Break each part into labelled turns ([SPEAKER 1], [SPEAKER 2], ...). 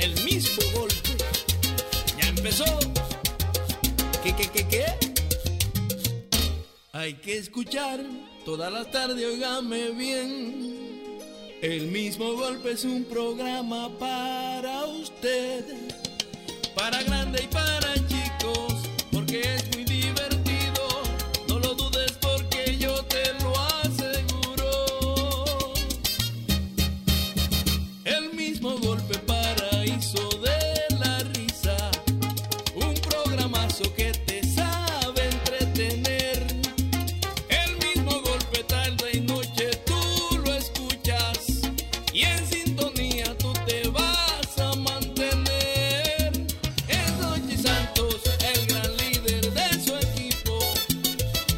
[SPEAKER 1] el mismo golpe. Ya empezó. ¿Qué, qué, qué, qué? Hay que escuchar toda la tarde, óigame bien. El mismo golpe es un programa para usted, para grande y para chicos, porque es muy divertido. No lo dudes porque yo te lo aseguro. El mismo golpe paraíso de la risa. Un programazo que te sabe entretener. El mismo golpe tarde y noche tú lo escuchas. Y en sintonía tú te vas a mantener. Es Noche Santos, el gran líder de su equipo.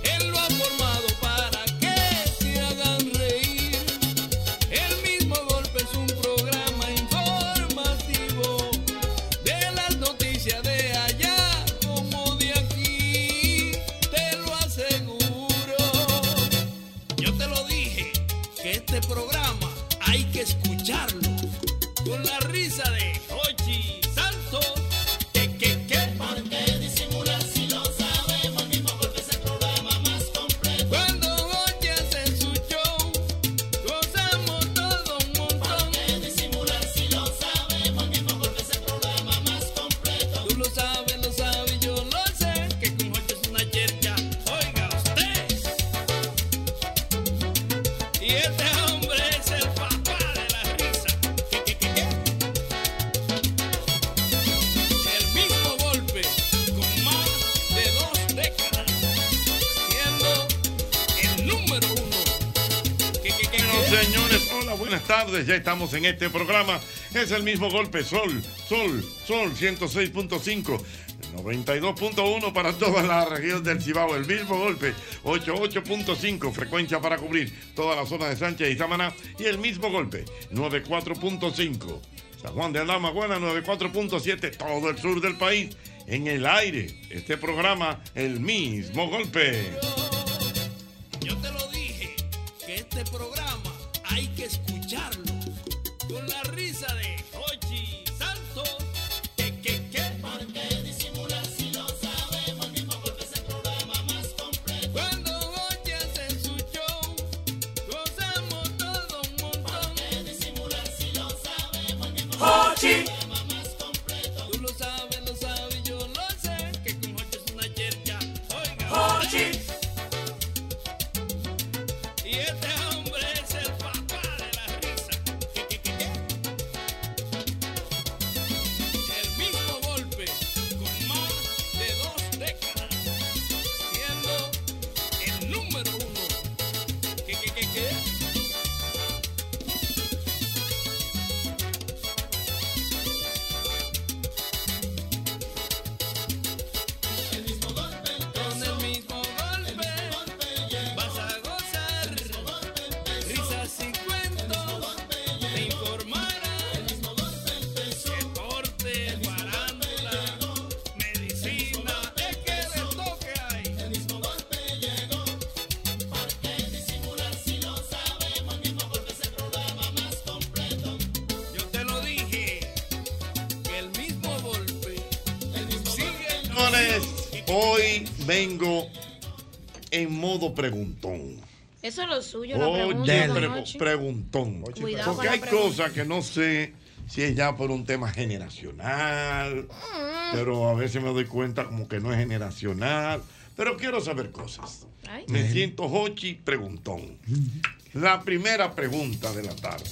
[SPEAKER 1] Él lo ha formado para que se hagan reír. El mismo golpe es un programa informativo de las noticias de allá como de aquí. Te lo aseguro. Yo te lo dije que este programa hay que escucharlo con la risa de Hochi Santos. Que, que, que. ¿Por qué disimular si lo sabemos? El mismo golpe es el programa más completo. Cuando Hochi hace su show. Gozamos todo un montón. que disimular si lo sabemos? El mismo golpe es el programa más completo. Tú lo sabes, lo sabes, yo lo sé. Que con Jorge es una yercha. Oiga usted. Y este hombre es el papá de la risa. ¿Qué, qué, qué, qué? El mismo golpe con más de dos décadas. Siendo el número uno. ¿Qué, qué, qué,
[SPEAKER 2] Bueno,
[SPEAKER 1] qué?
[SPEAKER 2] señores, hola, buenas tardes. Ya estamos en este programa. Es el mismo golpe. Sol, sol, sol, 106.5. 92.1 para toda la región del Cibao. El mismo golpe. 88.5 frecuencia para cubrir toda la zona de Sánchez y Samaná. Y el mismo golpe. 94.5. San Juan de Alama, Guana, 94.7. Todo el sur del país. En el aire. Este programa, el mismo golpe.
[SPEAKER 1] Yo te lo dije que este programa hay que escucharlo con la risa de Hochi Santos. Que, que, que. ¿Por qué disimular si lo sabemos? El mismo golpe es el programa más completo. Cuando Hochi hace su show, gozamos todo un montón. ¿Por qué disimular si lo sabemos? El mismo
[SPEAKER 3] Hochi.
[SPEAKER 1] golpe es el programa más completo. Tú lo sabes, lo sabes, yo lo sé. Que con Hochi es una yercha. Oiga,
[SPEAKER 3] Hochi.
[SPEAKER 1] y este hombre es el papá de la risa. ¿Qué, qué, qué, qué? El mismo golpe con más de dos décadas, siendo el número uno. ¿Qué, qué, qué, qué? El mismo golpe con el mismo golpe vas a gozar risas y cuentos te informarán deporte, farándula, medicina es que de toque hay el mismo golpe llegó ¿por qué disimular si lo sabemos? el mismo golpe es el programa más completo yo te lo dije que el mismo golpe el mismo
[SPEAKER 2] Señores, hoy vengo en modo preguntón.
[SPEAKER 4] Eso es lo suyo, la
[SPEAKER 2] Hoy
[SPEAKER 4] pregunta.
[SPEAKER 2] pre-
[SPEAKER 4] don Hochi.
[SPEAKER 2] preguntón.
[SPEAKER 4] Cuidado con
[SPEAKER 2] Porque
[SPEAKER 4] la
[SPEAKER 2] hay
[SPEAKER 4] pregunta.
[SPEAKER 2] cosas que no sé si es ya por un tema generacional,
[SPEAKER 4] Mm.
[SPEAKER 2] pero a veces me doy cuenta como que no es generacional. Pero quiero saber cosas.
[SPEAKER 4] Ay.
[SPEAKER 2] Me siento Hochi preguntón. La primera pregunta de la tarde.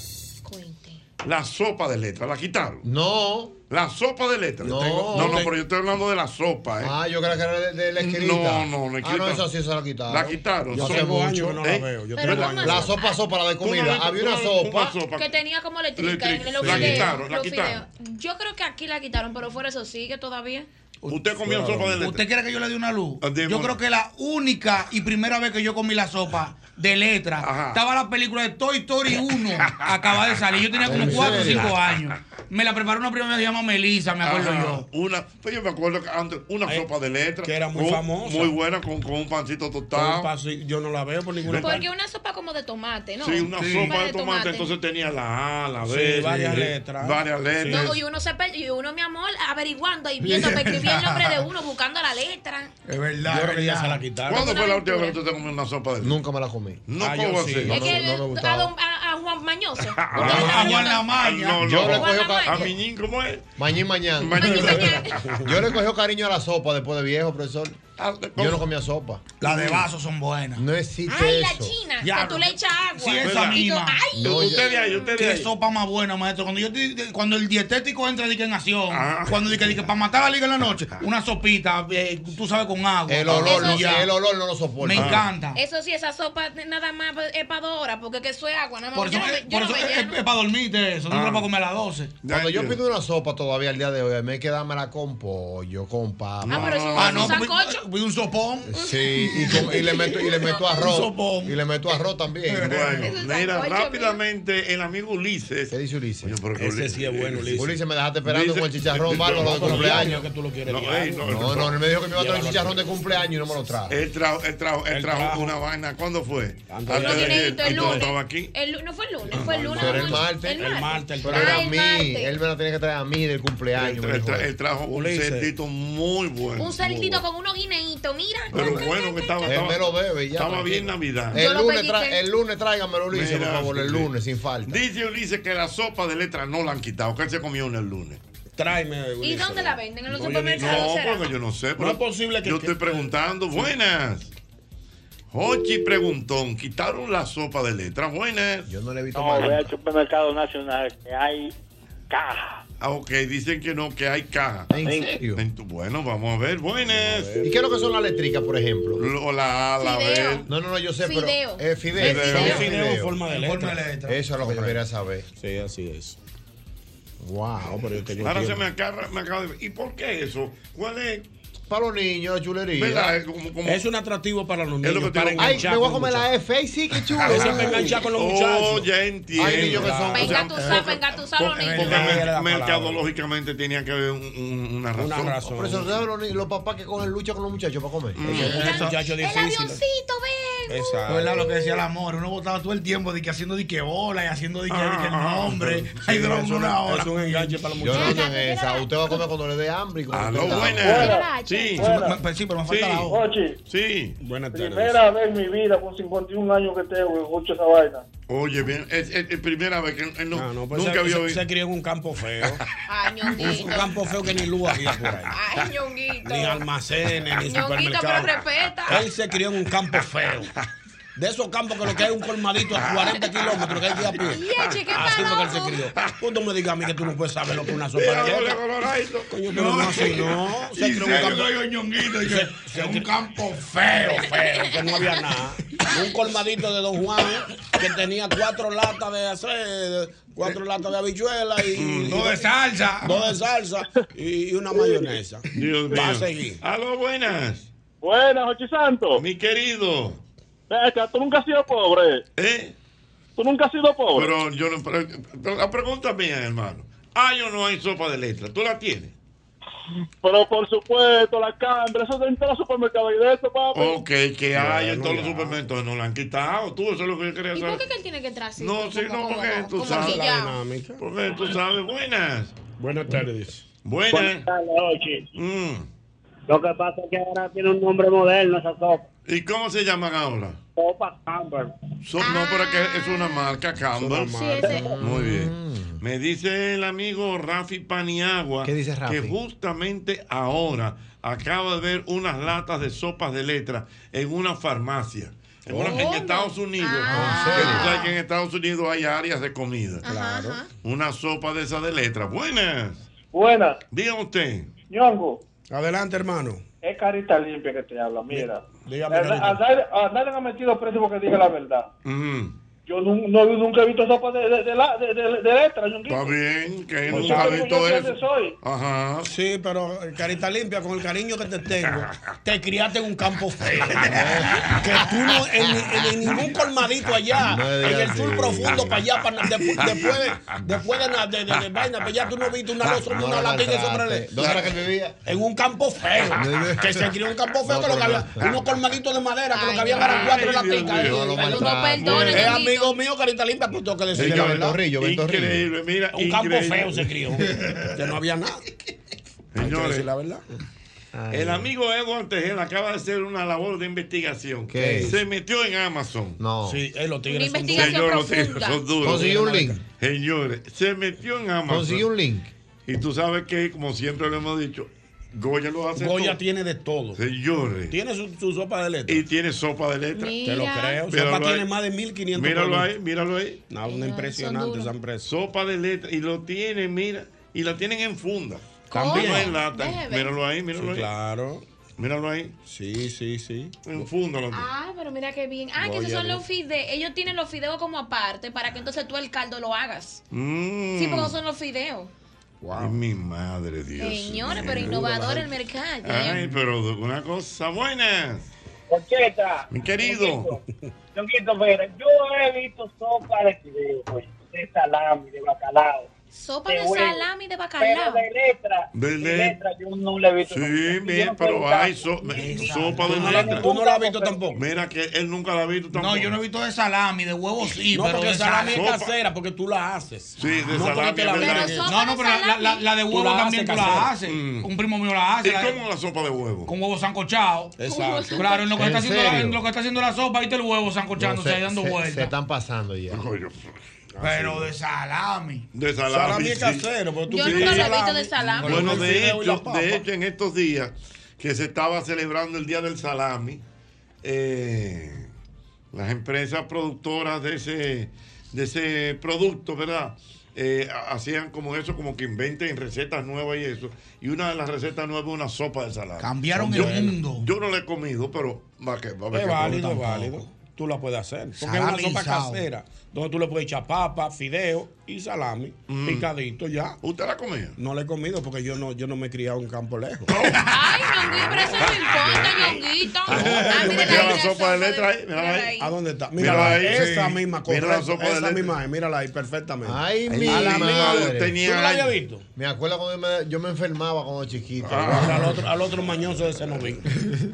[SPEAKER 2] La sopa de letras, la quitaron.
[SPEAKER 5] No.
[SPEAKER 2] La sopa de letras.
[SPEAKER 5] No.
[SPEAKER 2] Tengo- no, no,
[SPEAKER 5] Te-
[SPEAKER 2] pero yo estoy hablando de la sopa, ¿eh?
[SPEAKER 5] Ah, yo creo que era de, de la escrita.
[SPEAKER 2] No, no, la escrita.
[SPEAKER 5] Ah, no, esa sí se la quitaron.
[SPEAKER 2] La quitaron.
[SPEAKER 5] Yo
[SPEAKER 2] Son-
[SPEAKER 5] hace mucho.
[SPEAKER 2] ¿eh?
[SPEAKER 5] que no la veo. Yo
[SPEAKER 4] Pero
[SPEAKER 5] tengo
[SPEAKER 4] ¿cómo
[SPEAKER 5] años.
[SPEAKER 4] así?
[SPEAKER 5] La sopa, sopa, la de
[SPEAKER 2] Tú no
[SPEAKER 5] comida.
[SPEAKER 2] ves-
[SPEAKER 5] Había
[SPEAKER 2] tú
[SPEAKER 5] una
[SPEAKER 2] no ves
[SPEAKER 5] sopa.
[SPEAKER 2] una sopa.
[SPEAKER 4] Que tenía como eléctrica
[SPEAKER 2] Eléctrica.
[SPEAKER 4] en los
[SPEAKER 2] La
[SPEAKER 5] videos,
[SPEAKER 2] quitaron, la
[SPEAKER 4] los
[SPEAKER 2] quitaron.
[SPEAKER 4] videos. Yo creo que aquí la quitaron, pero fuera eso sigue todavía.
[SPEAKER 2] Usted comió sopa de letras.
[SPEAKER 6] ¿Usted quiere que yo le dé una luz?
[SPEAKER 2] Ah, dímelo.
[SPEAKER 6] Yo creo que la única y primera vez que yo comí la sopa de letra
[SPEAKER 2] Ajá.
[SPEAKER 6] estaba la película de Toy Story 1. acaba de salir. Yo tenía como
[SPEAKER 5] ¿En
[SPEAKER 6] 4 o
[SPEAKER 5] serio?
[SPEAKER 6] 5 años. Me la preparó una prima mía que se llama Melissa, me acuerdo
[SPEAKER 2] Ajá,
[SPEAKER 6] yo.
[SPEAKER 2] Una, pues yo me acuerdo que antes una
[SPEAKER 7] Ay,
[SPEAKER 2] sopa de letras.
[SPEAKER 7] que era muy
[SPEAKER 2] con-
[SPEAKER 7] famosa.
[SPEAKER 2] Muy buena con, con un pancito
[SPEAKER 7] Con
[SPEAKER 2] tostado.
[SPEAKER 7] pasi- Yo no la veo por ninguna parte.
[SPEAKER 4] Porque una sopa como de tomate, ¿no?
[SPEAKER 2] Sí, una
[SPEAKER 4] Sí.
[SPEAKER 2] sopa de tomate, entonces tenía la A, la
[SPEAKER 7] Sí,
[SPEAKER 2] B,
[SPEAKER 7] varias
[SPEAKER 2] sí,
[SPEAKER 7] letras.
[SPEAKER 2] Varias letras.
[SPEAKER 4] No, y uno se per- y uno, mi amor, averiguando y viendo, me escribí el nombre de uno, buscando la letra.
[SPEAKER 6] Es
[SPEAKER 7] Yo
[SPEAKER 6] verdad.
[SPEAKER 7] creo que ya se la quitaron.
[SPEAKER 2] ¿Cuándo
[SPEAKER 4] una
[SPEAKER 2] fue la última
[SPEAKER 4] aventura.
[SPEAKER 2] vez que usted comió una sopa de letras?
[SPEAKER 5] Nunca me la comí.
[SPEAKER 2] No,
[SPEAKER 7] Ah, yo
[SPEAKER 2] ¿cómo
[SPEAKER 7] sí.
[SPEAKER 2] así?
[SPEAKER 7] No,
[SPEAKER 4] es que
[SPEAKER 5] no me gustaba.
[SPEAKER 4] a, don- a- a Juan Mañoso.
[SPEAKER 2] Ah,
[SPEAKER 4] Ustedes
[SPEAKER 6] a Juan
[SPEAKER 4] saben cuando-
[SPEAKER 6] Lamaña.
[SPEAKER 2] No, no,
[SPEAKER 5] Yo le
[SPEAKER 2] no.
[SPEAKER 5] cogí
[SPEAKER 2] A
[SPEAKER 4] Guanamaña.
[SPEAKER 2] Miñín, ¿cómo es?
[SPEAKER 5] Mañín, mañana.
[SPEAKER 2] Mañín, mañana.
[SPEAKER 5] Yo le cogió cariño a la sopa después de viejo, profesor.
[SPEAKER 2] Ah, ¿cómo?
[SPEAKER 5] Yo no comía sopa.
[SPEAKER 6] Las de vaso son buenas.
[SPEAKER 5] No existe
[SPEAKER 4] Ay, la
[SPEAKER 5] eso.
[SPEAKER 4] china,
[SPEAKER 6] Ya,
[SPEAKER 4] que tú le echas agua.
[SPEAKER 6] Sí, esa
[SPEAKER 4] Y yo,
[SPEAKER 6] misma.
[SPEAKER 4] ay,
[SPEAKER 5] No, ya-
[SPEAKER 2] Usted de ahí, usted de
[SPEAKER 6] Qué
[SPEAKER 2] ahí.
[SPEAKER 6] sopa más buena, maestro. Cuando, yo, di- di- cuando el dietético entra di que en acción,
[SPEAKER 2] Ah.
[SPEAKER 6] cuando dice que para matar la liga en la noche, una sopita, eh, tú sabes, con agua.
[SPEAKER 5] el olor, no,
[SPEAKER 6] Y ya.
[SPEAKER 5] el olor no lo soporto.
[SPEAKER 6] Me encanta.
[SPEAKER 4] Eso sí, esa sopa nada más es para dos horas, porque que eso es agua, nada más.
[SPEAKER 6] Por eso,
[SPEAKER 4] yo no,
[SPEAKER 6] que-
[SPEAKER 4] me- yo
[SPEAKER 6] por
[SPEAKER 4] no
[SPEAKER 6] eso
[SPEAKER 4] me
[SPEAKER 6] es,
[SPEAKER 4] lleno.
[SPEAKER 6] para dormirte eso, no
[SPEAKER 2] Ah.
[SPEAKER 6] es para comer a las 12.
[SPEAKER 5] Cuando yo
[SPEAKER 2] Ya,
[SPEAKER 5] pido una sopa todavía al día de hoy, me quedármela con pollo, con
[SPEAKER 4] Ah,
[SPEAKER 5] papa.
[SPEAKER 4] pero eso
[SPEAKER 2] Ah,
[SPEAKER 4] es un
[SPEAKER 6] pues,
[SPEAKER 4] sancocho.
[SPEAKER 6] voy un sopón.
[SPEAKER 5] Sí, y, con- y le meto, y le meto arroz.
[SPEAKER 6] sopón.
[SPEAKER 5] Y le meto arroz también.
[SPEAKER 4] Eso
[SPEAKER 2] Bueno,
[SPEAKER 4] es
[SPEAKER 2] mira,
[SPEAKER 4] sancocho,
[SPEAKER 2] rápidamente el amigo
[SPEAKER 5] ¿Qué
[SPEAKER 2] Ulises.
[SPEAKER 5] dice Ulises?
[SPEAKER 2] Oye, pero que
[SPEAKER 7] Ese sí es bueno, Ulises.
[SPEAKER 5] Ulises, me dejaste esperando
[SPEAKER 2] Dice-
[SPEAKER 5] con el chicharrón bárbaro de
[SPEAKER 2] Dice-
[SPEAKER 5] cumpleaños.
[SPEAKER 7] que tú lo quieres.
[SPEAKER 2] No,
[SPEAKER 7] diablo.
[SPEAKER 2] ey, no,
[SPEAKER 5] No, no, él me dijo que me iba a traer
[SPEAKER 7] Llévalo.
[SPEAKER 5] chicharrón de cumpleaños y no me lo trajo.
[SPEAKER 2] Él trajo, él trajo, él
[SPEAKER 7] Él
[SPEAKER 2] trajo
[SPEAKER 7] trajo.
[SPEAKER 2] una vaina. ¿Cuándo fue?
[SPEAKER 7] Antes
[SPEAKER 4] Lo
[SPEAKER 7] de
[SPEAKER 4] tiene
[SPEAKER 2] ayer,
[SPEAKER 4] listo el
[SPEAKER 2] cuando
[SPEAKER 4] lunes.
[SPEAKER 2] Ah, estaba aquí. Ah,
[SPEAKER 4] El lu- no fue el lunes, fue el lunes.
[SPEAKER 5] Pero el
[SPEAKER 4] ¿no?
[SPEAKER 5] martes,
[SPEAKER 7] El martes, el
[SPEAKER 5] Pero
[SPEAKER 7] Ah,
[SPEAKER 5] era a
[SPEAKER 4] el
[SPEAKER 5] mí,
[SPEAKER 4] martes.
[SPEAKER 5] él me la tenía que traer a mí del
[SPEAKER 2] Él,
[SPEAKER 5] cumpleaños. me
[SPEAKER 2] tra- él
[SPEAKER 5] dijo
[SPEAKER 2] tra-
[SPEAKER 5] él.
[SPEAKER 2] él trajo un
[SPEAKER 7] Ulises.
[SPEAKER 2] cerdito muy bueno.
[SPEAKER 4] Un saltito con unos guineitos, mira.
[SPEAKER 2] Pero bueno que estaba.
[SPEAKER 5] Él
[SPEAKER 2] estaba-
[SPEAKER 5] me lo bebe y ya,
[SPEAKER 2] Estaba bien
[SPEAKER 5] tranquilo.
[SPEAKER 2] Navidad.
[SPEAKER 5] El
[SPEAKER 4] Yo lo
[SPEAKER 5] lunes,
[SPEAKER 4] pedí
[SPEAKER 5] tra-
[SPEAKER 4] que-
[SPEAKER 5] el lunes tráigamelo, Ulises, por
[SPEAKER 2] Mira,
[SPEAKER 5] favor, el
[SPEAKER 2] sí.
[SPEAKER 5] lunes, sin falta.
[SPEAKER 2] Dice Ulises que la sopa de letras no la han quitado, que él se comió una el lunes.
[SPEAKER 7] Tráeme, Ulises.
[SPEAKER 4] ¿Y dónde la venden? ¿En los
[SPEAKER 7] No, yo ni-
[SPEAKER 4] supermercados?
[SPEAKER 2] No,
[SPEAKER 4] será?
[SPEAKER 2] porque yo no sé. pero
[SPEAKER 7] No es posible que-
[SPEAKER 2] Yo
[SPEAKER 7] que-
[SPEAKER 2] estoy preguntando. Buenas. Hochi preguntón, ¿quitaron la sopa de letras? Buenas.
[SPEAKER 5] Yo no le he visto
[SPEAKER 8] No, ve
[SPEAKER 5] mal.
[SPEAKER 8] al supermercado nacional que hay caja.
[SPEAKER 2] Ah, ok, dicen que no, que hay caja.
[SPEAKER 5] ¿En serio?
[SPEAKER 2] En tu- Bueno, vamos a ver. Buenas.
[SPEAKER 5] ¿Y qué es lo que son las eléctricas, por ejemplo?
[SPEAKER 2] Lo- la A, la B.
[SPEAKER 4] Fideo.
[SPEAKER 5] No, no, no, yo sé,
[SPEAKER 4] Fideo.
[SPEAKER 5] pero. Eh, fideo.
[SPEAKER 4] Es
[SPEAKER 5] Son
[SPEAKER 7] Un
[SPEAKER 4] fideo.
[SPEAKER 7] fideo en
[SPEAKER 5] fideo.
[SPEAKER 7] forma de
[SPEAKER 6] En forma de
[SPEAKER 7] letra.
[SPEAKER 6] letra.
[SPEAKER 5] Eso es lo que yo quería saber.
[SPEAKER 7] Sí, así es. No,
[SPEAKER 5] Wow.
[SPEAKER 7] pero yo tengo
[SPEAKER 2] Ahora se
[SPEAKER 7] tiempo.
[SPEAKER 2] me acaba, me acaba de... ¿Y por qué eso? ¿Cuál es?
[SPEAKER 5] Para los niños, la chulería.
[SPEAKER 2] ¿Verdad? Es como- como-
[SPEAKER 7] Es un atractivo para los
[SPEAKER 2] Es lo que
[SPEAKER 7] niños.
[SPEAKER 2] te
[SPEAKER 7] Para
[SPEAKER 2] digo.
[SPEAKER 5] Ay,
[SPEAKER 7] enganchar
[SPEAKER 5] me voy a
[SPEAKER 7] con
[SPEAKER 5] comer la
[SPEAKER 7] muchachos.
[SPEAKER 5] F. Ay, sí, qué chulo.
[SPEAKER 7] Ahí se me engancha con los
[SPEAKER 2] Oh,
[SPEAKER 7] muchachos.
[SPEAKER 2] ya Ah, entiendo.
[SPEAKER 5] Ay, niños que son-
[SPEAKER 4] Venga,
[SPEAKER 5] o sea,
[SPEAKER 4] tú sabes, venga, tú sabes,
[SPEAKER 2] Porque
[SPEAKER 4] niño.
[SPEAKER 7] Era la palabra.
[SPEAKER 2] mercadológicamente tenía que haber un- un- una razón.
[SPEAKER 7] Una razón.
[SPEAKER 5] Por eso, ¿sabes los, ni- los papás que cogen lucha con los muchachos para
[SPEAKER 2] Mm.
[SPEAKER 5] comer?
[SPEAKER 7] Es un muchacho
[SPEAKER 4] El
[SPEAKER 7] difícil.
[SPEAKER 4] avioncito,
[SPEAKER 5] E.
[SPEAKER 4] ven.
[SPEAKER 6] Pero era
[SPEAKER 7] Exacto.
[SPEAKER 6] lo que decía el amor, uno botaba todo el tiempo de que haciendo de que bola y haciendo de que,
[SPEAKER 2] Ah,
[SPEAKER 6] de que el
[SPEAKER 2] ah,
[SPEAKER 6] nombre.
[SPEAKER 7] Sí,
[SPEAKER 6] Ahí
[SPEAKER 7] es
[SPEAKER 6] duraba
[SPEAKER 7] un-
[SPEAKER 6] una hora.
[SPEAKER 7] Es un enganche para los
[SPEAKER 5] Yo no
[SPEAKER 7] muchachos.
[SPEAKER 5] ando en esa. Usted va a comer cuando le dé hambre. y cuando
[SPEAKER 2] Aló,
[SPEAKER 5] tenga hambre.
[SPEAKER 2] buenas. Sí,
[SPEAKER 6] Me-
[SPEAKER 7] pues,
[SPEAKER 6] me- sí, pero me falta
[SPEAKER 2] Sí.
[SPEAKER 6] la O.
[SPEAKER 8] Oye,
[SPEAKER 2] sí.
[SPEAKER 7] Buenas tardes.
[SPEAKER 8] primera vez en mi vida, con 51 años que tengo, que escucho esa vaina.
[SPEAKER 2] Oye, bien,
[SPEAKER 5] eh.
[SPEAKER 2] es, es- es primera vez que él no,
[SPEAKER 7] No, no, pues
[SPEAKER 2] nunca
[SPEAKER 7] se,
[SPEAKER 2] había
[SPEAKER 7] se-
[SPEAKER 2] oído.
[SPEAKER 7] se crió en un campo feo.
[SPEAKER 4] Ay,
[SPEAKER 7] un, un
[SPEAKER 4] ñonguito.
[SPEAKER 7] campo feo que ni luz había por ahí.
[SPEAKER 4] Ay, ñonguito.
[SPEAKER 7] Ni almacenes, ni
[SPEAKER 4] Ñonguito, pero
[SPEAKER 7] supermercados.
[SPEAKER 4] respeta.
[SPEAKER 7] Él se crió en un campo feo. De esos campos que lo que hay es un colmadito a 40 kilómetros que hay que ir a pie.
[SPEAKER 4] Y eche, qué
[SPEAKER 7] Así fue que él se
[SPEAKER 4] palomo.
[SPEAKER 7] crió. Pues Tú no me digas a mí que tú no puedes saber lo que es una sopa
[SPEAKER 2] Mira,
[SPEAKER 7] de
[SPEAKER 2] doble
[SPEAKER 7] leche.
[SPEAKER 2] coloradito.
[SPEAKER 7] Coño, pero no así, no. Se
[SPEAKER 2] Y
[SPEAKER 7] crió
[SPEAKER 2] se-
[SPEAKER 7] en un campo
[SPEAKER 6] Yo, ñonguito, yo-
[SPEAKER 7] se-
[SPEAKER 6] en un campo feo, feo.
[SPEAKER 7] que no había nada. Un colmadito de Don Juan que tenía cuatro latas de hacer, cuatro latas de habichuela
[SPEAKER 2] Mm,
[SPEAKER 7] y
[SPEAKER 6] Todo de salsa.
[SPEAKER 7] dos de salsa y una mayonesa.
[SPEAKER 2] Dios mío.
[SPEAKER 7] Va a seguir.
[SPEAKER 2] Aló, buenas.
[SPEAKER 8] Buenas, Ochi Santo.
[SPEAKER 2] Mi querido.
[SPEAKER 8] Ven acá, tú nunca has sido pobre.
[SPEAKER 2] ¿Eh?
[SPEAKER 8] Tú nunca has sido pobre.
[SPEAKER 2] Pero yo no. pero- pero la pregunta mía, hermano. ¿Hay o no hay sopa de letras? ¿Tú la tienes?
[SPEAKER 8] Pero por supuesto, la cambra, eso dentro de los supermercados y de eso, papi.
[SPEAKER 2] Ok, que hay en
[SPEAKER 7] no,
[SPEAKER 2] todos los
[SPEAKER 7] ya.
[SPEAKER 2] supermercados. No la han quitado. Tú, eso es lo que yo quería
[SPEAKER 4] ¿Y por qué que
[SPEAKER 2] saber.
[SPEAKER 4] él tiene que entrar así?
[SPEAKER 2] No, sí, no, porque tú
[SPEAKER 4] como
[SPEAKER 2] sabes la
[SPEAKER 7] La
[SPEAKER 4] quillao?
[SPEAKER 7] dinámica.
[SPEAKER 2] Porque tú sabes, buenas.
[SPEAKER 7] Buenas tardes.
[SPEAKER 2] Buenas.
[SPEAKER 8] Ochi.
[SPEAKER 2] Mm.
[SPEAKER 8] Lo que pasa es que ahora tiene un nombre moderno esa sopa.
[SPEAKER 2] ¿Y cómo se llaman ahora?
[SPEAKER 8] Sopa Campbell.
[SPEAKER 2] So- no, pero es que es una marca, Campbell.
[SPEAKER 4] Ah. Sí, ese.
[SPEAKER 2] Muy bien. Me dice el amigo Rafi Paniagua
[SPEAKER 5] ¿Qué dice Rafi?
[SPEAKER 2] que justamente ahora acaba de ver unas latas de sopas de letra en una farmacia. En, una- en
[SPEAKER 9] ¿Cómo?
[SPEAKER 2] Estados Unidos.
[SPEAKER 9] Ah.
[SPEAKER 2] Que tú sabes que en Estados Unidos hay áreas de comida.
[SPEAKER 9] Claro.
[SPEAKER 2] Una sopa de esas de letras. Buenas.
[SPEAKER 8] Buenas.
[SPEAKER 2] Diga usted.
[SPEAKER 8] Ñongo,
[SPEAKER 7] Adelante, hermano.
[SPEAKER 8] es carita limpia que te habla, mira.
[SPEAKER 7] Dígame,
[SPEAKER 8] A na- a
[SPEAKER 7] Carita.
[SPEAKER 8] nadie- a nadie le ha metido preso porque diga la verdad.
[SPEAKER 2] Ujú.
[SPEAKER 8] Yo nu- no, nunca he visto sopa de, de, de, la- de, de- de letra, Ñonguito.
[SPEAKER 2] Está bien, que
[SPEAKER 8] Pues
[SPEAKER 2] nunca ha
[SPEAKER 8] yo soy
[SPEAKER 2] visto
[SPEAKER 8] muy
[SPEAKER 2] eso.
[SPEAKER 8] grande soy.
[SPEAKER 2] Ajá.
[SPEAKER 7] Sí, pero eh, carita limpia, con el cariño que te tengo, te criaste en un campo feo. que tú no, en, en- en ningún colmadito allá,
[SPEAKER 5] No digas
[SPEAKER 7] en el sur
[SPEAKER 5] así.
[SPEAKER 7] profundo, para allá, para, de- después, de, después de, na- de- de- de vaina, para allá tú no viste una, losa-
[SPEAKER 5] Ah, No
[SPEAKER 7] una
[SPEAKER 5] la
[SPEAKER 7] latina sobre
[SPEAKER 5] maltrate.
[SPEAKER 7] el-
[SPEAKER 5] ¿Dónde era que él vivía?
[SPEAKER 7] En un campo feo, que se crió en un campo feo,
[SPEAKER 5] No,
[SPEAKER 7] que lo que
[SPEAKER 5] pero-
[SPEAKER 7] había, unos colmaditos de madera, que lo que
[SPEAKER 4] Ay,
[SPEAKER 7] había eran cuatro
[SPEAKER 2] Dios
[SPEAKER 7] laticas. eh.
[SPEAKER 2] mío,
[SPEAKER 7] ahí.
[SPEAKER 5] No lo
[SPEAKER 4] Pero no
[SPEAKER 5] maltrate.
[SPEAKER 4] perdone,
[SPEAKER 7] Es
[SPEAKER 4] Ñonguito.
[SPEAKER 7] eh, amigo mío, carita limpia, pues tengo que
[SPEAKER 5] Sí,
[SPEAKER 7] decirle
[SPEAKER 5] que
[SPEAKER 7] la verdad.
[SPEAKER 5] Ventorrillo, Ventorrillo.
[SPEAKER 2] Increíble, mira.
[SPEAKER 7] Un campo
[SPEAKER 2] increíble.
[SPEAKER 7] feo se crió, que no había nada. Hay que
[SPEAKER 2] Señores.
[SPEAKER 7] decir la verdad.
[SPEAKER 2] El amigo Edward Tejeda acaba de hacer una labor de investigación.
[SPEAKER 5] ¿Qué?
[SPEAKER 2] Se metió en Amazon.
[SPEAKER 5] No.
[SPEAKER 7] Sí, eh, los
[SPEAKER 4] Una
[SPEAKER 7] tigres son duros.
[SPEAKER 4] investigación
[SPEAKER 2] Señores, los
[SPEAKER 4] profunda.
[SPEAKER 2] tigres son duros.
[SPEAKER 5] Consiguió un link.
[SPEAKER 2] Señores, se metió en Amazon.
[SPEAKER 5] Consiguió un link.
[SPEAKER 2] Y tú sabes que, como siempre lo hemos dicho, Goya lo hace
[SPEAKER 7] Goya
[SPEAKER 2] todo.
[SPEAKER 7] tiene de todo.
[SPEAKER 2] Señores.
[SPEAKER 7] Tiene su, su sopa de letra.
[SPEAKER 2] Y tiene sopa de letras.
[SPEAKER 4] Mira.
[SPEAKER 7] Te lo creo.
[SPEAKER 2] Míralo
[SPEAKER 7] Sopa
[SPEAKER 2] ahí.
[SPEAKER 7] tiene más de 1500
[SPEAKER 2] Míralo
[SPEAKER 7] productos.
[SPEAKER 2] ahí, míralo ahí.
[SPEAKER 7] No,
[SPEAKER 4] Mira,
[SPEAKER 7] una
[SPEAKER 4] son
[SPEAKER 7] impresionante
[SPEAKER 4] duros.
[SPEAKER 7] esa empresa.
[SPEAKER 2] Sopa de letras. Y lo tienen, mira. Y la tienen en funda.
[SPEAKER 4] ¿Cómo?
[SPEAKER 2] No en lata.
[SPEAKER 4] Déjeme ver.
[SPEAKER 2] Míralo ahí,
[SPEAKER 7] Sí,
[SPEAKER 2] míralo ahí.
[SPEAKER 7] claro.
[SPEAKER 2] Míralo ahí.
[SPEAKER 7] Sí, sí, sí.
[SPEAKER 2] En funda lo tienen.
[SPEAKER 4] Ah, pero mira qué bien. Ah, que esos
[SPEAKER 7] Voy a
[SPEAKER 4] son
[SPEAKER 7] ver.
[SPEAKER 4] los fideos. Ellos tienen los fideos como aparte para que entonces tú el caldo lo hagas.
[SPEAKER 2] Mm.
[SPEAKER 4] Sí, porque esos son los fideos.
[SPEAKER 2] Ay, mi madre, Dios.
[SPEAKER 4] Señores,
[SPEAKER 2] mío.
[SPEAKER 4] pero innovador el mercado.
[SPEAKER 2] Ay, pero una cosa buena.
[SPEAKER 8] Concheta.
[SPEAKER 2] Mi querido.
[SPEAKER 8] Ñonguito, mira, yo he visto sopa de fideo, güey, de salami, de bacalao.
[SPEAKER 4] Sopa
[SPEAKER 8] de
[SPEAKER 4] de
[SPEAKER 8] huevo.
[SPEAKER 4] salami de
[SPEAKER 8] Pero
[SPEAKER 4] bacalao.
[SPEAKER 8] de letra,
[SPEAKER 2] De
[SPEAKER 8] de
[SPEAKER 2] letra.
[SPEAKER 8] letra, yo no le he visto.
[SPEAKER 2] Sí, bien, pero hay so- sopa de
[SPEAKER 7] Tú no,
[SPEAKER 2] letra.
[SPEAKER 7] la, tú no la has visto tampoco.
[SPEAKER 2] Mira que él nunca la ha visto tampoco.
[SPEAKER 6] No, yo no he visto de salami, de huevo sí,
[SPEAKER 7] No,
[SPEAKER 6] pero
[SPEAKER 7] porque
[SPEAKER 6] de
[SPEAKER 7] salami es
[SPEAKER 2] sopa.
[SPEAKER 7] casera, porque tú la haces.
[SPEAKER 2] Sí, de
[SPEAKER 7] No, porque
[SPEAKER 2] salami,
[SPEAKER 7] te la
[SPEAKER 2] es verdad.
[SPEAKER 7] venden.
[SPEAKER 4] Pero
[SPEAKER 6] No, no, pero la, la- la de huevo
[SPEAKER 7] Tú la
[SPEAKER 6] también
[SPEAKER 7] haces
[SPEAKER 6] tú la
[SPEAKER 7] casera.
[SPEAKER 6] haces.
[SPEAKER 2] Mm.
[SPEAKER 6] Un primo mío la hace.
[SPEAKER 2] ¿Y
[SPEAKER 6] la de-
[SPEAKER 2] cómo la sopa de huevo?
[SPEAKER 6] Con huevo sancochado.
[SPEAKER 7] Exacto.
[SPEAKER 6] Claro, en lo que,
[SPEAKER 5] ¿En
[SPEAKER 6] está haciendo la,
[SPEAKER 5] serio?
[SPEAKER 6] en lo que está haciendo la sopa, ahí está el huevo sancochándose, ahí dando
[SPEAKER 5] se, se
[SPEAKER 6] vueltas.
[SPEAKER 5] están pasando ya.
[SPEAKER 2] Coño, Ah,
[SPEAKER 6] Pero de salami.
[SPEAKER 2] De salami.
[SPEAKER 7] Salami es
[SPEAKER 2] sí.
[SPEAKER 7] casero, pero tú
[SPEAKER 4] Yo
[SPEAKER 7] pides
[SPEAKER 4] nunca lo he
[SPEAKER 7] salami.
[SPEAKER 4] visto de salami.
[SPEAKER 2] Bueno,
[SPEAKER 7] Con el
[SPEAKER 2] de
[SPEAKER 7] fideo y la
[SPEAKER 2] hecho,
[SPEAKER 7] papa.
[SPEAKER 2] de hecho, en estos días que se estaba celebrando el Día del Salami, eh, las empresas productoras de ese, de ese producto, ¿verdad? Eh, ha- hacían como eso, como que inventen recetas nuevas y eso. Y una de las recetas nuevas es una sopa de salami.
[SPEAKER 6] Cambiaron
[SPEAKER 2] yo,
[SPEAKER 6] el mundo.
[SPEAKER 2] Yo no la he comido, pero va que- va a ver
[SPEAKER 7] Es
[SPEAKER 2] qué
[SPEAKER 7] válido, es
[SPEAKER 2] tal.
[SPEAKER 7] válido. Tú la puedes hacer. Porque es una sopa
[SPEAKER 6] Salamizado.
[SPEAKER 7] casera, donde tú le puedes echar papa, fideo y salami, picadito ya.
[SPEAKER 2] ¿Usted la comía?
[SPEAKER 7] No la he comido porque yo no, yo no me he criado en campo lejos.
[SPEAKER 4] Ay, Ñonguito, pero eso no importa, Ñonguito. Ah,
[SPEAKER 2] Yo me
[SPEAKER 4] mira
[SPEAKER 2] quedé
[SPEAKER 4] la,
[SPEAKER 2] la
[SPEAKER 4] mira
[SPEAKER 2] sopa de letra ahí, mira
[SPEAKER 4] mírala
[SPEAKER 2] ahí.
[SPEAKER 7] ¿A dónde está?
[SPEAKER 2] Mírala
[SPEAKER 7] Mírala,
[SPEAKER 2] ahí,
[SPEAKER 7] ahí, esa
[SPEAKER 2] sí.
[SPEAKER 7] misma,
[SPEAKER 2] Mira la
[SPEAKER 7] correcta,
[SPEAKER 2] sopa de
[SPEAKER 7] esa
[SPEAKER 2] letra.
[SPEAKER 5] eh,
[SPEAKER 7] misma, mírala ahí perfectamente.
[SPEAKER 5] Ay, mi
[SPEAKER 7] a la
[SPEAKER 5] madre.
[SPEAKER 7] madre.
[SPEAKER 2] tenía
[SPEAKER 7] ¿Tú no la habías
[SPEAKER 2] años.
[SPEAKER 7] visto?
[SPEAKER 5] Me acuerdo cuando yo me- yo me enfermaba cuando chiquito.
[SPEAKER 2] Ah.
[SPEAKER 7] Mira al, otro, al otro mañoso de Cenoví.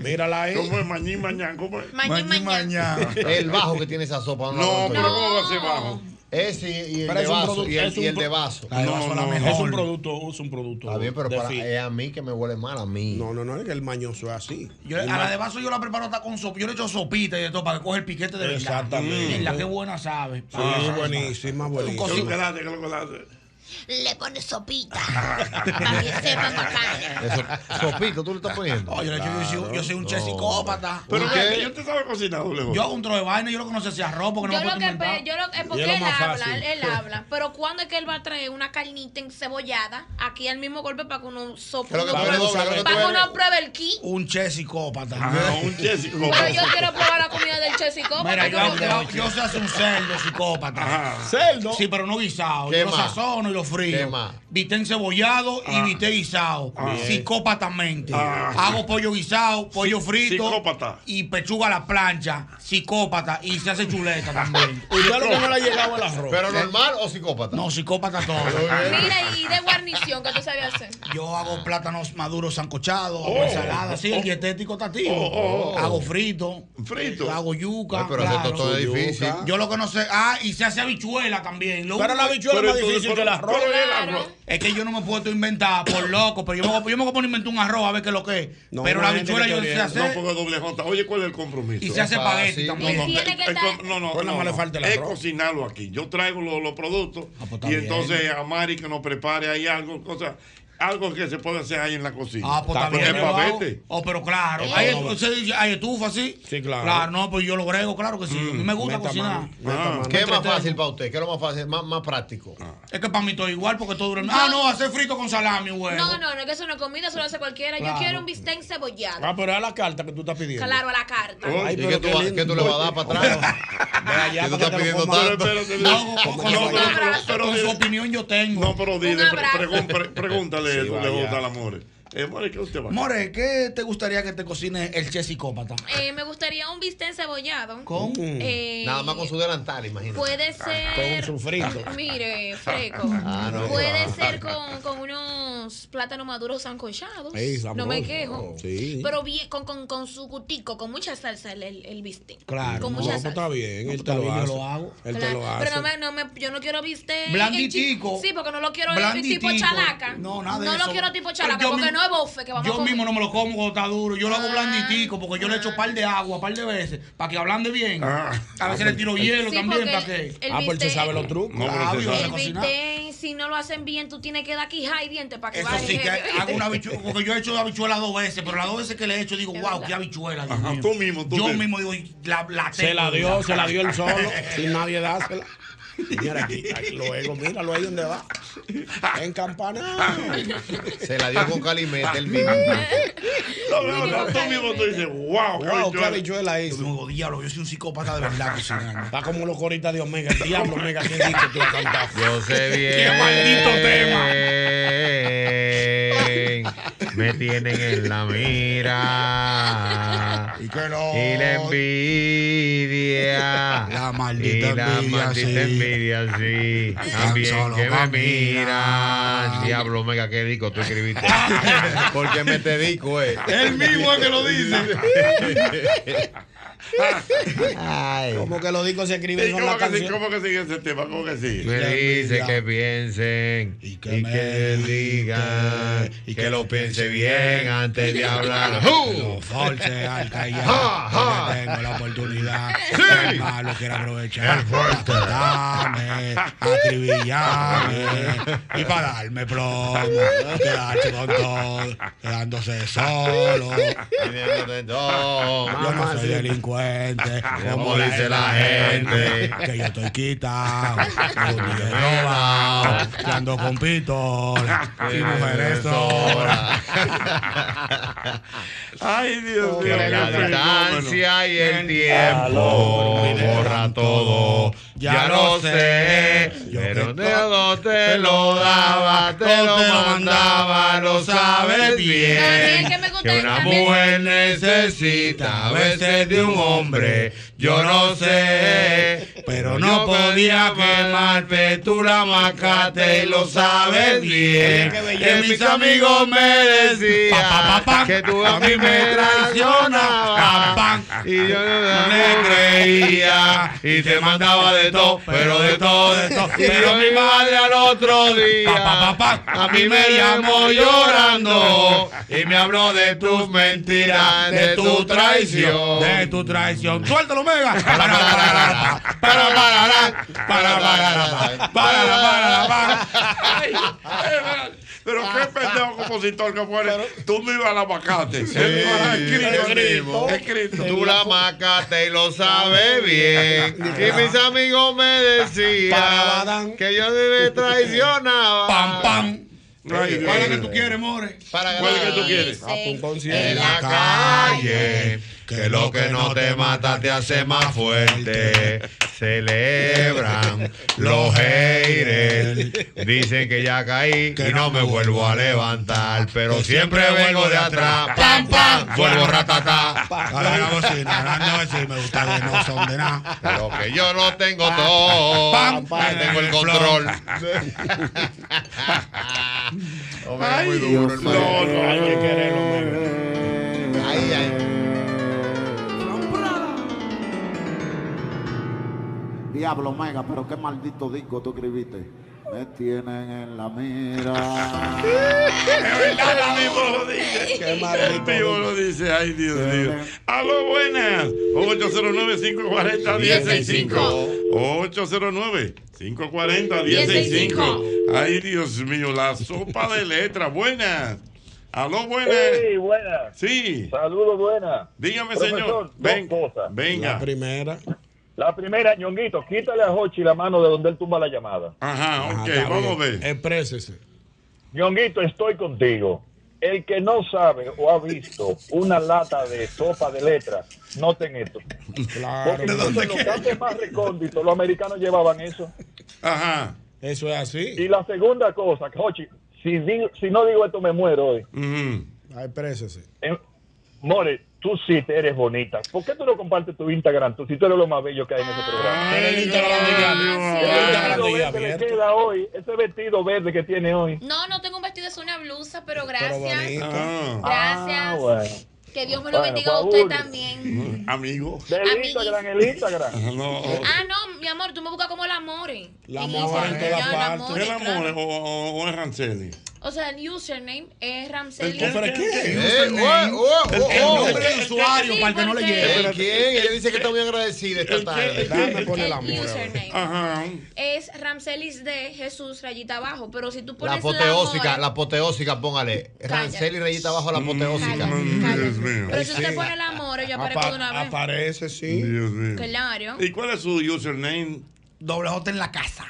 [SPEAKER 7] Mírala ahí.
[SPEAKER 2] ¿Cómo es mañana mañana? ¿Cómo es?
[SPEAKER 4] Mañana, mañana.
[SPEAKER 5] El bajo que tiene esa sopa. No, la
[SPEAKER 2] No,
[SPEAKER 5] aguanto
[SPEAKER 2] pero
[SPEAKER 5] yo.
[SPEAKER 2] ¿cómo va a ser bajo?
[SPEAKER 5] Ese y, y el
[SPEAKER 7] Pero
[SPEAKER 5] de
[SPEAKER 7] es un
[SPEAKER 5] vaso.
[SPEAKER 7] producto-
[SPEAKER 5] Y el,
[SPEAKER 7] es un
[SPEAKER 5] y el de
[SPEAKER 7] pro-
[SPEAKER 5] vaso.
[SPEAKER 6] La de vaso
[SPEAKER 2] No,
[SPEAKER 6] la
[SPEAKER 2] no.
[SPEAKER 6] mejor.
[SPEAKER 7] Es un producto, es un producto.
[SPEAKER 5] Está bien, pero
[SPEAKER 7] de
[SPEAKER 5] para,
[SPEAKER 7] fi-
[SPEAKER 5] es a mí que me huele mal, a mí.
[SPEAKER 7] No, no, no, es que el mañoso es así.
[SPEAKER 6] Yo- a la de vaso yo la preparo hasta con sopa. Yo le echo sopita y de todo para que coge el piquete de verdad.
[SPEAKER 7] Exactamente.
[SPEAKER 6] Mm, la que buena sabe. Ah,
[SPEAKER 7] Sí, buenísima, buenísima.
[SPEAKER 2] ¿Qué chocolate? ¿Qué chocolate?
[SPEAKER 4] Le pone sopita. para que sepa bacana.
[SPEAKER 5] Eso, sopito, tú le estás poniendo.
[SPEAKER 6] Oh, yo, le echo- yo soy- yo soy un chef psicópata.
[SPEAKER 2] Pero
[SPEAKER 5] ¿Un
[SPEAKER 2] vea,
[SPEAKER 5] qué?
[SPEAKER 2] que yo te sabe cocinar, doble J.
[SPEAKER 6] Yo hago un trozo de vaina, yo lo que no sé si arroz, porque
[SPEAKER 4] Yo
[SPEAKER 6] no me
[SPEAKER 4] lo
[SPEAKER 6] gusta
[SPEAKER 4] que pe-
[SPEAKER 6] inventar.
[SPEAKER 4] yo lo, eh, porque
[SPEAKER 7] es lo
[SPEAKER 4] él
[SPEAKER 7] más
[SPEAKER 4] habla,
[SPEAKER 7] fácil.
[SPEAKER 4] él, él habla. Pero cuando es que él va a traer una carnita encebollada aquí al mismo golpe para que uno sopa,
[SPEAKER 5] Creo que
[SPEAKER 4] uno
[SPEAKER 5] tú
[SPEAKER 4] pruebe-
[SPEAKER 5] eres doble, creo que tú
[SPEAKER 4] para que
[SPEAKER 5] eres-
[SPEAKER 4] uno pruebe el ki.
[SPEAKER 6] Un chef psicópata.
[SPEAKER 2] Ah, un Jessico.
[SPEAKER 4] Pero yo quiero probar la comida del Chesico.
[SPEAKER 6] Mira,
[SPEAKER 4] porque
[SPEAKER 6] yo,
[SPEAKER 4] yo-
[SPEAKER 6] yo, yo sé hacer un cerdo psicópata.
[SPEAKER 2] Ajá.
[SPEAKER 7] Cerdo.
[SPEAKER 6] Sí, pero no guisado.
[SPEAKER 5] ¿Qué
[SPEAKER 6] Yo lo
[SPEAKER 5] más?
[SPEAKER 6] sazono y lo frío.
[SPEAKER 5] ¿Qué más?
[SPEAKER 6] Vité encebollado
[SPEAKER 7] Ah.
[SPEAKER 6] y vité guisado. Psicópatamente.
[SPEAKER 2] Ah.
[SPEAKER 6] Hago pollo guisado, pollo frito.
[SPEAKER 2] psicópata.
[SPEAKER 6] Y pechuga a la plancha. Psicópata. Y se hace chuleta también.
[SPEAKER 7] Usted lo que no le ha llegado el arroz.
[SPEAKER 5] ¿Pero normal o psicópata?
[SPEAKER 6] No, psicópata todo.
[SPEAKER 4] Mira, y de guarnición, ¿qué tú sabes hacer?
[SPEAKER 6] Yo
[SPEAKER 7] Ah.
[SPEAKER 6] hago plátanos maduros sancochados,
[SPEAKER 7] Oh.
[SPEAKER 6] hago ensalada, sí, el dietético está tío.
[SPEAKER 2] Oh, oh.
[SPEAKER 6] Hago frito. Eh,
[SPEAKER 2] Frito.
[SPEAKER 6] Hago yuca.
[SPEAKER 5] Ay, pero
[SPEAKER 6] claro.
[SPEAKER 5] hacer tostón es difícil.
[SPEAKER 6] Yo lo que no sé, ah, y se hace habichuela también. Lo
[SPEAKER 7] Pero
[SPEAKER 6] único-
[SPEAKER 7] la bichuela es
[SPEAKER 2] Pero
[SPEAKER 7] más
[SPEAKER 2] tú-
[SPEAKER 7] difícil
[SPEAKER 2] pero-
[SPEAKER 7] que el arroz.
[SPEAKER 2] pero el
[SPEAKER 4] Claro.
[SPEAKER 2] arroz.
[SPEAKER 6] Es que yo no me puedo inventar por loco, pero yo me, voy- yo me voy a poner a inventar un arroz a ver qué es lo que es.
[SPEAKER 7] No,
[SPEAKER 6] pero la
[SPEAKER 7] una gente
[SPEAKER 6] habichuela
[SPEAKER 7] que
[SPEAKER 6] yo
[SPEAKER 7] te
[SPEAKER 6] sé
[SPEAKER 7] orienta.
[SPEAKER 2] No
[SPEAKER 6] hacer
[SPEAKER 2] ponga doble J. Oye, ¿cuál es el
[SPEAKER 6] y
[SPEAKER 2] compromiso?
[SPEAKER 6] se hace
[SPEAKER 5] Es fácil.
[SPEAKER 6] espaguetti
[SPEAKER 4] Y
[SPEAKER 6] también.
[SPEAKER 4] tiene que
[SPEAKER 2] El
[SPEAKER 4] estar-
[SPEAKER 2] com- No, no,
[SPEAKER 7] Pues nada
[SPEAKER 2] no,
[SPEAKER 7] más le
[SPEAKER 2] no.
[SPEAKER 7] falta el
[SPEAKER 2] Es
[SPEAKER 7] arroz.
[SPEAKER 2] cocinarlo aquí. Yo traigo los, los productos
[SPEAKER 6] Ah, pues está
[SPEAKER 2] y
[SPEAKER 6] bien.
[SPEAKER 2] entonces a Mari que nos prepare ahí algo, cosas. algo que se puede hacer ahí en la cocina.
[SPEAKER 6] Ah, pues
[SPEAKER 2] Porque
[SPEAKER 6] también.
[SPEAKER 2] es papete.
[SPEAKER 6] Oh, pero claro.
[SPEAKER 4] Eh.
[SPEAKER 6] Hay, estu- se dice, hay estufa, sí.
[SPEAKER 7] Sí, claro.
[SPEAKER 6] Claro, no, pues yo lo grego, claro que sí. A mí me gusta
[SPEAKER 7] meta
[SPEAKER 6] cocinar.
[SPEAKER 7] mano.
[SPEAKER 2] Ah,
[SPEAKER 5] ¿Qué es más
[SPEAKER 6] entretenido.
[SPEAKER 5] fácil para usted? ¿Qué es lo más fácil, más, más práctico?
[SPEAKER 6] Ah. Es que para mí todo igual porque todo dura el mismo. Ah, no, hacer frito con salami, güey.
[SPEAKER 4] No, no, no, que eso no es comida, eso lo hace cualquiera.
[SPEAKER 6] Claro.
[SPEAKER 4] Yo quiero un bistec cebollado.
[SPEAKER 7] Ah, pero es la carta que tú estás pidiendo.
[SPEAKER 4] Claro, a la carta.
[SPEAKER 2] Oh,
[SPEAKER 5] ¿Y
[SPEAKER 7] Ay,
[SPEAKER 5] qué
[SPEAKER 7] pero
[SPEAKER 5] tú,
[SPEAKER 7] qué
[SPEAKER 5] vas-
[SPEAKER 7] lindo.
[SPEAKER 5] qué tú le vas a dar para atrás?
[SPEAKER 7] Ve allá
[SPEAKER 5] ¿Qué tú
[SPEAKER 7] para
[SPEAKER 5] estás
[SPEAKER 7] que te lo
[SPEAKER 5] pidiendo
[SPEAKER 7] comas.
[SPEAKER 2] pero espérate,
[SPEAKER 6] No, con, con-
[SPEAKER 2] no,
[SPEAKER 6] con-
[SPEAKER 2] pero-
[SPEAKER 4] abrazo.
[SPEAKER 2] pero-
[SPEAKER 6] con su
[SPEAKER 2] pero-
[SPEAKER 6] opinión yo tengo.
[SPEAKER 2] No, pero dile,
[SPEAKER 4] Un
[SPEAKER 2] pre-
[SPEAKER 4] abrazo.
[SPEAKER 2] pregun- pre- pregúntale
[SPEAKER 7] Sí,
[SPEAKER 2] dónde
[SPEAKER 7] vaya.
[SPEAKER 2] gusta la more. Eh, more, ¿qué usted va?
[SPEAKER 6] More, ¿qué te gustaría que te cocine el chef psicópata?
[SPEAKER 4] Eh, me gustaría un bistec cebollado.
[SPEAKER 6] Con.
[SPEAKER 4] Eh,
[SPEAKER 5] Nada más con su delantal, imagínate.
[SPEAKER 4] Puede ser.
[SPEAKER 7] Con su frito.
[SPEAKER 4] Mire, freco.
[SPEAKER 5] Ah, no,
[SPEAKER 4] puede
[SPEAKER 5] claro.
[SPEAKER 4] ser con, con unos plátanos maduros sancochados.
[SPEAKER 7] Ey,
[SPEAKER 4] no
[SPEAKER 7] sabroso.
[SPEAKER 4] me quejo.
[SPEAKER 7] Sí.
[SPEAKER 4] Pero bien, con, con, con su cutico, con mucha salsa el, el, el bistec.
[SPEAKER 6] Claro,
[SPEAKER 4] Con
[SPEAKER 7] No,
[SPEAKER 4] mucha
[SPEAKER 7] pues
[SPEAKER 4] salsa.
[SPEAKER 7] está bien,
[SPEAKER 6] No,
[SPEAKER 7] él
[SPEAKER 6] pues
[SPEAKER 7] te
[SPEAKER 6] está
[SPEAKER 7] lo
[SPEAKER 6] bien, yo
[SPEAKER 7] hace.
[SPEAKER 6] lo hago.
[SPEAKER 7] Él te
[SPEAKER 4] Claro,
[SPEAKER 7] lo hace.
[SPEAKER 4] Pero no me, no me, yo no quiero bistec.
[SPEAKER 6] Blanditico.
[SPEAKER 4] en chi- Sí, porque no lo quiero
[SPEAKER 6] Blanditico.
[SPEAKER 4] tipo chalaca.
[SPEAKER 6] No, nada de
[SPEAKER 4] No
[SPEAKER 6] eso.
[SPEAKER 4] lo quiero tipo
[SPEAKER 6] Pero
[SPEAKER 4] chalaca,
[SPEAKER 6] yo
[SPEAKER 4] porque
[SPEAKER 6] mismo-
[SPEAKER 4] no es bofe que vamos a
[SPEAKER 6] Yo
[SPEAKER 4] comer.
[SPEAKER 6] mismo no me lo como cuando está duro. Yo lo hago
[SPEAKER 4] Ah,
[SPEAKER 6] blanditico porque yo le echo par de agua, par de veces, para que ablande bien.
[SPEAKER 2] Ah.
[SPEAKER 6] a veces le tiro hielo
[SPEAKER 4] Sí,
[SPEAKER 6] también
[SPEAKER 4] porque
[SPEAKER 6] para que.
[SPEAKER 4] el
[SPEAKER 7] ah, pues él se
[SPEAKER 4] bistec-
[SPEAKER 7] sabe los trucos. Ah,
[SPEAKER 2] No, pero
[SPEAKER 6] Claro,
[SPEAKER 2] usted
[SPEAKER 6] yo
[SPEAKER 2] sabe.
[SPEAKER 6] sé
[SPEAKER 4] El
[SPEAKER 6] cocinar.
[SPEAKER 4] bistec, si no lo hacen bien, tú tienes que dar quijada y dientes para que
[SPEAKER 6] Eso
[SPEAKER 4] baje.
[SPEAKER 6] sí que hago una habichuela, porque yo he hecho habichuela dos veces, pero las dos veces que le he hecho digo,
[SPEAKER 4] Es
[SPEAKER 6] wow,
[SPEAKER 4] verdad.
[SPEAKER 6] qué habichuela. Dios
[SPEAKER 2] Ajá,
[SPEAKER 6] mío".
[SPEAKER 2] tú mismo, tú
[SPEAKER 6] yo
[SPEAKER 2] mismo.
[SPEAKER 6] mismo digo, la, la
[SPEAKER 7] Se la
[SPEAKER 6] tengo".
[SPEAKER 7] dio, se la dio él solo, sin nadie dársela. Mira aquí, aquí, luego, míralo ahí donde va. En campana.
[SPEAKER 5] Se la dio con Calimete el mismo.
[SPEAKER 2] No, no, no, tú mismo tú dices, wow,
[SPEAKER 7] Wow, qué
[SPEAKER 2] habichuela.
[SPEAKER 7] habichuela
[SPEAKER 6] Yo
[SPEAKER 7] es.
[SPEAKER 6] digo, diablo, yo soy un psicópata de verdad cocinando.
[SPEAKER 7] Está como los coritas de Omega. El diablo Omega, ¿quién dice que tú la cantaste?
[SPEAKER 5] Yo sé bien.
[SPEAKER 6] Qué maldito
[SPEAKER 5] Me tienen en la mira.
[SPEAKER 6] Y que no.
[SPEAKER 5] Y la envidia.
[SPEAKER 6] La maldita
[SPEAKER 5] y la
[SPEAKER 6] envidia,
[SPEAKER 5] maldita
[SPEAKER 6] sí.
[SPEAKER 5] envidia, sí.
[SPEAKER 6] Tan
[SPEAKER 5] También
[SPEAKER 6] solo
[SPEAKER 5] que me
[SPEAKER 6] pa'
[SPEAKER 5] mira.
[SPEAKER 6] mirar.
[SPEAKER 5] Diablo, mega, qué disco tú escribiste. Porque me te dico, eh.
[SPEAKER 6] El mismo es que lo dice.
[SPEAKER 7] Como que los discos se escriben
[SPEAKER 2] ¿Y
[SPEAKER 7] son
[SPEAKER 2] cómo
[SPEAKER 7] la
[SPEAKER 2] que, sigue-
[SPEAKER 7] canción.
[SPEAKER 2] cómo que sigue ese tema? ¿Cómo que sigue?
[SPEAKER 5] Me
[SPEAKER 7] La
[SPEAKER 5] dice
[SPEAKER 7] envidia.
[SPEAKER 5] que piensen y que, me digan y que lo piense bien antes de hablar. ¡Uh!
[SPEAKER 6] Los force al callar.
[SPEAKER 5] Ja, ja.
[SPEAKER 6] porque tengo la oportunidad.
[SPEAKER 5] Sí.
[SPEAKER 6] El malo quiere aprovechar.
[SPEAKER 5] El fuerte.
[SPEAKER 6] Dame, acribillame. Y para darme plomo. Quedarse con todo. Quedándose solo.
[SPEAKER 5] Pidiéndote todo.
[SPEAKER 6] Yo no soy delincuente, como dice la gente, que yo estoy quitado, que yo ni he robado, que ando con pistola, y mujeres solas.
[SPEAKER 2] Ay, Dios
[SPEAKER 5] Que
[SPEAKER 2] mío, qué
[SPEAKER 5] la
[SPEAKER 2] fenómeno.
[SPEAKER 5] distancia y el tiempo borra todo. Ya lo sé, pero todo te lo daba, te lo mandaba, lo sabes bien. Que una mujer necesita a veces de un hombre, yo no sé, pero no podía quemarte, tú la marcaste y lo sabes bien. Que mis amigos me decían que tú a mí me traicionabas. Y yo no le creía y te mandaba de todo, pero de todo, de todo. Pero mi madre al otro día a mí me llamó llorando y me habló de tus mentiras, de tu traición.
[SPEAKER 6] de tu traición. Suéltalo, Mega.
[SPEAKER 5] Para para para para para para para para para
[SPEAKER 2] Ay, ay, ay, Pero qué pendejo compositor que fue. Tú me ibas al aguacate. Él me iba a escrito,
[SPEAKER 5] escrito.
[SPEAKER 2] escrito, escrito.
[SPEAKER 5] Tú la macaste y lo sabes bien. Y mis amigos me decían que yo me traicionaba.
[SPEAKER 6] Pam, pam.
[SPEAKER 2] Ay, Dios
[SPEAKER 6] ¿Cuál es que
[SPEAKER 2] mío.
[SPEAKER 6] tú quieres, More?
[SPEAKER 5] Para
[SPEAKER 2] ¿Cuál es que tú
[SPEAKER 5] ganar.
[SPEAKER 2] quieres?
[SPEAKER 4] Ah, pues, un
[SPEAKER 5] en la calle, que lo que no te mata te hace más fuerte. Celebran los haters, dicen que ya caí y no me vuelvo a levantar, pero siempre vengo de atrás, pam pam, vuelvo ratatá.
[SPEAKER 6] A ver, la bocina, hablando de si me gusta que no son de nada.
[SPEAKER 5] Pero que yo lo tengo todo,
[SPEAKER 6] Pam, pam,
[SPEAKER 5] tengo el
[SPEAKER 6] el
[SPEAKER 5] control.
[SPEAKER 2] Ay, Dios. No, no, hay que quererlo, hombre.
[SPEAKER 10] Diablo, mega, pero qué maldito disco tú escribiste.
[SPEAKER 11] Me tienen en la mira.
[SPEAKER 2] El vivo lo dice. El vivo lo dice. Ay, Dios mío. Aló, buenas. 809-540-165. 809-540-165. Ay, Dios mío, la sopa de letras. Buenas. Aló, buenas.
[SPEAKER 3] Sí, buenas.
[SPEAKER 2] Sí.
[SPEAKER 3] Saludos, buenas.
[SPEAKER 2] Dígame,
[SPEAKER 3] Profesor,
[SPEAKER 2] señor.
[SPEAKER 3] dos
[SPEAKER 2] Ven-
[SPEAKER 3] cosas.
[SPEAKER 2] venga.
[SPEAKER 7] primera.
[SPEAKER 3] La primera, Ñonguito, quítale a Hochi la mano de donde él tumba la llamada.
[SPEAKER 2] Ajá, ok, vamos a ver.
[SPEAKER 7] Exprésese.
[SPEAKER 3] Ñonguito, estoy contigo. El que no sabe o ha visto una lata de sopa de letras, noten esto.
[SPEAKER 7] Claro.
[SPEAKER 3] Porque incluso en los casos más recónditos, los americanos llevaban eso.
[SPEAKER 2] Ajá.
[SPEAKER 7] Eso es así.
[SPEAKER 3] Y la segunda cosa, Hochi, si, digo- si no digo esto, me muero hoy.
[SPEAKER 2] Ujú.
[SPEAKER 7] Ah, Exprésese.
[SPEAKER 3] Eh, More, tú sí te eres bonita. ¿Por qué tú no compartes tu Instagram? Tú sí tú eres lo más bello que hay en ese programa.
[SPEAKER 7] Pero el Instagram de Gaby.
[SPEAKER 3] El
[SPEAKER 7] El Instagram
[SPEAKER 3] vestido
[SPEAKER 7] de
[SPEAKER 3] verde le
[SPEAKER 7] Gaby. ¿eh?
[SPEAKER 3] queda hoy, ese vestido verde que tiene hoy.
[SPEAKER 4] No, no tengo un vestido, es una blusa, pero
[SPEAKER 7] Pero
[SPEAKER 4] gracias.
[SPEAKER 7] bonito.
[SPEAKER 2] Ah,
[SPEAKER 4] Gracias.
[SPEAKER 3] Ah, bueno.
[SPEAKER 4] Que Dios me lo
[SPEAKER 3] Bueno,
[SPEAKER 4] bendiga a
[SPEAKER 3] Paul.
[SPEAKER 4] usted también.
[SPEAKER 2] amigo.
[SPEAKER 3] Del
[SPEAKER 4] Amiguis.
[SPEAKER 3] Instagram, el Instagram.
[SPEAKER 2] No.
[SPEAKER 4] Ah, no, mi amor, tú me buscas como el amore.
[SPEAKER 7] La
[SPEAKER 4] En
[SPEAKER 7] More
[SPEAKER 4] Instagram,
[SPEAKER 7] en todas
[SPEAKER 4] ya, la
[SPEAKER 7] partes.
[SPEAKER 4] More,
[SPEAKER 2] ¿El amor
[SPEAKER 4] claro.
[SPEAKER 2] o, o, o es Ranceli?
[SPEAKER 4] O sea, el username es Ramsey.
[SPEAKER 2] ¿El
[SPEAKER 7] ¿Pero qué?
[SPEAKER 5] Eh, oh, oh, oh,
[SPEAKER 7] El
[SPEAKER 5] oh,
[SPEAKER 7] nombre del
[SPEAKER 5] hombre.
[SPEAKER 7] usuario para el que no le
[SPEAKER 4] Sí, porque-
[SPEAKER 7] llegue.
[SPEAKER 5] ¿El quién? Ella dice que está muy agradecida esta tarde.
[SPEAKER 7] Dame por el
[SPEAKER 4] El
[SPEAKER 7] amor.
[SPEAKER 4] username.
[SPEAKER 2] Ajá.
[SPEAKER 4] Es Ramselis de Jesús rayita abajo, pero si tú
[SPEAKER 5] La
[SPEAKER 4] pones
[SPEAKER 5] apoteósica,
[SPEAKER 4] More-
[SPEAKER 5] la apoteósica, póngale.
[SPEAKER 4] Cállate.
[SPEAKER 5] Rancel y Reyita abajo la apoteósica.
[SPEAKER 4] Cállate,
[SPEAKER 2] Mm,
[SPEAKER 4] cállate.
[SPEAKER 2] Dios mío.
[SPEAKER 4] Pero si tú
[SPEAKER 7] Sí.
[SPEAKER 4] te pones el amor, yo aparezco de
[SPEAKER 7] Apa-
[SPEAKER 4] una vez.
[SPEAKER 7] Aparece, sí.
[SPEAKER 2] Dios mío.
[SPEAKER 4] Claro.
[SPEAKER 2] ¿Y cuál es su username? Ah,
[SPEAKER 7] Doble J en la casa.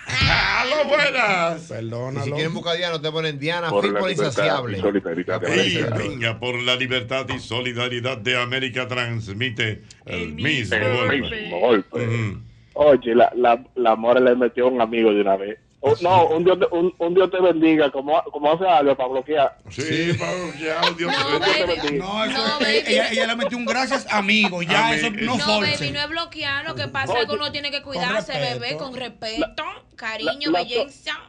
[SPEAKER 2] ¡Aló, buenas!
[SPEAKER 5] Y si
[SPEAKER 7] Perdónalo.
[SPEAKER 5] quieren buscar a Diana, te ponen Diana,
[SPEAKER 12] Por la
[SPEAKER 5] fútbol
[SPEAKER 12] libertad
[SPEAKER 5] insaciable.
[SPEAKER 12] y solidaridad de
[SPEAKER 2] Y
[SPEAKER 12] América.
[SPEAKER 2] venga por la libertad y solidaridad de América transmite el mismo
[SPEAKER 12] El
[SPEAKER 2] golpe.
[SPEAKER 12] mismo golpe.
[SPEAKER 2] Ujú.
[SPEAKER 8] Oye, la, la, la More le metió a un amigo de una vez. O- no, un Dios, te- un, un Dios te bendiga, como, como hace algo para bloquear.
[SPEAKER 2] Sí, Pablo,
[SPEAKER 7] oh,
[SPEAKER 2] ya, Dios
[SPEAKER 4] No,
[SPEAKER 2] mío.
[SPEAKER 4] baby.
[SPEAKER 7] No, eso-
[SPEAKER 4] No,
[SPEAKER 7] eh,
[SPEAKER 4] baby.
[SPEAKER 7] ella, ella le metió un gracias amigo. Ya,
[SPEAKER 2] A mí,
[SPEAKER 7] eso no
[SPEAKER 4] No,
[SPEAKER 7] force.
[SPEAKER 4] baby, no es bloquear. Lo que pasa es que uno tiene que cuidarse,
[SPEAKER 7] respeto.
[SPEAKER 4] bebé, con respeto, cariño,
[SPEAKER 8] la- la-
[SPEAKER 4] belleza.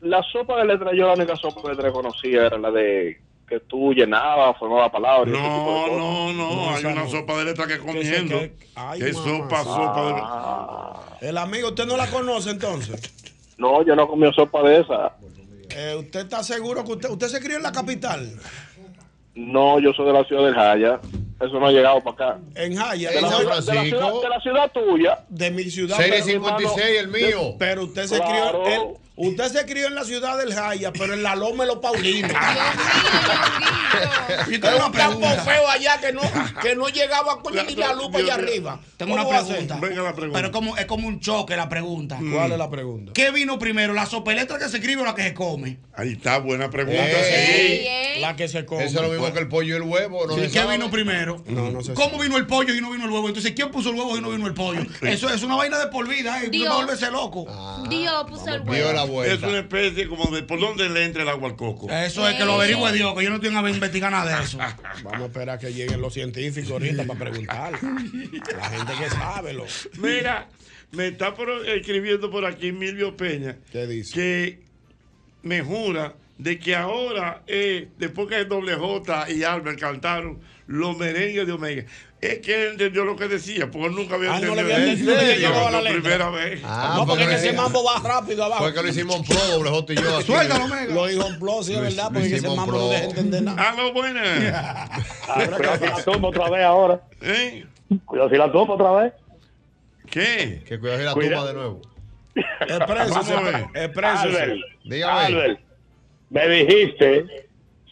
[SPEAKER 8] La sopa de letras, yo la única sopa de letras que conocía era la de que tú llenabas, formabas palabras. y ese tipo de
[SPEAKER 2] No,
[SPEAKER 8] cosas.
[SPEAKER 2] no, no,
[SPEAKER 7] No,
[SPEAKER 2] hay
[SPEAKER 7] esa
[SPEAKER 2] una
[SPEAKER 7] no.
[SPEAKER 2] sopa de letra que comiendo.
[SPEAKER 7] que- ay,
[SPEAKER 2] ¿Qué
[SPEAKER 7] mamá.
[SPEAKER 2] sopa, sopa de letra?
[SPEAKER 8] Ah,
[SPEAKER 7] El amigo, ¿usted no la conoce entonces?
[SPEAKER 8] no, yo no comí sopa de esa.
[SPEAKER 7] Eh, ¿Usted está seguro que usted, usted se crió en la capital?
[SPEAKER 8] No, yo soy de la ciudad del Jaya. Eso no ha llegado para acá.
[SPEAKER 7] En Jaya.
[SPEAKER 5] En
[SPEAKER 7] no,
[SPEAKER 5] San
[SPEAKER 8] De la ciudad,
[SPEAKER 5] Francisco.
[SPEAKER 8] de la ciudad tuya.
[SPEAKER 7] de mi ciudad.
[SPEAKER 5] Serie
[SPEAKER 7] pero mi hermano-
[SPEAKER 5] 56, el mío.
[SPEAKER 7] Pero usted se
[SPEAKER 8] Claro.
[SPEAKER 7] crió en, usted se crió en la ciudad del Jaya, pero en la Loma de los Paulinos.
[SPEAKER 4] Dios mío,
[SPEAKER 7] Y tengo un campo feo allá que no, que no llegaba con ni la lupa allá arriba.
[SPEAKER 6] Tengo una
[SPEAKER 7] ¿Cómo va a
[SPEAKER 6] pregunta.
[SPEAKER 2] Venga la pregunta. Mm.
[SPEAKER 6] Pero es como, es como un choque la pregunta.
[SPEAKER 7] ser? ¿Cuál es la pregunta?
[SPEAKER 6] ¿Qué vino primero, la sopeleta que se escribe o la que se come?
[SPEAKER 2] Ahí está, buena pregunta.
[SPEAKER 5] Eh.
[SPEAKER 4] Ey, ey.
[SPEAKER 7] La que se come.
[SPEAKER 5] Eso es lo mismo que el pollo y el huevo. No se
[SPEAKER 6] ¿Qué
[SPEAKER 5] sabe.
[SPEAKER 6] vino primero?
[SPEAKER 7] No, no sé.
[SPEAKER 6] ¿Cómo vino el pollo y no vino el huevo? Entonces, ¿quién puso el huevo y no vino el pollo? Eso es una vaina de por vida, ¿eh? Tú
[SPEAKER 4] Dios.
[SPEAKER 6] vas a volverse loco.
[SPEAKER 2] Ah,
[SPEAKER 4] Dios puso el
[SPEAKER 5] Dio la
[SPEAKER 4] huevo.
[SPEAKER 2] Sí. Es
[SPEAKER 5] vuelta.
[SPEAKER 2] una especie como de por dónde le entra el agua al coco.
[SPEAKER 6] Eso es que lo averigüe Dios, que yo no tengo que investigar nada de eso.
[SPEAKER 7] Vamos a esperar que lleguen los científicos ahorita para preguntar. La gente que sabe lo.
[SPEAKER 2] Mira, me está por- escribiendo por aquí Emilio Peña
[SPEAKER 7] ¿Qué dice?
[SPEAKER 2] que me jura de que ahora, eh, después que Doble J y Albert cantaron los merengues de Omega, es que él entendió lo que decía, porque él nunca había
[SPEAKER 7] Ah, no le
[SPEAKER 2] entendido.
[SPEAKER 7] había
[SPEAKER 2] eso.
[SPEAKER 7] entendido, no le
[SPEAKER 2] No,
[SPEAKER 7] llegaba la
[SPEAKER 2] la
[SPEAKER 7] letra.
[SPEAKER 2] primera vez.
[SPEAKER 5] Ah,
[SPEAKER 7] no, porque
[SPEAKER 5] fue
[SPEAKER 7] es que
[SPEAKER 5] que
[SPEAKER 7] ese
[SPEAKER 5] lo-
[SPEAKER 7] mambo va rápido abajo.
[SPEAKER 5] Fue que lo hicimos en pro, doble J y yo. aquí.
[SPEAKER 6] Suéltalo, Omega.
[SPEAKER 7] Lo dijo en Plus, sí, es verdad,
[SPEAKER 5] lo
[SPEAKER 7] porque ese
[SPEAKER 5] hicimos
[SPEAKER 7] mambo
[SPEAKER 5] pro.
[SPEAKER 7] no deja entender nada.
[SPEAKER 2] Ah, no, buena.
[SPEAKER 3] Cuidado si la tumba otra vez ahora.
[SPEAKER 2] ¿Eh?
[SPEAKER 3] Cuidado si la tumba otra vez.
[SPEAKER 2] ¿Qué?
[SPEAKER 5] Que cuidado si la
[SPEAKER 3] Cuidado.
[SPEAKER 5] tumba de nuevo.
[SPEAKER 2] Vamos
[SPEAKER 7] Exprésese,
[SPEAKER 2] a ver.
[SPEAKER 7] exprésese.
[SPEAKER 8] Albert,
[SPEAKER 5] Dígame.
[SPEAKER 8] Albert, me dijiste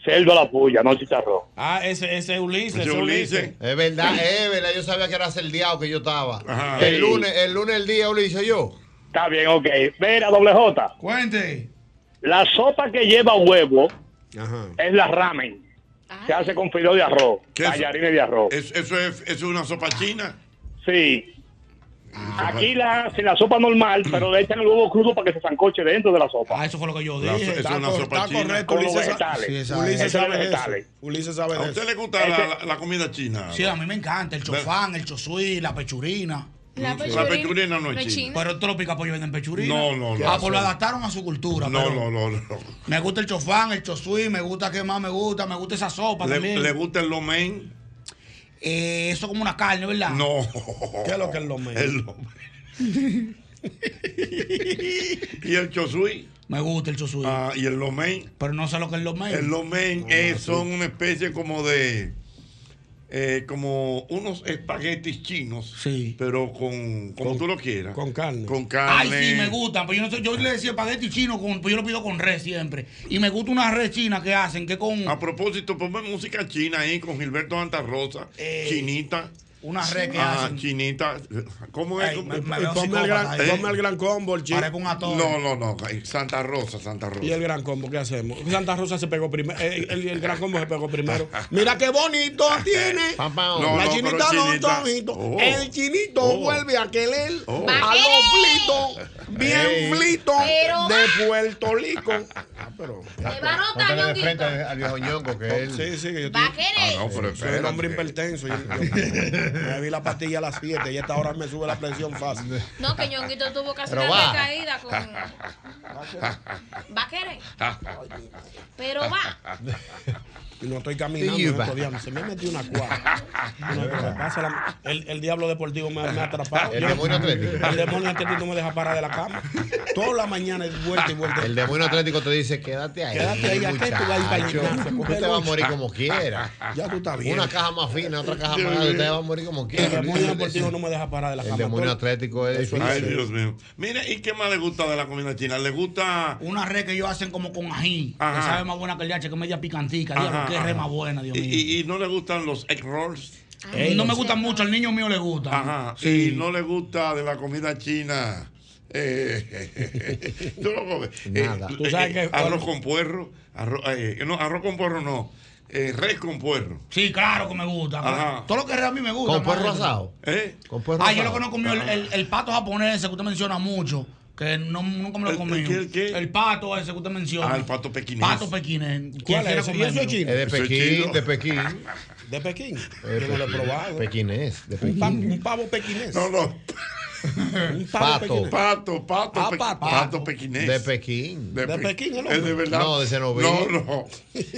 [SPEAKER 8] cerdo a la puya, no chicharrón.
[SPEAKER 7] Ah, ese, ese es Ulises,
[SPEAKER 2] Ese
[SPEAKER 7] ese es Ulises.
[SPEAKER 2] Ulises.
[SPEAKER 5] Es verdad, es verdad. Yo sabía que era celdeado que yo estaba.
[SPEAKER 2] Ajá.
[SPEAKER 5] El lunes, el lunes el día, lo hice yo.
[SPEAKER 8] Está bien, ok. Mira, doble J.
[SPEAKER 6] Cuente.
[SPEAKER 8] La sopa que lleva huevo
[SPEAKER 7] Ajá.
[SPEAKER 8] es la ramen. Se
[SPEAKER 4] Ay.
[SPEAKER 8] hace con fideo de arroz,
[SPEAKER 2] ¿Qué es?
[SPEAKER 8] tallarines de arroz.
[SPEAKER 2] Es- eso, es, eso es una sopa china.
[SPEAKER 8] Sí.
[SPEAKER 2] Ah,
[SPEAKER 8] Aquí la hacen la sopa normal, pero le echan el huevo crudo para que se sancoche dentro de la sopa.
[SPEAKER 6] Ah, eso fue lo que yo
[SPEAKER 2] La-
[SPEAKER 6] dije.
[SPEAKER 2] es
[SPEAKER 7] Está,
[SPEAKER 2] una
[SPEAKER 7] cor-
[SPEAKER 2] sopa
[SPEAKER 7] está
[SPEAKER 2] china.
[SPEAKER 7] correcto,
[SPEAKER 8] Con los
[SPEAKER 7] Ulises. sa-
[SPEAKER 8] vegetales.
[SPEAKER 7] Sí,
[SPEAKER 6] esa
[SPEAKER 7] Ulises
[SPEAKER 8] es. Esos
[SPEAKER 7] sabe de
[SPEAKER 8] vegetales.
[SPEAKER 7] eso. Ulises sabe
[SPEAKER 2] ¿A
[SPEAKER 7] de eso.
[SPEAKER 2] usted le gusta la, la- la comida china?
[SPEAKER 6] Sí, a mí me encanta el chofán, el chosuí, la pechurina.
[SPEAKER 4] La
[SPEAKER 2] La pechurina no es
[SPEAKER 4] es
[SPEAKER 2] china.
[SPEAKER 4] china.
[SPEAKER 6] Pero todos los picapollos venden pechurina.
[SPEAKER 2] No, no, no.
[SPEAKER 6] Ah, pues lo adaptaron a su cultura.
[SPEAKER 2] No,
[SPEAKER 6] pero
[SPEAKER 2] no, no, no.
[SPEAKER 6] Me gusta el chofán, el chosuí, me gusta qué más me gusta, me gusta esa sopa
[SPEAKER 2] ¿Le,
[SPEAKER 6] también.
[SPEAKER 2] le gusta el lomen?
[SPEAKER 6] Eh, eso como una carne, ¿verdad?
[SPEAKER 2] No.
[SPEAKER 7] ¿Qué es lo que es lo menos?
[SPEAKER 2] El lomen. ¿Y el chosui?
[SPEAKER 6] Me gusta el chuzuí.
[SPEAKER 2] Ah, y el lomain.
[SPEAKER 6] Pero no sé lo que es lomain.
[SPEAKER 2] El lomain es, son una especie como de. eh, como unos espaguetis chinos. Pero con. Como tú lo quieras. Con carne. Con
[SPEAKER 6] Ay,
[SPEAKER 2] carne.
[SPEAKER 6] sí, me gustan. Pero yo, no sé, yo le decía espagueti chino, con, pues yo lo pido con res siempre. Y me gusta una res china que hacen, que con
[SPEAKER 2] A propósito, ponme música china ahí con Gilberto Santa Rosa. chinita.
[SPEAKER 6] Eh, una red que
[SPEAKER 2] Ah,
[SPEAKER 6] hacen.
[SPEAKER 2] Chinita. ¿Cómo es?
[SPEAKER 6] Ey, me- me
[SPEAKER 2] Eh,
[SPEAKER 6] veo
[SPEAKER 2] ponme el gran-
[SPEAKER 6] psicópata ahí.
[SPEAKER 2] eh,
[SPEAKER 6] Ponme el gran combo, el chino. Parezco un ator.
[SPEAKER 2] No, no, no. eh, Santa Rosa, Santa Rosa.
[SPEAKER 7] Y el gran combo, ¿qué hacemos? Santa Rosa se pegó primero. El, el- el gran combo se pegó primero. Mira qué bonito tiene.
[SPEAKER 2] No,
[SPEAKER 7] la
[SPEAKER 2] no,
[SPEAKER 7] chinita
[SPEAKER 2] pero
[SPEAKER 7] no
[SPEAKER 2] chinita.
[SPEAKER 7] tonito.
[SPEAKER 2] Oh.
[SPEAKER 7] El chinito
[SPEAKER 2] Oh.
[SPEAKER 7] vuelve a querer
[SPEAKER 2] Oh.
[SPEAKER 7] a los flitos. Bien
[SPEAKER 5] Ey.
[SPEAKER 7] flitos
[SPEAKER 5] Pero
[SPEAKER 7] de Puerto Rico.
[SPEAKER 2] Ah,
[SPEAKER 5] Póntale de
[SPEAKER 7] Ñonguito.
[SPEAKER 5] frente al al viejo ñonco que él.
[SPEAKER 7] Oh, Sí, sí, que yo
[SPEAKER 5] Va a
[SPEAKER 7] estoy-
[SPEAKER 5] querer. Ah, no, pero
[SPEAKER 7] Soy un
[SPEAKER 5] espérate.
[SPEAKER 7] hombre hipertenso. Yo, yo- me vi la pastilla a las 7 y a esta hora me sube la presión fácil.
[SPEAKER 4] No, que Ñonguito tuvo casi
[SPEAKER 7] Pero
[SPEAKER 4] una
[SPEAKER 7] va.
[SPEAKER 4] recaída con. Va a querer. Pero va.
[SPEAKER 7] Y no estoy caminando en estos días. Se me metió una cuadra. No, pero me pasa la- el, el diablo deportivo me, me ha atrapado.
[SPEAKER 5] El demonio atlético.
[SPEAKER 7] El demonio atlético no me deja parar de la cama. Toda la mañana es vuelta y vuelta.
[SPEAKER 5] El demonio atlético te dice, quédate ahí.
[SPEAKER 7] Quédate ahí, ¿a qué tú vas a ir para el
[SPEAKER 5] muchacho?
[SPEAKER 7] gimnasio?
[SPEAKER 5] Tú
[SPEAKER 7] Coge
[SPEAKER 5] te vas a
[SPEAKER 7] lucha.
[SPEAKER 5] morir como quieras.
[SPEAKER 7] Ya tú estás bien.
[SPEAKER 5] Una caja más fina, otra caja
[SPEAKER 7] Dios
[SPEAKER 5] más grande,
[SPEAKER 7] mío.
[SPEAKER 5] te vas a morir como
[SPEAKER 7] El
[SPEAKER 5] quieras.
[SPEAKER 7] demonio deportivo no me deja parar de la
[SPEAKER 5] El
[SPEAKER 7] cama.
[SPEAKER 5] demonio
[SPEAKER 7] Todo-
[SPEAKER 5] atlético es
[SPEAKER 2] Ay,
[SPEAKER 5] difícil.
[SPEAKER 2] Dios mío. Mire, ¿y qué más le gusta de la comida china? ¿Le gusta.?
[SPEAKER 6] Una red que ellos hacen como con ají.
[SPEAKER 2] Ajá.
[SPEAKER 6] Que sabe más buena que el yache, que es media picantica.
[SPEAKER 2] Ajá,
[SPEAKER 6] Diablo, qué
[SPEAKER 2] ajá.
[SPEAKER 6] red más buena, Dios
[SPEAKER 2] ¿Y,
[SPEAKER 6] mío. Ah,
[SPEAKER 2] y- y no le gustan los egg rolls?
[SPEAKER 6] Ey, no me gusta mucho, al niño mío le gusta.
[SPEAKER 2] Ajá.
[SPEAKER 6] Sí.
[SPEAKER 2] Y no le gusta de la comida china. Eh, tú lo comes.
[SPEAKER 5] Nada.
[SPEAKER 2] Eh,
[SPEAKER 5] Tú sabes que-
[SPEAKER 2] arroz con puerro. Arroz, eh, no, arroz con puerro no. Eh, res con puerro.
[SPEAKER 6] Sí, claro que me gusta.
[SPEAKER 2] Ajá.
[SPEAKER 6] Todo lo que es red a mí me gusta.
[SPEAKER 5] Con
[SPEAKER 6] más
[SPEAKER 5] puerro
[SPEAKER 6] eso.
[SPEAKER 5] asado.
[SPEAKER 2] ¿Eh?
[SPEAKER 5] Con puerro
[SPEAKER 6] Ah, yo
[SPEAKER 5] asado.
[SPEAKER 6] lo que no comí el, el- el pato japonés ese que usted menciona mucho. Que no, nunca me lo comí.
[SPEAKER 2] el qué, el qué?
[SPEAKER 6] pato ese que usted menciona.
[SPEAKER 2] Ah, el pato pequinés.
[SPEAKER 6] Pato pequinés.
[SPEAKER 7] ¿Cuál es? ¿Y eso es chino?
[SPEAKER 5] Es de
[SPEAKER 7] Eso es
[SPEAKER 5] Pekín,
[SPEAKER 7] chino.
[SPEAKER 5] de Pekín.
[SPEAKER 7] ¿De Pekín?
[SPEAKER 5] Es
[SPEAKER 7] Yo no lo he probado.
[SPEAKER 5] Pekínés, de
[SPEAKER 7] Un,
[SPEAKER 5] Pekín.
[SPEAKER 7] pa- un pavo pequinés.
[SPEAKER 2] No, no.
[SPEAKER 7] Un pavo pequinés.
[SPEAKER 2] Pato, pato,
[SPEAKER 7] Ah,
[SPEAKER 2] pe-
[SPEAKER 7] pato.
[SPEAKER 2] pato pequinés.
[SPEAKER 5] De Pekín.
[SPEAKER 2] De,
[SPEAKER 7] De
[SPEAKER 2] Pe-
[SPEAKER 7] Pekín, el
[SPEAKER 2] Ah, Es de
[SPEAKER 7] hombre.
[SPEAKER 2] verdad.
[SPEAKER 5] No, de Cenoví.
[SPEAKER 2] No, no.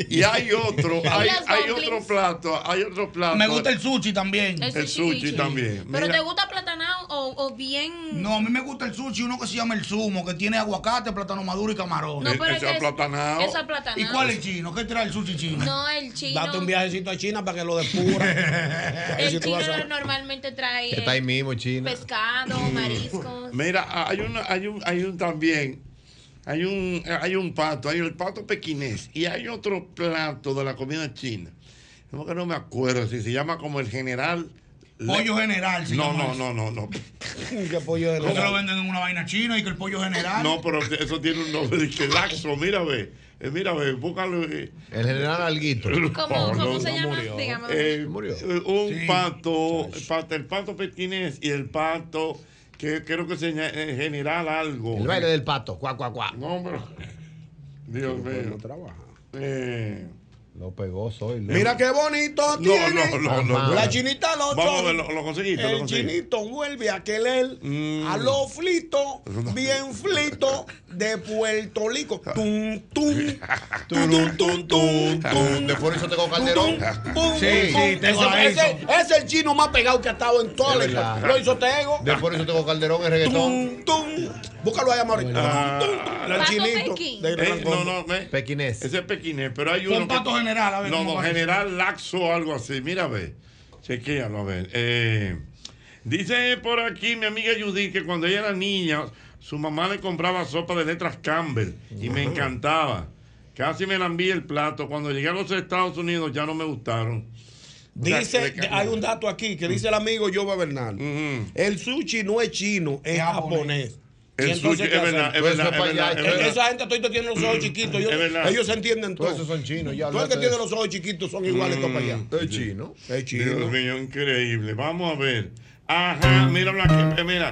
[SPEAKER 2] Y hay otro, hay,
[SPEAKER 4] Los
[SPEAKER 2] hay
[SPEAKER 4] dumplings.
[SPEAKER 2] otro plato, hay otro plato.
[SPEAKER 6] Me gusta el
[SPEAKER 7] Ah,
[SPEAKER 6] sushi también.
[SPEAKER 4] El
[SPEAKER 2] El sushi sushi. también.
[SPEAKER 4] Pero
[SPEAKER 6] Mira.
[SPEAKER 4] te gusta platanado o, o bien.
[SPEAKER 6] No, a mí me gusta el sushi, uno que se llama el sumo, que tiene aguacate, plátano maduro y camarón.
[SPEAKER 2] Eh,
[SPEAKER 4] No, pero Ese es que es- aplatanao. ese aplatanao.
[SPEAKER 6] ¿Y cuál es el chino? ¿Qué trae el sushi chino?
[SPEAKER 4] No, el chino.
[SPEAKER 7] Date un viajecito a China para que lo depura.
[SPEAKER 4] El chino normalmente trae
[SPEAKER 5] Que está ahí mismo, China.
[SPEAKER 4] pescado, mariscos.
[SPEAKER 2] Mira, hay una, hay un, hay un también. Hay un, hay un pato, hay el pato pequinés y hay otro plato de la comida china. Como que no me acuerdo si se llama como el general.
[SPEAKER 6] Pollo general, se
[SPEAKER 2] No,
[SPEAKER 6] llama
[SPEAKER 2] no,
[SPEAKER 6] eso.
[SPEAKER 2] no, no, no.
[SPEAKER 7] ¿Qué pollo
[SPEAKER 6] ¿No se lo venden en una vaina china y que el pollo general?
[SPEAKER 2] No, pero eso tiene un nombre de que laxo, mira ve. Eh, Mira ve, búscalo. eh.
[SPEAKER 5] El general Alguito.
[SPEAKER 2] No,
[SPEAKER 4] ¿Cómo,
[SPEAKER 2] no,
[SPEAKER 4] cómo se
[SPEAKER 2] no
[SPEAKER 4] llama?
[SPEAKER 2] murió.
[SPEAKER 4] Dígame.
[SPEAKER 2] Eh, eh, Un pato, pato, el pato pequinés y el pato que creo que se llama eh, general algo.
[SPEAKER 5] El baile del pato. Cuá, cuá, cuá.
[SPEAKER 2] No, pero. Dios mío. Eh,
[SPEAKER 5] Lo pegó soy. Leo.
[SPEAKER 7] Mira qué bonito
[SPEAKER 2] No,
[SPEAKER 7] tiene.
[SPEAKER 2] no, no, no, no.
[SPEAKER 7] La chinita lo
[SPEAKER 2] Vamos a ver, lo- lo conseguiste, lo
[SPEAKER 7] El
[SPEAKER 2] conseguiste.
[SPEAKER 7] chinito vuelve a querer
[SPEAKER 2] Mm.
[SPEAKER 7] a los flitos, bien flitos de Puerto Rico. Tum, tum, tum, tum, tum, tum.
[SPEAKER 5] Después eso tengo Calderón.
[SPEAKER 7] Pum,
[SPEAKER 5] Sí,
[SPEAKER 7] pum.
[SPEAKER 5] sí, tengo
[SPEAKER 7] Ese-
[SPEAKER 5] la
[SPEAKER 7] ese- ese es el chino más pegado que ha estado en toda
[SPEAKER 5] Es
[SPEAKER 7] la
[SPEAKER 5] verdad.
[SPEAKER 7] historia. Lo hizo Tego.
[SPEAKER 5] Después eso tengo Calderón, el reggaetón.
[SPEAKER 7] Tum, tum. Búscalo allá, Mauricio.
[SPEAKER 2] Ah.
[SPEAKER 7] Tum, tum. El
[SPEAKER 4] Pato
[SPEAKER 7] chinito.
[SPEAKER 4] Pekín.
[SPEAKER 7] de Gran
[SPEAKER 2] eh,
[SPEAKER 7] Combo.
[SPEAKER 2] no, no, ve.
[SPEAKER 5] Pequinés.
[SPEAKER 2] Ese es pequinés, pero hay
[SPEAKER 6] Pon
[SPEAKER 2] uno. que-
[SPEAKER 6] pato general, a ver
[SPEAKER 2] No,
[SPEAKER 6] cómo
[SPEAKER 2] no,
[SPEAKER 6] parece.
[SPEAKER 2] general laxo o algo así. Mira, ve. Chequéalo, a ver. Eh, dice por aquí mi amiga Judith que cuando ella era niña, su mamá le compraba sopa de letras Campbell y me encantaba. Casi me la envié el plato. Cuando llegué a los Estados Unidos ya no me gustaron.
[SPEAKER 7] Dice, hay un dato aquí que dice el amigo Jova Bernal. El sushi no es chino, es japonés.
[SPEAKER 2] El
[SPEAKER 7] Y entonces,
[SPEAKER 2] sushi-
[SPEAKER 7] ¿qué
[SPEAKER 2] es verdad,
[SPEAKER 7] hacen? Pues
[SPEAKER 2] es verdad,
[SPEAKER 13] Pues,
[SPEAKER 2] es verdad, es verdad.
[SPEAKER 7] Esa gente todito tiene los ojos chiquitos. Ellos,
[SPEAKER 2] Es verdad.
[SPEAKER 7] ellos se entienden todo.
[SPEAKER 5] Todos esos son chinos. Ya
[SPEAKER 7] Todo el que
[SPEAKER 5] hablaste
[SPEAKER 7] tiene
[SPEAKER 5] de
[SPEAKER 7] los ojos chiquitos son iguales todos para allá.
[SPEAKER 5] eso. Es chino.
[SPEAKER 7] Es
[SPEAKER 2] Mm, Dios
[SPEAKER 7] chino.
[SPEAKER 2] mío, increíble. Vamos a ver. Ajá, mira, Blanca, eh, mira.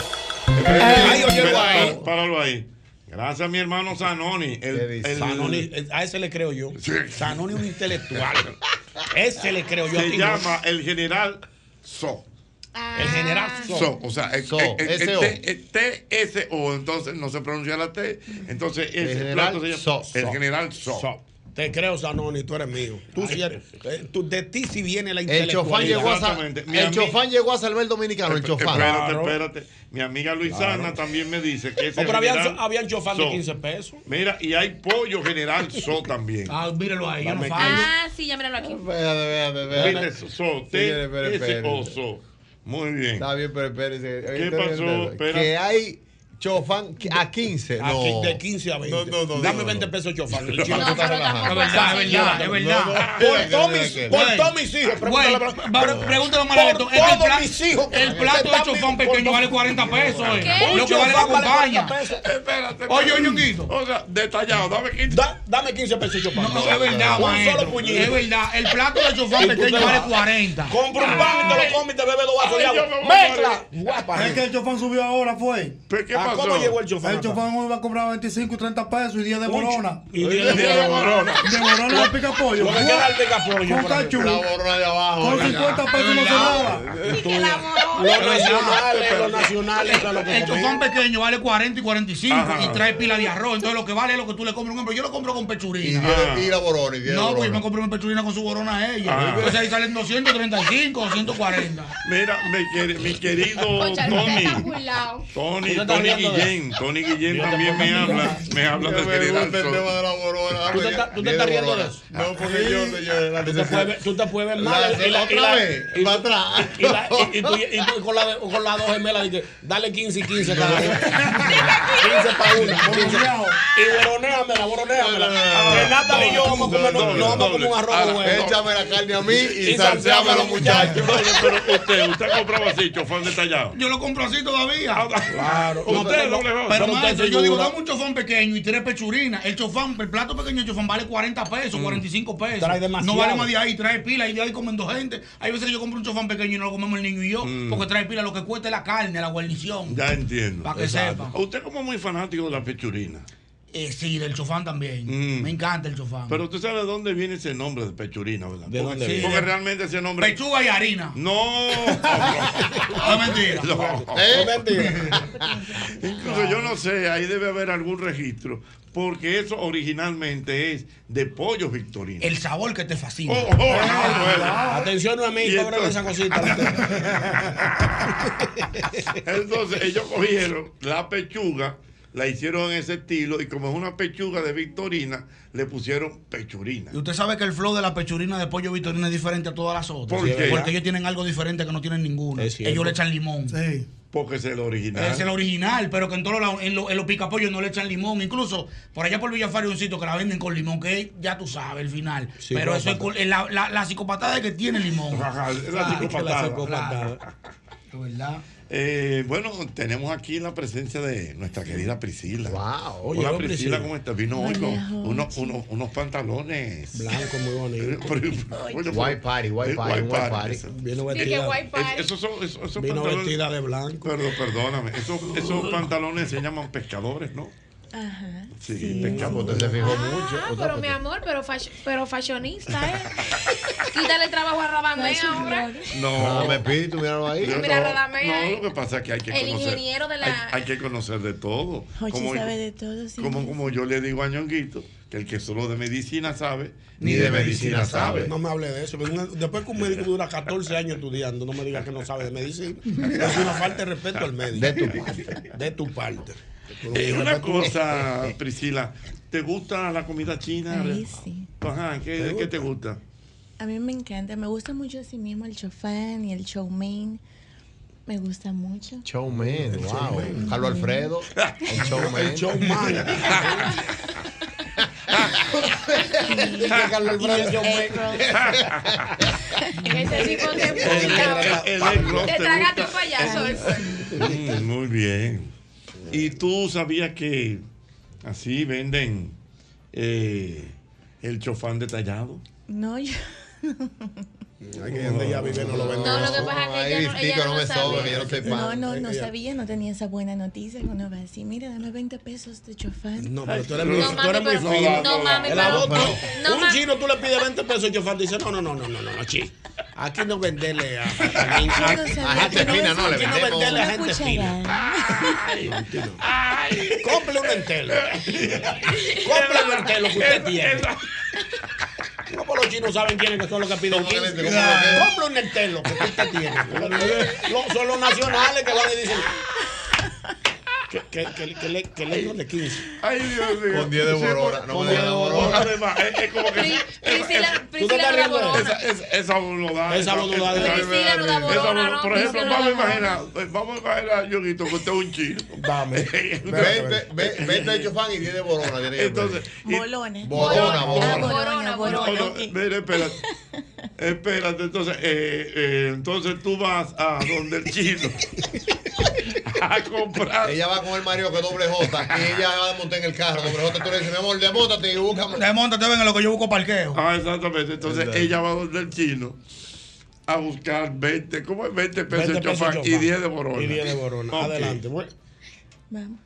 [SPEAKER 7] Ay, oye,
[SPEAKER 2] Espera,
[SPEAKER 7] guay.
[SPEAKER 2] pá- Páralo ahí. Gracias, mi hermano Zanoni. El, el-
[SPEAKER 7] Zanoni, eh, a ese le creo yo. Sanoni es un intelectual. ese le creo yo. a
[SPEAKER 2] se
[SPEAKER 7] ti no.
[SPEAKER 2] llama el general So.
[SPEAKER 7] el general So.
[SPEAKER 2] So, o sea, el-
[SPEAKER 5] So,
[SPEAKER 2] el- el-
[SPEAKER 5] S.O..
[SPEAKER 2] el T- el T-S-O, entonces no se pronuncia la T. Entonces, ese
[SPEAKER 5] general
[SPEAKER 2] plato se llama
[SPEAKER 5] So.
[SPEAKER 2] el general So.
[SPEAKER 7] So. Te creo, Zanoni, tú eres mío. Tú, sí eres- eh, tú- de ti sí viene la
[SPEAKER 5] El chofán
[SPEAKER 7] intelectualidad.
[SPEAKER 5] llegó a, sa- el chofán llegó a salvar el dominicano, el chofán.
[SPEAKER 2] Espérate, espérate. Mi amiga Luisana también me dice que ese
[SPEAKER 7] No, Oh, pero habían,
[SPEAKER 2] general
[SPEAKER 7] habían chofán de
[SPEAKER 2] So.
[SPEAKER 7] 15 pesos.
[SPEAKER 2] Mira, y hay pollo general so también.
[SPEAKER 6] Ah, mírelo ahí, yo no
[SPEAKER 2] Viste,
[SPEAKER 4] Ah, sí, ya míralo aquí.
[SPEAKER 2] so,
[SPEAKER 5] Señores,
[SPEAKER 2] te,
[SPEAKER 5] espere,
[SPEAKER 2] ese
[SPEAKER 5] espere.
[SPEAKER 2] oso. Muy bien.
[SPEAKER 5] Está bien, pero espérense.
[SPEAKER 2] ¿Qué
[SPEAKER 5] Ahorita-
[SPEAKER 2] pasó?
[SPEAKER 5] Que
[SPEAKER 2] Espérate.
[SPEAKER 5] hay chofán que- a 15.
[SPEAKER 7] A
[SPEAKER 5] no.
[SPEAKER 7] qui- de 15 a 20.
[SPEAKER 5] No, no, no.
[SPEAKER 7] Dame
[SPEAKER 5] no,
[SPEAKER 7] 20 pesos chofán. el
[SPEAKER 5] No,
[SPEAKER 7] chino.
[SPEAKER 5] no, no, no, no, no.
[SPEAKER 7] Es verdad, es verdad, es verdad. Por todos mis- por todos mis hijos.
[SPEAKER 6] Güey,
[SPEAKER 7] Pregúntale a-
[SPEAKER 6] va- pregúntale a
[SPEAKER 7] Por
[SPEAKER 6] Maravito. Es que el
[SPEAKER 7] todos
[SPEAKER 6] plato-
[SPEAKER 7] mis hijos.
[SPEAKER 6] El plato de
[SPEAKER 7] Está
[SPEAKER 6] chofán
[SPEAKER 7] mi-
[SPEAKER 6] pequeño
[SPEAKER 7] por-
[SPEAKER 6] vale 40 pesos. eh.
[SPEAKER 7] ¿Qué?
[SPEAKER 6] Lo que vale la
[SPEAKER 7] Chofán vale
[SPEAKER 6] compañía.
[SPEAKER 7] 40 pesos.
[SPEAKER 2] Espérate.
[SPEAKER 6] Oye, oye, Ñonguito.
[SPEAKER 2] O sea, detallado, dame 15.
[SPEAKER 7] dame 15 pesos chofán.
[SPEAKER 6] No, es verdad,
[SPEAKER 7] Un
[SPEAKER 6] maestro.
[SPEAKER 7] solo puñito.
[SPEAKER 6] Es verdad. El plato de
[SPEAKER 7] Y
[SPEAKER 6] chofán
[SPEAKER 7] tú
[SPEAKER 6] pequeño
[SPEAKER 7] te
[SPEAKER 6] vale
[SPEAKER 7] vas.
[SPEAKER 6] 40.
[SPEAKER 7] Compra un pan y te lo comes y te bebe dos vasos de
[SPEAKER 6] Ay, yo
[SPEAKER 7] agua.
[SPEAKER 6] me voy a
[SPEAKER 7] ¡Mezcla!
[SPEAKER 14] Es que el chofán subió ahora, fue.
[SPEAKER 2] ¿Pero
[SPEAKER 7] qué Ah, ¿cómo pasó? llegó el chofán
[SPEAKER 14] El
[SPEAKER 7] acá?
[SPEAKER 14] chofán hoy va a cobrar 25 y 30 pesos y 10 de
[SPEAKER 7] Un
[SPEAKER 14] morona.
[SPEAKER 7] ch- y diez de Diez de morona. morona.
[SPEAKER 14] De morona al pica pollo.
[SPEAKER 7] Lo que queda al picapollo,
[SPEAKER 14] Con
[SPEAKER 7] por ahí.
[SPEAKER 14] cachú.
[SPEAKER 7] La morona de abajo,
[SPEAKER 14] Con
[SPEAKER 7] venga.
[SPEAKER 14] 50 pesos no se daba.
[SPEAKER 7] Los nacionales, los nacionales, eso es lo que
[SPEAKER 6] El chofán pequeño vale 40 y 45 y trae pila de arroz. Entonces lo que vale es lo que tú le compras. Por ejemplo, yo lo compro con pechurina.
[SPEAKER 5] Y- y la borona, y tiene
[SPEAKER 6] No, pues
[SPEAKER 5] borona.
[SPEAKER 6] yo me compré una pechurina con su borona a ella.
[SPEAKER 2] Ah.
[SPEAKER 6] Entonces ahí salen 235 o 140.
[SPEAKER 2] Mira, mi, queri- mi querido Tony. Tony,
[SPEAKER 6] Tú te estás
[SPEAKER 2] Tony
[SPEAKER 6] riendo de-
[SPEAKER 2] Guillén, Tony Guillén también me habla, me habla del
[SPEAKER 5] Me
[SPEAKER 2] general
[SPEAKER 5] gusta el tema de
[SPEAKER 2] Sol.
[SPEAKER 5] la borona.
[SPEAKER 7] ¿Tú te,
[SPEAKER 5] Dame
[SPEAKER 7] estás- tú te
[SPEAKER 5] diez
[SPEAKER 7] estás riendo de
[SPEAKER 5] borona.
[SPEAKER 7] eso?
[SPEAKER 5] No, porque yo, señores, la
[SPEAKER 7] Tú te
[SPEAKER 5] necesidad-
[SPEAKER 7] puedes- Tú te puedes ver
[SPEAKER 5] La-
[SPEAKER 7] mal.
[SPEAKER 5] otra vez,
[SPEAKER 7] para
[SPEAKER 5] atrás.
[SPEAKER 7] Y, la- y- y tú, y tú con, la, de- con las dos gemelas, dije, dale 15 y 15 cada uno. 15 para una. 15. Y boroneamela, boroneamela. Que Natalie y yo vamos a comer, no, no vamos a comer un arroz de huevo.
[SPEAKER 5] Échame la carne a mí y,
[SPEAKER 7] Y
[SPEAKER 5] salseame a los muchachos.
[SPEAKER 2] Oye, pero usted, usted compraba así, chofán detallado.
[SPEAKER 6] Yo lo compro así todavía.
[SPEAKER 7] Ah,
[SPEAKER 2] Claro.
[SPEAKER 6] No,
[SPEAKER 2] Usted
[SPEAKER 6] pero,
[SPEAKER 2] no le va-
[SPEAKER 6] pero
[SPEAKER 2] Pero
[SPEAKER 6] maestro,
[SPEAKER 2] usted
[SPEAKER 6] yo digo,
[SPEAKER 2] figura.
[SPEAKER 6] dame un chofán pequeño y tres pechurinas. El chofán, el plato pequeño de chofán vale 40
[SPEAKER 2] Mm.
[SPEAKER 6] pesos, 45 pesos.
[SPEAKER 7] Trae demasiado.
[SPEAKER 6] No vale más de ahí, trae pila y de ahí comen dos gente. Hay veces que yo compro un chofán pequeño y no lo comemos el niño y yo,
[SPEAKER 2] Mm.
[SPEAKER 6] porque trae pila lo que cuesta es la carne, la guarnición.
[SPEAKER 2] Ya entiendo.
[SPEAKER 6] Pa' que
[SPEAKER 2] Exacto.
[SPEAKER 6] sepa.
[SPEAKER 2] Usted como muy fanático de la pechurina.
[SPEAKER 6] Eh, sí, del chofán también.
[SPEAKER 2] Mm.
[SPEAKER 6] Me encanta el chofán.
[SPEAKER 2] Pero usted sabe de dónde viene ese nombre de pechurina, ¿verdad?
[SPEAKER 6] Ah. ¿De
[SPEAKER 2] porque,
[SPEAKER 6] dónde viene?
[SPEAKER 2] porque realmente ese nombre.
[SPEAKER 6] Pechuga y harina.
[SPEAKER 2] No.
[SPEAKER 6] No es Ah, mentira.
[SPEAKER 2] No.
[SPEAKER 5] Eh,
[SPEAKER 2] Incluso yo no sé, ahí debe haber algún registro. Porque eso originalmente es de pollo victorino.
[SPEAKER 7] Eh,
[SPEAKER 6] El sabor que te fascina.
[SPEAKER 2] Oh, oh, oh, no, bueno.
[SPEAKER 7] Atención a mí,
[SPEAKER 2] Y
[SPEAKER 7] cóbrame esa cosita.
[SPEAKER 2] Entonces ellos cogieron la pechuga, la hicieron en ese estilo y como es una pechuga de Victorina, le pusieron pechurina.
[SPEAKER 6] Y usted sabe que el flow de la pechurina de pollo victorina es diferente a todas las otras.
[SPEAKER 2] ¿Por qué?
[SPEAKER 6] Porque ellos tienen algo diferente que no tienen ninguna.
[SPEAKER 2] Es cierto.
[SPEAKER 6] Ellos le echan limón.
[SPEAKER 2] Porque es el original.
[SPEAKER 6] Ese Es el original, pero que en todos los en los- en los picapollos no le echan limón. Incluso por allá por Villafario hay un sitio que la venden con limón, que ya tú sabes el final. pero eso es, con- es la, la, la psicopatada que tiene limón.
[SPEAKER 2] Ajá, es la
[SPEAKER 6] Ah,
[SPEAKER 2] psicopatada.
[SPEAKER 6] que psicopatada. Es verdad.
[SPEAKER 2] Eh, bueno, tenemos aquí la presencia de nuestra querida Priscila.
[SPEAKER 7] Wow.
[SPEAKER 2] Hola
[SPEAKER 7] Oye,
[SPEAKER 2] Priscila,
[SPEAKER 7] Priscila.
[SPEAKER 2] ¿cómo estás? Vino hoy con unos,
[SPEAKER 7] Buenas
[SPEAKER 2] unos, unos pantalones.
[SPEAKER 7] Blanco, muy bonito.
[SPEAKER 2] White
[SPEAKER 5] party, white party, white party.
[SPEAKER 7] Vino
[SPEAKER 2] Sí, que
[SPEAKER 7] vestida.
[SPEAKER 2] white party. Es- esos son- esos- esos
[SPEAKER 7] Vino
[SPEAKER 2] pantalones-
[SPEAKER 7] vestida de blanco.
[SPEAKER 2] Perdón, perdóname. Esos, esos pantalones se llaman pescadores, ¿no?
[SPEAKER 4] Ajá.
[SPEAKER 2] Sí,
[SPEAKER 5] Chamo, usted se fijó mucho.
[SPEAKER 4] Ah,
[SPEAKER 2] Pues
[SPEAKER 5] O sea,
[SPEAKER 4] pero mi amor, pero, fash- pero fashionista, ¿eh? Quítale trabajo a Radamés ahora.
[SPEAKER 5] No, me pide, tú míralo ahí.
[SPEAKER 2] Yo
[SPEAKER 4] Mira,
[SPEAKER 2] no,
[SPEAKER 4] Radamés,
[SPEAKER 2] no,
[SPEAKER 4] ahí.
[SPEAKER 2] lo que pasa es que hay que
[SPEAKER 4] El
[SPEAKER 2] conocer.
[SPEAKER 4] ingeniero de la-
[SPEAKER 2] hay, hay que conocer de todo.
[SPEAKER 15] Jochi
[SPEAKER 2] Como-
[SPEAKER 15] sabe de todo, sí.
[SPEAKER 2] Como, como yo le digo a Ñonguito, que el que solo de medicina sabe, ni, de, medicina, sabe.
[SPEAKER 7] No me hable de eso. porque una- Después que un médico dura 14 años estudiando, no me digas que no sabe de medicina. Es una falta de respeto al médico. De tu parte. De tu parte.
[SPEAKER 2] Eh, una cosa, Priscila, ¿te gusta la comida china?
[SPEAKER 15] Ay, sí.
[SPEAKER 2] Ajá, ¿qué
[SPEAKER 15] ¿Te
[SPEAKER 2] qué te gusta?
[SPEAKER 15] A mí me encanta, me gusta mucho así mismo el chofán y el showman. Me gusta mucho.
[SPEAKER 5] Showman, wow. Carlos Alfredo. El showman.
[SPEAKER 15] El
[SPEAKER 7] Carlos Alfredo,
[SPEAKER 4] Ese tipo te
[SPEAKER 2] El egg roll,
[SPEAKER 4] Te
[SPEAKER 2] ¿te
[SPEAKER 4] tragaste un
[SPEAKER 2] gusta?
[SPEAKER 4] payaso.
[SPEAKER 2] Mm, Muy bien. ¿Y tú sabías que así venden eh, el chofán detallado?
[SPEAKER 15] No, yo.
[SPEAKER 7] Hay que donde ella vive no lo venden.
[SPEAKER 4] No, lo que pasa es que ella no, ella no, lo sabe.
[SPEAKER 15] No, no, no
[SPEAKER 7] Ella-
[SPEAKER 15] sabía, no tenía esa buena noticia que uno va así, mira, dame 20 pesos de chofán.
[SPEAKER 7] No, pero tú eres
[SPEAKER 15] No,
[SPEAKER 7] muy,
[SPEAKER 15] mami,
[SPEAKER 7] tú eres muy
[SPEAKER 15] pero-
[SPEAKER 7] fino.
[SPEAKER 15] no, mami,
[SPEAKER 7] El adulto,
[SPEAKER 15] pero- no,
[SPEAKER 7] un
[SPEAKER 15] mami.
[SPEAKER 7] chino tú le pides 20 pesos y el chofán dice, no, no, no, no, no, no, no, chi. Aquí no venderle a, a-
[SPEAKER 15] Yo no
[SPEAKER 7] a-
[SPEAKER 15] sabía
[SPEAKER 7] a gente
[SPEAKER 15] que no
[SPEAKER 7] fina, Ah, no, le
[SPEAKER 15] vendía-
[SPEAKER 7] vendemos.
[SPEAKER 15] Una
[SPEAKER 7] venderle a gente
[SPEAKER 15] cucharada.
[SPEAKER 7] fina. Ay, Cómprele un entelo. Cómprele un entelo que usted tiene. No, pues los chinos saben quiénes que son los que piden 15.
[SPEAKER 16] ¿Cómo que le-
[SPEAKER 7] Compra un Nextel, que tú te tienes. Lo- son los nacionales que van y dicen. Que, que, que, que le, que le de 15.
[SPEAKER 2] Ay, Dios mío.
[SPEAKER 16] Con 10 de borora. No me dejan de borora.
[SPEAKER 2] Además, es, es como que.
[SPEAKER 4] Pri-
[SPEAKER 2] esa-
[SPEAKER 4] Priscila-
[SPEAKER 2] esa-
[SPEAKER 4] Priscila no da borona.
[SPEAKER 2] Esa- Esa esa boludada.
[SPEAKER 7] Esa boludada.
[SPEAKER 2] esa-
[SPEAKER 7] Priscila no da
[SPEAKER 2] esa
[SPEAKER 7] borona,
[SPEAKER 2] bolu-
[SPEAKER 7] no,
[SPEAKER 2] Por ejemplo,
[SPEAKER 7] Priscila no
[SPEAKER 2] vamos a
[SPEAKER 7] da
[SPEAKER 2] imaginar, eh, vamos a imaginar, Yoguito, que usted es un chino.
[SPEAKER 7] Dame.
[SPEAKER 2] Vente,
[SPEAKER 5] vente de Chofán y 10 de borona. tiene que
[SPEAKER 2] Entonces,
[SPEAKER 15] Bolones.
[SPEAKER 5] Borona,
[SPEAKER 15] Ah,
[SPEAKER 5] borona.
[SPEAKER 15] borona, borona.
[SPEAKER 2] No, no, mira, espérate. Espérate, entonces, eh, eh, entonces tú vas a donde el chino a comprar.
[SPEAKER 5] Ella va con el marido que es doble J y ella va a montar en el carro. Doble J, tú le dices, mi amor, demóntate y búscame.
[SPEAKER 2] Demóntate, ven, lo que yo busco parqueo. Ah, exactamente. Entonces ella va donde el chino a buscar 20, ¿cómo es? 20 pesos
[SPEAKER 7] 20
[SPEAKER 2] de
[SPEAKER 7] pesos
[SPEAKER 2] chofán
[SPEAKER 7] de
[SPEAKER 2] y
[SPEAKER 7] chofán.
[SPEAKER 2] 10 de borona.
[SPEAKER 7] Y 10 de borona.
[SPEAKER 2] Ok.
[SPEAKER 7] Adelante. bueno.
[SPEAKER 15] Vamos.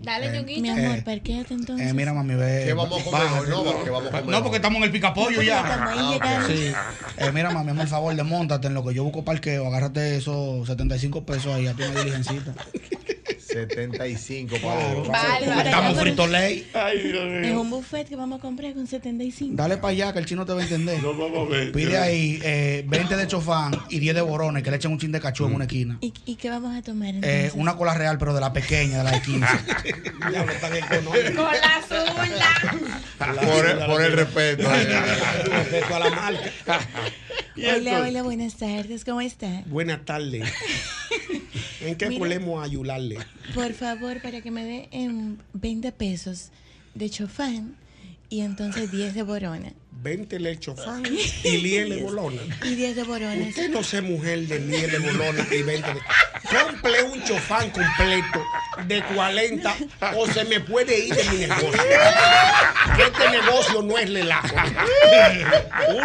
[SPEAKER 4] Dale, Ñonguito.
[SPEAKER 15] Mi amor, parquéate entonces.
[SPEAKER 6] Eh, mira, mami, ve.
[SPEAKER 5] ¿Qué vamos a comer
[SPEAKER 6] Baja,
[SPEAKER 5] hoy? No, porque vamos a comer
[SPEAKER 6] No, porque estamos en el picapollo ya.
[SPEAKER 15] Ahí llegamos.
[SPEAKER 6] Sí. Eh, mira, mami, hazme el favor, desmontate en lo que yo busco parqueo. Agárrate esos 75 pesos ahí a tu diligencita.
[SPEAKER 5] 75, claro.
[SPEAKER 15] Bárbaro.
[SPEAKER 6] Estamos frito ley.
[SPEAKER 2] Ay, Dios mío.
[SPEAKER 15] Es un buffet que vamos a comprar con 75.
[SPEAKER 6] Dale para allá que el chino te va a entender.
[SPEAKER 2] No, vamos a ver.
[SPEAKER 6] Pide ahí eh, 20 de chofán y 10 de borones que le echen un chin de cachú
[SPEAKER 2] Mm.
[SPEAKER 6] en una esquina.
[SPEAKER 15] ¿Y, y qué vamos a tomar
[SPEAKER 6] Eh,
[SPEAKER 15] entonces?
[SPEAKER 6] una cola real, pero de la pequeña, de la de 15.
[SPEAKER 4] Con la zurda.
[SPEAKER 5] Por el, por el respeto. eh.
[SPEAKER 7] Respeto a la marca.
[SPEAKER 15] Hola, hola, buenas tardes. ¿Cómo está?
[SPEAKER 7] Buenas tardes. ¿En qué
[SPEAKER 15] Mira.
[SPEAKER 7] podemos ayudarle?
[SPEAKER 15] Por favor, para que me dé em, 20 pesos de chofán y entonces 10 de borona.
[SPEAKER 7] 20 le
[SPEAKER 15] Ah.
[SPEAKER 7] chofán y miel de bolona.
[SPEAKER 15] Y 10 de borones.
[SPEAKER 7] Usted no sea mujer de miel de bolona y 20 de... Compre un chofán completo de 40 o se me puede ir de mi negocio. Que este negocio no es relajo.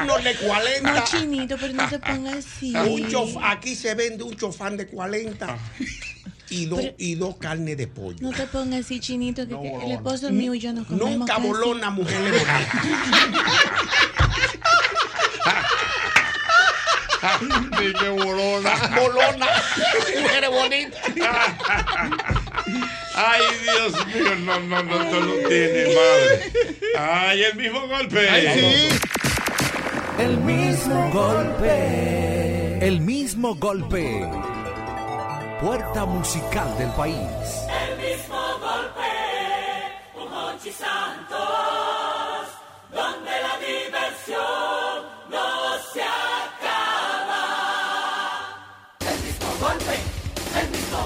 [SPEAKER 7] Uno de 40...
[SPEAKER 15] No, chinito, pero no se ponga así.
[SPEAKER 7] Un chof- aquí se vende un chofán de
[SPEAKER 15] Ah.
[SPEAKER 7] 40 y dos y dos carnes de pollo.
[SPEAKER 15] No te pongas así, chinito, que, que el esposo mío y yo nos comemos
[SPEAKER 7] Nunca
[SPEAKER 15] casi.
[SPEAKER 7] bolona, mujer le bolona.
[SPEAKER 5] Ni que bolona.
[SPEAKER 7] Bolona, mujer bonita.
[SPEAKER 2] Ay, Dios mío, no, no, no, esto no tiene madre. Ay, el mismo golpe.
[SPEAKER 17] El mismo golpe. El mismo golpe. Puerta musical del país.
[SPEAKER 3] El mismo golpe, un Hochi Santos, donde la diversión no se acaba. El mismo golpe, el mismo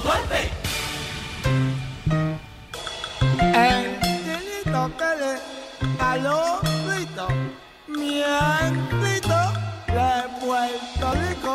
[SPEAKER 3] golpe.
[SPEAKER 18] El tinito que le caló grito, mi angelito de Puerto Rico.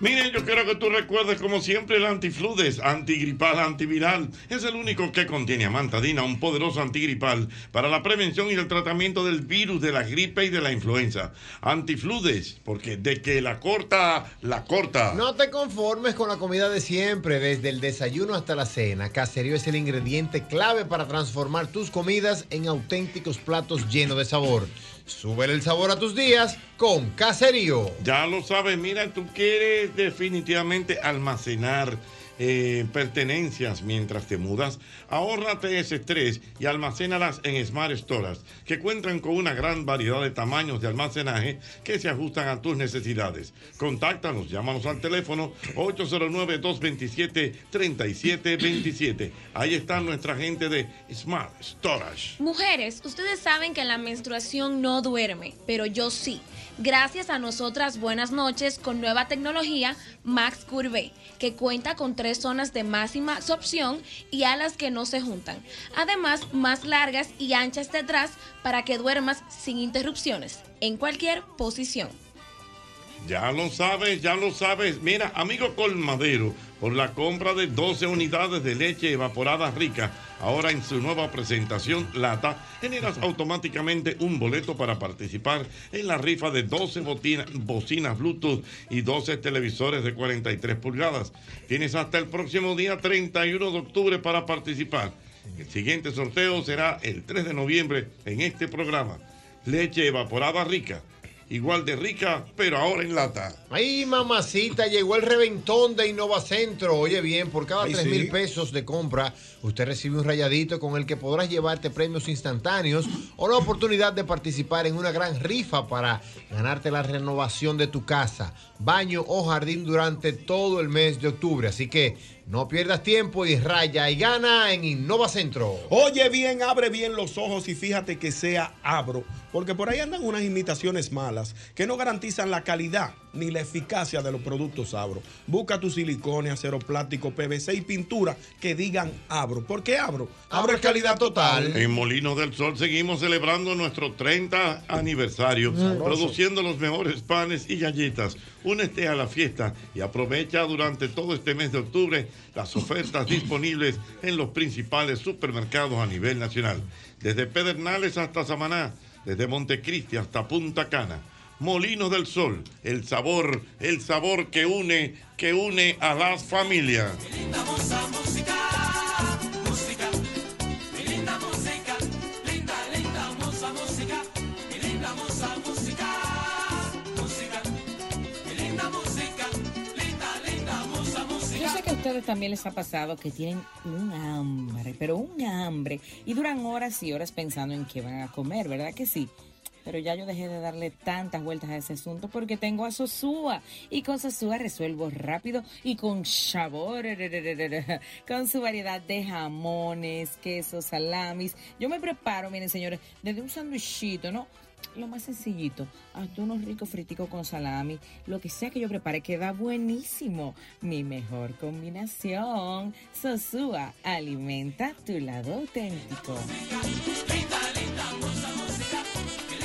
[SPEAKER 2] Miren, yo quiero que tú recuerdes como siempre el antifludes, antigripal, antiviral. Es el único que contiene amantadina, un poderoso antigripal para la prevención y el tratamiento del virus de la gripe y de la influenza. Antifludes, porque de que la corta, la corta.
[SPEAKER 5] No te conformes con la comida de siempre, desde el desayuno hasta la cena. Caserío es el ingrediente clave para transformar tus comidas en auténticos platos llenos de sabor. Súbele el sabor a tus días con Caserío.
[SPEAKER 2] Ya lo sabes, mira, tú quieres definitivamente almacenar eh, pertenencias mientras te mudas. Ahórrate ese estrés y almacénalas en Smart Storage, que cuentan con una gran variedad de tamaños de almacenaje que se ajustan a tus necesidades. Contáctanos, llámanos al teléfono 809-227-3727. Ahí está nuestra gente de Smart Storage.
[SPEAKER 4] Mujeres, ustedes saben que la menstruación no duerme, pero yo sí. Gracias a nosotras, buenas noches con nueva tecnología Max Curve, que cuenta con tres zonas de máxima absorción y alas que no se juntan. Además, más largas y anchas detrás para que duermas sin interrupciones, en cualquier posición.
[SPEAKER 2] Ya lo sabes, ya lo sabes. Mira, amigo Colmadero, por la compra de 12 unidades de leche evaporada rica, ahora en su nueva presentación lata, generas automáticamente un boleto para participar en la rifa de 12 botina- bocinas Bluetooth y 12 televisores de 43 pulgadas. Tienes hasta el próximo día 31 de octubre para participar. El siguiente sorteo será el 3 de noviembre en este programa. Leche evaporada rica igual de rica, pero ahora en lata.
[SPEAKER 5] Ahí, mamacita, llegó el reventón de Innovacentro. Oye bien, por cada
[SPEAKER 2] Ay,
[SPEAKER 5] 3
[SPEAKER 2] sí.
[SPEAKER 5] mil pesos de compra, usted recibe un rayadito con el que podrás llevarte premios instantáneos o la oportunidad de participar en una gran rifa para ganarte la renovación de tu casa, baño o jardín durante todo el mes de octubre. Así que no pierdas tiempo y raya y gana en Innovacentro.
[SPEAKER 19] Oye bien, abre bien los ojos y fíjate que sea abro, porque por ahí andan unas imitaciones malas que no garantizan la calidad ni la eficacia de los productos abro. Busca tu silicone, acero plástico, PVC y pintura que digan abro. ¿Por qué abro? Abro es calidad total.
[SPEAKER 2] En Molino del Sol seguimos celebrando nuestro 30 aniversario,
[SPEAKER 19] Sabroso.
[SPEAKER 2] produciendo los mejores panes y galletas. Únete a la fiesta y aprovecha durante todo este mes de octubre las ofertas disponibles en los principales supermercados a nivel nacional. Desde Pedernales hasta Samaná, desde Montecristi hasta Punta Cana. Molino del Sol, el sabor, el sabor que une, que une a las familias.
[SPEAKER 3] Linda moza, música, música, mi linda música, linda, linda moza, música, mi linda moza, música, música, mi linda música, linda, linda moza,
[SPEAKER 20] Yo
[SPEAKER 3] música.
[SPEAKER 20] sé que a ustedes también les ha pasado que tienen un hambre, pero un hambre, y duran horas y horas pensando en qué van a comer, ¿verdad que sí? Pero ya yo dejé de darle tantas vueltas a ese asunto porque tengo a Sosúa. Y con Sosúa resuelvo rápido y con sabor. Con su variedad de jamones, quesos, salamis. Yo me preparo, miren señores, desde un sanduichito, ¿no? Lo más sencillito, hasta unos ricos friticos con salami, lo que sea que yo prepare queda buenísimo. Mi mejor combinación. Sosúa, alimenta tu lado auténtico.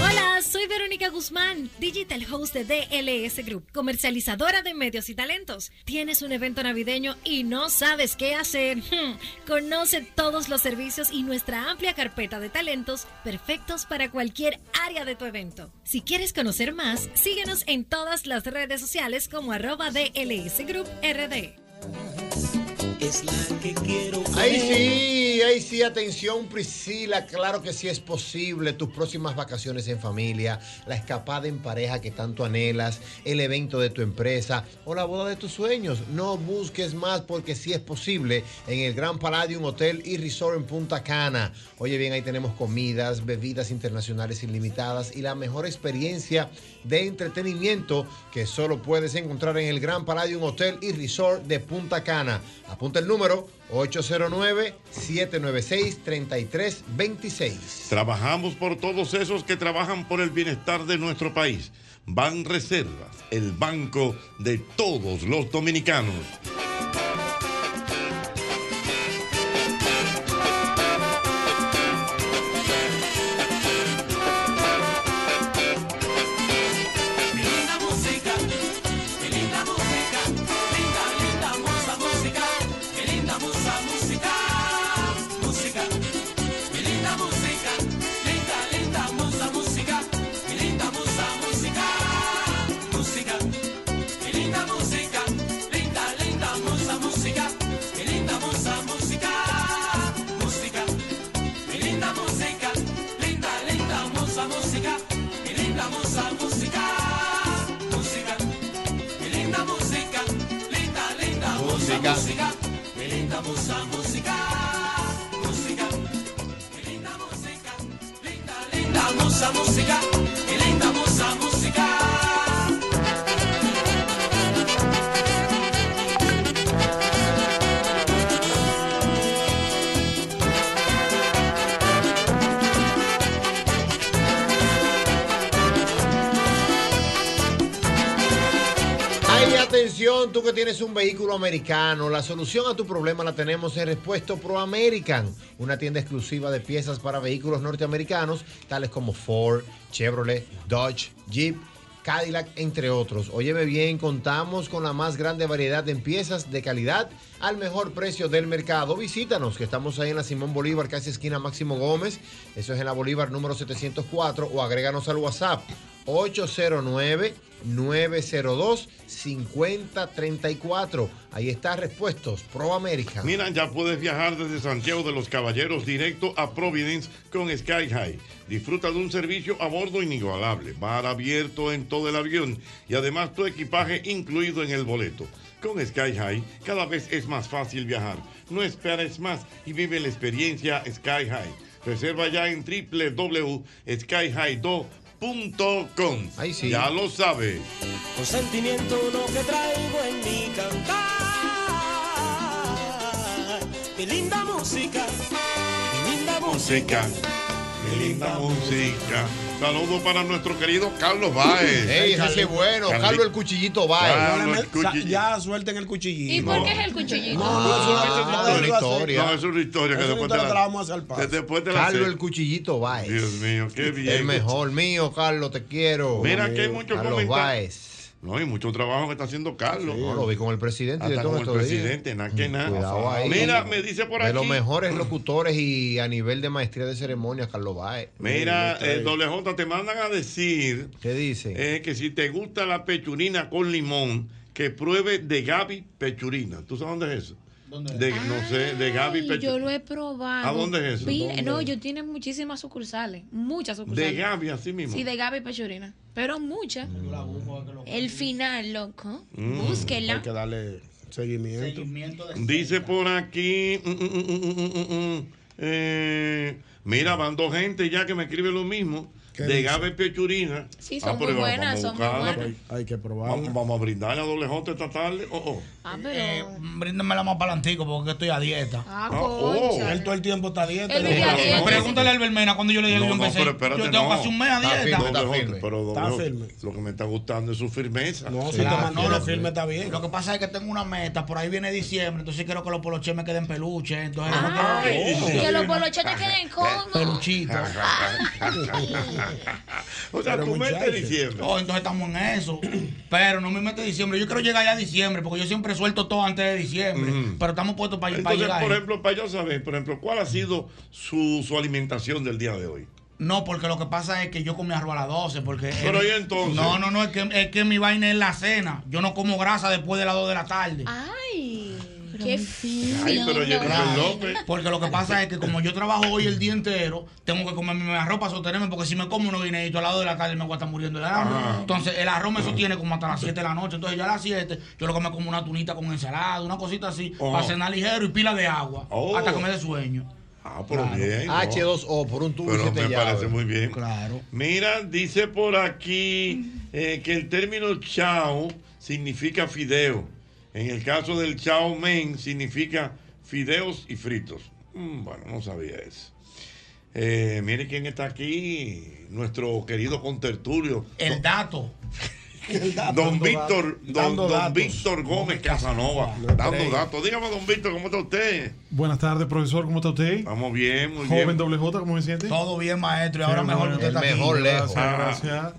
[SPEAKER 21] Hola, soy Verónica Guzmán, digital host de DLS Group, comercializadora de medios y talentos. Tienes un evento navideño y no sabes qué hacer. Hmm, Conoce todos los servicios y nuestra amplia carpeta de talentos perfectos para cualquier área de tu evento. Si quieres conocer más, síguenos en todas las redes sociales como arroba DLS Group RD.
[SPEAKER 3] Es la que quiero
[SPEAKER 5] Ahí sí, ahí sí, atención Priscila, claro que sí es posible, tus próximas vacaciones en familia, la escapada en pareja que tanto anhelas, el evento de tu empresa o la boda de tus sueños. No busques más porque sí es posible en el Gran Palladium Hotel y Resort en Punta Cana. Oye bien, ahí tenemos comidas, bebidas internacionales ilimitadas y la mejor experiencia de entretenimiento que solo puedes encontrar en el Gran Palladium Hotel y Resort de Punta Cana. Apunta el número 809-796-3326.
[SPEAKER 2] Trabajamos por todos esos que trabajan por el bienestar de nuestro país. Ban Reservas, el banco de todos los dominicanos.
[SPEAKER 3] Mi linda música, mi linda música, linda, linda moza, música, mi linda moza, música, música, mi linda música, linda, linda moza, música, mi linda moza, música, música, mi linda música, linda, linda moza, música, mi linda moza, música, música, mi linda música, linda, linda moza, música, mi linda moza, música. Música, mi linda música, linda, linda música, música, mi linda musa, música, música, mi linda música, linda, linda musa, música, mi linda musa, música.
[SPEAKER 5] Ay, atención, tú que tienes un vehículo americano, la solución a tu problema la tenemos en Respuesto Pro American, una tienda exclusiva de piezas para vehículos norteamericanos, tales como Ford, Chevrolet, Dodge, Jeep Cadillac, entre otros. Óyeme bien, contamos con la más grande variedad de piezas de calidad al mejor precio del mercado. Visítanos, que estamos ahí en la Simón Bolívar, casi esquina Máximo Gómez. Eso es en la Bolívar número 704 o agréganos al WhatsApp 809-902-5034. Ahí está Respuestos Pro América.
[SPEAKER 2] Mira, ya puedes viajar desde Santiago de los Caballeros directo a Providence con Sky High. Disfruta de un servicio a bordo inigualable, bar abierto en todo el avión y además tu equipaje incluido en el boleto. Con Sky High cada vez es más fácil viajar. No esperes más y vive la experiencia Sky High. Reserva ya en www.skyhigh2.com. Ya lo sabes.
[SPEAKER 3] Un sentimiento uno que traigo en mi cantar. Mi linda música, mi linda
[SPEAKER 2] Música. Qué linda música. Saludos para nuestro querido Carlos Báez.
[SPEAKER 5] Ey, ese sí es bueno. Carlos el Cuchillito Báez.
[SPEAKER 2] Carlos el Cuchillito.
[SPEAKER 19] Ya suelten el cuchillito.
[SPEAKER 4] ¿Y por qué es el cuchillito?
[SPEAKER 2] Ah, es una historia. No, es una historia que
[SPEAKER 19] Esa
[SPEAKER 2] después te
[SPEAKER 19] historia
[SPEAKER 2] la,
[SPEAKER 19] te la vamos a hacer
[SPEAKER 2] que después te la
[SPEAKER 5] Carlos
[SPEAKER 2] sé.
[SPEAKER 5] el Cuchillito Báez.
[SPEAKER 2] Dios mío, qué bien.
[SPEAKER 5] El mejor mío, Carlos, te quiero.
[SPEAKER 2] Mira que hay muchos
[SPEAKER 5] Carlos
[SPEAKER 2] comentarios.
[SPEAKER 5] Báez.
[SPEAKER 2] No, hay mucho trabajo que está haciendo Carlos.
[SPEAKER 5] No, lo vi con el presidente.
[SPEAKER 2] Hasta
[SPEAKER 5] de todo
[SPEAKER 2] con el
[SPEAKER 5] estos días.
[SPEAKER 2] presidente, nada que nada.
[SPEAKER 5] Cuidado ahí.
[SPEAKER 2] Mira, me dice por
[SPEAKER 5] De los
[SPEAKER 2] aquí.
[SPEAKER 5] mejores locutores y a nivel de maestría de ceremonias, Carlos Báez.
[SPEAKER 2] Mira, eh, doble J, te mandan a decir. eh,
[SPEAKER 5] ¿Qué dice?
[SPEAKER 2] que si te gusta la pechurina con limón, que pruebe de Gaby Pechurina. ¿Tú sabes dónde es eso? De, no sé, de Gaby
[SPEAKER 4] Ay, yo
[SPEAKER 2] Pechurina.
[SPEAKER 4] lo he probado.
[SPEAKER 2] ¿A dónde es eso?
[SPEAKER 4] Vi-
[SPEAKER 2] ¿Dónde?
[SPEAKER 4] No, yo tiene muchísimas sucursales, muchas sucursales.
[SPEAKER 2] De Gaby, así mismo.
[SPEAKER 4] Sí, de Gaby Pechorina, pero muchas. El final, loco.
[SPEAKER 2] Mm.
[SPEAKER 4] Búsquela.
[SPEAKER 19] Hay que darle seguimiento.
[SPEAKER 2] Dice por aquí. mm, mm, mm, mm, mm, mm, mm, eh, mira, van dos gente ya que me escribe lo mismo. De
[SPEAKER 19] dice?
[SPEAKER 2] Gaby Pechurina.
[SPEAKER 4] Sí, son muy
[SPEAKER 2] pero vamos-
[SPEAKER 4] buenas,
[SPEAKER 2] vamos a
[SPEAKER 4] son muy
[SPEAKER 2] buscarla,
[SPEAKER 4] buenas.
[SPEAKER 19] Hay que probar.
[SPEAKER 2] Vamos, vamos a brindar a doble J esta tarde. Oh, oh.
[SPEAKER 4] Ah, pero.
[SPEAKER 6] Bríndamela más para porque estoy a dieta.
[SPEAKER 4] Ah,
[SPEAKER 2] cónchale.
[SPEAKER 6] Él todo el tiempo está a
[SPEAKER 2] Este
[SPEAKER 6] dieta.
[SPEAKER 4] Él vive a dieta.
[SPEAKER 6] Pregúntale al Belmena cuando yo le dije
[SPEAKER 2] No,
[SPEAKER 6] que yo
[SPEAKER 2] no,
[SPEAKER 6] empecé.
[SPEAKER 2] pero espérate,
[SPEAKER 6] yo tengo
[SPEAKER 2] Este no.
[SPEAKER 6] casi un mes a
[SPEAKER 2] Está
[SPEAKER 6] dieta.
[SPEAKER 2] firme, está firme. Pero, doble J, Lo que me está gustando es su firmeza. No,
[SPEAKER 6] Sí, la- no, lo- Lo que pasa es que tengo una meta, por ahí viene diciembre, entonces quiero que los poloches me queden peluches. Entonces,
[SPEAKER 4] Ay, Ah, que los boloches te queden con.
[SPEAKER 6] Peluchitas.
[SPEAKER 2] o sea, tu meta es diciembre.
[SPEAKER 6] Oh, entonces estamos en eso. Pero no me mete diciembre. Yo quiero llegar ya a diciembre, porque yo siempre suelto todo antes de diciembre.
[SPEAKER 2] Ujú.
[SPEAKER 6] Pero estamos puestos para, para
[SPEAKER 2] Entonces,
[SPEAKER 6] llegar.
[SPEAKER 2] por
[SPEAKER 6] ahí.
[SPEAKER 2] ejemplo, para yo saber, por ejemplo, ¿cuál ha sido su, su alimentación del día de hoy?
[SPEAKER 6] No, porque lo que pasa es que yo comí arroz a las 12. Porque
[SPEAKER 2] Pero, ¿y entonces?
[SPEAKER 6] No, no, no, es que, es que mi vaina es la cena. Yo no como grasa después de las 2 de la tarde.
[SPEAKER 4] Ay, qué fino.
[SPEAKER 6] Claro, Porque lo que pasa es que como yo trabajo hoy el día entero, tengo que comer mi arroz para sostenerme, porque si me como unos guineitos al lado de la calle me voy a estar muriendo de hambre. Entonces el arroz me sostiene como hasta las 7 de la noche. Entonces ya a las 7 yo lo que me como una tunita con ensalada, una cosita así,
[SPEAKER 5] Ojo.
[SPEAKER 6] para cenar ligero y pila de agua.
[SPEAKER 2] Oh.
[SPEAKER 6] Hasta que me dé sueño.
[SPEAKER 2] Ah, pero bien. ¿no?
[SPEAKER 5] H2O por un tubo y
[SPEAKER 2] Pero
[SPEAKER 5] siete
[SPEAKER 2] me
[SPEAKER 5] llaves.
[SPEAKER 2] parece muy bien.
[SPEAKER 6] Claro.
[SPEAKER 2] Mira, dice por aquí eh, que el término chao significa fideo. En el caso del chao men significa fideos y fritos. Mm, bueno, no sabía eso. Eh, mire quién está aquí, nuestro querido contertulio.
[SPEAKER 6] El dato.
[SPEAKER 2] Don Víctor, don,
[SPEAKER 6] Dando
[SPEAKER 2] don
[SPEAKER 6] datos.
[SPEAKER 2] Víctor Gómez Casanova, dando datos. Dígame, don Víctor, ¿cómo está usted?
[SPEAKER 22] Buenas tardes, profesor. ¿Cómo está usted?
[SPEAKER 2] Estamos bien, muy
[SPEAKER 22] Joven
[SPEAKER 2] bien.
[SPEAKER 22] doble J, ¿cómo se siente?
[SPEAKER 6] Todo bien, maestro.
[SPEAKER 22] y
[SPEAKER 6] ahora mejor que usted está aquí. Mejor lejos.
[SPEAKER 2] Ah.
[SPEAKER 22] Gracias, gracias.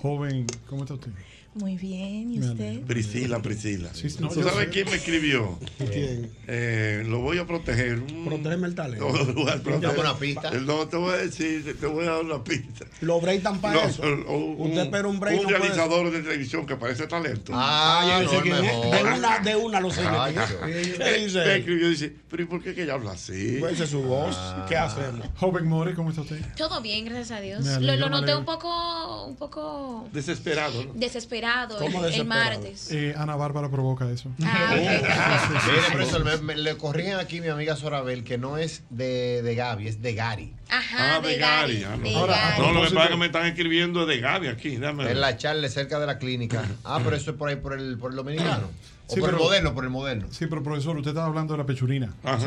[SPEAKER 22] Joven, ¿cómo está usted?
[SPEAKER 15] Muy bien, ¿y
[SPEAKER 22] Me
[SPEAKER 15] usted?
[SPEAKER 2] Priscila, Priscila.
[SPEAKER 22] no,
[SPEAKER 2] ¿Tú
[SPEAKER 22] yo
[SPEAKER 2] sabes
[SPEAKER 22] sé.
[SPEAKER 2] quién me escribió?
[SPEAKER 19] ¿Quién?
[SPEAKER 2] Eh, lo voy a proteger. Protégeme
[SPEAKER 19] el talento.
[SPEAKER 2] Dame
[SPEAKER 19] Dame una pista.
[SPEAKER 2] Eh, No, te voy a decir, te voy a dar una pista.
[SPEAKER 19] Los break tan para eso. Usted espera un break.
[SPEAKER 2] Un
[SPEAKER 19] no puede ser.
[SPEAKER 2] realizador de televisión que parece talento.
[SPEAKER 19] Ah, yo sé quién es. De una, de una lo sé.
[SPEAKER 2] Ay,
[SPEAKER 19] yo.
[SPEAKER 2] Dios.
[SPEAKER 19] ¿Qué
[SPEAKER 2] Eh, Me
[SPEAKER 19] dice?
[SPEAKER 2] escribió y dice, pero ¿y por qué que ella habla así?
[SPEAKER 19] Pues esa es su voz. ¿Qué hacemos?
[SPEAKER 22] Joven More, ¿cómo está usted?
[SPEAKER 4] Todo bien, gracias a Dios.
[SPEAKER 22] Me
[SPEAKER 4] lo,
[SPEAKER 22] alegro,
[SPEAKER 4] lo
[SPEAKER 22] me
[SPEAKER 4] noté
[SPEAKER 22] alegro.
[SPEAKER 4] un poco, un poco
[SPEAKER 2] Desesperado.
[SPEAKER 4] desesperado el,
[SPEAKER 22] ¿Cómo
[SPEAKER 4] el
[SPEAKER 22] desesperado?
[SPEAKER 4] martes. Ah.
[SPEAKER 22] Eh, Ana Bárbara provoca eso.
[SPEAKER 5] Mire, profesor, me- me- le corrigen aquí mi amiga Sorabel que no es de, de Gaby, es de Gary.
[SPEAKER 4] Ajá,
[SPEAKER 5] Ah, de
[SPEAKER 4] de
[SPEAKER 5] Gary,
[SPEAKER 4] Gary.
[SPEAKER 5] ah,
[SPEAKER 4] de
[SPEAKER 5] ahora, ah,
[SPEAKER 4] Gary.
[SPEAKER 2] No, lo que
[SPEAKER 5] Entonces,
[SPEAKER 2] pasa es que me están escribiendo es de Gaby aquí. Dame.
[SPEAKER 5] En la charla cerca de la clínica. Ah, pero eso es por ahí, por el, por el dominicano. O
[SPEAKER 22] Sí,
[SPEAKER 5] por el
[SPEAKER 22] pero-
[SPEAKER 5] moderno, por el moderno.
[SPEAKER 22] Sí, pero profesor, usted estaba hablando de la pechurina.
[SPEAKER 5] Ajá.
[SPEAKER 22] Sí.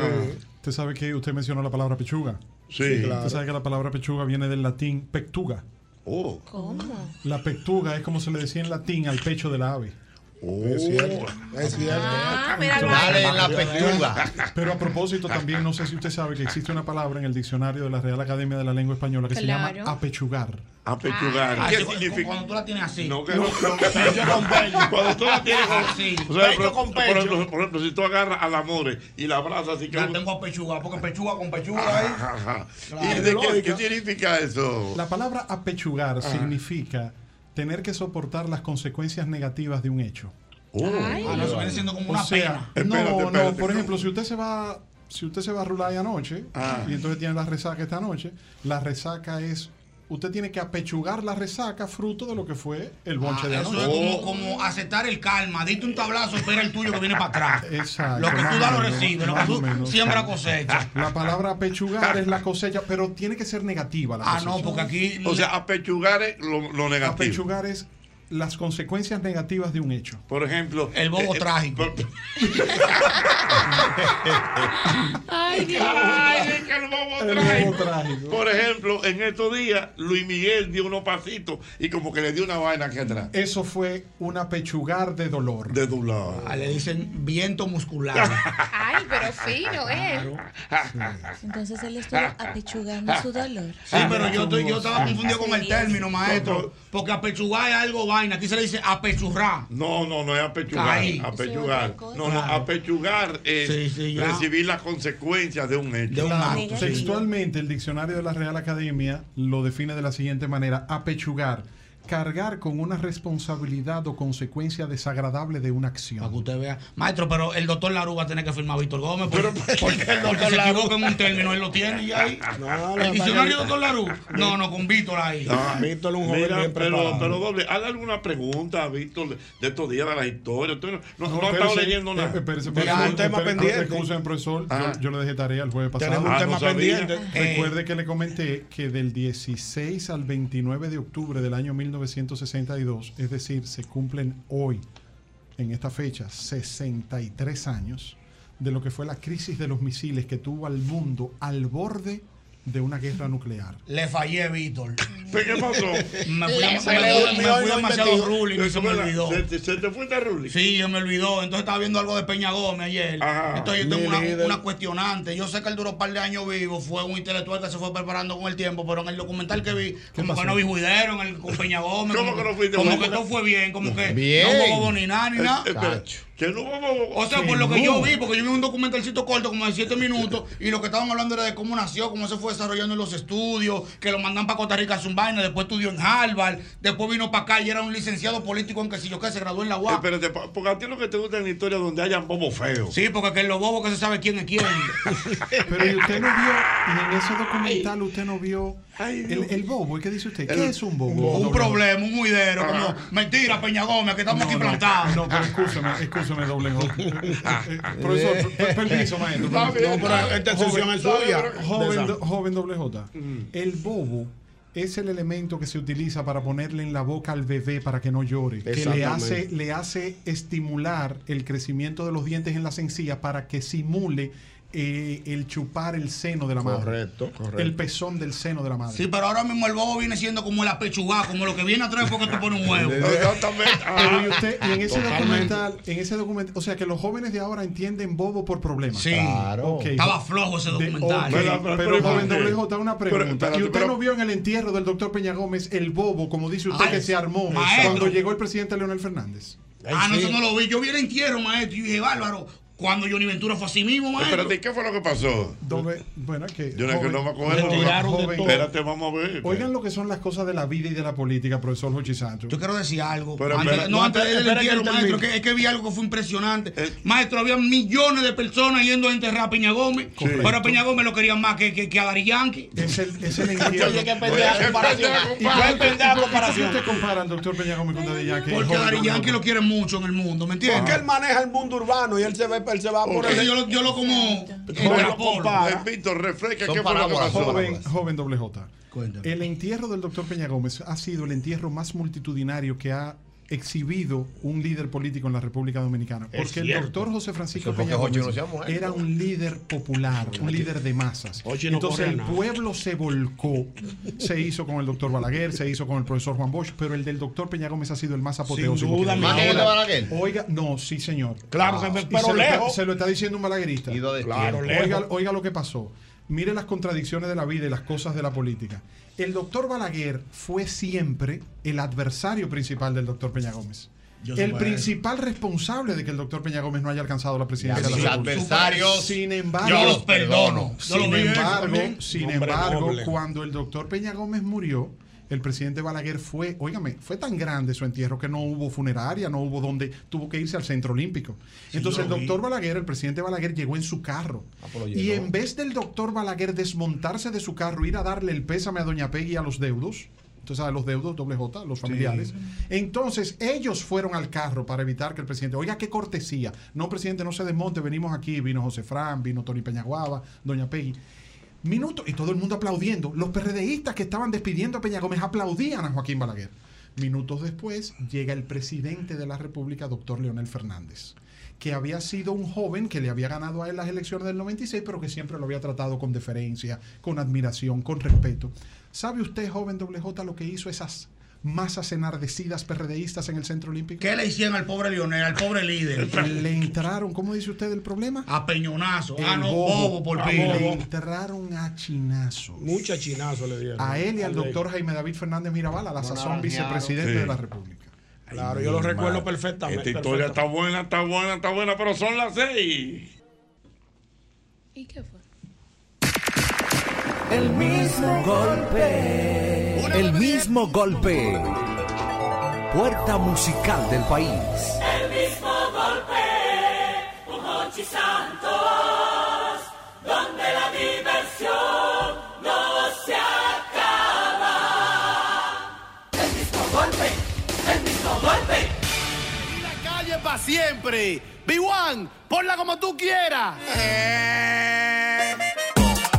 [SPEAKER 22] Usted sabe que usted mencionó la palabra pechuga.
[SPEAKER 2] Sí. Sí, claro.
[SPEAKER 22] Usted sabe que la palabra pechuga viene del latín pectuga.
[SPEAKER 2] Oh.
[SPEAKER 4] ¿Cómo?
[SPEAKER 22] La pectuga es como se le decía en latín al pecho de la ave.
[SPEAKER 19] es cierto.
[SPEAKER 23] Es cierto.
[SPEAKER 3] Ah, mira, Oh, Dale en la pechuga.
[SPEAKER 22] Pero a propósito, también no sé si usted sabe que existe una palabra en el diccionario de la Real Academia de la Lengua Española que se
[SPEAKER 2] Claro.
[SPEAKER 22] llama apechugar.
[SPEAKER 2] Apechugar.
[SPEAKER 22] Ah,
[SPEAKER 2] ¿Qué
[SPEAKER 22] yo-
[SPEAKER 2] significa?
[SPEAKER 6] Cuando tú la tienes así.
[SPEAKER 2] No, que
[SPEAKER 22] No,
[SPEAKER 2] no, no, que-
[SPEAKER 22] pecho con pecho.
[SPEAKER 2] Cuando tú la tienes con-
[SPEAKER 22] Sí,
[SPEAKER 2] Ah, o sea,
[SPEAKER 22] pecho
[SPEAKER 2] por-
[SPEAKER 22] con
[SPEAKER 2] por
[SPEAKER 22] pecho.
[SPEAKER 2] ejemplo- por ejemplo, si tú agarras al amor y la abrazas así que.
[SPEAKER 6] La tengo a pechuga, porque pechuga con pechuga ahí. Ah,
[SPEAKER 2] Ajá, ajá.
[SPEAKER 6] Claro,
[SPEAKER 2] ¿Y de qué,
[SPEAKER 6] lógica.
[SPEAKER 2] qué significa eso?
[SPEAKER 22] La palabra
[SPEAKER 6] Ah.
[SPEAKER 22] apechugar
[SPEAKER 2] Ajá.
[SPEAKER 22] significa tener que soportar las consecuencias negativas de un hecho.
[SPEAKER 6] Ah, no, eso viene siendo como
[SPEAKER 22] O
[SPEAKER 6] una
[SPEAKER 22] sea,
[SPEAKER 6] pena.
[SPEAKER 22] no, no, por ejemplo, si usted se va, si usted se va a rular anoche y entonces tiene la resaca esta noche, la resaca es usted tiene que apechugar la resaca fruto de lo que fue el bonche
[SPEAKER 6] Ah,
[SPEAKER 22] de anoche.
[SPEAKER 6] eso es como, como aceptar el calma. Diste un tablazo, espera el tuyo que viene para atrás.
[SPEAKER 22] Exacto.
[SPEAKER 6] Lo que
[SPEAKER 22] Ah, más
[SPEAKER 6] tú
[SPEAKER 22] o
[SPEAKER 6] das lo
[SPEAKER 22] menos,
[SPEAKER 6] recibes, lo que
[SPEAKER 22] más o
[SPEAKER 6] tú
[SPEAKER 22] menos.
[SPEAKER 6] siembras cosecha.
[SPEAKER 22] La palabra apechugar es la cosecha, pero tiene que ser negativa la
[SPEAKER 2] Ah,
[SPEAKER 22] cosecha.
[SPEAKER 2] no, porque aquí- O sea, apechugar es lo, negativo.
[SPEAKER 22] Apechugar es las consecuencias negativas de un hecho.
[SPEAKER 2] Por ejemplo. eh, El
[SPEAKER 22] bobo
[SPEAKER 2] trágico.
[SPEAKER 3] Ay, Dios.
[SPEAKER 2] Ay, es que el bobo
[SPEAKER 3] El
[SPEAKER 2] trágico.
[SPEAKER 3] bobo trágico.
[SPEAKER 2] Por ejemplo, en estos días, Luis Miguel dio unos pasitos y como que le dio una vaina aquí atrás.
[SPEAKER 22] Eso fue un apechugar de dolor. Ah,
[SPEAKER 2] De dolor.
[SPEAKER 6] Ah, le dicen viento muscular.
[SPEAKER 15] Ay, pero
[SPEAKER 19] Ah,
[SPEAKER 15] fino, ¿eh? Entonces él estuvo apechugando
[SPEAKER 19] ah,
[SPEAKER 15] su dolor. Ah,
[SPEAKER 6] Sí,
[SPEAKER 22] Ah,
[SPEAKER 6] pero yo, estoy- yo estaba confundido con el término, maestro. Porque apechugar es algo vaina. Aquí se le dice apechurrar.
[SPEAKER 2] No, no, no es apechugar.
[SPEAKER 6] Ahí.
[SPEAKER 2] Apechugar.
[SPEAKER 6] Eso es otra
[SPEAKER 2] No, no,
[SPEAKER 6] cosa.
[SPEAKER 2] apechugar es
[SPEAKER 6] ya.
[SPEAKER 2] recibir las consecuencias de un hecho.
[SPEAKER 22] Textualmente, el diccionario de la Real Academia lo define de la siguiente manera: apechugar, cargar con una responsabilidad o consecuencia desagradable de una acción. Para que
[SPEAKER 6] usted vea. Maestro, pero el doctor Larú va a tener que firmar a Víctor Gómez. por- porque el doctor se
[SPEAKER 19] Larú-
[SPEAKER 6] equivoca en un término, él lo tiene y ahí.
[SPEAKER 19] No, la
[SPEAKER 6] el diccionario
[SPEAKER 19] verdad
[SPEAKER 6] doctor Larú. No, no, con Víctor ahí.
[SPEAKER 2] Ah,
[SPEAKER 19] Víctor es un joven
[SPEAKER 2] mira,
[SPEAKER 19] bien
[SPEAKER 2] pero,
[SPEAKER 19] preparado.
[SPEAKER 2] pero doble, haz alguna pregunta, Víctor, de, de estos días de la historia. Usted no no, no ha
[SPEAKER 22] espérese,
[SPEAKER 2] estado leyendo nada.
[SPEAKER 22] eh, espérese, espérese, espérese, espérese, excusen, profesor,
[SPEAKER 2] Ah.
[SPEAKER 22] yo, yo le dejé tarea el jueves pasado.
[SPEAKER 2] Tenemos un Ah, tema no sabía. pendiente.
[SPEAKER 22] Eh. Recuerde que le comenté que del 16 al 29 de octubre del año 1962, es decir, se cumplen hoy, en esta fecha, 63 años de lo que fue la crisis de los misiles que tuvo al mundo al borde de una guerra nuclear.
[SPEAKER 6] Le fallé a Víctor.
[SPEAKER 2] ¿Qué pasó?
[SPEAKER 6] Me fui,
[SPEAKER 2] Le
[SPEAKER 6] me,
[SPEAKER 2] fallé.
[SPEAKER 6] fui- me
[SPEAKER 2] No,
[SPEAKER 6] fui
[SPEAKER 2] no
[SPEAKER 6] demasiado
[SPEAKER 2] inventó.
[SPEAKER 6] ruling y se me olvidó.
[SPEAKER 2] ¿Se, te- se te fue de ruling?
[SPEAKER 6] Sí, yo me olvidó. Entonces estaba viendo algo de Peña Gómez ayer. Entonces yo tengo
[SPEAKER 2] Mi
[SPEAKER 6] una,
[SPEAKER 2] líder.
[SPEAKER 6] una cuestionante. Yo sé que él duró un par de años vivo, fue un intelectual que se fue preparando con el tiempo, pero en el documental que vi, como
[SPEAKER 2] pasó?
[SPEAKER 6] que no vi juidero en el, con Peña Gómez.
[SPEAKER 2] ¿Cómo
[SPEAKER 6] como
[SPEAKER 2] que no fuiste
[SPEAKER 6] Como
[SPEAKER 2] juidero?
[SPEAKER 6] que todo fue bien, como que
[SPEAKER 2] Bien.
[SPEAKER 6] no hubo bobo ni nada, ni
[SPEAKER 2] Eh,
[SPEAKER 6] nada.
[SPEAKER 2] eh, espera, que no hubo bobo.
[SPEAKER 6] O sea,
[SPEAKER 2] Que
[SPEAKER 6] por lo que
[SPEAKER 2] no.
[SPEAKER 6] yo vi, porque yo vi un documentalcito corto, como de 7 minutos, y lo que estaban hablando era de cómo nació, cómo se fue desarrollando en los estudios, que lo mandan para Costa Rica a hacer un vaina, después estudió en Harvard, después vino para acá y era un licenciado político en que si yo que se graduó en la UAP.
[SPEAKER 2] Espérate, pa- porque a ti lo que te gusta es la historia donde hayan bobo feo.
[SPEAKER 6] Sí, porque que es lo bobo que se sabe quién es quién.
[SPEAKER 22] Pero y usted no vio, y en ese documental usted no vio el, el bobo. ¿Y qué dice usted? ¿Qué es un bobo?
[SPEAKER 6] un
[SPEAKER 22] Doctor?
[SPEAKER 6] problema, un juidero, como mentira, Peña Gómez, que estamos aquí plantados.
[SPEAKER 22] Ah. No, pero
[SPEAKER 19] Ah,
[SPEAKER 22] escúchame, escúchame, doble J. Eh, eh, Profesor, per- permiso, maestro. permiso. Ah,
[SPEAKER 6] Está bien. No, pero esta excepción
[SPEAKER 22] Joven-
[SPEAKER 6] es suya.
[SPEAKER 22] Joven,
[SPEAKER 6] De
[SPEAKER 22] do- joven doble J.
[SPEAKER 6] Mm.
[SPEAKER 22] El bobo es el elemento que se utiliza para ponerle en la boca al bebé para que no llore. Que le hace,
[SPEAKER 19] Exactamente.
[SPEAKER 22] le hace estimular el crecimiento de los dientes en las encías para que simule eh, el chupar el seno de la madre.
[SPEAKER 19] Correcto, correcto.
[SPEAKER 22] El pezón del seno de la madre.
[SPEAKER 6] Sí, pero ahora mismo el bobo viene siendo como la pechuga, como lo que viene atrás porque tú pones un huevo.
[SPEAKER 22] Pero y usted, y en ese
[SPEAKER 6] Totalmente.
[SPEAKER 22] documental, en ese documental, o sea que los jóvenes de ahora entienden bobo por problema.
[SPEAKER 6] Sí. Claro.
[SPEAKER 22] Ok.
[SPEAKER 6] Estaba flojo ese
[SPEAKER 22] De-
[SPEAKER 6] documental.
[SPEAKER 22] ok,
[SPEAKER 6] Pero-
[SPEAKER 22] Pero,
[SPEAKER 6] pero-
[SPEAKER 22] joven
[SPEAKER 6] pero-
[SPEAKER 22] WJ, una pregunta.
[SPEAKER 6] pero- espérate,
[SPEAKER 22] y usted
[SPEAKER 6] pero-
[SPEAKER 22] no vio en el entierro del doctor Peña Gómez el bobo, como dice usted,
[SPEAKER 6] Ay,
[SPEAKER 22] que se armó
[SPEAKER 6] maestro.
[SPEAKER 22] cuando llegó el presidente Leonel Fernández.
[SPEAKER 6] ah, no, eso no lo vi. Yo vi el entierro, maestro, y dije, bárbaro, cuando Johnny Ventura fue así mismo, maestro.
[SPEAKER 2] Espérate, ¿y ¿qué fue lo que pasó?
[SPEAKER 22] Doble- bueno, es que.
[SPEAKER 2] Yo no, que
[SPEAKER 22] joven-
[SPEAKER 2] no me acuerdo.
[SPEAKER 22] joven- joven-
[SPEAKER 2] Espérate, vamos a ver.
[SPEAKER 22] Oigan lo que son las cosas de la vida y de la política, profesor Jochi Santos. Yo
[SPEAKER 6] quiero decir algo.
[SPEAKER 22] Pero,
[SPEAKER 6] Antes- no, antes de ir al entierro, maestro,
[SPEAKER 22] que
[SPEAKER 6] que- es que vi algo que fue impresionante.
[SPEAKER 2] Eh.
[SPEAKER 6] Maestro, había millones de personas yendo a enterrar a Peña Gómez,
[SPEAKER 22] Correcto.
[SPEAKER 6] pero a Peña Gómez lo querían más que, que, que a Dari Yankee.
[SPEAKER 22] Es el, es el
[SPEAKER 6] entierro. Oye, qué pendeja comparación.
[SPEAKER 22] ¿Y
[SPEAKER 6] Igual
[SPEAKER 22] cuál-
[SPEAKER 6] pendeja
[SPEAKER 22] por qué
[SPEAKER 6] comparación.
[SPEAKER 22] usted compara al doctor Peña Gómez con Daddy Yankee?
[SPEAKER 6] Porque a Dari Yankee lo quieren mucho en el
[SPEAKER 22] Ah.
[SPEAKER 6] mundo, ¿me entiendes?
[SPEAKER 19] Porque él maneja el mundo urbano y él se, ve, él se va por
[SPEAKER 6] Porque
[SPEAKER 19] el.
[SPEAKER 6] yo lo- yo lo como-
[SPEAKER 19] Joven,
[SPEAKER 6] lo compara.
[SPEAKER 2] Víctor, refresca,
[SPEAKER 19] Son
[SPEAKER 2] ¿qué fue lo que
[SPEAKER 19] parábolas,
[SPEAKER 2] pasó?
[SPEAKER 22] Joven, joven doble J. El entierro del doctor Peña Gómez ha sido el entierro más multitudinario que ha exhibido un líder político en la República Dominicana.
[SPEAKER 5] Es
[SPEAKER 22] Porque el
[SPEAKER 5] cierto.
[SPEAKER 22] doctor José Francisco
[SPEAKER 5] Eso porque
[SPEAKER 22] Peña
[SPEAKER 5] Jochi
[SPEAKER 22] Gómez
[SPEAKER 5] no sea mujer.
[SPEAKER 22] era un líder popular, un líder de masas.
[SPEAKER 5] Jochi no
[SPEAKER 22] Entonces
[SPEAKER 5] corre a
[SPEAKER 22] el
[SPEAKER 5] nada.
[SPEAKER 22] pueblo se volcó, se hizo con el doctor Balaguer, se hizo con el profesor Juan Bosch, pero el del doctor Peña Gómez ha sido el más apoteósico.
[SPEAKER 19] Sin duda,
[SPEAKER 22] que-
[SPEAKER 19] ¿Más que el de
[SPEAKER 22] Ahora,
[SPEAKER 19] Balaguer?
[SPEAKER 22] Oiga, no, sí señor.
[SPEAKER 19] Claro,
[SPEAKER 22] Ah.
[SPEAKER 19] que-
[SPEAKER 22] Y
[SPEAKER 19] pero
[SPEAKER 22] se lo está-
[SPEAKER 19] lejos.
[SPEAKER 22] se lo está diciendo un balaguerista.
[SPEAKER 19] Claro, lejos.
[SPEAKER 22] oiga, oiga lo que pasó. Mire las contradicciones de la vida y las cosas de la política. El doctor Balaguer fue siempre el adversario principal del doctor Peña Gómez.
[SPEAKER 5] Yo
[SPEAKER 22] el
[SPEAKER 5] supe
[SPEAKER 22] principal responsable de que el doctor Peña Gómez no haya alcanzado la presidencia
[SPEAKER 5] Ya,
[SPEAKER 22] de la
[SPEAKER 5] mis
[SPEAKER 22] República.
[SPEAKER 5] adversarios,
[SPEAKER 22] Sin embargo,
[SPEAKER 5] yo los perdono. Yo lo
[SPEAKER 22] Sin
[SPEAKER 5] vi eso
[SPEAKER 22] embargo,
[SPEAKER 5] también.
[SPEAKER 22] sin
[SPEAKER 5] Hombre
[SPEAKER 22] embargo
[SPEAKER 5] noble.
[SPEAKER 22] cuando el doctor Peña Gómez murió, el presidente Balaguer fue, óigame, fue tan grande su entierro que no hubo funeraria, no hubo donde, tuvo que irse al centro olímpico.
[SPEAKER 5] Sí,
[SPEAKER 22] Entonces el
[SPEAKER 5] yo lo vi.
[SPEAKER 22] doctor Balaguer, el presidente Balaguer llegó en su carro. Y en vez del doctor Balaguer desmontarse de su carro, ir a darle el pésame a Doña Peggy y a los deudos, entonces a los deudos, doble J, los familiares, entonces ellos fueron al carro para evitar que el presidente, oiga, qué cortesía, no presidente, no se desmonte, venimos aquí, vino José Fran, vino Tony Peñaguaba, Doña Peggy. Minuto, y todo el mundo aplaudiendo. Los PRDistas que estaban despidiendo a Peña Gómez aplaudían a Joaquín Balaguer. Minutos después llega el presidente de la República, doctor Leonel Fernández que había sido un joven que le había ganado a él las elecciones del 96, pero que siempre lo había tratado con deferencia, con admiración, con respeto. ¿Sabe usted, joven WJ, lo que hizo esas masas enardecidas perredeístas en el Centro Olímpico?
[SPEAKER 6] ¿Qué le hicieron al pobre Lionel, al pobre líder?
[SPEAKER 22] Le entraron, ¿cómo dice usted el problema?
[SPEAKER 6] A peñonazo. ah,
[SPEAKER 22] El
[SPEAKER 6] no, bobo, por
[SPEAKER 22] a
[SPEAKER 6] pila.
[SPEAKER 22] Le entraron a chinazos.
[SPEAKER 19] Mucha chinazo le dieron.
[SPEAKER 22] A él y al
[SPEAKER 19] Ley.
[SPEAKER 22] doctor Jaime David Fernández Mirabal, a la sazón vicepresidente
[SPEAKER 2] Sí.
[SPEAKER 22] de la República.
[SPEAKER 19] Claro, yo lo recuerdo perfectamente.
[SPEAKER 2] Esta historia
[SPEAKER 19] perfectamente.
[SPEAKER 2] está buena, está buena, está buena, pero son las seis.
[SPEAKER 4] ¿Y qué fue?
[SPEAKER 3] El mismo golpe.
[SPEAKER 17] El mismo golpe. Puerta musical del país.
[SPEAKER 3] El mismo golpe. Un Hochi Santos. Donde la diversión no se acaba. El mismo golpe. El mismo golpe.
[SPEAKER 13] la calle para siempre. B1, ponla como tú quieras.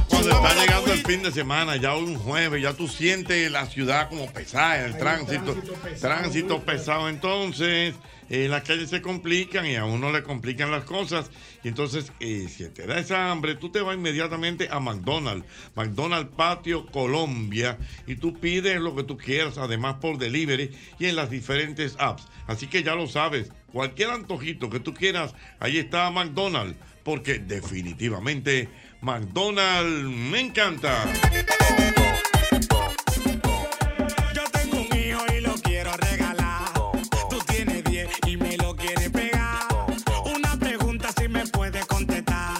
[SPEAKER 2] Cuando está llegando el fin de semana, ya un jueves, ya tú sientes la ciudad como pesada, el tránsito, tránsito pesado. Entonces, eh, las calles se complican y a uno le complican las cosas. Y entonces, eh, si te da esa hambre, tú te vas inmediatamente a McDonald's, McDonald's Patio Colombia, y tú pides lo que tú quieras, además por delivery y en las diferentes apps. Así que ya lo sabes, cualquier antojito que tú quieras, ahí está McDonald's, porque definitivamente McDonald's me encanta.
[SPEAKER 3] Tengo un hijo y lo quiero regalar. Tú tienes 10 y me lo quieres pegar. Una pregunta si me puedes contestar.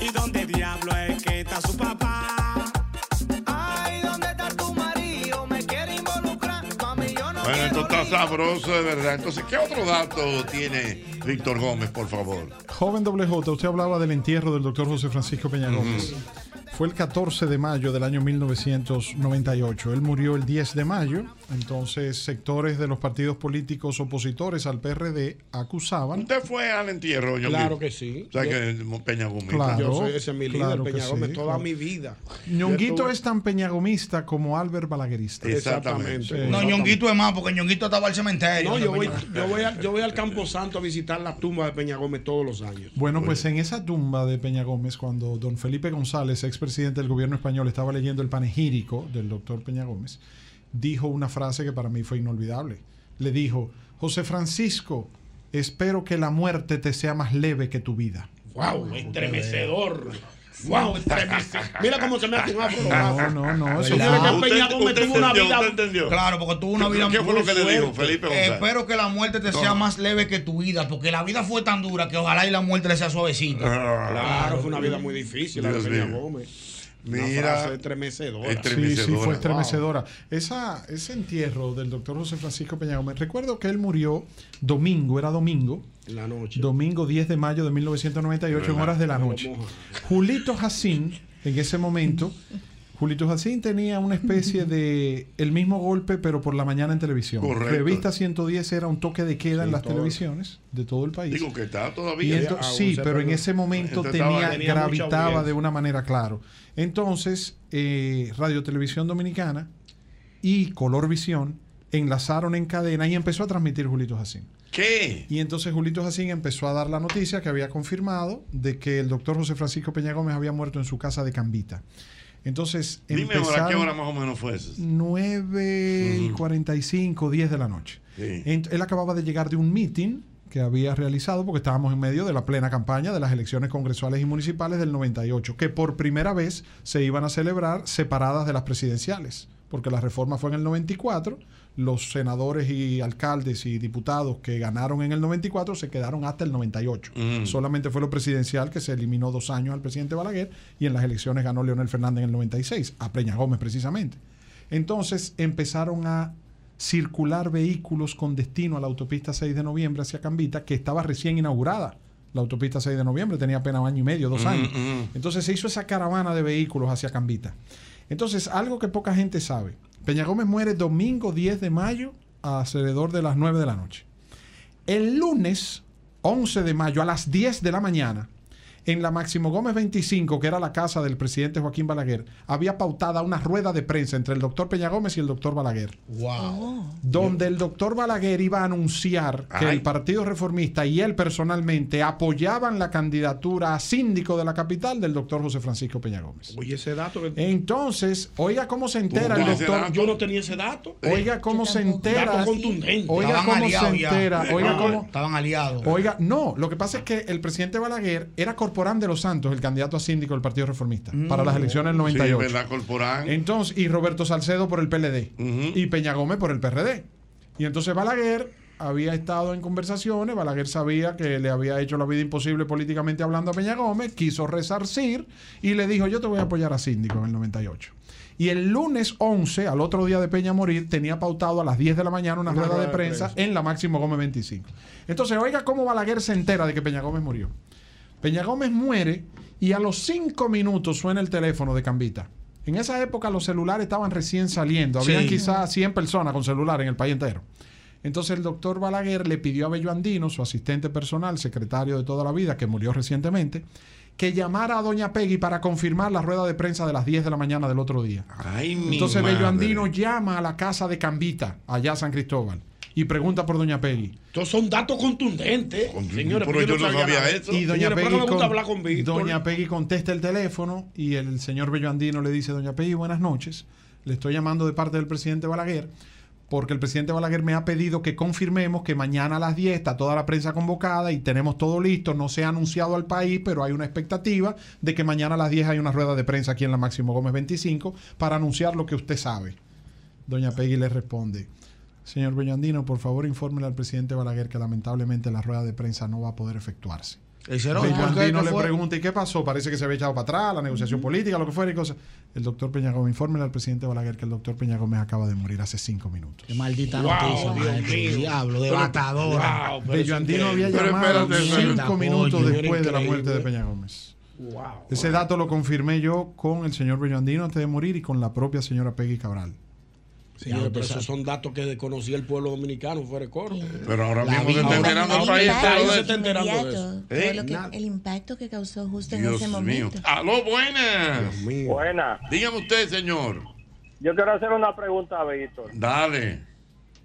[SPEAKER 3] ¿Y dónde diablo es que está su papá? Ay, ¿dónde está tu marido? Me quiere involucrar. Mami, yo no
[SPEAKER 2] Bueno, esto está sabroso de verdad. Entonces, ¿qué otro dato tiene Víctor Gómez, por favor?
[SPEAKER 22] Joven WJ, usted hablaba del entierro del doctor José Francisco Peña Gómez. Fue el 14 de mayo del año 1998. Él murió el 10 de mayo. Entonces, sectores de los partidos políticos opositores al PRD acusaban.
[SPEAKER 2] Usted fue al entierro, yo
[SPEAKER 22] Claro
[SPEAKER 19] que sí.
[SPEAKER 2] O sea, que Peña Gómez.
[SPEAKER 22] Claro,
[SPEAKER 19] Yo soy ese es mi líder,
[SPEAKER 22] claro que
[SPEAKER 19] Peña
[SPEAKER 22] sí,
[SPEAKER 19] Gómez, toda
[SPEAKER 22] claro.
[SPEAKER 19] mi vida.
[SPEAKER 22] Ñonguito
[SPEAKER 19] Yo estuve-
[SPEAKER 22] es tan peñagomista como Albert Balaguerista.
[SPEAKER 19] Exactamente.
[SPEAKER 22] Sí.
[SPEAKER 6] No, Ñonguito es más, porque Ñonguito estaba al cementerio.
[SPEAKER 19] No, yo voy, yo, voy al, yo voy al Campo Santo a visitar la tumba de Peña Gómez todos los años.
[SPEAKER 22] Bueno, pues en esa tumba de Peña Gómez, cuando don Felipe González, expresidente del gobierno español, estaba leyendo el panegírico del doctor Peña Gómez, dijo una frase que para mí fue inolvidable. Le dijo, José Francisco, espero que la muerte te sea más leve que tu vida.
[SPEAKER 19] ¡Wow! Estremecedor. ¡Wow! Estremecedor. Mira cómo se me hace un afro.
[SPEAKER 22] No, no, no, eso
[SPEAKER 19] Señores,
[SPEAKER 22] fue-
[SPEAKER 19] que Peña Gómez tuvo una vida.
[SPEAKER 6] Claro, porque tuvo una vida
[SPEAKER 19] ¿Qué fue lo que
[SPEAKER 6] muy
[SPEAKER 19] le dijo
[SPEAKER 6] fuerte.
[SPEAKER 19] Felipe González?
[SPEAKER 6] Espero que la muerte te
[SPEAKER 19] No.
[SPEAKER 6] sea más leve que tu vida, porque la vida fue tan dura que ojalá y la muerte le sea suavecita.
[SPEAKER 19] Ah, Claro, fue una vida muy difícil la de
[SPEAKER 6] Dios
[SPEAKER 19] Peña
[SPEAKER 6] mío.
[SPEAKER 19] Gómez. Una
[SPEAKER 6] Mira.
[SPEAKER 19] frase estremecedora.
[SPEAKER 22] Sí, sí, fue
[SPEAKER 19] Wow.
[SPEAKER 22] estremecedora. Esa, ese entierro del doctor José Francisco Peña Gómez, recuerdo que él murió domingo, era domingo,
[SPEAKER 19] En la noche.
[SPEAKER 22] domingo 10 de mayo de 1998 en
[SPEAKER 19] ¿Verdad?
[SPEAKER 22] horas de la
[SPEAKER 19] Pero
[SPEAKER 22] noche.
[SPEAKER 19] moja.
[SPEAKER 22] Julito Jacín, en ese momento, Julito Jacín tenía una especie de el mismo golpe, pero por la mañana en televisión.
[SPEAKER 2] Correcto.
[SPEAKER 22] Revista 110 era un toque de queda en las
[SPEAKER 2] todo.
[SPEAKER 22] televisiones de todo el país.
[SPEAKER 2] Digo que está
[SPEAKER 22] Y
[SPEAKER 2] todavía.
[SPEAKER 22] ento- sí, pero en ese momento
[SPEAKER 2] Entonces
[SPEAKER 22] tenía,
[SPEAKER 2] estaba- mucha
[SPEAKER 22] gravitaba
[SPEAKER 2] audiencia.
[SPEAKER 22] de una manera claro. Entonces, eh, Radio Televisión Dominicana y Color Visión enlazaron en cadena y empezó a transmitir Julito Jacín.
[SPEAKER 2] ¿Qué?
[SPEAKER 22] Y entonces Julito Jacín empezó a dar la noticia que había confirmado de que el doctor José Francisco Peña Gómez había muerto en su casa de Cambita. Entonces,
[SPEAKER 2] Dime ahora qué hora más o menos fue eso.
[SPEAKER 22] 9 y
[SPEAKER 2] Ujú.
[SPEAKER 22] 45, 10 de la noche.
[SPEAKER 2] Sí.
[SPEAKER 22] Ent- Él acababa de llegar de un meeting que había realizado porque estábamos en medio de la plena campaña de las elecciones congresuales y municipales del 98, que por primera vez se iban a celebrar separadas de las presidenciales, porque la reforma fue en el 94, los senadores y alcaldes y diputados que ganaron en el 94 se quedaron hasta el 98. Solamente fue lo presidencial que se eliminó dos años al presidente Balaguer y en las elecciones ganó Leonel Fernández en el 96, a Peña Gómez precisamente. Entonces empezaron a circular vehículos con destino a la autopista 6 de noviembre hacia Cambita, que estaba recién inaugurada. La autopista 6 de noviembre tenía apenas un año y medio, dos
[SPEAKER 2] Mm,
[SPEAKER 22] años.
[SPEAKER 2] mm.
[SPEAKER 22] Entonces se hizo esa caravana de vehículos hacia Cambita. Entonces, algo que poca gente sabe. Peña Gómez muere domingo 10 de mayo a alrededor de las 9 de la noche. El lunes 11 de mayo a las 10 de la mañana, en la Máximo Gómez 25, que era la casa del presidente Joaquín Balaguer, había pautada una rueda de prensa entre el doctor Peña Gómez y el doctor Balaguer Oh.
[SPEAKER 3] Wow.
[SPEAKER 22] donde el doctor Balaguer iba a anunciar que
[SPEAKER 3] Ay.
[SPEAKER 22] el Partido Reformista y él personalmente apoyaban la candidatura a síndico de la capital del doctor José Francisco Peña Gómez.
[SPEAKER 19] Oye, ese dato. que-
[SPEAKER 22] Entonces, oiga cómo se entera el
[SPEAKER 19] Oye, ese
[SPEAKER 22] doctor.
[SPEAKER 19] dato, Yo no tenía ese dato.
[SPEAKER 22] Oiga cómo se entera.
[SPEAKER 19] Dato contundente.
[SPEAKER 22] Oiga
[SPEAKER 19] Estaban
[SPEAKER 22] cómo se
[SPEAKER 19] aliados ya.
[SPEAKER 22] entera. Oiga
[SPEAKER 19] Ah,
[SPEAKER 22] cómo.
[SPEAKER 6] Estaban aliados.
[SPEAKER 22] Oiga, no, lo que pasa es que el presidente Balaguer era Corporán de los Santos, el candidato a síndico del Partido Reformista, Mm. para
[SPEAKER 19] Mm.
[SPEAKER 22] las elecciones del
[SPEAKER 2] Sí,
[SPEAKER 22] 98.
[SPEAKER 2] es verdad, Corporán.
[SPEAKER 22] Entonces, y Roberto Salcedo por el PLD y Peña Gómez por el PRD. Y entonces Balaguer había estado en conversaciones, Balaguer sabía que le había hecho la vida imposible políticamente hablando a Peña Gómez, quiso resarcir y le dijo, yo te voy a apoyar a síndico en el 98. Y el lunes 11, al otro día de Peña morir, tenía pautado a las 10 de la mañana una, rueda, de, prensa en la Máximo Gómez 25. Entonces, oiga cómo Balaguer se entera de que Peña Gómez murió. Peña Gómez muere y a los cinco minutos suena el teléfono de Cambita. En esa época los celulares estaban recién saliendo. Habían
[SPEAKER 24] Sí.
[SPEAKER 22] quizás 100 personas con celular en el país entero. Entonces el doctor Balaguer le pidió a Bello Andino, su asistente personal, secretario de toda la vida, que murió recientemente, que llamara a Doña Peggy para confirmar la rueda de prensa de las 10 de la mañana del otro día. Entonces Bello Andino llama a la casa de Cambita, allá a San Cristóbal, y pregunta por Doña Peggy.
[SPEAKER 19] Estos son datos contundentes. Señores, ¿por qué sabía nada de esto?
[SPEAKER 22] Y doña
[SPEAKER 19] Señores, ¿por qué no
[SPEAKER 22] Peggy,
[SPEAKER 19] me gusta
[SPEAKER 22] con-
[SPEAKER 19] hablar con Víctor?
[SPEAKER 22] doña Peggy contesta el teléfono y el señor Bello Andino le dice, doña Peggy, buenas noches. Le estoy llamando de parte del presidente Balaguer porque el presidente Balaguer me ha pedido que confirmemos que mañana a las 10 está toda la prensa convocada y tenemos todo listo. No se ha anunciado al país, pero hay una expectativa de que mañana a las 10 hay una rueda de prensa aquí en la Máximo Gómez 25 para anunciar lo que usted sabe. Doña Peggy le responde. Señor Bellandino, por favor infórmele al presidente Balaguer que lamentablemente la rueda de prensa no va a poder efectuarse.
[SPEAKER 6] Le hicieron,
[SPEAKER 22] Bello
[SPEAKER 6] ¿por qué?
[SPEAKER 22] Andino
[SPEAKER 6] ¿No
[SPEAKER 22] le
[SPEAKER 6] fue?
[SPEAKER 22] pregunta, ¿y qué pasó? Parece que se había echado para atrás, la negociación política, lo que fuera y cosas. El doctor Peña Gómez, infórmele al presidente Balaguer que el doctor Peña Gómez acaba de morir hace cinco minutos.
[SPEAKER 6] Qué maldita
[SPEAKER 22] Wow,
[SPEAKER 6] noticia,
[SPEAKER 22] Dios
[SPEAKER 6] madre, qué
[SPEAKER 22] mío.
[SPEAKER 6] diablo,
[SPEAKER 22] Pero-
[SPEAKER 6] devastadora.
[SPEAKER 22] Wow, pero Bello Andino
[SPEAKER 6] Sin-
[SPEAKER 22] había
[SPEAKER 6] Pero
[SPEAKER 22] llamado
[SPEAKER 6] espérate, espérate.
[SPEAKER 22] cinco minutos
[SPEAKER 6] Coño,
[SPEAKER 22] después de la
[SPEAKER 6] increíble.
[SPEAKER 22] muerte de Peña Gómez. Ese dato lo confirmé yo con el señor Bello Andino antes de morir y con la propia señora Peggy Cabral.
[SPEAKER 19] Señores, pero esos son datos que desconocía el pueblo dominicano fuera de coro.
[SPEAKER 2] Pero ahora
[SPEAKER 19] La
[SPEAKER 2] mismo se
[SPEAKER 19] vida.
[SPEAKER 2] está enterando el
[SPEAKER 19] Ahora
[SPEAKER 2] país
[SPEAKER 19] mismo se
[SPEAKER 2] entero de
[SPEAKER 19] está
[SPEAKER 2] eso.
[SPEAKER 19] enterando de
[SPEAKER 15] Inmediato,
[SPEAKER 19] eso.
[SPEAKER 15] todo
[SPEAKER 19] ¿Eh?
[SPEAKER 15] lo que-
[SPEAKER 19] Nada.
[SPEAKER 15] el impacto que causó justo en
[SPEAKER 2] Dios
[SPEAKER 15] ese
[SPEAKER 2] mío.
[SPEAKER 15] momento.
[SPEAKER 2] Aló, buenas.
[SPEAKER 8] Buenas.
[SPEAKER 2] Dígame usted, señor.
[SPEAKER 8] Yo quiero hacer una pregunta a Víctor.
[SPEAKER 2] Dale.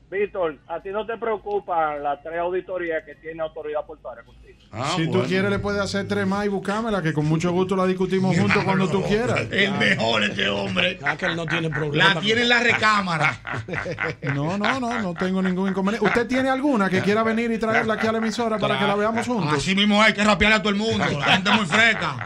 [SPEAKER 8] Víctor, a ti no te preocupan las tres auditorías que tiene autoridad portuaria contigo.
[SPEAKER 2] Ah,
[SPEAKER 22] si tú quieres, le puedes hacer tres más y buscámela, que con mucho gusto la discutimos juntos cuando tú quieras.
[SPEAKER 6] El mejor este hombre.
[SPEAKER 19] no tiene
[SPEAKER 6] La tiene en la recámara.
[SPEAKER 22] No, no, no, no tengo ningún inconveniente. ¿Usted tiene alguna que quiera venir y traerla aquí a la emisora para que la veamos juntos?
[SPEAKER 6] Así mismo hay que rapearle a todo el mundo. La gente es muy fresca.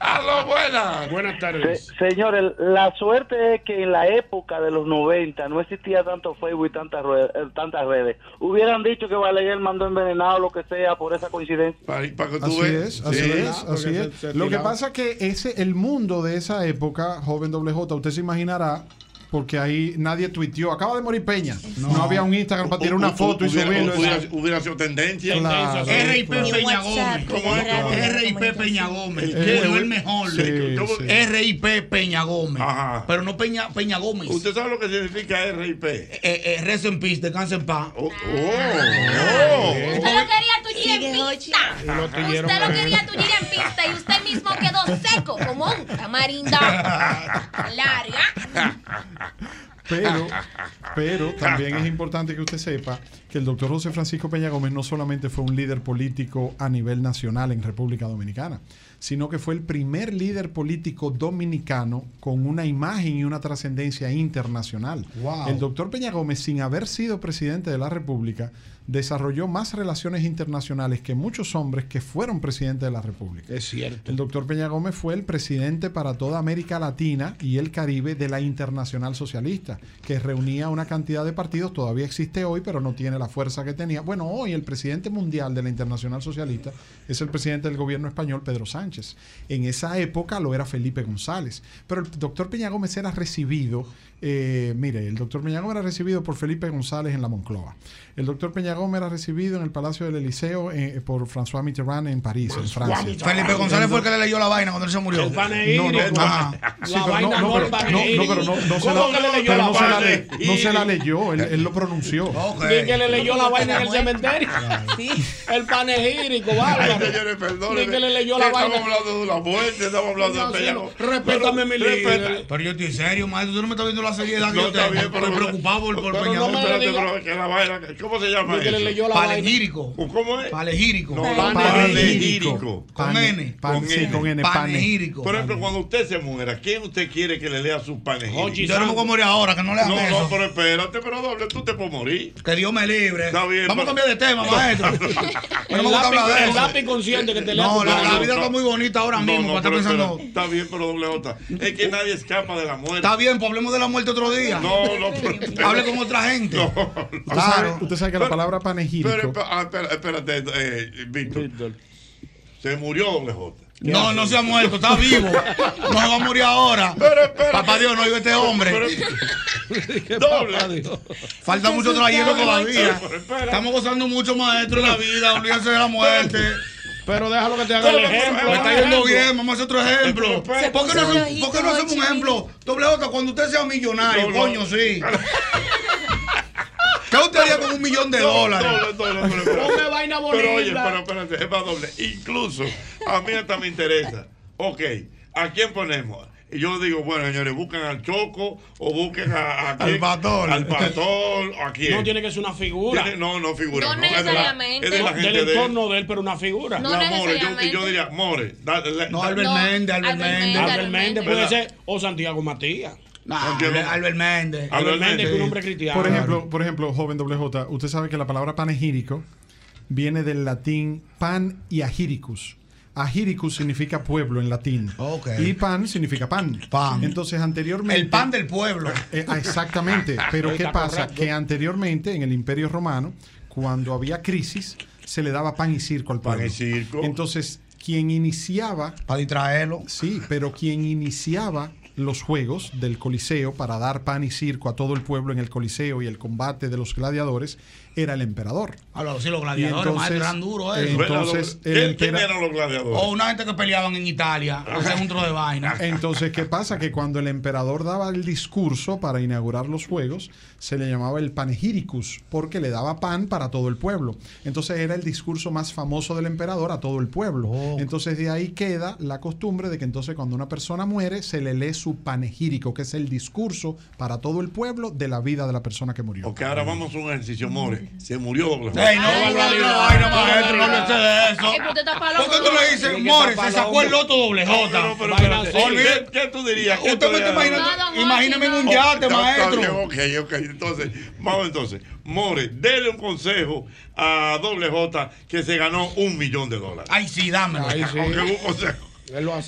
[SPEAKER 2] Aló, buenas.
[SPEAKER 19] Buenas
[SPEAKER 25] Se- señores, la suerte es que en la época de los 90 no existía tanto Facebook y tantas redes. tantas redes. Hubieran dicho que Balaguer mandó envenenado lo que sea por esa coincidencia.
[SPEAKER 22] Así es, así es, así es. Lo que pasa es que ese, el mundo de esa época, joven WJ, usted se imaginará, porque ahí nadie tuiteó. Acaba de morir Peña. No, había un Instagram para tirar una foto y
[SPEAKER 2] hubiera,
[SPEAKER 22] subirlo.
[SPEAKER 2] Hubiera, hubiera sido tendencia.
[SPEAKER 22] Claro.
[SPEAKER 6] RIP Peña Gómez. RIP Peña Gómez.
[SPEAKER 22] ¿El qué?
[SPEAKER 6] Fue el mejor.
[SPEAKER 22] Sí, sí.
[SPEAKER 6] RIP Peña Gómez. Pero no Peña, Peña Gómez.
[SPEAKER 2] ¿Usted sabe lo que significa RIP?
[SPEAKER 6] Eh, eh, Rest in peace, descansa en paz.
[SPEAKER 2] Oh,
[SPEAKER 4] Usted lo quería tullir en pista.
[SPEAKER 6] Y lo tuvieron
[SPEAKER 4] Usted lo
[SPEAKER 6] ahí.
[SPEAKER 4] quería tullir en pista y usted mismo quedó seco como un camarinda larga.
[SPEAKER 22] Pero, pero también es importante que usted sepa que el doctor José Francisco Peña Gómez no solamente fue un líder político a nivel nacional en República Dominicana, sino que fue el primer líder político dominicano con una imagen y una trascendencia internacional.
[SPEAKER 6] Wow.
[SPEAKER 22] El doctor Peña Gómez, sin haber sido presidente de la República, desarrolló más relaciones internacionales que muchos hombres que fueron presidentes de la República.
[SPEAKER 7] Es cierto.
[SPEAKER 22] El doctor Peña Gómez fue el presidente para toda América Latina y el Caribe de la Internacional Socialista, que reunía una cantidad de partidos, todavía existe hoy, pero no tiene la fuerza que tenía. Bueno, hoy el presidente mundial de la Internacional Socialista es el presidente del gobierno español, Pedro Sánchez. En esa época lo era Felipe González, pero el doctor Peña Gómez era recibido, eh, mire, el doctor Peña Gómez era recibido por Felipe González en la Moncloa. El doctor Peña Gómez era recibido en el Palacio del Eliseo eh, por François Mitterrand en París, en
[SPEAKER 7] Ah,
[SPEAKER 22] Francia.
[SPEAKER 6] Felipe González fue el que le leyó la vaina cuando él se murió.
[SPEAKER 22] El panegírico. No, no, no.
[SPEAKER 6] Ajá.
[SPEAKER 22] Sí, pero no, no, pero- no, no, pero no- no se
[SPEAKER 7] ¿Cómo
[SPEAKER 22] la-
[SPEAKER 7] que le leyó
[SPEAKER 22] pero
[SPEAKER 7] la
[SPEAKER 22] no se la
[SPEAKER 7] parte?
[SPEAKER 22] le- no se la leyó, él, él lo pronunció.
[SPEAKER 7] Ni que le leyó la vaina en el cementerio. El panegírico,
[SPEAKER 2] Ay,
[SPEAKER 7] bárbaro.
[SPEAKER 2] señores, perdón.
[SPEAKER 7] Ni que le leyó la vaina.
[SPEAKER 2] Estamos hablando de la muerte, estamos hablando de Peña Gómez.
[SPEAKER 6] Respétame mi
[SPEAKER 2] líder.
[SPEAKER 6] Pero yo estoy serio, maestro. Tú no me estás viendo la seriedad que
[SPEAKER 2] No,
[SPEAKER 6] yo
[SPEAKER 2] está
[SPEAKER 6] tengo.
[SPEAKER 2] bien, pero-
[SPEAKER 6] Estoy preocupado por, por
[SPEAKER 2] Pero
[SPEAKER 6] Peña
[SPEAKER 2] no me
[SPEAKER 6] Gómez.
[SPEAKER 2] espérate, pero que la vaina, ¿Cómo se llama
[SPEAKER 6] Ni que le leyó
[SPEAKER 2] eso?
[SPEAKER 6] la vaina. Panegírico.
[SPEAKER 2] ¿Cómo es?
[SPEAKER 6] Panegírico.
[SPEAKER 2] No,
[SPEAKER 6] Panegírico.
[SPEAKER 2] panegírico.
[SPEAKER 6] Con N.
[SPEAKER 22] Pan- sí, con N, pane.
[SPEAKER 6] Panegírico.
[SPEAKER 2] Por ejemplo, cuando usted se muera, ¿quién usted quiere que le lea su panegírico?
[SPEAKER 6] Oye, Yo no me voy a morir ahora, que no lean
[SPEAKER 2] No,
[SPEAKER 6] eso.
[SPEAKER 2] no, pero espérate, pero doble, tú te puedes morir.
[SPEAKER 6] Que Dios me libre.
[SPEAKER 2] Está bien.
[SPEAKER 6] Vamos a
[SPEAKER 2] pero-
[SPEAKER 6] cambiar de tema, maestro. No me
[SPEAKER 2] El
[SPEAKER 6] gusta
[SPEAKER 2] lápiz-
[SPEAKER 6] hablar de
[SPEAKER 2] el
[SPEAKER 6] eso.
[SPEAKER 2] lápiz consciente que te lea
[SPEAKER 6] No,
[SPEAKER 2] tu
[SPEAKER 6] la,
[SPEAKER 2] mano.
[SPEAKER 6] la vida está muy bonita ahora
[SPEAKER 2] No,
[SPEAKER 6] mismo.
[SPEAKER 2] no,
[SPEAKER 6] para estar
[SPEAKER 2] pero
[SPEAKER 6] pensando.
[SPEAKER 2] espérate, Está bien, pero doble J. Es que nadie escapa de la muerte.
[SPEAKER 6] Está bien, pues hablemos de la muerte otro día.
[SPEAKER 2] No, no, pero-
[SPEAKER 6] Hable con otra gente.
[SPEAKER 22] Usted sabe, usted sabe que la palabra panegírico...
[SPEAKER 2] Pero, esp- ah, espera- espérate, eh, Víctor. Se murió doble J.
[SPEAKER 6] No, no se ha muerto, está vivo. No se va a morir ahora. Papá Dios, no oigo a este hombre.
[SPEAKER 2] Doble.
[SPEAKER 6] Falta mucho trayendo
[SPEAKER 7] Pero,
[SPEAKER 6] todavía.
[SPEAKER 7] pero, espera.
[SPEAKER 6] Estamos gozando mucho, maestro, en la vida. Olvídense de la muerte.
[SPEAKER 7] Pero déjalo que te haga el ejemplo.
[SPEAKER 6] Me está yendo
[SPEAKER 7] ejemplo.
[SPEAKER 6] bien, vamos a hacer otro ejemplo.
[SPEAKER 7] Pero, pero,
[SPEAKER 6] ¿Por qué no,
[SPEAKER 7] se puso
[SPEAKER 6] hacemos- ¿por qué no hacemos un ejemplo? Doble J, cuando usted sea millonario,
[SPEAKER 7] No, no.
[SPEAKER 6] coño, sí. ¿Qué usted haría con un millón de
[SPEAKER 2] No,
[SPEAKER 6] dólares?
[SPEAKER 2] doble, doble, pero espérate.
[SPEAKER 7] Ponme vaina
[SPEAKER 2] Pero oye,
[SPEAKER 7] bonita.
[SPEAKER 2] pero espérate, es más doble. Incluso a mí hasta me interesa. Ok, ¿a quién ponemos? Y yo digo, bueno, señores, busquen al Choco o busquen a, a quién,
[SPEAKER 6] pastor.
[SPEAKER 2] Al pastor, a quién.
[SPEAKER 7] No tiene que ser una figura.
[SPEAKER 2] Tiene- no, no figura.
[SPEAKER 7] No
[SPEAKER 2] es de la-
[SPEAKER 7] necesariamente.
[SPEAKER 2] Es de la,
[SPEAKER 7] No,
[SPEAKER 2] gente
[SPEAKER 7] del
[SPEAKER 2] de él.
[SPEAKER 7] entorno de él, pero una figura.
[SPEAKER 2] La
[SPEAKER 7] No
[SPEAKER 2] More, yo,
[SPEAKER 7] necesariamente.
[SPEAKER 2] yo diría, More. dale, le-
[SPEAKER 6] No, Albert Méndez, Albert Méndez.
[SPEAKER 7] Albert Méndez puede
[SPEAKER 6] ¿Verdad?
[SPEAKER 7] ser o Santiago Matías.
[SPEAKER 6] Nah, Albert- Albert Méndez.
[SPEAKER 7] Albert Méndez, que es un hombre cristiano.
[SPEAKER 22] Por ejemplo, por ejemplo, joven WJ, usted sabe que la palabra panegírico viene del latín pan y agiricus. Agiricus significa pueblo en latín. Y pan significa pan. Entonces, anteriormente.
[SPEAKER 6] El pan del pueblo.
[SPEAKER 22] Eh, ah, exactamente. Pero ¿qué
[SPEAKER 6] Está
[SPEAKER 22] pasa?
[SPEAKER 6] correcto.
[SPEAKER 22] Que anteriormente, en el Imperio Romano, cuando había crisis, se le daba pan y circo al pueblo. Entonces, quien iniciaba...
[SPEAKER 6] Para distraerlo.
[SPEAKER 22] Sí, pero quien iniciaba los juegos del Coliseo para dar pan y circo a todo el pueblo en el Coliseo y el combate de los gladiadores era el emperador.
[SPEAKER 6] A los, sí, los
[SPEAKER 22] Y
[SPEAKER 6] gladiadores,
[SPEAKER 22] entonces-
[SPEAKER 6] maestro, eran duros. eh.
[SPEAKER 22] entonces, el
[SPEAKER 2] ¿Quién,
[SPEAKER 22] empera-
[SPEAKER 2] quién eran los gladiadores?
[SPEAKER 6] O una gente que peleaban en Italia,
[SPEAKER 2] Ah.
[SPEAKER 6] hacían un tro de vaina.
[SPEAKER 22] Entonces, ¿qué pasa? Que cuando el emperador daba el discurso para inaugurar los juegos, se le llamaba el panegíricus, porque le daba pan para todo el pueblo. Entonces era el discurso más famoso del emperador a todo el pueblo. Entonces de ahí queda la costumbre de que entonces cuando una persona muere, se le lee su panegírico, que es el discurso para todo el pueblo de la vida de la persona que murió.
[SPEAKER 2] Que ahora vamos a un ejercicio, More. Se murió doble J.
[SPEAKER 6] Ey, no, Ay, no, no, no, ay, no, maestro, no hable usted de eso.
[SPEAKER 4] Eh, pero usted está palomo.
[SPEAKER 6] ¿Por qué tú le dices, More, se sacó el loto doble J?
[SPEAKER 2] Pero, pero,
[SPEAKER 6] Vaina
[SPEAKER 2] espérate,
[SPEAKER 6] así.
[SPEAKER 2] ¿qué, qué tú dirías? ¿Qué
[SPEAKER 6] Usted
[SPEAKER 2] tú
[SPEAKER 6] me está
[SPEAKER 2] dirías?
[SPEAKER 6] imaginando- No, don imagíneme en Jorge, un no. yate,
[SPEAKER 2] Está- está
[SPEAKER 6] maestro.
[SPEAKER 2] bien, ok, ok. Entonces, vamos entonces. More, dele un consejo a Doble J que se ganó un millón de dólares.
[SPEAKER 6] Ay, sí, dámelo.
[SPEAKER 2] Ay, sí. Ok, un consejo.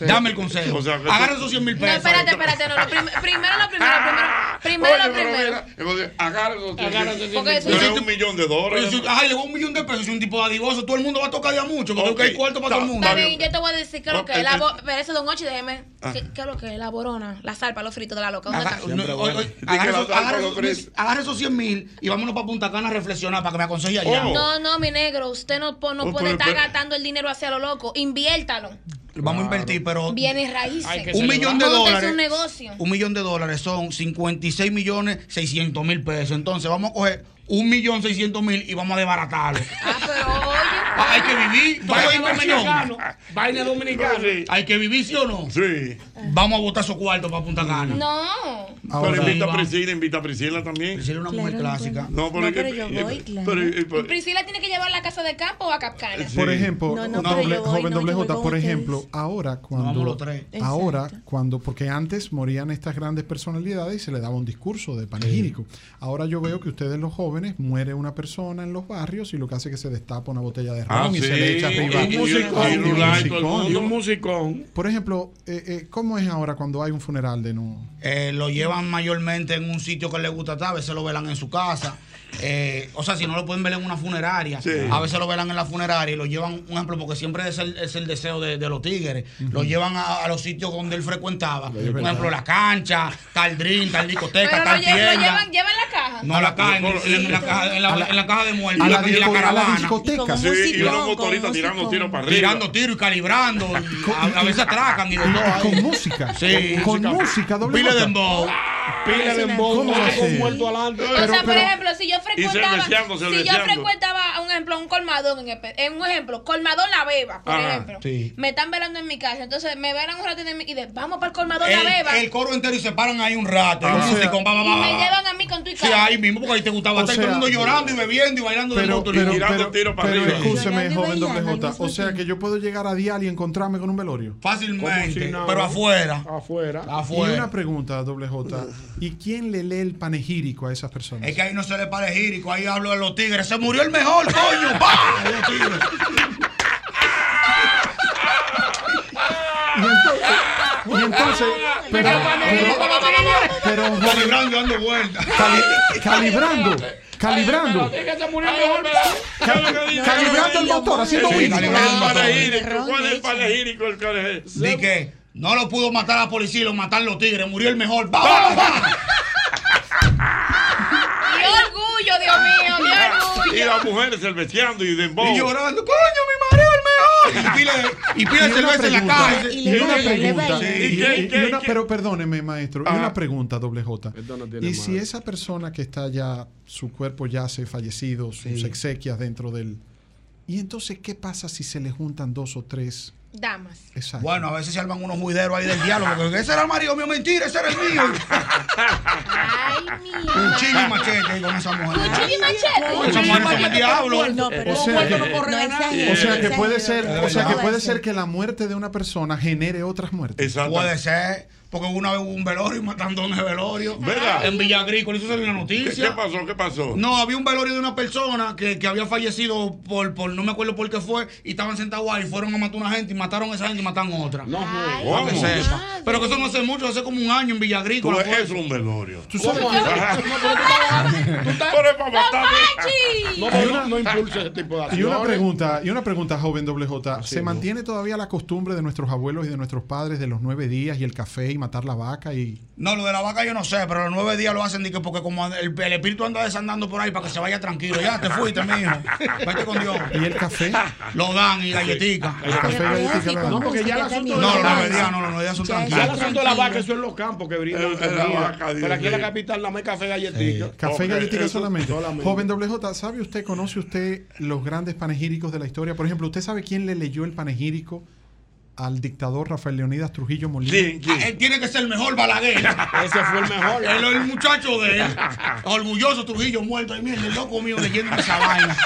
[SPEAKER 6] Dame el consejo.
[SPEAKER 2] O sea, que-
[SPEAKER 6] Agarra esos 100 mil
[SPEAKER 4] No,
[SPEAKER 6] pesos.
[SPEAKER 4] espérate, espérate. No, lo prim- primero lo primero, primero. Primero
[SPEAKER 2] Oye,
[SPEAKER 4] lo
[SPEAKER 2] pero
[SPEAKER 4] primero.
[SPEAKER 2] mira, entonces, agarra esos cien
[SPEAKER 4] Agarra
[SPEAKER 2] mil-
[SPEAKER 4] esos cien Porque mil.
[SPEAKER 2] Pero es un millón de dólares.
[SPEAKER 6] Pero si- Ay, le voy un millón de pesos. Soy un tipo dadivoso. Todo el mundo va a tocar ya mucho. Porque
[SPEAKER 2] Ok,
[SPEAKER 6] hay cuarto para todo el mundo.
[SPEAKER 4] Está bien, yo te voy a decir qué es lo
[SPEAKER 6] No,
[SPEAKER 4] que es
[SPEAKER 6] el-
[SPEAKER 4] la
[SPEAKER 6] el-
[SPEAKER 4] bo- Pero eso, don Ochi, déjeme.
[SPEAKER 6] Ah.
[SPEAKER 4] ¿Qué, qué es lo que es la borona? La salpa, los fritos de la loca. ¿Dónde
[SPEAKER 6] Aga-
[SPEAKER 4] está?
[SPEAKER 6] no, oye, oye, Agarra esos- agarra esos- agarra esos 100 mil y vámonos para Punta Cana a reflexionar para que me aconseje allá.
[SPEAKER 2] Oh.
[SPEAKER 4] No, no, mi negro, usted no, po- no
[SPEAKER 6] Oh,
[SPEAKER 4] puede
[SPEAKER 6] pero-
[SPEAKER 4] estar
[SPEAKER 6] pero-
[SPEAKER 4] gastando el dinero hacia lo loco. Inviértalo.
[SPEAKER 6] Vamos a invertir, pero
[SPEAKER 4] Bienes raíces.
[SPEAKER 6] un millón de
[SPEAKER 4] Móntese
[SPEAKER 6] dólares.
[SPEAKER 4] un negocio.
[SPEAKER 6] Un millón de dólares son 56 millones 600 mil pesos. Entonces vamos a coger un millón 600 mil y vamos a desbaratarlo.
[SPEAKER 4] Pero oye,
[SPEAKER 6] Ah,
[SPEAKER 16] Hay que vivir.
[SPEAKER 6] Baile
[SPEAKER 16] Todo es
[SPEAKER 6] dominicano.
[SPEAKER 16] inversión.
[SPEAKER 6] Baile dominicano.
[SPEAKER 16] Sí.
[SPEAKER 6] Hay que vivir, ¿sí o no?
[SPEAKER 2] Sí.
[SPEAKER 6] Vamos a botar su cuarto para Punta Cana.
[SPEAKER 4] No.
[SPEAKER 2] Pero invita a Priscila, invita a Priscila también. Priscila
[SPEAKER 6] es una mujer Claro, clásica. bueno.
[SPEAKER 2] No, pero,
[SPEAKER 6] No,
[SPEAKER 2] es que-
[SPEAKER 6] pero yo voy,
[SPEAKER 2] eh,
[SPEAKER 6] claro.
[SPEAKER 2] pero, eh, pero-
[SPEAKER 4] Priscila tiene que llevar la casa de campo o a Capcana.
[SPEAKER 22] Por ejemplo,
[SPEAKER 4] No, no,
[SPEAKER 22] un
[SPEAKER 4] pero
[SPEAKER 22] doble-
[SPEAKER 4] yo voy,
[SPEAKER 22] joven
[SPEAKER 4] no,
[SPEAKER 22] doble
[SPEAKER 4] yo voy
[SPEAKER 22] J,
[SPEAKER 4] con
[SPEAKER 22] por
[SPEAKER 4] ustedes.
[SPEAKER 22] ejemplo, ahora cuando
[SPEAKER 6] vamos los tres.
[SPEAKER 22] ahora cuando porque antes morían estas grandes personalidades y se le daba un discurso de panegírico. Ahora yo veo que ustedes los jóvenes muere una persona en los barrios y lo que hace es que se destapa una botella de ron
[SPEAKER 19] Ah,
[SPEAKER 22] y
[SPEAKER 19] sí.
[SPEAKER 22] se le echa arriba
[SPEAKER 19] Y un musicón.
[SPEAKER 22] Y un
[SPEAKER 19] Y un like,
[SPEAKER 22] musicón.
[SPEAKER 19] todo el mundo.
[SPEAKER 22] Y
[SPEAKER 19] un musicón.
[SPEAKER 22] Por ejemplo, eh, eh, ¿cómo es ahora cuando hay un funeral de no?
[SPEAKER 6] Eh, lo llevan mayormente en un sitio que les gusta, estar, a veces lo velan en su casa. Eh, o sea, si no lo pueden ver en una funeraria,
[SPEAKER 16] Sí.
[SPEAKER 6] a veces lo velan en la funeraria y lo llevan, un ejemplo, porque siempre es el, es el deseo de, de los tigres.
[SPEAKER 16] Ujú.
[SPEAKER 6] Lo llevan a, a los sitios donde él frecuentaba. Por
[SPEAKER 16] llevan.
[SPEAKER 6] ejemplo, la cancha, tal drink, tal discoteca,
[SPEAKER 4] Pero lo,
[SPEAKER 6] tal
[SPEAKER 4] lle- lo
[SPEAKER 6] tienda.
[SPEAKER 4] llevan, llevan la caja.
[SPEAKER 6] No, la caja, en, en la caja, en la- en la caja de muerte.
[SPEAKER 22] a la
[SPEAKER 6] y
[SPEAKER 22] disco- a la
[SPEAKER 6] caravana.
[SPEAKER 22] discoteca. Y con un
[SPEAKER 6] Sí,
[SPEAKER 22] musicón,
[SPEAKER 6] los
[SPEAKER 22] con un
[SPEAKER 6] motoristas
[SPEAKER 22] musicón.
[SPEAKER 6] Tirando tiros y calibrando. y a, a veces atracan y de todo. ahí.
[SPEAKER 22] Con música.
[SPEAKER 6] Sí.
[SPEAKER 22] Con música, doble
[SPEAKER 6] Pile de
[SPEAKER 22] J.
[SPEAKER 6] dembow. Pile de dembow.
[SPEAKER 22] ¿Cómo va a
[SPEAKER 6] con
[SPEAKER 22] ser?
[SPEAKER 6] muerto adelante.
[SPEAKER 4] o sea, por ejemplo, si yo frecuentaba,
[SPEAKER 6] cerveceando,
[SPEAKER 4] si yo
[SPEAKER 6] cerveceando.
[SPEAKER 4] frecuentaba, a un ejemplo, un colmadón, en, espe- en un ejemplo, colmadón la beba, por
[SPEAKER 6] Ajá,
[SPEAKER 4] ejemplo,
[SPEAKER 6] ah, sí.
[SPEAKER 4] me están velando en mi casa, entonces me velan un rato en mi- y de, vamos para el colmadón la
[SPEAKER 6] el,
[SPEAKER 4] beba,
[SPEAKER 6] el coro entero y se paran ahí un rato. y un musicón, va, va,
[SPEAKER 4] y
[SPEAKER 6] va,
[SPEAKER 4] me
[SPEAKER 6] va.
[SPEAKER 4] llevan a mí con tu y
[SPEAKER 6] Sí,
[SPEAKER 4] cara.
[SPEAKER 6] ahí mismo, porque ahí te gustaba
[SPEAKER 22] O
[SPEAKER 6] estar y todo el
[SPEAKER 22] sea-
[SPEAKER 6] mundo llorando y bebiendo y bailando de
[SPEAKER 22] Pero,
[SPEAKER 6] motor y
[SPEAKER 22] pero,
[SPEAKER 6] tirando
[SPEAKER 22] pero,
[SPEAKER 6] tiros para
[SPEAKER 22] pero
[SPEAKER 6] arriba.
[SPEAKER 22] escúcheme,
[SPEAKER 6] Llorando y
[SPEAKER 22] joven doble
[SPEAKER 6] bailando
[SPEAKER 22] J.
[SPEAKER 6] al
[SPEAKER 22] O
[SPEAKER 6] mismo
[SPEAKER 22] sea que yo puedo llegar a Dial y encontrarme con un velorio.
[SPEAKER 6] Fácilmente,
[SPEAKER 22] Como si nada.
[SPEAKER 6] pero afuera.
[SPEAKER 19] Afuera.
[SPEAKER 22] Y
[SPEAKER 6] Afuera.
[SPEAKER 22] una pregunta, doble J. ¿Y quién le lee el panegírico a esas personas?
[SPEAKER 6] Es que ahí no se le para gírico, ahí hablo de los tigres. Se murió el mejor, coño. ¡Pah! Los tigres.
[SPEAKER 22] Y entonces, y entonces pero, pero, pero, joven,
[SPEAKER 6] Calibrando y dando vueltas.
[SPEAKER 22] cali- calibrando, calibrando, calibrando el motor, haciendo
[SPEAKER 6] Sí,
[SPEAKER 22] wheelies.
[SPEAKER 6] calibrando el motor.
[SPEAKER 2] panegírico, ¿cuál es el panegírico? El que-
[SPEAKER 6] Di que no lo pudo matar la policía, lo mataron los tigres, murió el mejor. ¡Va, va, va!
[SPEAKER 4] ¡Qué orgullo, Dios mío! ¡Qué orgullo!
[SPEAKER 2] Y las mujeres cerveceando y dembow.
[SPEAKER 19] Oh.
[SPEAKER 6] Y llorando, coño, mi marido el mejor. Y pide, y pide
[SPEAKER 22] una
[SPEAKER 6] cerveza en la
[SPEAKER 22] pregunta,
[SPEAKER 7] Ah,
[SPEAKER 6] calle.
[SPEAKER 22] y una pregunta,
[SPEAKER 6] Sí,
[SPEAKER 22] y-
[SPEAKER 6] ¿qué,
[SPEAKER 22] y- y
[SPEAKER 6] qué,
[SPEAKER 22] una-
[SPEAKER 6] qué? Ah.
[SPEAKER 22] pero perdóneme, maestro, y
[SPEAKER 6] Ajá.
[SPEAKER 22] una pregunta, doble J.
[SPEAKER 19] no tiene
[SPEAKER 22] Y si
[SPEAKER 19] madre.
[SPEAKER 22] esa persona que está ya, su cuerpo ya se fallecido, sus
[SPEAKER 19] Sí.
[SPEAKER 22] exequias dentro del. ¿Y entonces qué pasa si se le juntan dos o tres?
[SPEAKER 4] Damas.
[SPEAKER 22] Exacto.
[SPEAKER 6] Bueno, a veces se arman unos juideros ahí del diálogo, porque ese era el marido mío, mentira, ese era el mío. Cuchillo y machete ahí con esa mujer.
[SPEAKER 4] Cuchillo y machete.
[SPEAKER 6] Esa mujer
[SPEAKER 22] Cuchillo y
[SPEAKER 6] como el
[SPEAKER 22] machete
[SPEAKER 6] diablo.
[SPEAKER 22] No, pero- O sea que- O sea que puede ser, o sea que puede ser que la muerte de una persona genere otras muertes.
[SPEAKER 6] Puede ser, porque una vez hubo un velorio, matando un velorio.
[SPEAKER 2] ¿Verdad?
[SPEAKER 6] En Villa Agrícola, eso salió en la noticia.
[SPEAKER 2] ¿Qué pasó? ¿Qué pasó?
[SPEAKER 6] No, había un velorio de una persona que, que había fallecido por, por, no me acuerdo por qué fue, y estaban sentados ahí, fueron a matar una gente y mataron a esa gente y mataron a otra. No,
[SPEAKER 2] ¿cómo?
[SPEAKER 6] que sepa. Pero que eso no hace mucho, hace como un año en Villa
[SPEAKER 2] Tú,
[SPEAKER 6] Agrícola. pues.
[SPEAKER 2] es un velorio.
[SPEAKER 6] ¿Tú
[SPEAKER 2] sabes
[SPEAKER 6] ¿Cómo
[SPEAKER 2] que-
[SPEAKER 6] así?
[SPEAKER 2] No,
[SPEAKER 6] Pero
[SPEAKER 2] es para matarme.
[SPEAKER 19] No,
[SPEAKER 22] Y
[SPEAKER 19] no,
[SPEAKER 22] una-
[SPEAKER 19] no, no impulsa ese tipo de
[SPEAKER 22] Y una
[SPEAKER 19] acciones.
[SPEAKER 22] pregunta, y una pregunta, joven doble J. ¿Se
[SPEAKER 19] es.
[SPEAKER 22] mantiene todavía la costumbre de nuestros abuelos y de nuestros padres de los nueve días y el café y matar la vaca y
[SPEAKER 6] No, lo de la vaca yo no sé, pero los nueve días lo hacen de que porque como el, el espíritu anda desandando por ahí para que se vaya tranquilo. Ya te fuiste, mijo. Vete con Dios.
[SPEAKER 22] y el café?
[SPEAKER 6] Lo dan y galletica.
[SPEAKER 22] El café y galletica lo dan.
[SPEAKER 19] Ah, No, porque ya el asunto de
[SPEAKER 6] No,
[SPEAKER 19] la
[SPEAKER 6] los nueve
[SPEAKER 19] vaca-
[SPEAKER 6] días, no, los nueve días son
[SPEAKER 19] Ya
[SPEAKER 6] tranquilos. Eh,
[SPEAKER 19] el asunto de la vaca, eso es los campos que brindan.
[SPEAKER 2] Es- es la
[SPEAKER 19] comida.
[SPEAKER 2] vaca, Dios
[SPEAKER 19] Pero aquí en la
[SPEAKER 2] mío.
[SPEAKER 19] capital nada más hay café y galletitas.
[SPEAKER 22] Eh, Café y
[SPEAKER 19] Ok,
[SPEAKER 22] galletica
[SPEAKER 19] eso-
[SPEAKER 22] solamente. Joven WJ, ¿sabe usted, conoce usted los grandes panegíricos de la historia? Por ejemplo, ¿usted sabe quién le leyó el panegírico al dictador Rafael Leonidas Trujillo Molina?
[SPEAKER 6] Ah, Él tiene que ser el mejor Balaguer.
[SPEAKER 22] Ese fue el mejor.
[SPEAKER 6] Él es el muchacho de él. Orgulloso Trujillo muerto. Y mira, el loco mío leyendo esa vaina.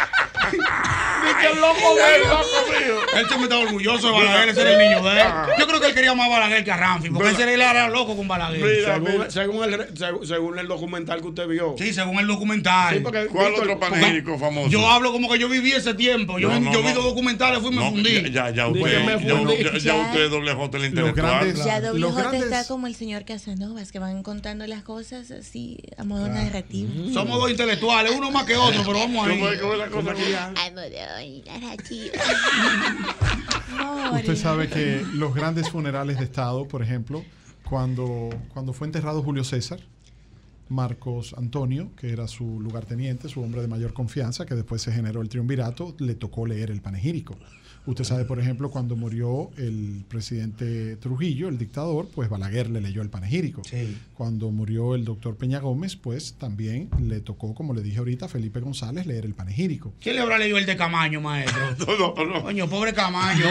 [SPEAKER 16] el loco mío, el loco
[SPEAKER 6] mío. Él se me está orgulloso de Balaguer, ese era el niño de él. Yo creo que él quería más Balaguer que a Ramfi, porque él se le era loco con Balaguer.
[SPEAKER 19] según, según el, re- seg- según el documental que usted vio.
[SPEAKER 6] Sí, según el documental.
[SPEAKER 2] ¿Cuál otro panegírico famoso?
[SPEAKER 6] Yo hablo como que yo viví ese tiempo. Yo,
[SPEAKER 2] No, no,
[SPEAKER 6] yo vi
[SPEAKER 2] no.
[SPEAKER 6] dos documentales, fui y me
[SPEAKER 2] No,
[SPEAKER 6] fundí.
[SPEAKER 2] Ya, ya
[SPEAKER 6] Dije,
[SPEAKER 2] usted,
[SPEAKER 6] me
[SPEAKER 2] ya,
[SPEAKER 6] fundí.
[SPEAKER 2] ya- ya usted doble J el intelectual.
[SPEAKER 22] grandes-
[SPEAKER 15] Ya doble
[SPEAKER 22] los
[SPEAKER 15] J
[SPEAKER 22] grandes-
[SPEAKER 15] está como el señor Casanovas, que van contando las cosas así a modo narrativo.
[SPEAKER 6] Somos dos intelectuales, uno más que otro, pero vamos ahí.
[SPEAKER 15] ¿Cómo es- cómo es
[SPEAKER 2] la cosa
[SPEAKER 15] A modo narrativo.
[SPEAKER 22] Usted sabe que los grandes funerales de Estado, por ejemplo, cuando, cuando fue enterrado Julio César, Marcos Antonio, que era su lugarteniente, su hombre de mayor confianza, que después se generó el triunvirato, le tocó leer el panegírico. Usted sabe, por ejemplo, cuando murió el presidente Trujillo, el dictador, pues Balaguer le leyó el panegírico. Cuando murió el doctor Peña Gómez, pues también le tocó, como le dije ahorita, a Felipe González leer el panegírico.
[SPEAKER 6] ¿Quién le habrá leído el de Camaño, maestro? no, no, no. Coño, pobre Camaño.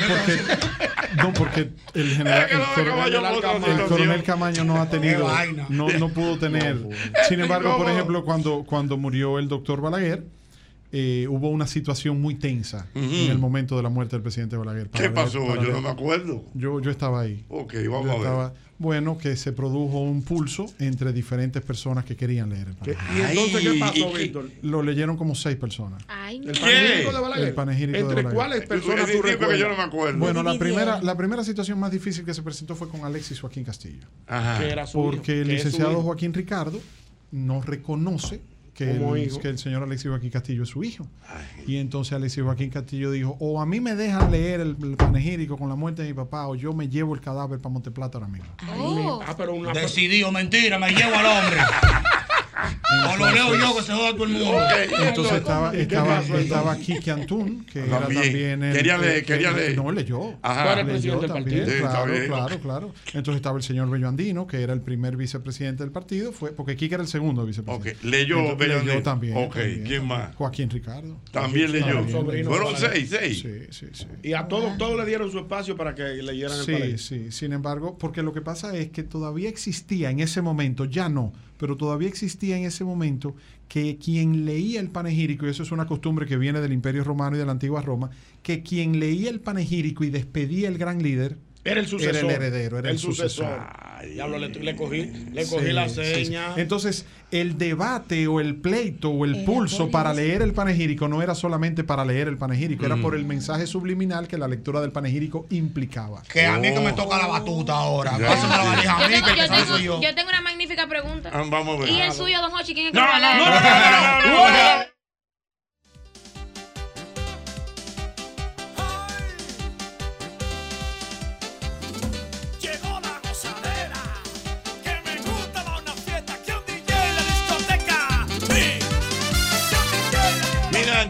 [SPEAKER 22] No, porque el general,
[SPEAKER 6] que lo
[SPEAKER 22] el,
[SPEAKER 6] de
[SPEAKER 22] coronel- el
[SPEAKER 6] Camaño puso
[SPEAKER 22] Camaño- el coronel Camaño no ha tenido,
[SPEAKER 6] Qué vaina.
[SPEAKER 22] no, no pudo tener. Sin embargo, por ejemplo, cuando, cuando murió el doctor Balaguer, eh, hubo una situación muy tensa en el momento de la muerte del presidente Balaguer. Para
[SPEAKER 2] ¿Qué
[SPEAKER 22] ver-
[SPEAKER 2] pasó?
[SPEAKER 22] para
[SPEAKER 2] Yo
[SPEAKER 22] ver-
[SPEAKER 2] no me acuerdo.
[SPEAKER 22] Yo, yo estaba ahí.
[SPEAKER 2] Ok, vamos a ver.
[SPEAKER 22] Bueno, que se produjo un pulso entre diferentes personas que querían leer el panegírico.
[SPEAKER 19] ¿Y entonces qué pasó,
[SPEAKER 22] ¿y
[SPEAKER 19] Víctor?
[SPEAKER 22] Lo leyeron como seis personas.
[SPEAKER 19] ¿El panegírico de Balaguer?
[SPEAKER 22] El panegírico de
[SPEAKER 19] ¿Entre
[SPEAKER 22] Balaguer.
[SPEAKER 19] cuáles personas tú
[SPEAKER 2] Dime que
[SPEAKER 19] recuerdas?
[SPEAKER 2] yo no me acuerdo.
[SPEAKER 22] Bueno, la primera, la primera situación más difícil que se presentó fue con Alexis Joaquín Castillo.
[SPEAKER 2] Ajá. Que era su hijo,
[SPEAKER 22] Porque el
[SPEAKER 2] que es su
[SPEAKER 22] licenciado
[SPEAKER 2] hijo.
[SPEAKER 22] Joaquín Ricardo no reconoce que
[SPEAKER 2] Como
[SPEAKER 22] el,
[SPEAKER 2] hijo.
[SPEAKER 22] que el señor Alexis Joaquín Castillo es su hijo. Y entonces Alexis Joaquín Castillo dijo, o a mí me dejan leer el, el panegírico con la muerte de mi papá, o yo me llevo el cadáver para Monteplata ahora mismo.
[SPEAKER 2] Oh.
[SPEAKER 19] Ah, pero
[SPEAKER 22] Oh.
[SPEAKER 19] una
[SPEAKER 6] Decidió, mentira, me llevo al hombre. o lo leo yo, que se joda todo el mundo.
[SPEAKER 22] Entonces estaba, estaba, estaba Kiki Antún, que era
[SPEAKER 2] También.
[SPEAKER 22] también el
[SPEAKER 2] Quería leer,
[SPEAKER 22] que- que-
[SPEAKER 2] quería leer.
[SPEAKER 22] No, leyó.
[SPEAKER 2] Ajá. Tú eres
[SPEAKER 22] Leyó
[SPEAKER 2] presidente del
[SPEAKER 22] también,
[SPEAKER 2] partido. Sí, está
[SPEAKER 22] Claro,
[SPEAKER 2] bien.
[SPEAKER 22] claro, claro. Entonces estaba el señor Bello Andino, que era el primer vicepresidente del partido, fue porque Kiki era el segundo vicepresidente.
[SPEAKER 2] Ok, leyó
[SPEAKER 22] Entonces,
[SPEAKER 2] Bello Andino.
[SPEAKER 22] también.
[SPEAKER 2] Ok,
[SPEAKER 22] también,
[SPEAKER 2] ¿quién más?
[SPEAKER 22] también. Joaquín Ricardo.
[SPEAKER 2] También leyó.
[SPEAKER 22] También
[SPEAKER 2] Fueron
[SPEAKER 22] leyó.
[SPEAKER 2] seis, seis.
[SPEAKER 22] Sí, sí, sí.
[SPEAKER 19] Y a todos, todos le dieron su espacio para que leyeran el
[SPEAKER 22] Sí,
[SPEAKER 19] panegírico.
[SPEAKER 22] sí. Sin embargo, porque lo que pasa es que todavía existía en ese momento, ya no, pero todavía existía en ese momento que quien leía el panegírico, y eso es una costumbre que viene del Imperio Romano y de la antigua Roma, que quien leía el panegírico y despedía el gran líder
[SPEAKER 19] Era el sucesor.
[SPEAKER 22] era el heredero, era el, sucesor.
[SPEAKER 19] Ya lo le, le cogí, le
[SPEAKER 22] Sí,
[SPEAKER 19] cogí la
[SPEAKER 22] sí, sí.
[SPEAKER 19] seña.
[SPEAKER 22] Entonces, el debate o el pleito o el
[SPEAKER 19] Era
[SPEAKER 22] pulso
[SPEAKER 19] por
[SPEAKER 22] para
[SPEAKER 19] eso.
[SPEAKER 22] leer el panegírico no era solamente para leer el panegírico, era
[SPEAKER 19] Mm.
[SPEAKER 22] por el mensaje subliminal que la lectura del panegírico implicaba.
[SPEAKER 6] Que a mí es que me toca la batuta ahora.
[SPEAKER 22] Oh. Ya.
[SPEAKER 6] Pásame la valija a mí,
[SPEAKER 22] Yo
[SPEAKER 6] que
[SPEAKER 4] Yo
[SPEAKER 6] que
[SPEAKER 4] tengo,
[SPEAKER 6] soy yo.
[SPEAKER 4] yo tengo una magnífica pregunta.
[SPEAKER 22] Ah, vamos a ver.
[SPEAKER 4] ¿Y el
[SPEAKER 22] Ah,
[SPEAKER 4] suyo, don Hochi? ¿Quién es que
[SPEAKER 3] No,
[SPEAKER 4] va a
[SPEAKER 3] no,
[SPEAKER 4] leer?
[SPEAKER 3] no, no, no, no, no, no, no, no.
[SPEAKER 18] Llegó la gozadera, que me gusta más una fiesta que un DJ en la discoteca.
[SPEAKER 2] Mira,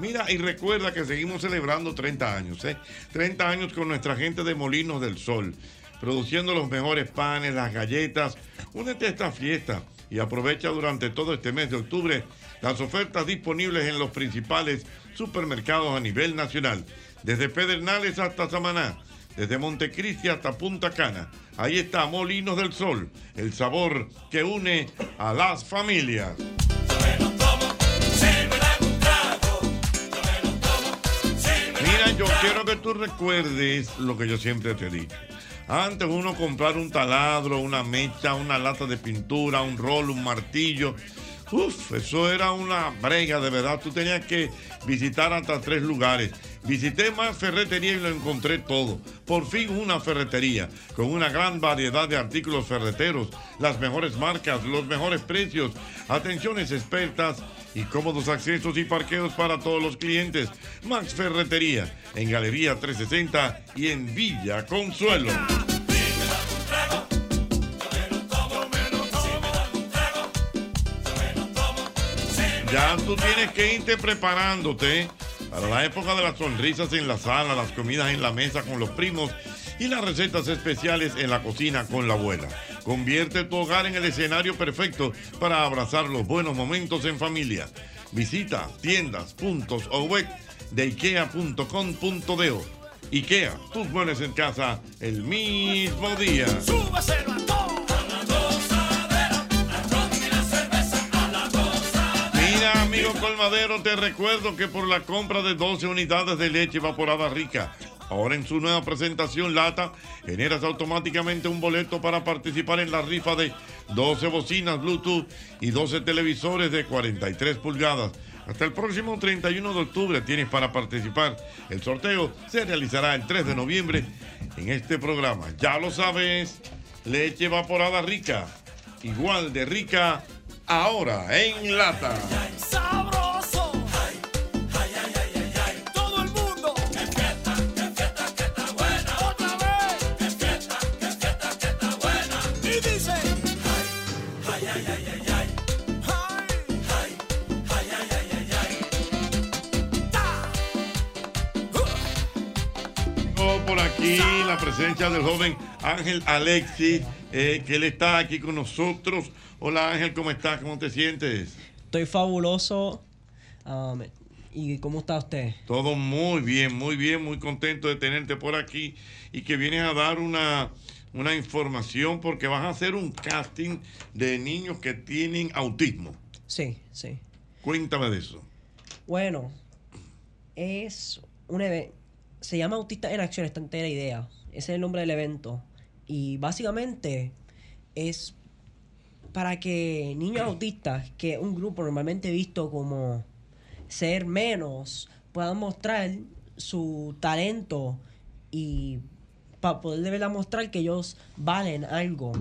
[SPEAKER 2] Mira y recuerda que seguimos celebrando 30 años, ¿eh? 30 años con nuestra gente de Molinos del Sol, produciendo los mejores panes, las galletas. Únete a esta fiesta y aprovecha durante todo este mes de octubre las ofertas disponibles en los principales supermercados a nivel nacional, desde Pedernales hasta Samaná, desde Montecristi hasta Punta Cana. Ahí está Molinos del Sol, el sabor que une a las familias. Mira, yo quiero que tú recuerdes lo que yo siempre te he dicho. Antes uno comprar un taladro, una mecha, una lata de pintura, un rol, un martillo. Uf, eso era una brega de verdad. Tú tenías que visitar hasta tres lugares. Visité más ferretería y lo encontré todo. Por fin una ferretería con una gran variedad de artículos ferreteros, las mejores marcas, los mejores precios, atenciones expertas y cómodos accesos y parqueos para todos los clientes. Max Ferretería en Galería 360 y en Villa Consuelo. Ya tú tienes que irte preparándote para la época de las sonrisas en la sala, las comidas en la mesa con los primos y las recetas especiales en la cocina con la abuela. Convierte tu hogar en el escenario perfecto para abrazar los buenos momentos en familia. Visita tiendas, puntos o web de ikea.com.do. Ikea, tus muebles en casa el mismo día.
[SPEAKER 18] Súbaselo a todo. A la gozadera, al ron y la cerveza, a la gozadera.
[SPEAKER 2] Mira, amigo Colmadero, te recuerdo que por la compra de 12 unidades de leche evaporada rica, ahora en su nueva presentación lata, generas automáticamente un boleto para participar en la rifa de 12 bocinas Bluetooth y 12 televisores de 43 pulgadas. Hasta el próximo 31 de octubre tienes para participar. El sorteo se realizará el 3 de noviembre en este programa. Ya lo sabes, leche evaporada rica, igual de rica ahora en lata.
[SPEAKER 3] Sabroso. Ay, ay, ay, ay, ay, ay. Todo el mundo. Que fiesta, que fiesta, que está buena. Otra vez. Que fiesta, que fiesta, que está buena. Y dice. Ay, ay, ay, ay, ay, ay. Ay, ay, ay, ay, ay, ay. Ta.
[SPEAKER 2] Tengo por aquí la presencia del joven Ángel Alexis, eh, que él está aquí con nosotros. Hola Ángel, ¿cómo estás? ¿Cómo te sientes?
[SPEAKER 24] Estoy fabuloso. Um, ¿Y cómo está usted?
[SPEAKER 2] Todo muy bien, muy bien, muy contento de tenerte por aquí y que vienes a dar una, una información porque vas a hacer un casting de niños que tienen autismo.
[SPEAKER 24] Sí, sí.
[SPEAKER 2] Cuéntame de eso.
[SPEAKER 24] Bueno, es un evento. Se llama Autista en Acción, esta entera idea. Ese es el nombre del evento. Y básicamente es para que niños autistas, que es un grupo normalmente visto como ser menos, puedan mostrar su talento y para poder de verdad mostrar que ellos valen algo.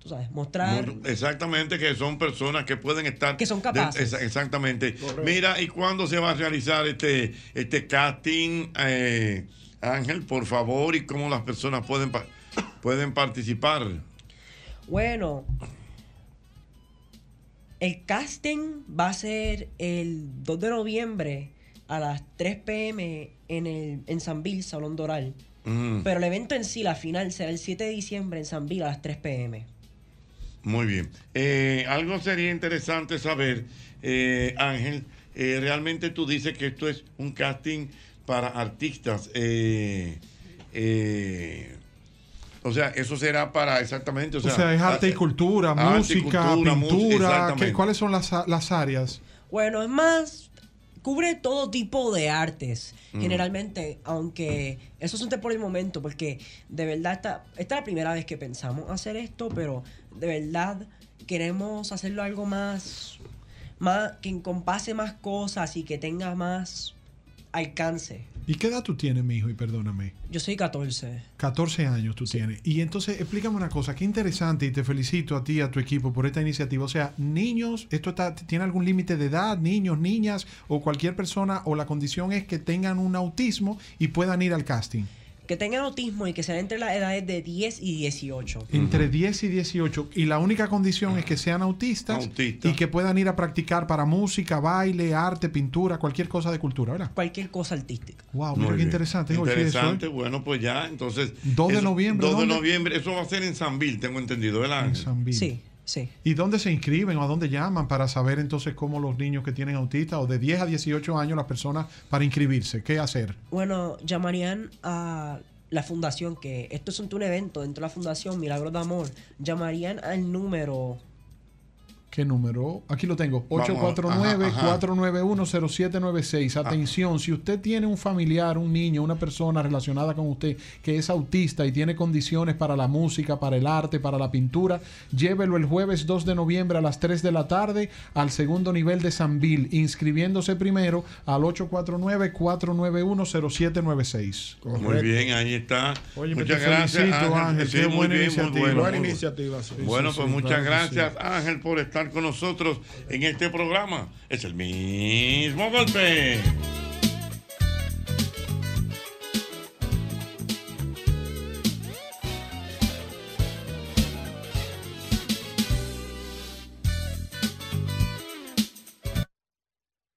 [SPEAKER 24] Tú sabes, mostrar.
[SPEAKER 2] Muy- Exactamente, que son personas que pueden estar. Que son
[SPEAKER 24] capaces.
[SPEAKER 2] exactamente. Mira, ¿y cuándo se va a realizar este, este casting, eh, Ángel, por favor? ¿Y cómo las personas pueden, pa- pueden participar?
[SPEAKER 24] Bueno, el casting va a ser el 2 de noviembre a las 3 pm en, el, en San Bill, Salón Doral.
[SPEAKER 2] Mm,
[SPEAKER 24] Pero el evento en sí, la final, será el 7 de diciembre en San Bill a las 3 pm.
[SPEAKER 2] muy bien. Eh, algo sería interesante saber, eh, Ángel, eh, realmente tú dices que esto es un casting para artistas. eh, eh, o sea, eso será para exactamente. O
[SPEAKER 22] O
[SPEAKER 2] sea, ah, eh,
[SPEAKER 22] sea, es arte y cultura,
[SPEAKER 2] arte y
[SPEAKER 22] música,
[SPEAKER 2] cultura, mu-
[SPEAKER 22] pintura.
[SPEAKER 2] exactamente.
[SPEAKER 22] ¿qué- ¿Cuáles son las, a- las áreas?
[SPEAKER 24] Bueno, es más, cubre todo tipo de artes,
[SPEAKER 22] Ujú.
[SPEAKER 24] generalmente, aunque eso es un por el momento, porque de verdad esta, esta es la primera vez que pensamos hacer esto, pero de verdad queremos hacerlo algo más, más que encompase más cosas y que tenga más alcance.
[SPEAKER 22] ¿Y qué edad tú tienes, mijo? Y perdóname.
[SPEAKER 24] Yo soy 14.
[SPEAKER 22] 14 años tú tienes. Y entonces, explícame una cosa, qué interesante y te felicito a ti y a tu equipo por esta iniciativa. O sea, niños, ¿esto está, tiene algún límite de edad? Niños, niñas o cualquier persona o la condición es que tengan un autismo y puedan ir al casting.
[SPEAKER 24] Que tengan autismo y que sean entre las edades de 10 y 18.
[SPEAKER 22] Entre 10 y 18. Y la única condición es que sean autistas y que puedan ir a practicar para música, baile, arte, pintura, cualquier cosa de cultura, ¿verdad?
[SPEAKER 24] Cualquier cosa artística.
[SPEAKER 22] Wow, Ah,
[SPEAKER 2] Muy
[SPEAKER 22] mira qué
[SPEAKER 2] bien.
[SPEAKER 22] interesante. oye, eso, ¿eh?
[SPEAKER 2] Interesante, bueno, pues ya, entonces.
[SPEAKER 22] 2 de
[SPEAKER 2] eso-
[SPEAKER 22] noviembre,
[SPEAKER 2] 2 de
[SPEAKER 22] ¿dónde?
[SPEAKER 2] noviembre, eso va a ser en San Bill, tengo entendido, ¿verdad?
[SPEAKER 22] En San Bill.
[SPEAKER 24] sí.
[SPEAKER 22] ¿Y dónde se inscriben o a dónde llaman para saber entonces cómo los niños que tienen autistas o de 10 a 18 años las personas para inscribirse? ¿Qué hacer?
[SPEAKER 24] Bueno, llamarían a la fundación, que esto es un, un evento dentro de la fundación Milagros de Amor. Llamarían al número.
[SPEAKER 22] ¿Qué número? Aquí lo tengo.
[SPEAKER 24] Vamos,
[SPEAKER 22] 849-491-0796. Atención, si usted tiene un familiar, un niño, una persona relacionada con usted que es autista y tiene condiciones para la música, para el arte, para la pintura, llévelo el jueves 2 de noviembre a las 3 de la tarde al segundo nivel de San Bill, inscribiéndose primero al 849-491-0796.
[SPEAKER 2] Muy bien, ahí está.
[SPEAKER 22] Oye, pues
[SPEAKER 2] muchas
[SPEAKER 22] te
[SPEAKER 2] gracias,
[SPEAKER 22] felicito, Ángel,
[SPEAKER 2] Sí,
[SPEAKER 22] qué
[SPEAKER 2] muy
[SPEAKER 22] buena
[SPEAKER 2] bien, muy
[SPEAKER 22] iniciativa.
[SPEAKER 2] bueno.
[SPEAKER 22] Buena
[SPEAKER 2] Muy
[SPEAKER 22] iniciativa, sí.
[SPEAKER 2] Bueno,
[SPEAKER 22] Sí,
[SPEAKER 2] pues
[SPEAKER 22] sí,
[SPEAKER 2] muchas
[SPEAKER 22] claro que sí.
[SPEAKER 2] gracias, Ángel, por estar con nosotros en este programa. Es el mismo golpe.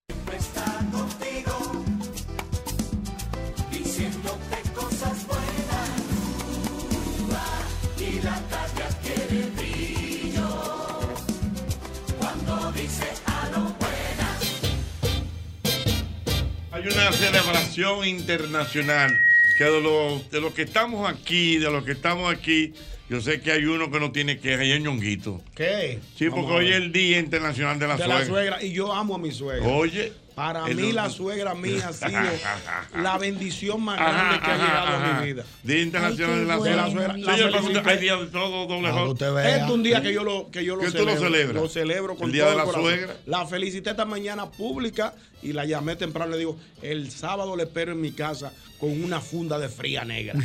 [SPEAKER 3] Siempre está contigo, diciéndote cosas buenas. Va y la tarde adquiere brillo cuando dice a lo buenas.
[SPEAKER 2] Hay una celebración internacional que de los de los que estamos aquí, de los que estamos aquí, yo sé que hay uno que no tiene queja y es ñonguito.
[SPEAKER 19] ¿Qué?
[SPEAKER 2] Sí,
[SPEAKER 19] Vamos
[SPEAKER 2] porque
[SPEAKER 19] a
[SPEAKER 2] hoy
[SPEAKER 19] ver.
[SPEAKER 2] es el Día Internacional de la
[SPEAKER 19] de
[SPEAKER 2] Suegra.
[SPEAKER 19] la suegra. Y yo amo a mi suegra.
[SPEAKER 2] Oye,
[SPEAKER 7] Para
[SPEAKER 2] El
[SPEAKER 7] mí, la
[SPEAKER 2] otro-
[SPEAKER 7] suegra mía ha sido la bendición más grande que ha llegado a mi vida.
[SPEAKER 2] Día internacional de la
[SPEAKER 7] De la
[SPEAKER 2] suegra.
[SPEAKER 7] suegra. La
[SPEAKER 2] Señor,
[SPEAKER 7] felicité.
[SPEAKER 2] hay día de todo doble
[SPEAKER 7] Cuando
[SPEAKER 2] J.
[SPEAKER 7] usted vea. Este es un día que yo lo, que yo lo
[SPEAKER 2] ¿Que tú lo
[SPEAKER 7] celebro.
[SPEAKER 2] celebras?
[SPEAKER 7] Lo celebro con
[SPEAKER 2] El día
[SPEAKER 7] todo
[SPEAKER 2] de la
[SPEAKER 7] el corazón.
[SPEAKER 2] suegra.
[SPEAKER 7] La felicité esta mañana pública y la llamé temprano. Le digo, el sábado le espero en mi casa con una funda de fría negra.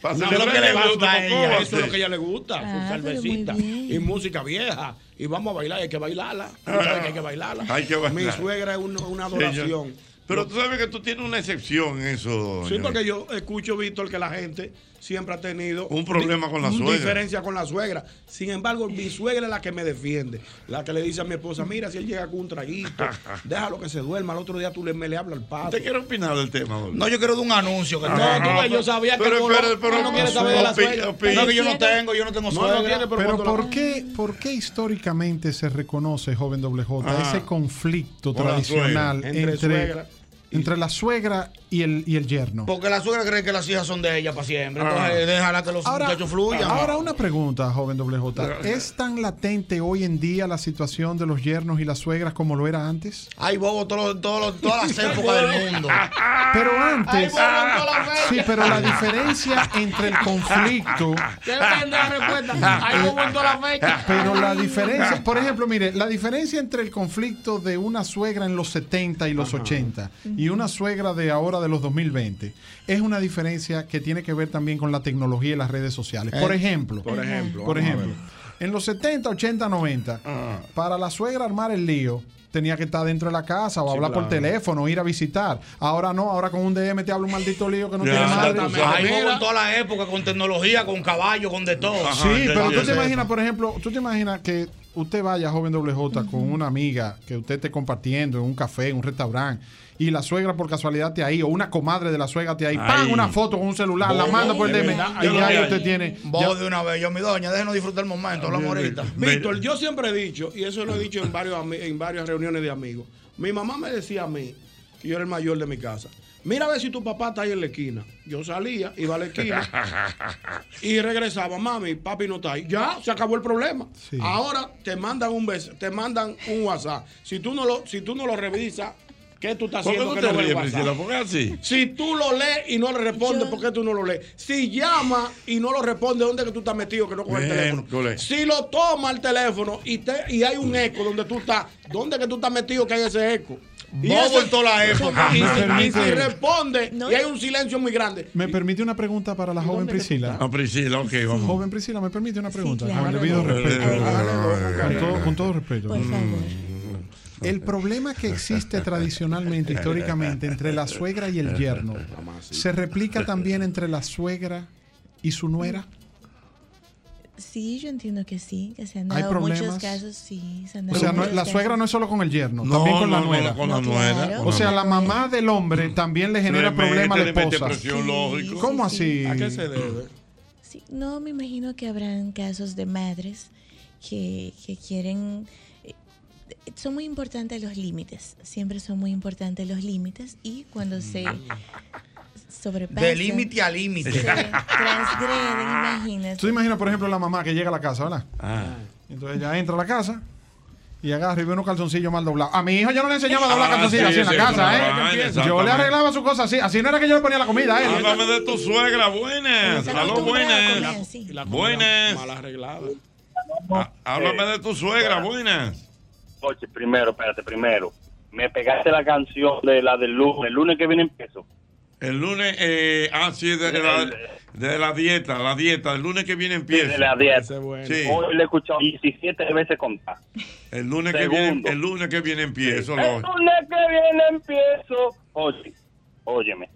[SPEAKER 2] Pásale
[SPEAKER 7] Eso es lo que le
[SPEAKER 2] fresco,
[SPEAKER 7] gusta a
[SPEAKER 2] Coca-Cola,
[SPEAKER 7] ella. Eso es
[SPEAKER 2] sí.
[SPEAKER 7] lo que a ella le gusta.
[SPEAKER 2] Ah,
[SPEAKER 7] su
[SPEAKER 2] pero
[SPEAKER 7] cervecita
[SPEAKER 2] muy bien.
[SPEAKER 7] y música vieja. Y vamos a bailar, hay que bailarla. Tú sabes que hay que bailarla.
[SPEAKER 2] Hay que bailar.
[SPEAKER 7] Mi suegra es una, una adoración.
[SPEAKER 2] Señor. Pero tú sabes que tú tienes una excepción en eso.
[SPEAKER 7] Sí,
[SPEAKER 2] doña
[SPEAKER 7] porque yo escucho, Víctor, que la gente siempre ha tenido
[SPEAKER 2] Un problema con la
[SPEAKER 7] un
[SPEAKER 2] suegra.
[SPEAKER 7] diferencia con la suegra. Sin embargo, mi suegra es la que me defiende, la que le dice a mi esposa, mira, si él llega con un traguito, déjalo que se duerma, al otro día tú le, me le hablas al padre.
[SPEAKER 2] ¿Usted quiere opinar del tema, doble?
[SPEAKER 7] No, yo quiero de un anuncio.
[SPEAKER 6] que
[SPEAKER 7] no,
[SPEAKER 6] tenga.
[SPEAKER 7] tú ves, yo sabía
[SPEAKER 6] Pero,
[SPEAKER 7] que tú
[SPEAKER 6] pero,
[SPEAKER 7] no-
[SPEAKER 6] pero,
[SPEAKER 7] tú no quieres saber de la suegra.
[SPEAKER 6] No, que yo no tengo, yo no tengo
[SPEAKER 7] No, no
[SPEAKER 6] suegra.
[SPEAKER 7] tiene, pero
[SPEAKER 22] Pero
[SPEAKER 7] cuando la-
[SPEAKER 22] ¿por qué, por qué históricamente se reconoce, joven doble J,
[SPEAKER 7] Ah.
[SPEAKER 22] ese conflicto
[SPEAKER 7] Con la
[SPEAKER 22] tradicional
[SPEAKER 7] suegra.
[SPEAKER 22] entre,
[SPEAKER 7] Entre suegra
[SPEAKER 22] entre la suegra y el, y el yerno?
[SPEAKER 6] Porque la suegra cree que las hijas son de ella para siempre.
[SPEAKER 22] Ah.
[SPEAKER 6] Entonces, déjala que los muchachos fluyan.
[SPEAKER 22] Ahora una pregunta, joven WJ. ¿Es tan latente hoy en día la situación de los yernos y las suegras como lo era antes?
[SPEAKER 6] Hay bobo todos los- todos los- todas las épocas del mundo.
[SPEAKER 22] Pero antes,
[SPEAKER 6] Ay, bueno, toda la fecha.
[SPEAKER 22] sí, pero la diferencia entre el conflicto,
[SPEAKER 6] ¿Qué depende de la respuesta? Hay bobo en toda la fecha.
[SPEAKER 22] pero la diferencia, por ejemplo, mire, la diferencia entre el conflicto de una suegra en los 70 y los 80 y una suegra de ahora de los 2020 es una diferencia que tiene que ver también con la tecnología y las redes sociales. Por
[SPEAKER 7] Eh,
[SPEAKER 22] ejemplo,
[SPEAKER 7] por ejemplo,
[SPEAKER 22] por
[SPEAKER 7] vamos a
[SPEAKER 22] ejemplo, en los 70, 80, 90,
[SPEAKER 7] Ah.
[SPEAKER 22] para la suegra armar el lío tenía que estar dentro de la casa o
[SPEAKER 7] Sí,
[SPEAKER 22] hablar por
[SPEAKER 7] claro.
[SPEAKER 22] teléfono, ir a visitar. Ahora no, ahora con un DM te habla un maldito lío que no tiene madre.
[SPEAKER 6] Hay bobo en todas las épocas, con tecnología, con caballo, con de todo.
[SPEAKER 22] Sí, pero tú te imaginas, por ejemplo, tú te imaginas que usted vaya, joven WJ, con una amiga que usted esté compartiendo en un café, en un restaurante, y la suegra por casualidad te ahí, o una comadre de la suegra te ahí, pan
[SPEAKER 6] Ay.
[SPEAKER 22] una foto con un celular, la
[SPEAKER 6] Bobo,
[SPEAKER 22] manda por el
[SPEAKER 6] de
[SPEAKER 22] DM,
[SPEAKER 6] verdad,
[SPEAKER 22] y
[SPEAKER 6] yo lo
[SPEAKER 22] ya
[SPEAKER 6] vi
[SPEAKER 22] ahí
[SPEAKER 6] ahí.
[SPEAKER 22] usted tiene...
[SPEAKER 6] Vos de una vez, yo mi doña, déjenos disfrutar el momento, hablamos ahorita.
[SPEAKER 7] Víctor, yo siempre he dicho, y eso lo he dicho en, varios, ami- en varias reuniones de amigos, mi mamá me decía a mí, que yo era el mayor de mi casa, mira a ver si tu papá está ahí en la esquina. Yo salía, iba a la esquina, y regresaba, mami, papi no está ahí. Ya, se acabó el problema. Ahora te mandan un bes- te mandan un WhatsApp. Si tú no lo, si tú no lo revisas, ¿qué tú estás
[SPEAKER 2] ¿Por qué
[SPEAKER 7] haciendo?
[SPEAKER 2] tú
[SPEAKER 7] que
[SPEAKER 2] te
[SPEAKER 7] no ves el
[SPEAKER 2] ríes, Priscila?
[SPEAKER 7] WhatsApp?
[SPEAKER 2] ¿Por qué así?
[SPEAKER 7] Si tú lo lees y no le respondes, ¿por qué tú no lo lees? Si llama y no lo responde, ¿dónde es que tú estás metido que no coge el teléfono?
[SPEAKER 2] Miércoles.
[SPEAKER 7] Si lo toma el teléfono y, te, y hay un eco donde tú estás, ¿dónde es que tú estás metido que hay ese eco? Y
[SPEAKER 6] Bobo
[SPEAKER 7] ese-
[SPEAKER 6] en toda la época.
[SPEAKER 7] Y, si-
[SPEAKER 22] Ah,
[SPEAKER 7] y si
[SPEAKER 22] permite.
[SPEAKER 7] responde y hay un silencio muy grande.
[SPEAKER 22] ¿Me permite una pregunta para la joven Priscila?
[SPEAKER 2] Ah, Priscila, ok, vamos. Eh,
[SPEAKER 22] Joven Priscila, ¿me permite una pregunta? claro. Con el debido
[SPEAKER 2] Hágalo,
[SPEAKER 22] respeto.
[SPEAKER 2] hágalo,
[SPEAKER 22] Con
[SPEAKER 2] hágalo.
[SPEAKER 22] todo, con todo respeto. Mm.
[SPEAKER 2] Por favor.
[SPEAKER 22] El problema que existe tradicionalmente, históricamente, entre la suegra y el yerno, ¿se replica también entre la suegra y su nuera?
[SPEAKER 15] Sí, yo entiendo que sí, que se han
[SPEAKER 22] ¿Hay
[SPEAKER 15] dado muchos
[SPEAKER 22] problemas?
[SPEAKER 15] casos, sí, se han
[SPEAKER 22] O
[SPEAKER 15] dado
[SPEAKER 22] sea, no-
[SPEAKER 15] muchos
[SPEAKER 22] la suegra
[SPEAKER 15] casos.
[SPEAKER 22] no es solo con el yerno,
[SPEAKER 2] No,
[SPEAKER 22] también con la
[SPEAKER 2] no, no,
[SPEAKER 22] nuera.
[SPEAKER 2] con la No, nuera, claro. con
[SPEAKER 22] O
[SPEAKER 2] la
[SPEAKER 22] sea, la mamá del hombre también le genera
[SPEAKER 2] mete,
[SPEAKER 22] problemas a la
[SPEAKER 2] le mete
[SPEAKER 22] esposa.
[SPEAKER 2] presión, Sí, lógico.
[SPEAKER 22] ¿Cómo
[SPEAKER 2] sí, sí.
[SPEAKER 22] así?
[SPEAKER 2] ¿A qué se debe?
[SPEAKER 15] Sí, no, me imagino que habrán casos de madres que, que quieren... eh, Son muy importantes los límites, siempre son muy importantes los límites y cuando se sobrepasan...
[SPEAKER 6] De límite a límite.
[SPEAKER 15] Se transgreden, imagínate.
[SPEAKER 22] Tú te imaginas, por ejemplo, la mamá que llega a la casa, ¿verdad?
[SPEAKER 2] Ah.
[SPEAKER 22] Entonces ella entra a la casa y agarra y ve unos calzoncillos mal doblados. A mi hijo yo no le enseñaba a doblar
[SPEAKER 2] Ah,
[SPEAKER 22] calzoncillos así
[SPEAKER 2] sí,
[SPEAKER 22] en la
[SPEAKER 2] sí,
[SPEAKER 22] casa,
[SPEAKER 2] es una vaina,
[SPEAKER 22] ¿eh? Yo le
[SPEAKER 2] exactamente.
[SPEAKER 22] arreglaba su cosa así. Así no era que yo le ponía la comida
[SPEAKER 7] eh.
[SPEAKER 22] a él.
[SPEAKER 2] Háblame de tu suegra, buenas. Aló, buenas. Buenas.
[SPEAKER 7] Mal arreglada.
[SPEAKER 2] Ah,
[SPEAKER 8] Eh,
[SPEAKER 2] Háblame de tu suegra, buenas.
[SPEAKER 8] Oye, primero, espérate, primero. Me pegaste la canción de la del lunes. El lunes que viene empiezo.
[SPEAKER 2] El lunes, eh, ah, sí, de la, de la dieta, la dieta. El lunes que viene empieza.
[SPEAKER 8] De la dieta.
[SPEAKER 2] Sí.
[SPEAKER 8] Hoy le he escuchado 17 veces contar.
[SPEAKER 2] El lunes que viene, el lunes que viene empiezo.
[SPEAKER 8] El lunes que viene empiezo. Oye, óyeme.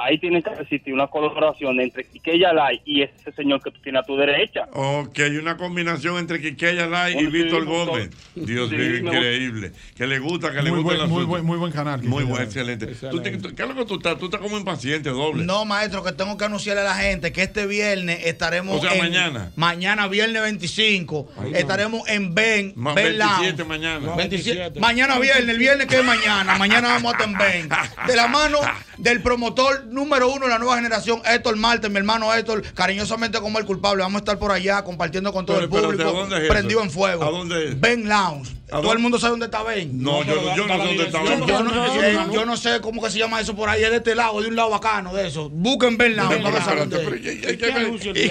[SPEAKER 8] Ahí tiene que existir una colaboración entre Quiqueya Lai y ese señor que tú tienes a tu derecha.
[SPEAKER 2] Oh, que hay una combinación entre Quiqueya Lai y
[SPEAKER 8] Sí,
[SPEAKER 2] Víctor
[SPEAKER 8] doctor.
[SPEAKER 2] Gómez. Dios
[SPEAKER 8] Sí,
[SPEAKER 2] mío,
[SPEAKER 8] me gusta.
[SPEAKER 2] increíble. Que le gusta, que le
[SPEAKER 22] Muy
[SPEAKER 2] gusta el
[SPEAKER 22] buen, muy,
[SPEAKER 2] asunto.
[SPEAKER 22] buen, muy buen canal.
[SPEAKER 2] Muy
[SPEAKER 22] Quisqueya.
[SPEAKER 2] bueno, excelente. Tú te- tú- ¿Qué es lo que tú estás? Tú estás como impaciente, doble.
[SPEAKER 6] No, maestro, que tengo que anunciarle a la gente que este viernes estaremos.
[SPEAKER 2] O sea,
[SPEAKER 6] en-
[SPEAKER 2] mañana.
[SPEAKER 6] Mañana, viernes 25. estaremos en Ben.
[SPEAKER 2] Más
[SPEAKER 6] Ben Lounge.
[SPEAKER 2] 27 mañana.
[SPEAKER 6] 27. Mañana viernes, el viernes que es mañana. Mañana vamos a Tenben. De la mano del promotor número uno de la nueva generación, Héctor Martes, mi hermano Héctor, cariñosamente como el culpable. Vamos a estar por allá compartiendo con todo
[SPEAKER 2] Pero
[SPEAKER 6] el público.
[SPEAKER 2] espérate, ¿a dónde es eso?
[SPEAKER 6] prendido en fuego.
[SPEAKER 2] ¿A dónde es?
[SPEAKER 6] Ben Lounge. Todo el mundo sabe dónde está Ben.
[SPEAKER 2] No, yo no- yo no sé dónde está Ben.
[SPEAKER 6] Yo
[SPEAKER 2] Yo
[SPEAKER 6] no,
[SPEAKER 2] no-
[SPEAKER 6] eh, yo no sé cómo que se llama eso por ahí. Es de este lado, de un lado bacano, de eso. Busquen Ben Lounge para que saben dónde es.
[SPEAKER 2] ¿Qué anuncio el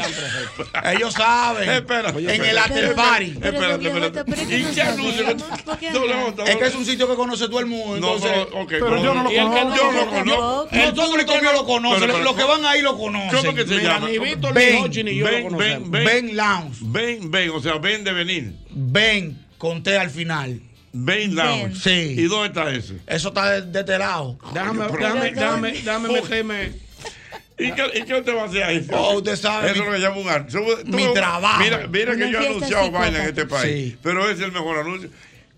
[SPEAKER 6] Ellos saben.
[SPEAKER 2] Espérate,
[SPEAKER 6] en el after
[SPEAKER 2] Pero-
[SPEAKER 6] party.
[SPEAKER 2] pero, Espérate, viejo, espérate. pero es que ¿Y no qué sabemos, anuncio? ¿por qué No, no, hablar? no,
[SPEAKER 6] es que es un sitio que conoce todo el mundo.
[SPEAKER 2] No,
[SPEAKER 6] entonces,
[SPEAKER 2] no, ok, Pero pero- yo no lo
[SPEAKER 6] Y el que
[SPEAKER 2] conozco. Yo no conozco.
[SPEAKER 6] El público no lo conoce.
[SPEAKER 2] Pero- pero-
[SPEAKER 6] los que van ahí lo conocen.
[SPEAKER 2] ¿Cómo que se
[SPEAKER 6] Mira,
[SPEAKER 2] llama?
[SPEAKER 6] Ni Víctor, ni
[SPEAKER 2] Ben,
[SPEAKER 6] Jochi, ni yo lo
[SPEAKER 2] Ben,
[SPEAKER 6] conocemos.
[SPEAKER 2] Ben, Ben. Ben, Ben, o sea, Ben de venir.
[SPEAKER 6] Ben, con T al final.
[SPEAKER 2] Ben
[SPEAKER 6] Lounge. Sí.
[SPEAKER 2] ¿Y dónde está ese?
[SPEAKER 6] Eso está de, de este lado.
[SPEAKER 2] Déjame- Ay, pero- déjame- déjame- déjame
[SPEAKER 6] meterme.
[SPEAKER 2] Oh. ¿Y qué, ¿Y qué te va a hacer ahí?
[SPEAKER 6] Oh, usted sabe.
[SPEAKER 2] Eso es lo que llama un arte.
[SPEAKER 6] Mi trabajo.
[SPEAKER 2] Mira, mira
[SPEAKER 6] Una
[SPEAKER 2] que yo he
[SPEAKER 6] fiesta
[SPEAKER 2] anunciado
[SPEAKER 6] psicópata.
[SPEAKER 2] vaina en este país. Pero ese es el mejor anuncio.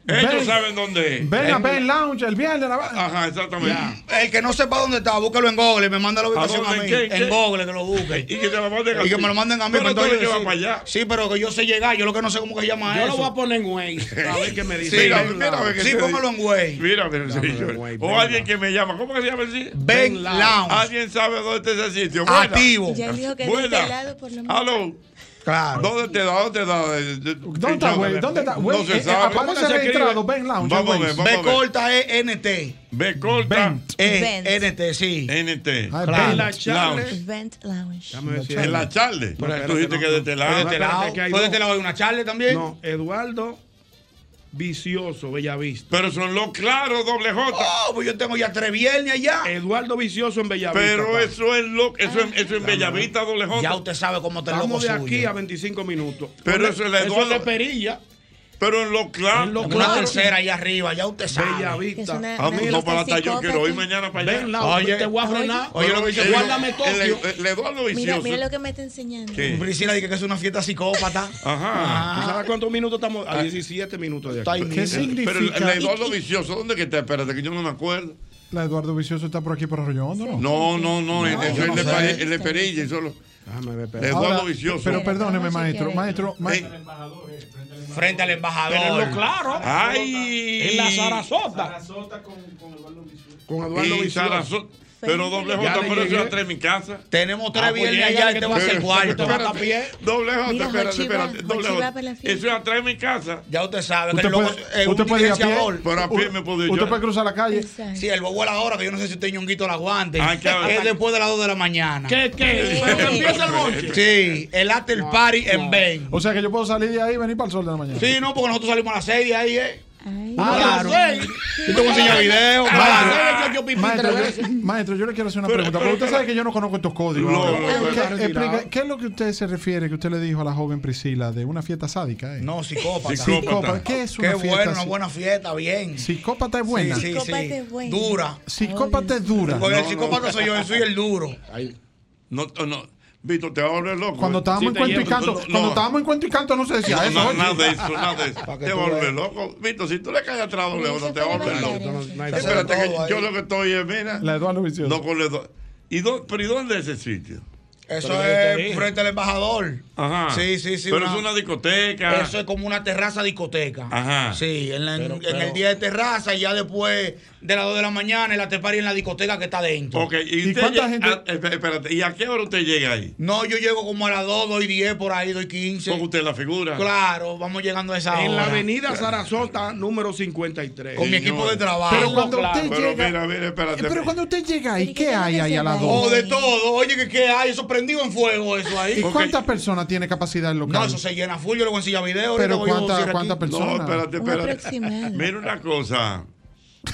[SPEAKER 2] Ellos
[SPEAKER 6] Ven.
[SPEAKER 2] saben dónde es.
[SPEAKER 6] Ven a
[SPEAKER 2] Eh,
[SPEAKER 6] Ben
[SPEAKER 22] Lounge el viernes. Ajá,
[SPEAKER 2] exactamente.
[SPEAKER 6] El que no sepa dónde está, búsquelo en Google y me manda la
[SPEAKER 2] ¿A
[SPEAKER 6] ubicación a,
[SPEAKER 2] dónde?
[SPEAKER 6] mí.
[SPEAKER 2] ¿Qué?
[SPEAKER 6] en
[SPEAKER 2] ¿Qué?
[SPEAKER 6] Google que lo busque.
[SPEAKER 2] Y que te la manden a
[SPEAKER 6] Y que
[SPEAKER 2] ti.
[SPEAKER 6] me lo manden a mí.
[SPEAKER 2] Pero tú
[SPEAKER 6] entonces
[SPEAKER 2] le
[SPEAKER 6] yo
[SPEAKER 2] llevas
[SPEAKER 6] sí.
[SPEAKER 2] para allá.
[SPEAKER 6] Sí, pero que yo sé llegar. Yo lo que no sé cómo que se llama
[SPEAKER 7] Yo
[SPEAKER 6] eso.
[SPEAKER 7] lo voy a poner en Waze. A ver qué me dice.
[SPEAKER 6] Sí, mira, mira, mira, sí, póngalo en Waze.
[SPEAKER 2] Mira, mira, señor. O alguien que me llama. ¿Cómo que se llama el sitio?
[SPEAKER 6] Ben Lounge.
[SPEAKER 2] ¿Alguien sabe dónde está ese sitio?
[SPEAKER 6] Activo.
[SPEAKER 15] Ya él dijo que de
[SPEAKER 2] Buena.
[SPEAKER 15] este lado, por
[SPEAKER 7] pues,
[SPEAKER 15] lo menos.
[SPEAKER 2] Aló.
[SPEAKER 6] Claro.
[SPEAKER 2] ¿Dónde te da? ¿Dónde te da? Eh, ¿Dónde
[SPEAKER 22] está, güey? ¿Dónde está? Güey,
[SPEAKER 2] No
[SPEAKER 22] eh,
[SPEAKER 2] se
[SPEAKER 22] eh,
[SPEAKER 2] sabe.
[SPEAKER 22] aparece
[SPEAKER 2] ¿Cómo que se
[SPEAKER 22] registrado
[SPEAKER 2] escribe?
[SPEAKER 22] Ben Lounge
[SPEAKER 2] Vamos a
[SPEAKER 22] en
[SPEAKER 2] ver,
[SPEAKER 22] Waze.
[SPEAKER 2] vamos a
[SPEAKER 6] B
[SPEAKER 2] ver.
[SPEAKER 6] corta E, es NT.
[SPEAKER 2] B corta.
[SPEAKER 6] Eh, NT, sí.
[SPEAKER 2] NT.
[SPEAKER 6] Claro.
[SPEAKER 2] Claro.
[SPEAKER 6] Lounge.
[SPEAKER 15] Vent Lounge.
[SPEAKER 2] En la charle.
[SPEAKER 6] Pero
[SPEAKER 2] Tú dijiste que de este lado.
[SPEAKER 6] de este lado. ¿Fue de este lado hay una charla también?
[SPEAKER 7] No, Eduardo Vicioso, Bellavista.
[SPEAKER 2] Pero son los claros, doble J.
[SPEAKER 6] Oh, pues yo tengo ya tres viernes allá.
[SPEAKER 7] Eduardo Vicioso en Bellavista.
[SPEAKER 2] Pero
[SPEAKER 7] papá.
[SPEAKER 2] eso es lo eso es, eso es Bellavista, doble J.
[SPEAKER 7] Ya
[SPEAKER 6] usted sabe cómo
[SPEAKER 2] lo
[SPEAKER 7] Vamos de aquí a 25 minutos.
[SPEAKER 2] Pero
[SPEAKER 7] Ponle-
[SPEAKER 2] eso es la
[SPEAKER 7] es de
[SPEAKER 2] Eduardo-
[SPEAKER 7] perilla.
[SPEAKER 2] Pero en lo claro.
[SPEAKER 7] En lo
[SPEAKER 6] Una
[SPEAKER 7] claro.
[SPEAKER 6] tercera allá arriba, ya usted sabe.
[SPEAKER 7] Bellavista.
[SPEAKER 6] Es una-
[SPEAKER 2] Ah,
[SPEAKER 6] una
[SPEAKER 2] no, para
[SPEAKER 6] fiesta
[SPEAKER 2] allá yo quiero ir mañana para allá.
[SPEAKER 7] Ven, Lau, te voy a frenar.
[SPEAKER 6] Oye, lo que dice,
[SPEAKER 2] El-
[SPEAKER 6] guárdame
[SPEAKER 2] el-
[SPEAKER 6] Tokio.
[SPEAKER 2] el- el Eduardo
[SPEAKER 15] Mira,
[SPEAKER 2] Vicioso.
[SPEAKER 15] mira lo que me está enseñando.
[SPEAKER 2] ¿Qué?
[SPEAKER 6] Priscila dice que es una fiesta psicópata.
[SPEAKER 2] Ajá.
[SPEAKER 7] ¿Tú sabes cuántos minutos estamos?
[SPEAKER 6] Ah,
[SPEAKER 7] A 17 minutos de
[SPEAKER 2] Está ahí
[SPEAKER 7] aquí.
[SPEAKER 2] mismo. Ah. Pero el- el Eduardo Vicioso, ¿dónde que está? Espérate, que yo no me acuerdo.
[SPEAKER 22] La Eduardo Vicioso está por aquí por Arroyo Hondo,
[SPEAKER 2] No, no, no, el,
[SPEAKER 22] yo
[SPEAKER 2] el,
[SPEAKER 22] no
[SPEAKER 2] de
[SPEAKER 22] sé.
[SPEAKER 2] Pare- el de Perilla, y solo. El Eduardo
[SPEAKER 22] Ahora,
[SPEAKER 2] Vicioso.
[SPEAKER 22] Pero perdóneme, maestro, maestro, maestro.
[SPEAKER 6] Frente al embajador.
[SPEAKER 7] Pero en lo claro.
[SPEAKER 2] Ay.
[SPEAKER 7] En la Sarasota.
[SPEAKER 2] Con
[SPEAKER 7] Eduardo Vicioso.
[SPEAKER 2] Pero doble
[SPEAKER 7] Ya
[SPEAKER 2] J,
[SPEAKER 7] le
[SPEAKER 2] pero eso
[SPEAKER 7] llegué.
[SPEAKER 2] es atrás de mi casa. Ah, pues,
[SPEAKER 6] Tenemos
[SPEAKER 7] tres viernes allá que te va a hacer cuarto. Te va a tapar.
[SPEAKER 2] Doble J,
[SPEAKER 7] Mira,
[SPEAKER 2] espérate,
[SPEAKER 7] Jochi va,
[SPEAKER 2] espérate. Doble
[SPEAKER 7] Jochi va
[SPEAKER 2] J.
[SPEAKER 7] pues para la
[SPEAKER 2] Eso es atrás de mi casa.
[SPEAKER 6] Ya usted sabe
[SPEAKER 22] Usted
[SPEAKER 6] que el lobo
[SPEAKER 22] puede-
[SPEAKER 6] es
[SPEAKER 22] usted
[SPEAKER 6] un
[SPEAKER 22] puede ir a pie.
[SPEAKER 6] diligenciador.
[SPEAKER 2] Pero a pie me puedo ir yo.
[SPEAKER 22] Usted puede cruzar la calle.
[SPEAKER 6] Sí, el bobo a la hora, que yo no sé si usted ñonguito la aguante.
[SPEAKER 2] Ah, claro.
[SPEAKER 6] Es después de las 2 de la mañana.
[SPEAKER 7] ¿Qué, qué?
[SPEAKER 6] ¿Cuándo
[SPEAKER 7] empieza el bonche?
[SPEAKER 6] Sí, el after party en Ben.
[SPEAKER 22] O sea que yo puedo salir de ahí y venir para el sol de la mañana.
[SPEAKER 6] Sí, no, porque nosotros salimos a las 6 de ahí, ¿eh?
[SPEAKER 22] Ah,
[SPEAKER 6] Claro.
[SPEAKER 22] claro.
[SPEAKER 6] Yo te voy a enseñar video.
[SPEAKER 22] Maestro,
[SPEAKER 6] claro.
[SPEAKER 22] yo- Maestro, yo- maestro, yo le quiero hacer una pregunta. Porque usted sabe que yo no conozco estos códigos.
[SPEAKER 2] No,
[SPEAKER 22] ahora.
[SPEAKER 2] no, no,
[SPEAKER 22] ¿Qué-
[SPEAKER 2] claro,
[SPEAKER 22] explica,
[SPEAKER 2] claro.
[SPEAKER 22] ¿Qué es lo que usted se refiere que usted le dijo a la joven Priscila de una fiesta sádica? eh?
[SPEAKER 6] No, psicópata.
[SPEAKER 22] Psicópata. Psicópata. ¿Qué es una
[SPEAKER 6] Qué
[SPEAKER 22] fiesta
[SPEAKER 6] bueno,
[SPEAKER 22] así?
[SPEAKER 6] una buena fiesta, bien.
[SPEAKER 22] Psicópata es buena.
[SPEAKER 6] Sí, sí, Psicópata sí. es buena. Dura.
[SPEAKER 22] Psicópata es dura.
[SPEAKER 6] Porque el psicópata soy yo, yo soy el duro.
[SPEAKER 2] No, no, no. Víctor, te vas a volver loco.
[SPEAKER 22] Cuando estábamos en cuento y canto, cuando estábamos en cuento y canto no se decía
[SPEAKER 2] No,
[SPEAKER 22] eso.
[SPEAKER 2] no,
[SPEAKER 22] oye.
[SPEAKER 2] nada de eso, nada de eso.
[SPEAKER 22] Pa' que
[SPEAKER 2] Te
[SPEAKER 22] tú
[SPEAKER 2] vuelves
[SPEAKER 22] veas.
[SPEAKER 2] loco. Víctor, si tú le caes atrás a doble
[SPEAKER 22] No,
[SPEAKER 2] J,
[SPEAKER 22] se
[SPEAKER 2] te vas a volver
[SPEAKER 22] puede
[SPEAKER 2] loco.
[SPEAKER 22] bailar, no, no hay-
[SPEAKER 2] Espérate,
[SPEAKER 22] Todo
[SPEAKER 2] que
[SPEAKER 22] ahí.
[SPEAKER 2] yo lo que estoy es, mira.
[SPEAKER 22] La Eduardo Vicioso.
[SPEAKER 2] No, con la Eduardo. ¿Y dó- ¿Pero y dónde es ese sitio?
[SPEAKER 6] Eso
[SPEAKER 2] Pero yo te
[SPEAKER 6] es
[SPEAKER 2] dije.
[SPEAKER 6] Eh, frente al embajador.
[SPEAKER 2] Ajá.
[SPEAKER 6] Sí, sí, sí.
[SPEAKER 2] Pero es una discoteca.
[SPEAKER 6] Eso es como una terraza discoteca.
[SPEAKER 2] Ajá.
[SPEAKER 6] Sí, en, la- en-
[SPEAKER 2] Pero-
[SPEAKER 6] en
[SPEAKER 2] pero-
[SPEAKER 6] el día de terraza y ya después de las 2 de la mañana el after party en la discoteca que está dentro.
[SPEAKER 2] Ok, ¿y, usted llega- ah, espé- espérate, ¿y a qué hora usted llega ahí?
[SPEAKER 6] No, yo llego como a las 2, 2 y 10 por ahí, 2 y 15.
[SPEAKER 2] Porque usted es la figura.
[SPEAKER 6] Claro, vamos llegando a esa
[SPEAKER 7] En la
[SPEAKER 6] hora.
[SPEAKER 7] avenida Sarasota, número 53.
[SPEAKER 6] Con mi equipo de trabajo.
[SPEAKER 7] Pero cuando
[SPEAKER 6] usted llega-
[SPEAKER 2] espérate.
[SPEAKER 22] Pero cuando usted llega ahí, ¿qué hay ahí a las dos?
[SPEAKER 6] Oh, de todo. Oye, que qué hay? Eso prendido en fuego, eso ahí.
[SPEAKER 22] ¿Y cuántas personas tiene capacidad el
[SPEAKER 6] No,
[SPEAKER 22] local?
[SPEAKER 6] eso se llena full, yo lo voy a enseñar video.
[SPEAKER 22] Pero
[SPEAKER 6] ahorita voy a
[SPEAKER 22] ¿cuánta-
[SPEAKER 6] decir aquí.
[SPEAKER 22] cuántas personas?
[SPEAKER 2] No, espérate,
[SPEAKER 6] Un
[SPEAKER 2] espérate.
[SPEAKER 6] aproximado.
[SPEAKER 2] Mira una cosa.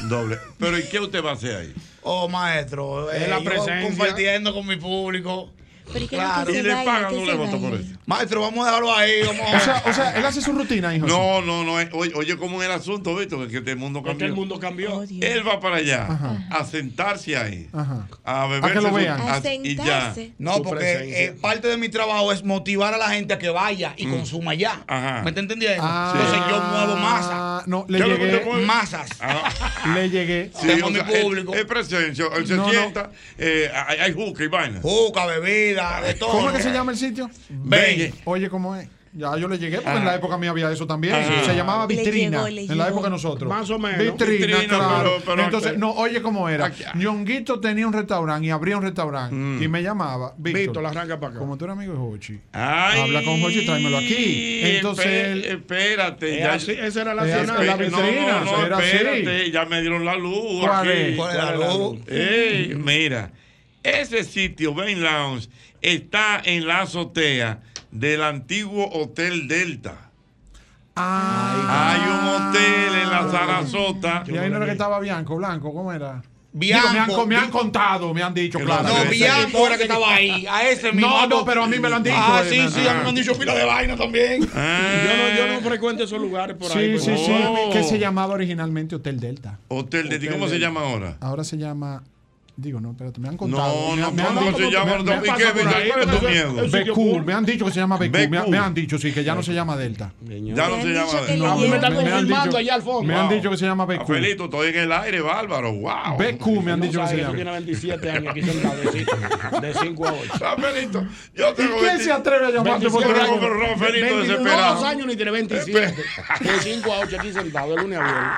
[SPEAKER 2] Doble. Pero ¿y qué usted va a hacer ahí?
[SPEAKER 6] Oh, maestro,
[SPEAKER 2] Es
[SPEAKER 6] eh,
[SPEAKER 2] la
[SPEAKER 6] yo
[SPEAKER 2] presencia.
[SPEAKER 6] compartiendo con mi público.
[SPEAKER 15] Pero
[SPEAKER 2] que no que se Y le vaya, pagan que un se levoto vaya. por eso.
[SPEAKER 6] Maestro, vamos a dejarlo ahí. Vamos a...
[SPEAKER 22] O sea, o sea, él hace su rutina, hijo.
[SPEAKER 2] No, no, no. eh, Oye, oye ¿cómo es el asunto, Víctor? Que el mundo cambió.
[SPEAKER 7] el mundo cambió.
[SPEAKER 2] Él va para allá
[SPEAKER 22] Ajá.
[SPEAKER 2] a sentarse ahí.
[SPEAKER 22] Ajá.
[SPEAKER 2] A beber.
[SPEAKER 22] A que lo vean.
[SPEAKER 2] Y ya.
[SPEAKER 6] No,
[SPEAKER 2] Su
[SPEAKER 6] porque
[SPEAKER 2] presencia. Mm.
[SPEAKER 6] eh, parte de mi trabajo es motivar a la gente a que vaya y consuma ya.
[SPEAKER 2] Ajá.
[SPEAKER 6] ¿Me está entendiendo?
[SPEAKER 22] Ah.
[SPEAKER 6] Entonces yo muevo masa.
[SPEAKER 22] No, le
[SPEAKER 6] ¿Qué es lo que
[SPEAKER 22] llegué.
[SPEAKER 6] usted mueve? Masas.
[SPEAKER 2] Ah,
[SPEAKER 22] Le llegué.
[SPEAKER 2] Sí, o sea, es- Es, presencia. Él se sienta. eh, hay, hay juca y vaina.
[SPEAKER 6] Juca, bebida, de todo.
[SPEAKER 22] ¿Cómo es que se llama el sitio?
[SPEAKER 6] Ben.
[SPEAKER 22] Oye, ¿cómo es? Ya yo le llegué, porque en la Ah. época mía había eso también. Ah. Se llamaba Le vitrina. llegó, le En la llegó. época de nosotros. Más o menos. Vitrina, Vitrina, claro. pero- pero- Entonces, no, oye cómo era.
[SPEAKER 6] ah.
[SPEAKER 22] Yonguito tenía un restaurante y abría un restaurante.
[SPEAKER 6] Mm.
[SPEAKER 22] Y me llamaba. Víctor,
[SPEAKER 19] Víctor, arranca para acá.
[SPEAKER 22] Como tú eres amigo de Hochi.
[SPEAKER 2] Ay,
[SPEAKER 22] habla con Hochi y tráemelo aquí. Entonces,
[SPEAKER 2] espé-
[SPEAKER 22] él-
[SPEAKER 2] espérate.
[SPEAKER 22] Es
[SPEAKER 2] ya-
[SPEAKER 22] así, esa era la
[SPEAKER 2] Eh,
[SPEAKER 22] cena.
[SPEAKER 2] espé-
[SPEAKER 22] La
[SPEAKER 2] no,
[SPEAKER 22] vitrina,
[SPEAKER 2] no, no,
[SPEAKER 22] era así.
[SPEAKER 2] espérate, ya me dieron la luz.
[SPEAKER 22] ¿Cuál
[SPEAKER 2] aquí.
[SPEAKER 22] es? ¿Cuál es la luz?
[SPEAKER 2] Ey, mira, ese sitio, Ben Lounge, está en la azotea del antiguo Hotel Delta. Hay un hotel en la Sarasota.
[SPEAKER 22] Y ahí no era que estaba Bianco, Blanco, ¿cómo era?
[SPEAKER 2] Bianco,
[SPEAKER 22] Digo, me, han, co- me han contado, me han dicho,
[SPEAKER 6] Ah,
[SPEAKER 22] claro.
[SPEAKER 2] No,
[SPEAKER 22] Debe ser.
[SPEAKER 2] Bianco era que estaba ahí, a ese mismo.
[SPEAKER 22] No, no, pero a mí me lo han dicho.
[SPEAKER 2] Ah,
[SPEAKER 22] eh,
[SPEAKER 2] sí, sí, a mí me han Ah.
[SPEAKER 19] dicho pila de vaina también. Yo, no, yo no frecuento esos lugares por ahí.
[SPEAKER 22] Sí, sí,
[SPEAKER 19] pero-
[SPEAKER 22] sí.
[SPEAKER 19] Oh.
[SPEAKER 22] Que se llamaba originalmente Hotel Delta.
[SPEAKER 2] Hotel Delta, ¿y ¿cómo se llama ahora?
[SPEAKER 22] Ahora se llama. Digo, no, espérate, me han
[SPEAKER 2] No,
[SPEAKER 22] contado.
[SPEAKER 2] no,
[SPEAKER 22] me, han-
[SPEAKER 2] ¿cómo
[SPEAKER 22] me han-
[SPEAKER 2] se
[SPEAKER 22] me-
[SPEAKER 2] llama?
[SPEAKER 22] me-
[SPEAKER 2] ¿Y
[SPEAKER 22] me han
[SPEAKER 2] qué?
[SPEAKER 22] pasado por
[SPEAKER 2] ¿Cuál
[SPEAKER 22] ahí.
[SPEAKER 2] es tu miedo?
[SPEAKER 22] Becú,
[SPEAKER 2] Becú.
[SPEAKER 22] me han dicho que se llama Becú. Me,
[SPEAKER 2] Becú.
[SPEAKER 22] me han dicho, sí, que ya no se llama Delta.
[SPEAKER 2] Ya no se llama Delta.
[SPEAKER 22] No, me- me han dicho- Me han
[SPEAKER 2] Wow.
[SPEAKER 22] dicho que se llama Becú.
[SPEAKER 2] Felito, estoy en el aire, bárbaro. Wow.
[SPEAKER 22] Becú me han
[SPEAKER 2] No
[SPEAKER 22] dicho que
[SPEAKER 2] sabe
[SPEAKER 22] se
[SPEAKER 2] que tú
[SPEAKER 22] llama.
[SPEAKER 2] tienes
[SPEAKER 19] 27 años aquí sentado, de 5 a 8.
[SPEAKER 2] Rafaelito, yo este tengo
[SPEAKER 22] ¿Y quién se atreve a llamarte por
[SPEAKER 19] 27
[SPEAKER 22] teléfono?
[SPEAKER 19] años.
[SPEAKER 22] Pero Rafaelito
[SPEAKER 19] 22
[SPEAKER 22] desesperado.
[SPEAKER 19] años ni tiene 27. De 5 a 8 aquí sentado, de lunes a viernes.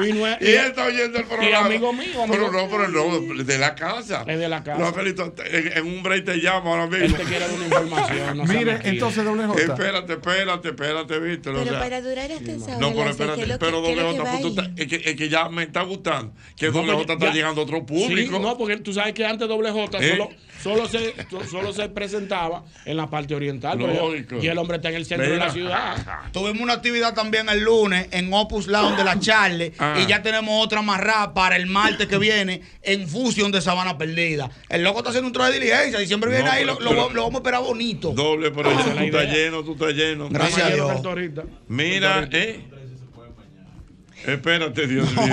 [SPEAKER 19] Y, no es-
[SPEAKER 2] Y él está oyendo el programa.
[SPEAKER 19] Y amigo mío, amigo
[SPEAKER 2] Pero no, pero no, de la casa. Es de la
[SPEAKER 19] casa.
[SPEAKER 2] Rafaelito, en, en un break te llamo ahora mismo. Él te quiere una información.
[SPEAKER 22] no sea Mire, mentira. entonces, doble J.
[SPEAKER 2] Espérate, espérate, espérate, Víctor. o
[SPEAKER 15] Pero
[SPEAKER 2] sea,
[SPEAKER 15] para durar hasta esa hora,
[SPEAKER 2] No, pero
[SPEAKER 15] Lazo, ¿qué es
[SPEAKER 2] espérate,
[SPEAKER 15] lo que-
[SPEAKER 2] pero
[SPEAKER 15] qué es
[SPEAKER 2] doble
[SPEAKER 15] lo que
[SPEAKER 2] J,
[SPEAKER 15] va
[SPEAKER 2] pues, tú
[SPEAKER 15] ahí?
[SPEAKER 2] estás- es, que, es que ya me está gustando que
[SPEAKER 19] No,
[SPEAKER 2] doble
[SPEAKER 19] pues,
[SPEAKER 2] J está
[SPEAKER 19] ya-
[SPEAKER 2] llegando a otro
[SPEAKER 19] Sí,
[SPEAKER 2] público.
[SPEAKER 19] no, porque tú sabes que antes Doble J
[SPEAKER 2] ¿Eh?
[SPEAKER 19] solo, solo, se, solo se presentaba en la parte oriental. pero ya-
[SPEAKER 6] Lógico.
[SPEAKER 19] Y el hombre está en el centro de la ciudad.
[SPEAKER 6] Tuvimos una actividad también el lunes en Opus Lounge de la Charle
[SPEAKER 19] Ah.
[SPEAKER 6] y ya tenemos otra amarrada para el martes que viene en Fusion de Sabana Perdida. El loco está haciendo un traje de diligencia, diciembre viene
[SPEAKER 2] No,
[SPEAKER 6] ahí, lo,
[SPEAKER 2] pero-
[SPEAKER 6] lo-
[SPEAKER 2] pero-
[SPEAKER 6] lo vamos a esperar bonito.
[SPEAKER 2] Doble, pero
[SPEAKER 6] Esa
[SPEAKER 2] tú
[SPEAKER 6] es la
[SPEAKER 2] estás
[SPEAKER 6] idea.
[SPEAKER 2] lleno, tú estás lleno.
[SPEAKER 6] Gracias a Dios.
[SPEAKER 2] Mira, eh. Espérate, Dios mío.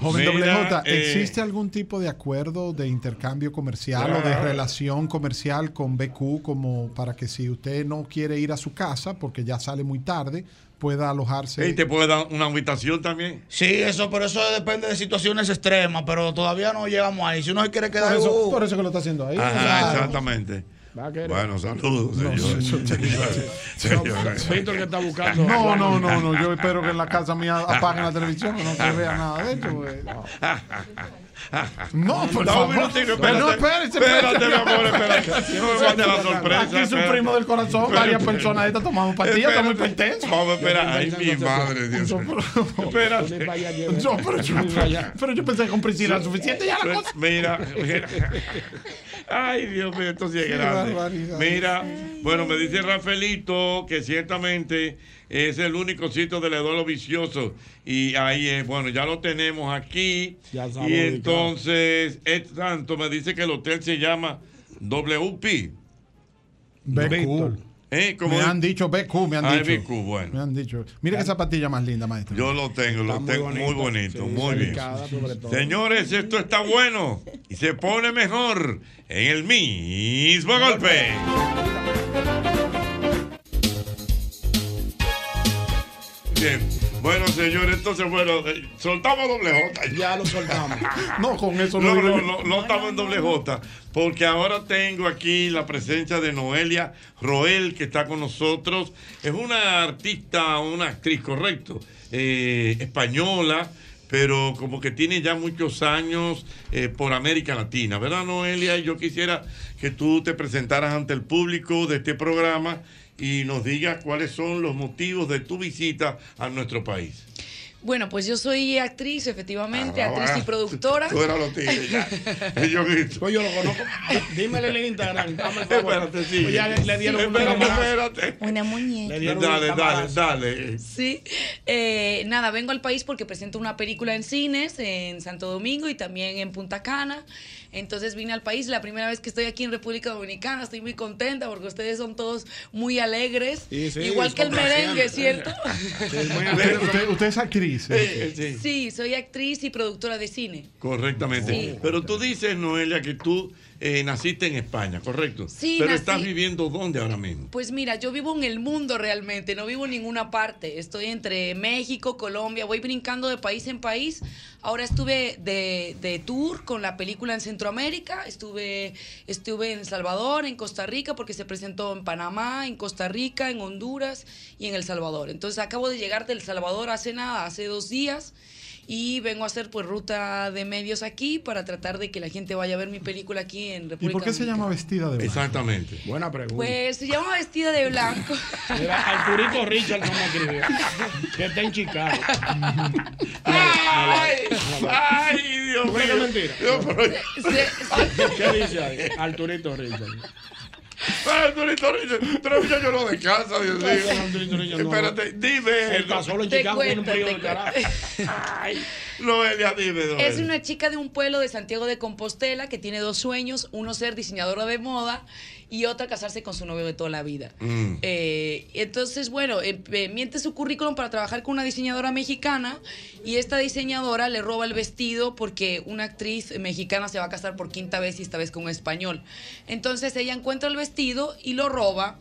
[SPEAKER 22] Joven
[SPEAKER 2] Mira,
[SPEAKER 22] WJ,
[SPEAKER 2] eh,
[SPEAKER 22] ¿existe algún tipo de acuerdo de intercambio comercial o de
[SPEAKER 2] Claro.
[SPEAKER 22] relación comercial con BQ como para que si usted no quiere ir a su casa porque ya sale muy tarde, pueda alojarse?
[SPEAKER 2] Ey, ¿Te puede dar una habitación también?
[SPEAKER 6] Sí, eso, pero eso depende de situaciones extremas, pero todavía no llegamos ahí. Si uno se quiere
[SPEAKER 22] por,
[SPEAKER 6] quedar
[SPEAKER 22] eso,
[SPEAKER 6] uh,
[SPEAKER 22] por eso que lo está haciendo ahí.
[SPEAKER 2] Ajá,
[SPEAKER 22] Claro.
[SPEAKER 2] exactamente.
[SPEAKER 19] querer.
[SPEAKER 2] Bueno, saludos, señores. Señores, señores.
[SPEAKER 19] Víctor que está buscando.
[SPEAKER 22] No, no, no, no. Yo espero que en la casa mía apaguen la televisión, que no se vea nada de esto. güey. No, por
[SPEAKER 2] Da un
[SPEAKER 22] favor.
[SPEAKER 2] minutito,
[SPEAKER 22] Pero no,
[SPEAKER 2] espérate.
[SPEAKER 22] espérate, espérate.
[SPEAKER 2] Espérate, mi amor, espérate. No me mate la sorpresa.
[SPEAKER 22] Aquí su
[SPEAKER 2] espérate.
[SPEAKER 22] primo del corazón, varias personas de estas tomamos pastillas, estamos
[SPEAKER 2] Espérate.
[SPEAKER 22] hipertensos.
[SPEAKER 2] Vamos a esperar. Ay, mi madre, Dios mío. Espérate.
[SPEAKER 22] No, pero yo, pero yo pensé que con Priscila era suficiente ya la cosa.
[SPEAKER 2] Pues, Mira, mira. Ay, Dios mío, esto sí es
[SPEAKER 22] Qué
[SPEAKER 2] grande.
[SPEAKER 22] barbaridad.
[SPEAKER 2] Mira, bueno, me dice Rafaelito que ciertamente es el único sitio del Edolo Vicioso. Y ahí es, bueno, ya lo tenemos aquí.
[SPEAKER 19] Ya sabemos
[SPEAKER 2] y
[SPEAKER 19] ubicado.
[SPEAKER 2] entonces, Ed Santo me dice que el hotel se llama WP.
[SPEAKER 22] BQ.
[SPEAKER 2] ¿Eh? ¿Cómo
[SPEAKER 22] Me
[SPEAKER 2] es?
[SPEAKER 22] han dicho BQ, me han
[SPEAKER 2] Ah, es
[SPEAKER 22] dicho.
[SPEAKER 2] BQ, bueno.
[SPEAKER 22] Me han dicho. Mira qué zapatilla más linda, maestro.
[SPEAKER 2] Yo lo tengo, lo tengo muy bonito, muy bien. Señores, esto está bueno y se pone mejor en el mismo golpe. Bien. Bueno, señores, entonces, bueno, eh, soltamos doble J.
[SPEAKER 19] Ya lo soltamos.
[SPEAKER 22] no, con eso no
[SPEAKER 2] no. No,
[SPEAKER 22] digo yo.
[SPEAKER 2] no, no estamos en doble J, porque ahora tengo aquí la presencia de Noelia Roel, que está con nosotros. Es una artista, una actriz, correcto, eh, española, pero como que tiene ya muchos años eh, por América Latina, ¿verdad, Noelia? Yo quisiera que tú te presentaras ante el público de este programa y nos digas cuáles son los motivos de tu visita a nuestro país.
[SPEAKER 26] Bueno, pues yo soy actriz, efectivamente,
[SPEAKER 2] Ah,
[SPEAKER 26] actriz y
[SPEAKER 2] ah.
[SPEAKER 26] productora.
[SPEAKER 2] Tú eras los tigres ya. Yo,
[SPEAKER 19] pues yo lo conozco. Dímele en el Instagram. dame el favor.
[SPEAKER 2] Espérate, sí.
[SPEAKER 19] Pues ya le, le dieron una
[SPEAKER 2] Espérate,
[SPEAKER 19] cámara.
[SPEAKER 2] espérate.
[SPEAKER 26] Una muñeca.
[SPEAKER 19] Le
[SPEAKER 2] Dale,
[SPEAKER 19] dieron
[SPEAKER 2] dale,
[SPEAKER 19] una cámara.
[SPEAKER 2] dale, dale.
[SPEAKER 26] Sí, eh, nada, vengo al país porque presento una película en cines en Santo Domingo y también en Punta Cana. Entonces vine al país, la primera vez que estoy aquí en República Dominicana, estoy muy contenta porque ustedes son todos muy alegres.
[SPEAKER 22] Sí, sí,
[SPEAKER 26] Igual que el
[SPEAKER 22] complacientes.
[SPEAKER 26] merengue, ¿cierto?
[SPEAKER 22] Usted, usted- usted es actriz. ¿eh?
[SPEAKER 26] Sí, soy actriz y productora de cine.
[SPEAKER 2] Correctamente.
[SPEAKER 26] Sí.
[SPEAKER 2] Pero tú dices, Noelia, que tú eh, naciste en España, ¿correcto?
[SPEAKER 26] Sí,
[SPEAKER 2] Pero
[SPEAKER 26] nací-
[SPEAKER 2] estás viviendo ¿dónde ahora mismo?
[SPEAKER 26] Pues mira, yo vivo en el mundo realmente, no vivo en ninguna parte. Estoy entre México, Colombia, voy brincando de país en país. Ahora estuve de, de tour con la película en Centroamérica, estuve, estuve en El Salvador, en Costa Rica, porque se presentó en Panamá, en Costa Rica, en Honduras y en El Salvador. Entonces acabo de llegar de El Salvador hace nada, hace dos días. Y vengo a hacer pues ruta de medios aquí para tratar de que la gente vaya a ver mi película aquí en
[SPEAKER 22] ¿Y
[SPEAKER 26] República
[SPEAKER 22] por qué se llama vestida de blanco?
[SPEAKER 2] Exactamente.
[SPEAKER 19] Buena pregunta.
[SPEAKER 26] Pues se llama vestida de blanco.
[SPEAKER 7] Mira, Arturito Richard no me escribió. Que está en Chicago.
[SPEAKER 2] ¡Ay! ¡Ay, Dios
[SPEAKER 7] ¿Tú crees que
[SPEAKER 2] mío.
[SPEAKER 7] es mentira?
[SPEAKER 2] Yo, pero-
[SPEAKER 7] ¿Qué dice ahí? Arturito Richard.
[SPEAKER 2] Ay, Arturito Richard. Pero ya yo no descansa, Dios mío. Espérate, dime.
[SPEAKER 7] Él está solo en
[SPEAKER 26] Te
[SPEAKER 7] Chicago con un
[SPEAKER 26] cuento,
[SPEAKER 7] frío
[SPEAKER 26] te
[SPEAKER 7] del carajo.
[SPEAKER 2] Noelia, dime, Noelia.
[SPEAKER 26] Es una chica de un pueblo de Santiago de Compostela que tiene dos sueños, uno ser diseñadora de moda y otra casarse con su novio de toda la vida.
[SPEAKER 3] Mm.
[SPEAKER 26] Eh, entonces, bueno, eh, eh, miente su currículum para trabajar con una diseñadora mexicana y esta diseñadora le roba el vestido porque una actriz mexicana se va a casar por quinta vez y esta vez con un español. Entonces ella encuentra el vestido y lo roba.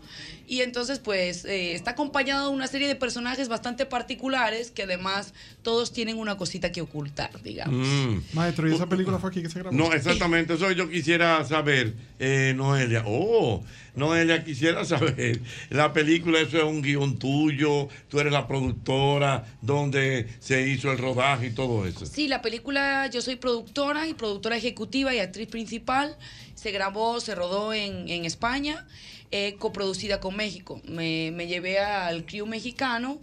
[SPEAKER 26] Y entonces, pues, eh, está acompañado de una serie de personajes bastante particulares que además todos tienen una cosita que ocultar, digamos.
[SPEAKER 2] Mm.
[SPEAKER 22] Maestro, ¿y esa película fue aquí que se grabó?
[SPEAKER 2] No, exactamente, eso yo quisiera saber, eh, Noelia. Oh, Noelia, quisiera saber. La película, eso es un guión tuyo, tú eres la productora, donde se hizo el rodaje y todo eso.
[SPEAKER 26] Sí, la película, yo soy productora y productora ejecutiva y actriz principal. Se grabó, se rodó en, en España, eh, coproducida con México. Me, me llevé al crew mexicano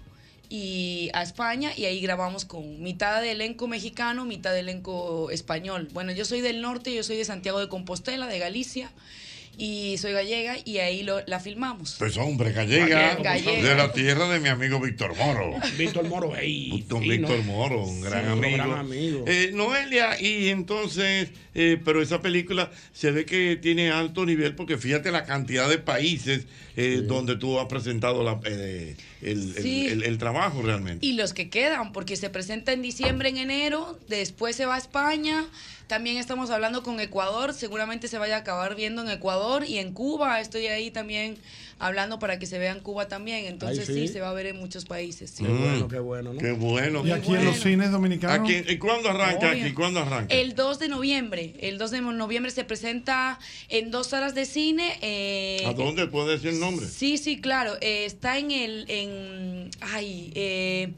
[SPEAKER 26] y a España y ahí grabamos con mitad de elenco mexicano, mitad de elenco español. Bueno, yo soy del norte, yo soy de Santiago de Compostela, de Galicia. Y soy gallega y ahí lo- la filmamos.
[SPEAKER 2] Pues hombre, gallega,
[SPEAKER 26] Gallega.
[SPEAKER 2] de la tierra de mi amigo Víctor Moro.
[SPEAKER 7] Víctor Moro, ey.
[SPEAKER 2] Don
[SPEAKER 7] fino.
[SPEAKER 2] Víctor Moro, un gran
[SPEAKER 7] Sí,
[SPEAKER 2] amigo.
[SPEAKER 7] gran amigo.
[SPEAKER 2] Eh, Noelia, y entonces, eh, pero esa película se ve que tiene alto nivel porque fíjate la cantidad de países eh, donde tú has presentado la- eh, el, el-
[SPEAKER 26] Sí.
[SPEAKER 2] el- el trabajo realmente.
[SPEAKER 26] Y los que quedan, porque se presenta en diciembre, en enero, después se va a España, también estamos hablando con Ecuador, seguramente se vaya a acabar viendo en Ecuador y en Cuba, estoy ahí también hablando para que se vea en Cuba también, entonces
[SPEAKER 2] Ahí
[SPEAKER 26] sí.
[SPEAKER 2] sí.
[SPEAKER 26] se va a ver en muchos países. sí.
[SPEAKER 2] Mm. Qué bueno.
[SPEAKER 22] ¿Y aquí en los cines dominicanos?
[SPEAKER 2] Aquí- ¿Y cuándo arranca
[SPEAKER 26] Obvio.
[SPEAKER 2] aquí? ¿Cuándo arranca?
[SPEAKER 26] El 2 de noviembre, el 2 de noviembre se presenta en dos salas de cine. eh,
[SPEAKER 2] ¿A dónde puede decir el nombre?
[SPEAKER 26] Sí, sí, claro. eh, está en el. En, ay, eh,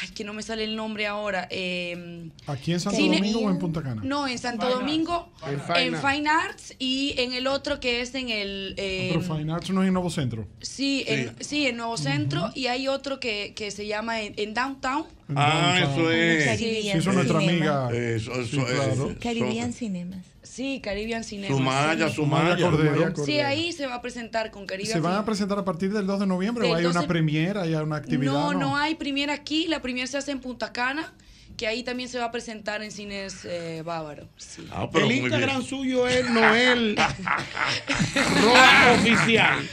[SPEAKER 26] ay, que no me sale el nombre ahora. eh,
[SPEAKER 22] ¿Aquí en Santo
[SPEAKER 26] Cine-
[SPEAKER 22] Domingo o en Punta Cana? Ah,
[SPEAKER 26] no, en Santo
[SPEAKER 22] Fine
[SPEAKER 26] Domingo,
[SPEAKER 22] Arts. En Fine
[SPEAKER 26] en
[SPEAKER 22] Arts.
[SPEAKER 26] Fine Arts y en el otro que es en el. eh,
[SPEAKER 22] Pero Fine Arts no es en Nuevo Centro.
[SPEAKER 26] sí, En, sí, en Nuevo Centro y hay otro que, que se llama en, en Downtown.
[SPEAKER 2] Ah,
[SPEAKER 22] Downtown.
[SPEAKER 2] eso es.
[SPEAKER 22] Sí, eso es nuestra amiga.
[SPEAKER 2] Eso, eso es. son-
[SPEAKER 26] Caribbean Cinemas. Sí, Caribbean Cinemas.
[SPEAKER 2] Sumaya,
[SPEAKER 26] sí.
[SPEAKER 2] Sumaya.
[SPEAKER 22] Cordero.
[SPEAKER 26] Sí, ahí se va a presentar con Caribbean
[SPEAKER 22] ¿Se van a
[SPEAKER 26] Cinemas.
[SPEAKER 22] presentar a partir del 2 de noviembre
[SPEAKER 26] Del
[SPEAKER 22] o hay
[SPEAKER 26] 12
[SPEAKER 22] una premiera, hay una actividad?
[SPEAKER 26] No, no hay primera aquí, la primera se hace en Punta Cana, que ahí también se va a presentar en cines eh, bávaro. sí.
[SPEAKER 2] Ah,
[SPEAKER 7] Ah,
[SPEAKER 19] el Instagram suyo es Noel
[SPEAKER 7] Roa Oficial.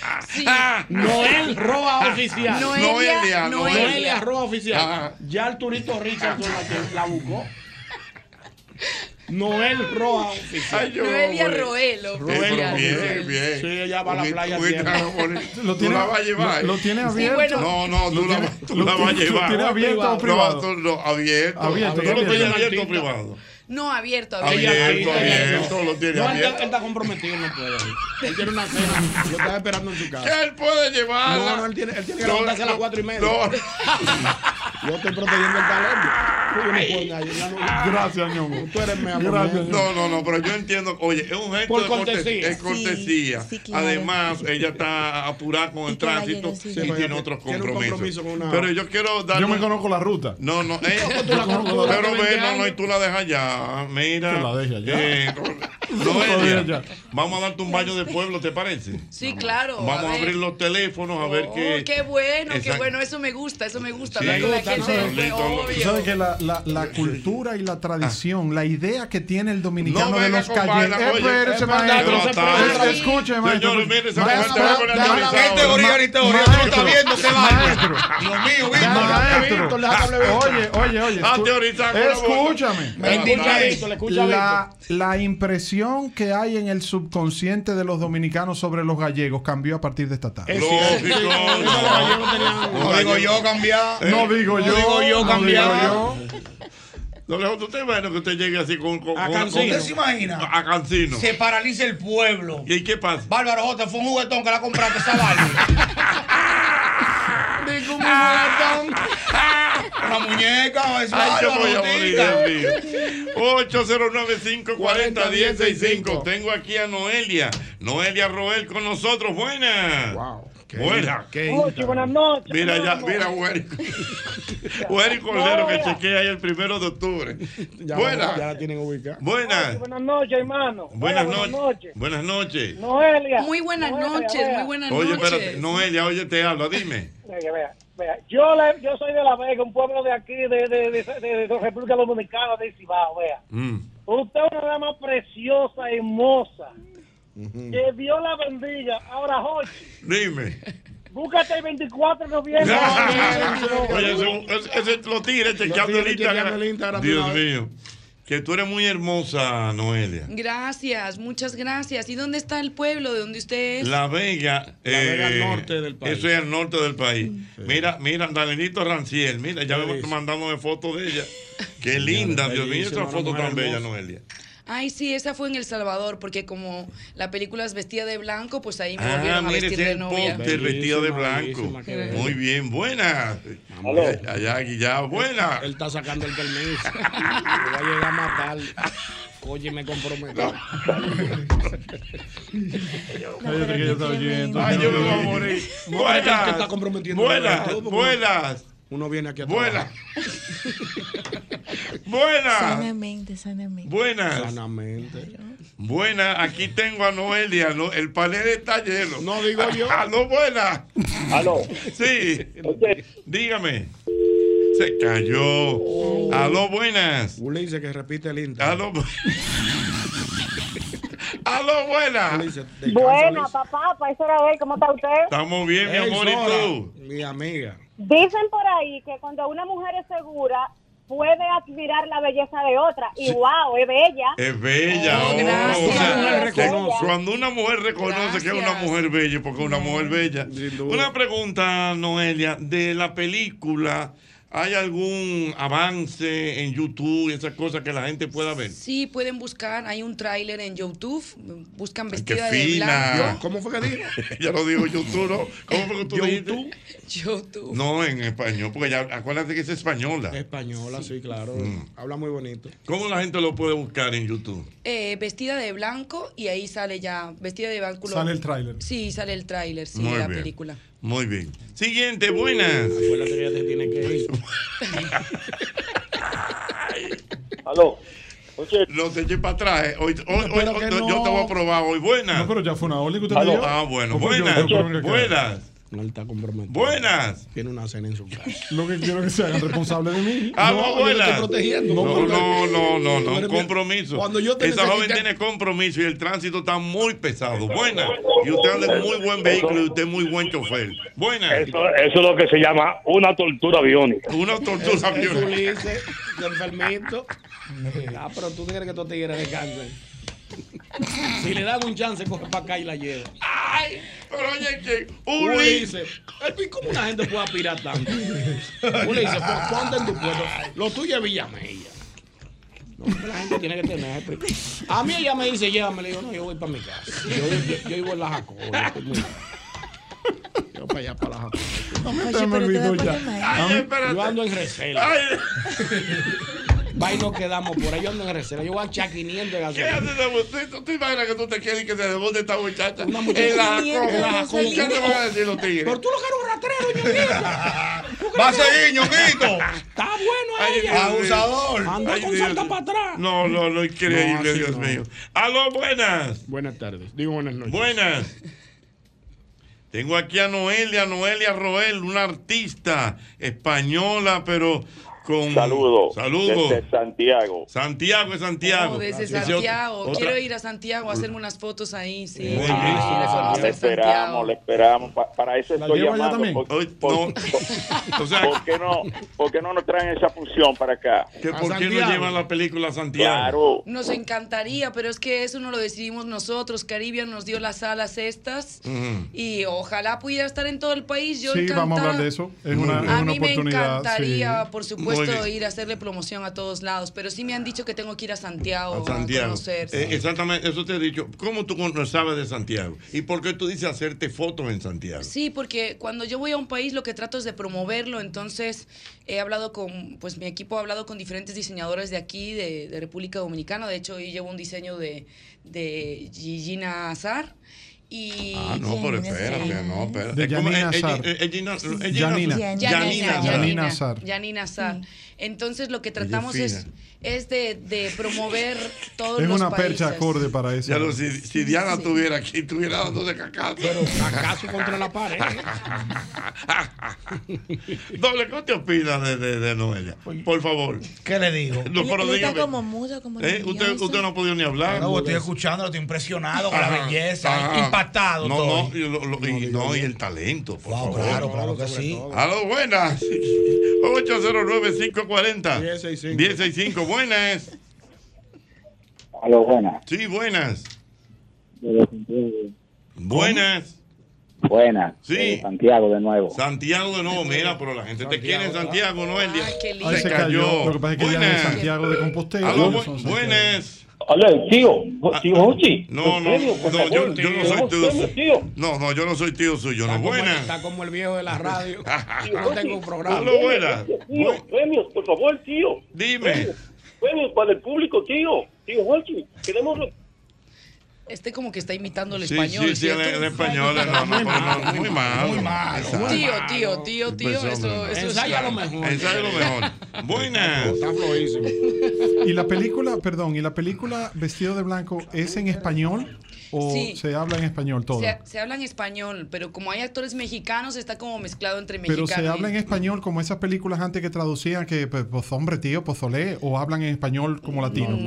[SPEAKER 7] Noel Roa Oficial.
[SPEAKER 19] Noelia, Noelia, Noelia.
[SPEAKER 7] Noelia Roa Oficial.
[SPEAKER 2] Ah.
[SPEAKER 7] Ya Arturito Richard la, que la buscó. Noel Roa Oficial.
[SPEAKER 2] Ay, yo, Noelia hombre.
[SPEAKER 26] Roelo.
[SPEAKER 2] Pero bien, bien.
[SPEAKER 7] Sí, ella va a
[SPEAKER 2] Un-
[SPEAKER 7] la playa
[SPEAKER 2] un
[SPEAKER 7] siempre.
[SPEAKER 2] Instagram bonito. Tú la vas a llevar.
[SPEAKER 22] lo- lo tiene Sí, abierto. bueno.
[SPEAKER 2] No, no, tú la, vas- tú la vas a
[SPEAKER 22] tiene- lo
[SPEAKER 2] llevar.
[SPEAKER 22] tiene abierto o privado?
[SPEAKER 2] No, tú- no, abierto.
[SPEAKER 22] Abierto,
[SPEAKER 2] Yo lo
[SPEAKER 22] abierto.
[SPEAKER 2] tengo abierto o privado.
[SPEAKER 26] No, abierto,
[SPEAKER 2] Ah,
[SPEAKER 26] abierto.
[SPEAKER 2] Abierto, abierto, lo tiene
[SPEAKER 7] No, él,
[SPEAKER 2] abierto.
[SPEAKER 7] está- él está comprometido, no puede. Él tiene una cena. Lo estaba esperando en su casa.
[SPEAKER 2] Él puede llevarla.
[SPEAKER 7] No, no, él tiene, él tiene que
[SPEAKER 2] No,
[SPEAKER 7] levantarse a las
[SPEAKER 2] no,
[SPEAKER 7] cuatro y media.
[SPEAKER 2] no.
[SPEAKER 7] Yo estoy protegiendo el talento. Yo no puedo engañar, yo no-
[SPEAKER 22] Gracias, ñomo.
[SPEAKER 7] Tú eres mi amor.
[SPEAKER 2] No, no, no, pero yo entiendo. Oye, es un gesto
[SPEAKER 7] Por
[SPEAKER 2] de cortes-
[SPEAKER 7] cortesía.
[SPEAKER 2] es cortesía.
[SPEAKER 7] Sí, sí, claro.
[SPEAKER 2] Además, ella está apurada con el tránsito
[SPEAKER 22] sí. Sí,
[SPEAKER 2] y tiene
[SPEAKER 22] porque
[SPEAKER 2] otros
[SPEAKER 22] tiene un
[SPEAKER 2] compromisos.
[SPEAKER 22] compromiso con una-
[SPEAKER 2] Pero yo quiero dar.
[SPEAKER 22] Yo me conozco la ruta.
[SPEAKER 2] No, no, eh,
[SPEAKER 22] Tú la conozco
[SPEAKER 2] pero
[SPEAKER 22] hace 20
[SPEAKER 2] ve, no, no,
[SPEAKER 22] años.
[SPEAKER 2] y tú la dejas ya. Mira.
[SPEAKER 22] Que la deje allá.
[SPEAKER 2] eh, Noelia, vamos a darte un baño de pueblo, ¿te parece?
[SPEAKER 26] Sí, claro.
[SPEAKER 2] Vamos a
[SPEAKER 26] ver.
[SPEAKER 2] abrir los teléfonos a ver
[SPEAKER 26] Oh,
[SPEAKER 2] qué.
[SPEAKER 26] qué bueno, qué
[SPEAKER 2] Exacto.
[SPEAKER 26] bueno. Eso me gusta, eso me gusta.
[SPEAKER 2] Sí,
[SPEAKER 26] hablar con la
[SPEAKER 2] gusta,
[SPEAKER 26] gente
[SPEAKER 2] ¿no?
[SPEAKER 26] después,
[SPEAKER 2] Bonito.
[SPEAKER 26] obvio.
[SPEAKER 22] Tú sabes que la, la- la cultura y la tradición, la idea que tiene el dominicano
[SPEAKER 2] Ah. No
[SPEAKER 22] de
[SPEAKER 2] venga
[SPEAKER 22] los
[SPEAKER 2] con vaina,
[SPEAKER 22] calles.
[SPEAKER 2] oye,
[SPEAKER 22] Espérese,
[SPEAKER 2] es
[SPEAKER 22] maestro.
[SPEAKER 2] verdad, pero se puede.
[SPEAKER 22] Escuche, maestro.
[SPEAKER 2] Señores, mire, esa
[SPEAKER 22] Maestro,
[SPEAKER 2] mujer está
[SPEAKER 22] maestro,
[SPEAKER 2] organizada.
[SPEAKER 22] maestro,
[SPEAKER 2] Gente organizada, tú no estás viendo, qué vaina.
[SPEAKER 22] Maestro.
[SPEAKER 2] Lo
[SPEAKER 22] Maestro.
[SPEAKER 2] mío,
[SPEAKER 22] Víctor, deja que hable Víctor. Oye, oye, oye.
[SPEAKER 2] Ah,
[SPEAKER 22] escu-
[SPEAKER 2] teorizar con la
[SPEAKER 22] Escúchame.
[SPEAKER 2] boca. Le escucha a Víctor, le escucha a
[SPEAKER 22] la, la impresión que hay en el subconsciente de los dominicanos sobre los gallegos cambió a partir de esta tarde.
[SPEAKER 16] No digo yo cambiar.
[SPEAKER 22] No digo yo.
[SPEAKER 16] digo yo
[SPEAKER 22] no
[SPEAKER 16] cambiar.
[SPEAKER 22] digo yo.
[SPEAKER 2] No, Lejo, ¿tú te imaginas que usted llegue así con... con
[SPEAKER 6] A
[SPEAKER 2] con-
[SPEAKER 6] Cancino.
[SPEAKER 2] con-
[SPEAKER 6] ¿Usted se imagina?
[SPEAKER 2] A Cancino.
[SPEAKER 6] Se paraliza el pueblo.
[SPEAKER 2] ¿Y ahí qué pasa?
[SPEAKER 6] Bárbaro J fue un juguetón que la compraste esa Barbie. Digo un juguetón. Una muñeca, es
[SPEAKER 2] Ay, yo voy a morir,
[SPEAKER 6] Bárbara
[SPEAKER 2] Dios mío. 809-540-1065. Tengo aquí a Noelia. Noelia Roel con nosotros. Buena. Wow. Buena.
[SPEAKER 14] Ochi, buenas noches.
[SPEAKER 2] Mira ya,
[SPEAKER 14] hermano.
[SPEAKER 2] mira, Weri. Weri Cordero que chequea ahí el primero de octubre.
[SPEAKER 19] Ya
[SPEAKER 2] Buena.
[SPEAKER 19] la tienen ubicada.
[SPEAKER 2] Buenas.
[SPEAKER 14] Buenas noches, hermano.
[SPEAKER 2] Buenas
[SPEAKER 14] Oye,
[SPEAKER 2] noches. Buenas noches.
[SPEAKER 14] Noelia.
[SPEAKER 26] Muy buenas noches, muy buenas
[SPEAKER 2] Oye,
[SPEAKER 26] noches.
[SPEAKER 2] espérate, Noelia, oye, te habla, dime.
[SPEAKER 14] Vea, vea, vea. Yo, le- yo soy de La Vega, un pueblo de aquí, de, de, de, de- de República Dominicana, de Cibao, vea.
[SPEAKER 2] Mm.
[SPEAKER 14] Usted es una dama preciosa, hermosa. Que Dios la bendiga. Ahora, Jochi,
[SPEAKER 2] Eh. Dime.
[SPEAKER 14] búscate el 24 de noviembre.
[SPEAKER 2] Oye, ese, Ah, ese lo tira chequeando el
[SPEAKER 19] tira chequeando
[SPEAKER 2] Instagram.
[SPEAKER 19] el Instagram,
[SPEAKER 2] Dios
[SPEAKER 19] mira.
[SPEAKER 2] mío. Que tú eres muy hermosa, Noelia.
[SPEAKER 26] Gracias, muchas gracias. ¿Y dónde está el pueblo de donde usted es?
[SPEAKER 2] La Vega. La
[SPEAKER 19] Vega al norte del país.
[SPEAKER 2] Eso es al norte del país. Mira, mira, Danelito Ranciel. Mira, ya vemos mandándome fotos de ella. Qué linda, Dios mío,
[SPEAKER 19] bellísima,
[SPEAKER 2] esa
[SPEAKER 19] una
[SPEAKER 2] foto
[SPEAKER 19] mujer
[SPEAKER 2] tan bella,
[SPEAKER 19] hermosa.
[SPEAKER 2] Noelia.
[SPEAKER 26] Ay, sí, esa fue en El Salvador, porque como la película es vestida de blanco, pues ahí me
[SPEAKER 2] Ah,
[SPEAKER 26] volvieron a
[SPEAKER 2] mire,
[SPEAKER 26] vestir
[SPEAKER 2] ese
[SPEAKER 26] de
[SPEAKER 2] es el
[SPEAKER 26] novia.
[SPEAKER 2] póster vestido de blanco.
[SPEAKER 26] bellísima, qué bella.
[SPEAKER 2] Muy bien, buena. Allá, ya, buena. Él está sacando el permiso.
[SPEAKER 7] Me va a llegar más tarde. Oye, me comprometo.
[SPEAKER 22] Cállate que yo estaba oyendo.
[SPEAKER 19] Ay, yo me voy a
[SPEAKER 2] morir.
[SPEAKER 19] Buenas.
[SPEAKER 7] Te está comprometiendo.
[SPEAKER 19] Buenas,
[SPEAKER 7] Todo, porque
[SPEAKER 2] buenas.
[SPEAKER 19] Uno viene aquí a
[SPEAKER 2] Buenas. Buenas.
[SPEAKER 15] Sanamente, sanamente.
[SPEAKER 2] Buenas. Buenas, aquí tengo a Noelia. no- el panel está lleno. No digo yo. Aló, buenas. Aló. Sí. Dígame. Se cayó. Aló, buenas.
[SPEAKER 19] Ulises, que repite el intro.
[SPEAKER 2] Aló, bu- Aló, buenas.
[SPEAKER 20] Buena, papá, para eso era él. ¿Cómo está usted?
[SPEAKER 2] Estamos bien, mi
[SPEAKER 19] Ey,
[SPEAKER 2] amor, ¿y
[SPEAKER 19] Sora,
[SPEAKER 2] tú?
[SPEAKER 19] Mi amiga.
[SPEAKER 20] Dicen por ahí que cuando una mujer es segura, puede admirar la belleza de otra. Y wow, es bella.
[SPEAKER 2] Es bella. oh,
[SPEAKER 20] gracias.
[SPEAKER 2] o sea,
[SPEAKER 20] Cuando una mujer
[SPEAKER 2] que-
[SPEAKER 20] reconoce.
[SPEAKER 2] cuando una mujer reconoce que es una mujer bella, porque es una mujer bella. Una pregunta, Noelia, de la película, ¿hay algún avance en YouTube y esas cosas que la gente pueda ver?
[SPEAKER 26] Sí, pueden buscar, hay un tráiler en YouTube, buscan
[SPEAKER 2] Qué
[SPEAKER 26] vestida de
[SPEAKER 2] fina.
[SPEAKER 26] blanco.
[SPEAKER 2] ¿Cómo fue que dijo? ya lo digo YouTube, ¿no? ¿Cómo fue que tú dijiste?
[SPEAKER 26] YouTube.
[SPEAKER 2] No, en español, porque ya acuérdate que es española.
[SPEAKER 19] Española, sí, claro.
[SPEAKER 2] Mm.
[SPEAKER 19] Habla muy bonito.
[SPEAKER 2] ¿Cómo la gente lo puede buscar en YouTube?
[SPEAKER 26] Eh, vestida de blanco y ahí sale ya, vestida de blanco.
[SPEAKER 2] Sale el tráiler.
[SPEAKER 26] Sí, sale el tráiler, sí,
[SPEAKER 2] Muy
[SPEAKER 26] de la
[SPEAKER 2] bien.
[SPEAKER 26] película.
[SPEAKER 2] Muy bien. Siguiente, buenas.
[SPEAKER 7] Acuérdate que ya te tiene que ir.
[SPEAKER 2] Aló. No te eches para atrás. eh. Hoy, hoy- hoy-
[SPEAKER 22] espero
[SPEAKER 2] hoy-
[SPEAKER 22] que
[SPEAKER 2] yo
[SPEAKER 22] no.
[SPEAKER 2] te voy a probar hoy. Buenas.
[SPEAKER 22] No, pero ya fue una ola que usted
[SPEAKER 2] Aló.
[SPEAKER 22] me dio.
[SPEAKER 2] Ah, bueno.
[SPEAKER 22] No fue yo,
[SPEAKER 2] Buenas.
[SPEAKER 22] fue el que-
[SPEAKER 2] Buenas.
[SPEAKER 19] No, él está comprometido.
[SPEAKER 2] Buenas.
[SPEAKER 19] Tiene una cena en su casa.
[SPEAKER 22] Lo que quiero es que se hagan responsable de mí.
[SPEAKER 2] Ah,
[SPEAKER 19] No,
[SPEAKER 2] no,
[SPEAKER 19] yo te
[SPEAKER 2] buenas.
[SPEAKER 19] estoy protegiendo.
[SPEAKER 2] No,
[SPEAKER 19] Porque-
[SPEAKER 2] no, no, no, no,
[SPEAKER 19] Madre
[SPEAKER 2] un
[SPEAKER 19] mía.
[SPEAKER 2] compromiso.
[SPEAKER 19] Cuando yo te
[SPEAKER 2] Esa joven
[SPEAKER 19] necesite-
[SPEAKER 2] tiene compromiso y el tránsito está muy pesado. Buenas. Y usted anda en muy buen vehículo y usted es muy buen chofer. Buenas.
[SPEAKER 14] Eso, eso es lo que se llama una tortura biónica.
[SPEAKER 2] Una tortura
[SPEAKER 7] Es
[SPEAKER 2] biónica.
[SPEAKER 7] Ulises, de enfermito. Ah, pero tú crees que tú te de cáncer. Si le dan un chance, coge para acá y la lleva.
[SPEAKER 2] Ay, pero oye, que
[SPEAKER 7] Ulises. ¿Y cómo una gente puede aspirar tanto? Ulises, pon- ponte en tu puesto. Lo tuyo es Villamella. No, pero la gente tiene que tener. pero- A mí ella me dice, llévame. Le digo, no, yo voy para mi casa. Yo, yo, yo vivo en la Jacobo. Yo, estoy muy mal. yo para allá, para la Jacobo.
[SPEAKER 22] Oye, se me pero te olvidó vas ya. para Miami. Ay,
[SPEAKER 7] Yo ando en reserva. Va y nos quedamos por ahí. Yo ando en reserva. Yo voy a echar 500 de
[SPEAKER 2] ¿Qué
[SPEAKER 7] gasolina.
[SPEAKER 2] haces de usted? ¿Tú te imaginas que tú te quieres que se debute esta muchacha?
[SPEAKER 7] muchacha.
[SPEAKER 2] En la
[SPEAKER 7] Mierda,
[SPEAKER 2] en la-
[SPEAKER 7] gasolina.
[SPEAKER 2] ¿Qué te van a decir los tigres?
[SPEAKER 7] Pero tú lo
[SPEAKER 2] Va a seguir, ñoquito.
[SPEAKER 7] Está bueno
[SPEAKER 2] Ay,
[SPEAKER 7] ella.
[SPEAKER 2] Dios mío.
[SPEAKER 7] Anda
[SPEAKER 2] Ay,
[SPEAKER 7] con
[SPEAKER 2] Dios
[SPEAKER 7] salta
[SPEAKER 2] mío.
[SPEAKER 7] para atrás.
[SPEAKER 2] No, no, no,
[SPEAKER 7] No,
[SPEAKER 2] increíble,
[SPEAKER 7] así
[SPEAKER 2] Dios
[SPEAKER 7] no.
[SPEAKER 2] mío. Aló, buenas.
[SPEAKER 19] Buenas tardes. Digo buenas noches.
[SPEAKER 2] Buenas. Tengo aquí a Noelia, Noelia Roel, una artista española, pero con.
[SPEAKER 27] Saludos.
[SPEAKER 2] Saludos.
[SPEAKER 27] Desde Santiago.
[SPEAKER 2] Santiago es Santiago.
[SPEAKER 27] Oh,
[SPEAKER 26] Desde
[SPEAKER 2] Ese otro-
[SPEAKER 26] Santiago.
[SPEAKER 2] otra-
[SPEAKER 26] Quiero ir a Santiago a hacerme unas fotos ahí. Sí.
[SPEAKER 27] Ah,
[SPEAKER 26] sí,
[SPEAKER 27] le
[SPEAKER 26] de Santiago.
[SPEAKER 27] esperamos, le esperamos. Pa- para eso
[SPEAKER 26] ¿La
[SPEAKER 27] estoy
[SPEAKER 26] lleva allá
[SPEAKER 27] llamando.
[SPEAKER 26] también?
[SPEAKER 27] Por, por- por- ¿por qué no, por qué no nos traen esa función para acá?
[SPEAKER 2] ¿Que ¿Por qué no llevan la película a Santiago?
[SPEAKER 27] Claro.
[SPEAKER 26] Nos encantaría, pero es que eso no lo decidimos nosotros. Caribbean nos dio las alas estas y ojalá pudiera estar en todo el país. Yo
[SPEAKER 22] sí,
[SPEAKER 26] encantada.
[SPEAKER 22] vamos a hablar de eso. Es
[SPEAKER 2] Muy
[SPEAKER 22] una, es
[SPEAKER 2] bien.
[SPEAKER 26] A
[SPEAKER 22] una
[SPEAKER 26] mí me
[SPEAKER 22] oportunidad.
[SPEAKER 26] encantaría, por
[SPEAKER 2] Muy
[SPEAKER 26] supuesto,
[SPEAKER 2] bien.
[SPEAKER 26] ir a hacerle promoción a todos lados, pero sí me han dicho que tengo que ir a Santiago
[SPEAKER 2] A
[SPEAKER 26] a,
[SPEAKER 2] Santiago.
[SPEAKER 26] conocer.
[SPEAKER 2] Eh, exactamente, eso te he dicho. ¿Cómo tú no sabes de Santiago? ¿Y por qué tú dices hacerte fotos en Santiago?
[SPEAKER 26] Sí, porque cuando yo voy a un país lo que trato es de promoverlo, entonces he hablado con, pues mi equipo ha hablado con diferentes diseñadores de aquí, de, de República Dominicana, de hecho hoy llevo un diseño de, de Gigina Azar y...
[SPEAKER 2] Ah, no, pero espérate, no, espérate.
[SPEAKER 22] De
[SPEAKER 2] Es como-
[SPEAKER 22] Yanina
[SPEAKER 2] eh, eh,
[SPEAKER 22] Azar.
[SPEAKER 2] eh, eh, Gina- eh, Gina-
[SPEAKER 22] Yanina.
[SPEAKER 26] Yanina,
[SPEAKER 22] Yanina
[SPEAKER 26] Yanina,
[SPEAKER 22] Azar.
[SPEAKER 26] Yanina Azar. Entonces lo que tratamos
[SPEAKER 22] fina.
[SPEAKER 26] es, es de, de promover todos
[SPEAKER 22] Es
[SPEAKER 26] los
[SPEAKER 22] una
[SPEAKER 26] países.
[SPEAKER 22] percha acorde para eso.
[SPEAKER 2] Ya lo- si, si Diana estuviera aquí, estuviera dando de cacazo. Pero cacazo contra la pared. Doble, ¿qué te opinas de, de, de Noelia? Por favor.
[SPEAKER 6] ¿Qué le digo?
[SPEAKER 2] No, pero
[SPEAKER 15] Él está
[SPEAKER 2] dígame.
[SPEAKER 15] como mudo, como
[SPEAKER 2] Eh, usted,
[SPEAKER 15] nervioso.
[SPEAKER 2] usted no ha podido ni hablar.
[SPEAKER 6] Claro, estoy escuchando, estoy impresionado con la
[SPEAKER 2] Ajá,
[SPEAKER 6] belleza,
[SPEAKER 2] ajá.
[SPEAKER 6] impactado.
[SPEAKER 2] No,
[SPEAKER 6] estoy.
[SPEAKER 2] no, y, lo- lo- y no, y el talento, por favor.
[SPEAKER 6] claro, claro que sí.
[SPEAKER 2] A los buenas. 809-540. 1065. Buenas.
[SPEAKER 21] Aló, buenas.
[SPEAKER 2] Sí, buenas.
[SPEAKER 21] Desde Santiago.
[SPEAKER 2] Buenas.
[SPEAKER 21] Buenas.
[SPEAKER 2] Sí.
[SPEAKER 21] Desde Santiago de nuevo.
[SPEAKER 2] Santiago de nuevo, mira, pero la gente te quiere en Santiago, Noelia.
[SPEAKER 21] lindo.
[SPEAKER 22] Ahí se cayó. Lo que pasa es que ella es de Santiago de Compostela.
[SPEAKER 2] Aló,
[SPEAKER 22] Entonces,
[SPEAKER 2] bu- buenas. Ah,
[SPEAKER 21] Hola, tío. Tío Jochi.
[SPEAKER 2] No, no, no, yo, yo no soy tío suyo. No, no, yo no soy tío suyo, no. Buenas.
[SPEAKER 7] Está como el viejo de la radio.
[SPEAKER 2] No
[SPEAKER 7] no tengo programa.
[SPEAKER 2] Aló, buenas.
[SPEAKER 21] Tío, premios, por favor, tío.
[SPEAKER 2] Dime.
[SPEAKER 21] Premios para el público, tío. Tío Jochi, queremos...
[SPEAKER 26] Este como que está imitando el
[SPEAKER 2] Sí,
[SPEAKER 26] español.
[SPEAKER 2] sí, sí, el,
[SPEAKER 26] ¿cierto?
[SPEAKER 2] el español, no, no, no, no, muy mal. Pues, Muy mal.
[SPEAKER 26] Tío, tío, tío, tío, eso, eso es-
[SPEAKER 2] Ah, Ensayo lo mejor. Buenas. Está flojísimo.
[SPEAKER 22] Y la película, perdón, y la película Vestido de Blanco es en español o
[SPEAKER 26] Sí.
[SPEAKER 22] se habla en español todo.
[SPEAKER 26] Se, se habla en español, pero como hay actores mexicanos, está como mezclado entre
[SPEAKER 22] Pero
[SPEAKER 26] mexicanos.
[SPEAKER 22] se habla en español como esas películas antes que traducían que pues, pues, hombre, tío, pozolé o hablan en español como latino.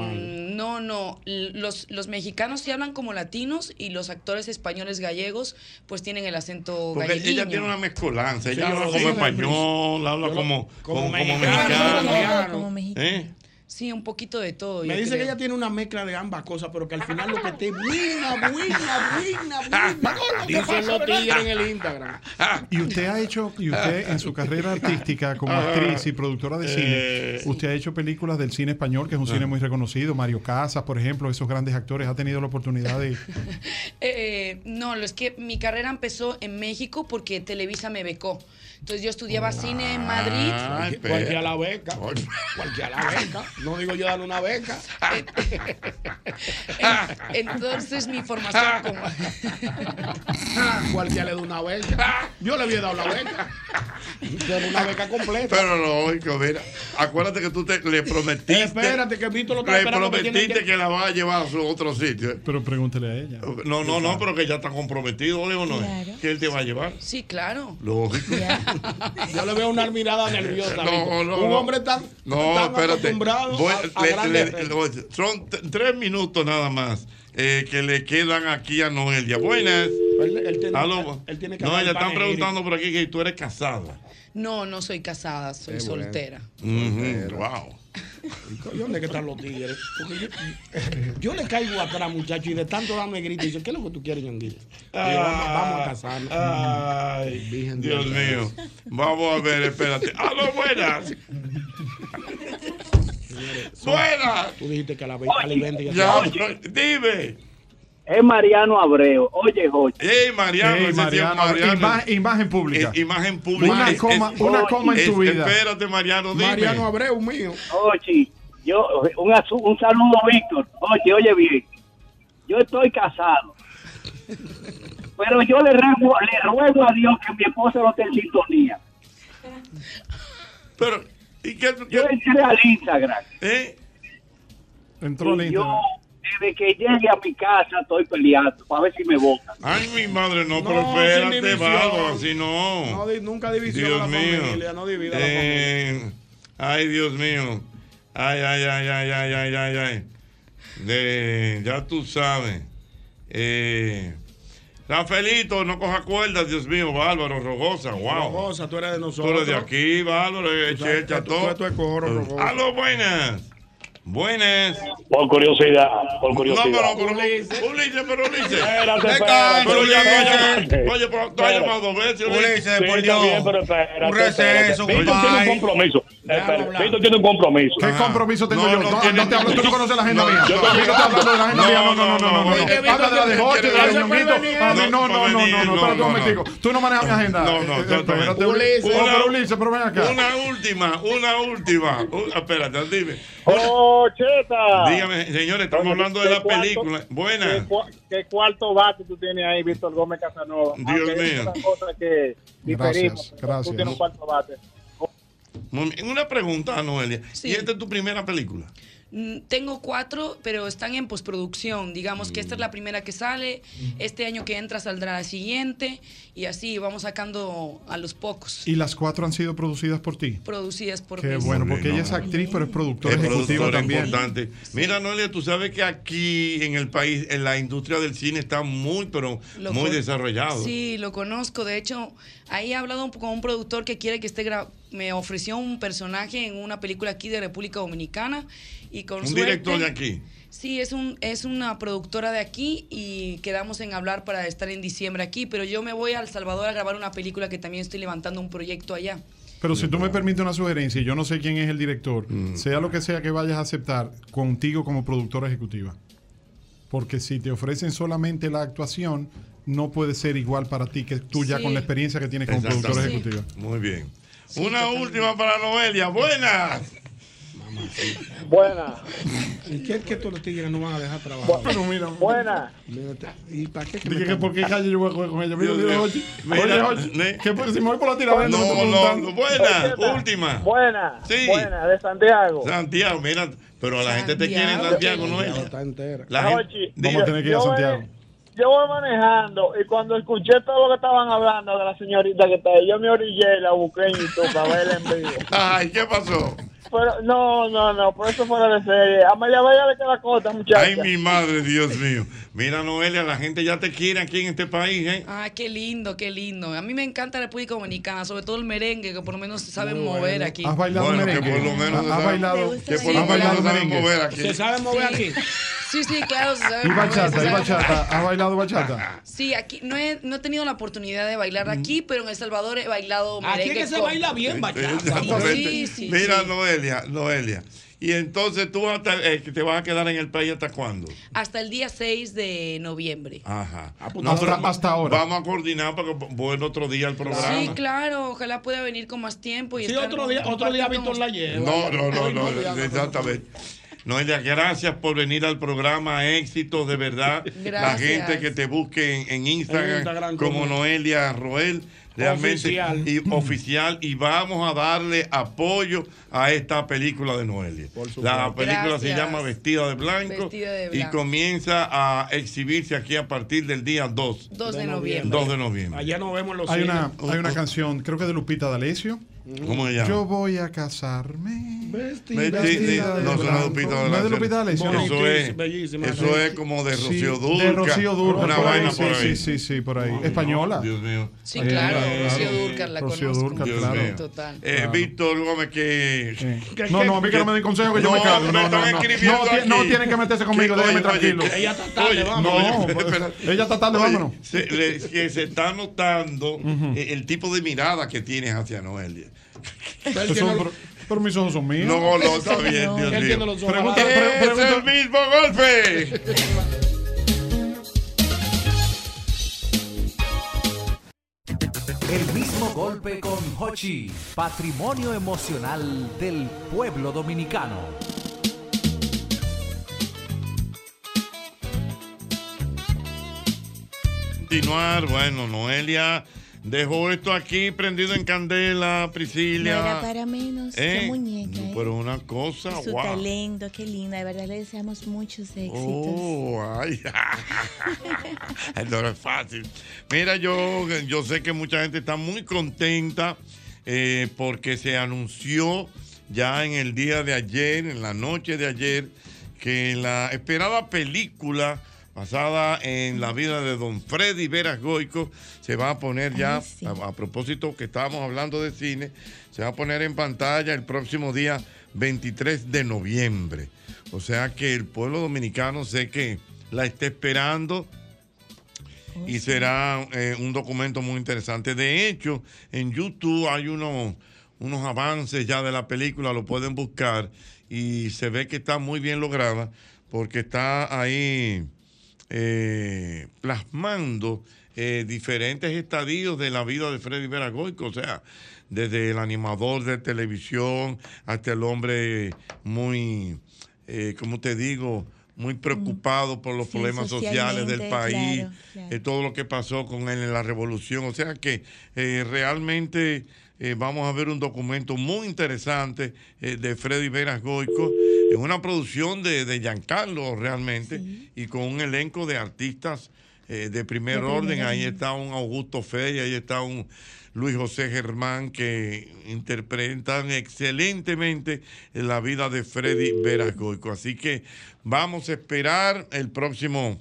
[SPEAKER 26] No, no, l- los, los mexicanos sí hablan como latinos y los actores españoles gallegos pues tienen el acento
[SPEAKER 2] Porque
[SPEAKER 26] gallego.
[SPEAKER 2] ella tiene una mezcolanza. Ella
[SPEAKER 26] Sí,
[SPEAKER 2] habla
[SPEAKER 26] yo lo
[SPEAKER 2] como
[SPEAKER 26] sé.
[SPEAKER 2] español, habla como, como, como
[SPEAKER 26] mexicano.
[SPEAKER 2] mexicano.
[SPEAKER 26] Como
[SPEAKER 15] mexicano.
[SPEAKER 2] ¿Eh?
[SPEAKER 26] Sí, un poquito de todo.
[SPEAKER 7] Me
[SPEAKER 26] yo
[SPEAKER 7] dice
[SPEAKER 26] creo.
[SPEAKER 7] que ella tiene una mezcla de ambas cosas, pero que al final lo que te buena, buena, buena, buena. Dicen los tigres en el Instagram.
[SPEAKER 22] Y usted ha hecho, y usted en su carrera artística como
[SPEAKER 7] Ah.
[SPEAKER 22] actriz y productora de cine,
[SPEAKER 7] Eh.
[SPEAKER 22] usted ha hecho películas del cine español, que es un cine muy reconocido, Mario Casas, por ejemplo, esos grandes actores, ha tenido la oportunidad de...
[SPEAKER 26] Eh, no, lo es que mi carrera empezó en México porque Televisa me becó. Entonces yo estudiaba cine en Madrid.
[SPEAKER 2] Ay, Ah, pero-
[SPEAKER 7] Cualquiera la beca. Cualquiera la beca. No digo yo darle una beca.
[SPEAKER 26] Entonces mi formación como...
[SPEAKER 7] Ah, Cualquiera le da una beca. Yo le había dado la beca. Pero una beca completa.
[SPEAKER 2] Pero lógico, mira. Acuérdate que tú te, le prometiste.
[SPEAKER 7] Espérate, que Vito lo está
[SPEAKER 2] Le
[SPEAKER 7] esperando, que
[SPEAKER 2] prometiste
[SPEAKER 7] tiene
[SPEAKER 2] que... la va a llevar a su otro sitio.
[SPEAKER 22] Pero pregúntele a ella.
[SPEAKER 2] No, no, no, pero que ya está comprometido, ¿o no? Que él te va a llevar.
[SPEAKER 26] Sí, claro.
[SPEAKER 2] Lógico.
[SPEAKER 7] Yo le veo una mirada nerviosa.
[SPEAKER 2] No,
[SPEAKER 7] Vito.
[SPEAKER 2] no,
[SPEAKER 7] Un
[SPEAKER 2] no.
[SPEAKER 7] hombre tan,
[SPEAKER 2] No,
[SPEAKER 7] tan
[SPEAKER 2] espérate.
[SPEAKER 7] acostumbrado
[SPEAKER 2] Voy-
[SPEAKER 7] a, a
[SPEAKER 2] le-
[SPEAKER 7] grandes
[SPEAKER 2] le-
[SPEAKER 7] retos.
[SPEAKER 2] le- son t- tres minutos nada más eh, que le quedan aquí a Noelia. Buenas.
[SPEAKER 7] Él, él tiene,
[SPEAKER 2] Aló.
[SPEAKER 7] él tiene que
[SPEAKER 2] No,
[SPEAKER 7] hablar
[SPEAKER 2] ella están
[SPEAKER 7] panegírico.
[SPEAKER 2] preguntando por aquí que tú eres casada.
[SPEAKER 26] No, no soy casada, soy
[SPEAKER 2] Qué bueno.
[SPEAKER 26] soltera.
[SPEAKER 2] Ujú, Wow.
[SPEAKER 7] ¿Y dónde es que están los tigres? Porque yo, yo le caigo atrás, muchacho, y de tanto darme gritos, dice, ¿qué es lo que tú quieres, Yanguil? vamos,
[SPEAKER 2] Ah,
[SPEAKER 7] vamos a casarnos.
[SPEAKER 2] Ay, Dios mío. Vamos a ver, espérate. ¡Aló, buenas! ¡Buenas!
[SPEAKER 7] Tú dijiste que a la ve- a la venta ya
[SPEAKER 2] Ya,
[SPEAKER 7] te-
[SPEAKER 2] pero- dime.
[SPEAKER 21] Es Mariano Abreu. Oye, Jochi.
[SPEAKER 2] ¡Ey, Mariano!
[SPEAKER 22] Ey,
[SPEAKER 2] ese sí es
[SPEAKER 22] Mariano,
[SPEAKER 2] Mariano.
[SPEAKER 22] ima- imagen pública.
[SPEAKER 2] Eh, imagen pública.
[SPEAKER 22] Una
[SPEAKER 2] Es-
[SPEAKER 22] coma-
[SPEAKER 2] es-
[SPEAKER 22] una coma en tu
[SPEAKER 2] es-
[SPEAKER 22] vida.
[SPEAKER 2] Espérate, Mariano, dime.
[SPEAKER 21] Mariano
[SPEAKER 7] Abreu mío.
[SPEAKER 21] Oye, yo, un, asu- un saludo, Víctor. Oye, oye bien. Yo estoy casado. Pero yo le ruego, le ruego a Dios que mi esposa no esté en sintonía.
[SPEAKER 2] Pero, ¿y qué? ¿Eh?
[SPEAKER 21] Yo entré al Instagram.
[SPEAKER 22] Entró al
[SPEAKER 21] y
[SPEAKER 22] Instagram.
[SPEAKER 21] Yo, desde que llegue a mi casa, estoy peleando para ver si me votan.
[SPEAKER 2] Ay, mi madre, no,
[SPEAKER 21] No,
[SPEAKER 2] pero
[SPEAKER 21] sin
[SPEAKER 2] espérate,
[SPEAKER 21] división.
[SPEAKER 2] bárbaro, así no.
[SPEAKER 7] No di- nunca división
[SPEAKER 2] Dios
[SPEAKER 7] a la
[SPEAKER 2] mío.
[SPEAKER 7] familia, no divida a la familia.
[SPEAKER 2] Eh, Ay, Dios mío. Ay, ay, ay, ay, ay, ay, ay, ay. De, ya tú sabes. Eh, Rafaelito, no coja cuerdas, Dios mío, Bárbaro, Rogosa, wow.
[SPEAKER 19] Rogosa, tú eres de
[SPEAKER 2] Tú
[SPEAKER 19] nosotros.
[SPEAKER 2] eres de aquí, Bárbaro, eh,
[SPEAKER 19] Tú sabes,
[SPEAKER 2] Checha,
[SPEAKER 19] tú- tú
[SPEAKER 2] todo. Eh,
[SPEAKER 19] eres tu escoro, Rogosa.
[SPEAKER 2] Aló, buenas. Buenas.
[SPEAKER 27] Por curiosidad, por curiosidad.
[SPEAKER 2] No, pero, pero Ulises, Ulises, pero Ulises.
[SPEAKER 27] Espérate,
[SPEAKER 2] Te
[SPEAKER 27] espérate,
[SPEAKER 2] canso,
[SPEAKER 27] pero
[SPEAKER 2] ya,
[SPEAKER 27] Ulises.
[SPEAKER 2] oye, oye, pero tú has llamado dos veces.
[SPEAKER 27] Sí, está bien, pero espérate, espérate. Víctor tiene un compromiso. Espérate, Víctor tiene un compromiso.
[SPEAKER 22] ¿Qué compromiso tengo yo? No, no te hablo, tú no conoces la agenda
[SPEAKER 27] No,
[SPEAKER 22] mía.
[SPEAKER 27] yo
[SPEAKER 22] A mí no te hablo de la agenda mía. No, no, no, no, no.
[SPEAKER 27] Oye,
[SPEAKER 22] Habla de la de Jorge, de la de Ñonguito. A mí no, no, no, no, no. Espérate un momentico. Tú no manejas mi agenda.
[SPEAKER 2] No, no,
[SPEAKER 22] Eh, eh,
[SPEAKER 2] no, no.
[SPEAKER 22] espérate, Ulises. Oh, pero Ulises, pero ven acá.
[SPEAKER 2] Una última, una última. U- espérate, dime.
[SPEAKER 14] ¡Oh, cheta!
[SPEAKER 2] Dígame, señores, estamos
[SPEAKER 14] Oye,
[SPEAKER 2] hablando de
[SPEAKER 14] ¿qué
[SPEAKER 2] la
[SPEAKER 14] cuarto-
[SPEAKER 2] película. Buenas.
[SPEAKER 14] ¿Qué, cua- qué cuarto bate tú tienes ahí, Víctor Gómez Casanova?
[SPEAKER 2] Dios
[SPEAKER 14] Aunque
[SPEAKER 2] mío.
[SPEAKER 14] es una cosa que diferimos, pero Tú
[SPEAKER 2] gracias.
[SPEAKER 14] tienes un cuarto bate.
[SPEAKER 2] Muy bien. Una pregunta, Noelia.
[SPEAKER 26] Sí.
[SPEAKER 2] ¿Y esta es tu primera película?
[SPEAKER 26] Mm, Tengo cuatro, pero están en postproducción. Digamos que esta
[SPEAKER 2] Mm.
[SPEAKER 26] es la primera que sale, este año que entra saldrá la siguiente y así vamos sacando a los pocos
[SPEAKER 22] Y las cuatro han sido producidas por ti.
[SPEAKER 26] producidas por
[SPEAKER 22] Qué
[SPEAKER 26] mí.
[SPEAKER 22] bueno, porque ella es actriz, pero es productora
[SPEAKER 2] Es
[SPEAKER 22] ejecutiva
[SPEAKER 2] productora
[SPEAKER 22] también.
[SPEAKER 2] importante. Mira, Noelia, tú sabes que aquí en el país, en la industria del cine está muy, pero
[SPEAKER 26] Lo
[SPEAKER 2] muy
[SPEAKER 26] con-
[SPEAKER 2] desarrollado.
[SPEAKER 26] Sí, lo conozco. De hecho, ahí he hablado un- con un productor que quiere que esté gra- me ofreció un personaje en una película aquí de República Dominicana y con
[SPEAKER 2] Un
[SPEAKER 26] suerte-
[SPEAKER 2] director de aquí.
[SPEAKER 26] Sí, es un es una productora de aquí y quedamos en hablar para estar en diciembre aquí, pero yo me voy a El Salvador a grabar una película que también estoy levantando un proyecto allá.
[SPEAKER 22] Pero si tú me permites una sugerencia, y yo no sé quién es el director,
[SPEAKER 2] Mm.
[SPEAKER 22] sea lo que sea que vayas a aceptar, contigo como productora ejecutiva. Porque si te ofrecen solamente la actuación, no puede ser igual para ti que tú ya
[SPEAKER 2] Sí.
[SPEAKER 22] con la experiencia que tienes como
[SPEAKER 2] Exactamente.
[SPEAKER 22] productora
[SPEAKER 2] Sí.
[SPEAKER 22] ejecutiva.
[SPEAKER 2] Muy bien. Una última para Noelia. Buenas.
[SPEAKER 19] Buena. ¿Y qué es que todos los tigres no van a dejar trabajar?
[SPEAKER 22] Pero mira,
[SPEAKER 19] Buena. ¿Y para qué?
[SPEAKER 22] Dije que por qué calle yo voy a coger con ella. Mira,
[SPEAKER 19] Dios
[SPEAKER 22] mira,
[SPEAKER 19] mío.
[SPEAKER 22] Jorge.
[SPEAKER 19] Mira,
[SPEAKER 22] Oye, Jorge, ¿qué pasa si me voy por la tiradera?
[SPEAKER 2] No,
[SPEAKER 22] me estoy
[SPEAKER 2] no,
[SPEAKER 22] preguntando?
[SPEAKER 2] no. Buenas, última.
[SPEAKER 14] Buena,
[SPEAKER 2] Sí.
[SPEAKER 14] buena, de Santiago.
[SPEAKER 2] Santiago, mira, pero la gente te quiere en Santiago, Noelia.
[SPEAKER 19] Está entera.
[SPEAKER 2] La
[SPEAKER 14] Ochi,
[SPEAKER 2] gente,
[SPEAKER 14] yo-
[SPEAKER 8] eh,
[SPEAKER 14] yo voy- Yo voy manejando y cuando escuché todo lo que estaban hablando de la señorita que está ahí, yo me orillé y la busqué en YouTube para verla en vivo.
[SPEAKER 2] Ay, ¿qué pasó?
[SPEAKER 14] Pero, no, no, no, por eso fuera de serie. A María Bella le queda corta, muchachos.
[SPEAKER 2] Ay, mi madre, Dios mío. Mira, Noelia, la gente ya te quiere aquí en este país, ¿eh?
[SPEAKER 26] Ah, qué lindo, qué lindo. A mí me encanta República Dominicana, sobre todo el merengue, que por lo menos se saben
[SPEAKER 22] Muy
[SPEAKER 26] mover
[SPEAKER 22] bueno.
[SPEAKER 26] aquí.
[SPEAKER 22] ¿Has bailado
[SPEAKER 2] Bueno, que
[SPEAKER 22] merengue?
[SPEAKER 2] por lo menos
[SPEAKER 22] ¿Has
[SPEAKER 2] se sabe-
[SPEAKER 22] bailado,
[SPEAKER 2] que por lo
[SPEAKER 22] has
[SPEAKER 2] menos
[SPEAKER 22] bailado
[SPEAKER 2] se sabe
[SPEAKER 22] merengue?
[SPEAKER 2] mover aquí. ¿Se sabe
[SPEAKER 26] Sí. Sí, sí, claro, se sabe
[SPEAKER 22] Y
[SPEAKER 26] mover, se
[SPEAKER 22] bachata, y
[SPEAKER 26] sabe
[SPEAKER 22] bachata. ¿Has bailado bachata?
[SPEAKER 26] Sí, aquí no he, no he tenido la oportunidad de bailar aquí, pero en El Salvador he bailado
[SPEAKER 6] Aquí es
[SPEAKER 26] merengue
[SPEAKER 6] que se
[SPEAKER 26] con-
[SPEAKER 6] baila bien, bachata.
[SPEAKER 2] Exactamente.
[SPEAKER 26] Sí, sí,
[SPEAKER 2] pues, Mira,
[SPEAKER 26] sí.
[SPEAKER 2] Noelia, Noelia. Y entonces tú hasta, eh, que te vas a quedar en el país hasta cuándo?
[SPEAKER 26] Hasta el día 6 de noviembre.
[SPEAKER 2] Ajá.
[SPEAKER 6] Ah,
[SPEAKER 22] pues, hasta-
[SPEAKER 2] pero
[SPEAKER 22] hasta ahora.
[SPEAKER 2] Vamos a coordinar para que vuelva otro día al
[SPEAKER 22] Ah.
[SPEAKER 2] programa.
[SPEAKER 26] Sí, claro, ojalá pueda venir con más tiempo. Y
[SPEAKER 6] Sí,
[SPEAKER 26] estar
[SPEAKER 6] otro
[SPEAKER 26] con-
[SPEAKER 6] día, otro día
[SPEAKER 26] compartiendo
[SPEAKER 6] Víctor la lleva.
[SPEAKER 2] No, no, no,
[SPEAKER 6] Hoy
[SPEAKER 2] no,
[SPEAKER 6] ya
[SPEAKER 2] exactamente. Noelia, gracias por venir al programa Éxitos, de verdad. La
[SPEAKER 6] Gracias.
[SPEAKER 2] gente que te busque en, en Instagram,
[SPEAKER 6] En Instagram
[SPEAKER 2] como
[SPEAKER 6] como-
[SPEAKER 2] Noelia Roel, realmente
[SPEAKER 6] Oficial.
[SPEAKER 2] Y, oficial. Y vamos a darle apoyo a esta película de Noelia. La película se
[SPEAKER 26] Gracias.
[SPEAKER 2] llama Vestida de Blanco
[SPEAKER 26] Vestida de
[SPEAKER 2] y
[SPEAKER 26] blanco.
[SPEAKER 2] comienza a exhibirse aquí a partir del día 2.
[SPEAKER 26] 2 de noviembre.
[SPEAKER 2] 2 de noviembre.
[SPEAKER 19] Allá nos vemos los
[SPEAKER 22] Hay una, hay una canción, creo que de Lupita D'Alessio.
[SPEAKER 2] ¿Cómo se llama?
[SPEAKER 22] Yo voy a casarme.
[SPEAKER 2] Sí, sí, no, eso no es Lupita
[SPEAKER 22] No es de
[SPEAKER 2] D'Alessio.
[SPEAKER 22] Lupita D'Alessio, no.
[SPEAKER 2] Eso es, eso es como de Rocío
[SPEAKER 22] Sí,
[SPEAKER 2] Durca.
[SPEAKER 22] De Rocío Durca.
[SPEAKER 2] Una
[SPEAKER 22] por ahí,
[SPEAKER 2] vaina
[SPEAKER 22] sí,
[SPEAKER 2] por
[SPEAKER 22] Sí,
[SPEAKER 2] ahí.
[SPEAKER 22] sí, sí, por ahí. Española. Eh,
[SPEAKER 2] Dios mío.
[SPEAKER 26] Sí, claro, Rocío Dúrcal la
[SPEAKER 22] Rocío
[SPEAKER 26] conozco.
[SPEAKER 22] Dúrcal,
[SPEAKER 26] Dios
[SPEAKER 22] claro.
[SPEAKER 26] mío. Total.
[SPEAKER 2] Eh, Víctor Gómez, que, que-
[SPEAKER 22] No, no, a mí que no me den consejo que yo me calmo.
[SPEAKER 2] me
[SPEAKER 22] No,
[SPEAKER 2] están
[SPEAKER 22] no, no.
[SPEAKER 2] escribiendo
[SPEAKER 22] No, ti- no
[SPEAKER 2] aquí.
[SPEAKER 22] tienen que meterse conmigo,
[SPEAKER 2] Que-
[SPEAKER 22] déjenme
[SPEAKER 2] oye, oye,
[SPEAKER 22] tranquilo.
[SPEAKER 2] que-
[SPEAKER 22] Ella está tarde,
[SPEAKER 2] oye,
[SPEAKER 22] vámonos.
[SPEAKER 2] no,
[SPEAKER 22] Oye,
[SPEAKER 2] pues,
[SPEAKER 22] espera. Ella está tarde,
[SPEAKER 2] oye,
[SPEAKER 22] vámonos.
[SPEAKER 2] se- le- que se está notando eh, el tipo de mirada que tienes hacia Noelia.
[SPEAKER 22] Pero son- pero- pero mis ojos son míos.
[SPEAKER 2] No, no, está bien, Dios mío.
[SPEAKER 22] Pregunta, pre-
[SPEAKER 2] ¡Es
[SPEAKER 22] pregunta-
[SPEAKER 2] el mismo golpe!
[SPEAKER 17] El mismo golpe con Hochi, patrimonio emocional del pueblo dominicano.
[SPEAKER 2] continuar. Bueno, Noelia dejó esto aquí prendido en candela,
[SPEAKER 15] No era
[SPEAKER 2] Priscilia.
[SPEAKER 15] para menos,
[SPEAKER 2] ¿Eh?
[SPEAKER 15] qué muñeca. ¿eh?
[SPEAKER 2] Pero una cosa,
[SPEAKER 15] Su
[SPEAKER 2] wow.
[SPEAKER 15] talento, qué linda. De verdad le deseamos muchos éxitos.
[SPEAKER 2] Oh, ay. no es fácil. Mira, yo, yo sé que mucha gente está muy contenta eh, porque se anunció ya en el día de ayer, en la noche de ayer, que la esperada película basada en la vida de don Freddy Veras Goico se va a poner ya, a, a propósito que estábamos hablando de cine, se va a poner en pantalla el próximo día 23 de noviembre. O sea que el pueblo dominicano sé que la está esperando y
[SPEAKER 13] Pues
[SPEAKER 2] será eh, un documento muy interesante. De hecho, en YouTube hay unos, unos avances ya de la película, lo pueden buscar y se ve que está muy bien lograda porque está ahí eh, plasmando eh, diferentes estadios de la vida de Freddy Veragoico, o sea, desde el animador de televisión hasta el hombre muy, eh, como te digo, muy preocupado por los
[SPEAKER 13] Mm. Sí,
[SPEAKER 2] problemas sociales
[SPEAKER 13] socialmente,
[SPEAKER 2] del país,
[SPEAKER 13] claro, claro.
[SPEAKER 2] eh, todo lo que pasó con él en la revolución. O sea que eh, realmente eh, vamos a ver un documento muy interesante eh, de Freddy Veras Goico. Es una producción de, de Giancarlo realmente y con un elenco de artistas eh, de primer
[SPEAKER 13] De primer
[SPEAKER 2] orden. Ahí
[SPEAKER 13] orden.
[SPEAKER 2] está un Augusto Feria, ahí está un Luis José Germán que interpretan excelentemente la vida de Freddy Veras Goico. Así que vamos a esperar el próximo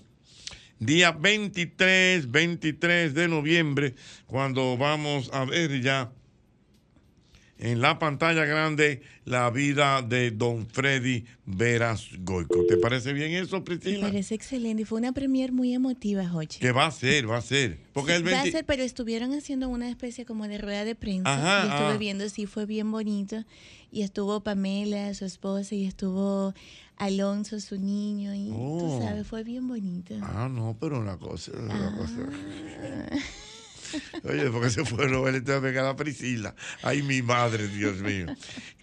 [SPEAKER 2] día 23, 23 de noviembre, cuando vamos a ver ya en la pantalla grande la vida de don Freddy Veras Goico. ¿Te parece bien eso,
[SPEAKER 15] Me
[SPEAKER 2] Priscila?
[SPEAKER 15] parece excelente y fue una premier muy emotiva, Jochi.
[SPEAKER 2] Que va a ser, va a ser. Porque el
[SPEAKER 15] Va a
[SPEAKER 2] 20
[SPEAKER 15] ser, pero estuvieron haciendo una especie como de rueda de prensa.
[SPEAKER 2] Ajá,
[SPEAKER 15] Yo estuve
[SPEAKER 2] ah.
[SPEAKER 15] viendo, sí, fue bien bonito. Y estuvo Pamela, su esposa, y estuvo Alonso, su niño. Y
[SPEAKER 2] Oh.
[SPEAKER 15] tú sabes, fue bien bonito.
[SPEAKER 2] Ah, no, pero una cosa,
[SPEAKER 15] Ah.
[SPEAKER 2] una cosa. Oye, porque se fue Robert y te va a pegar a Priscila. Ay, mi madre, Dios mío.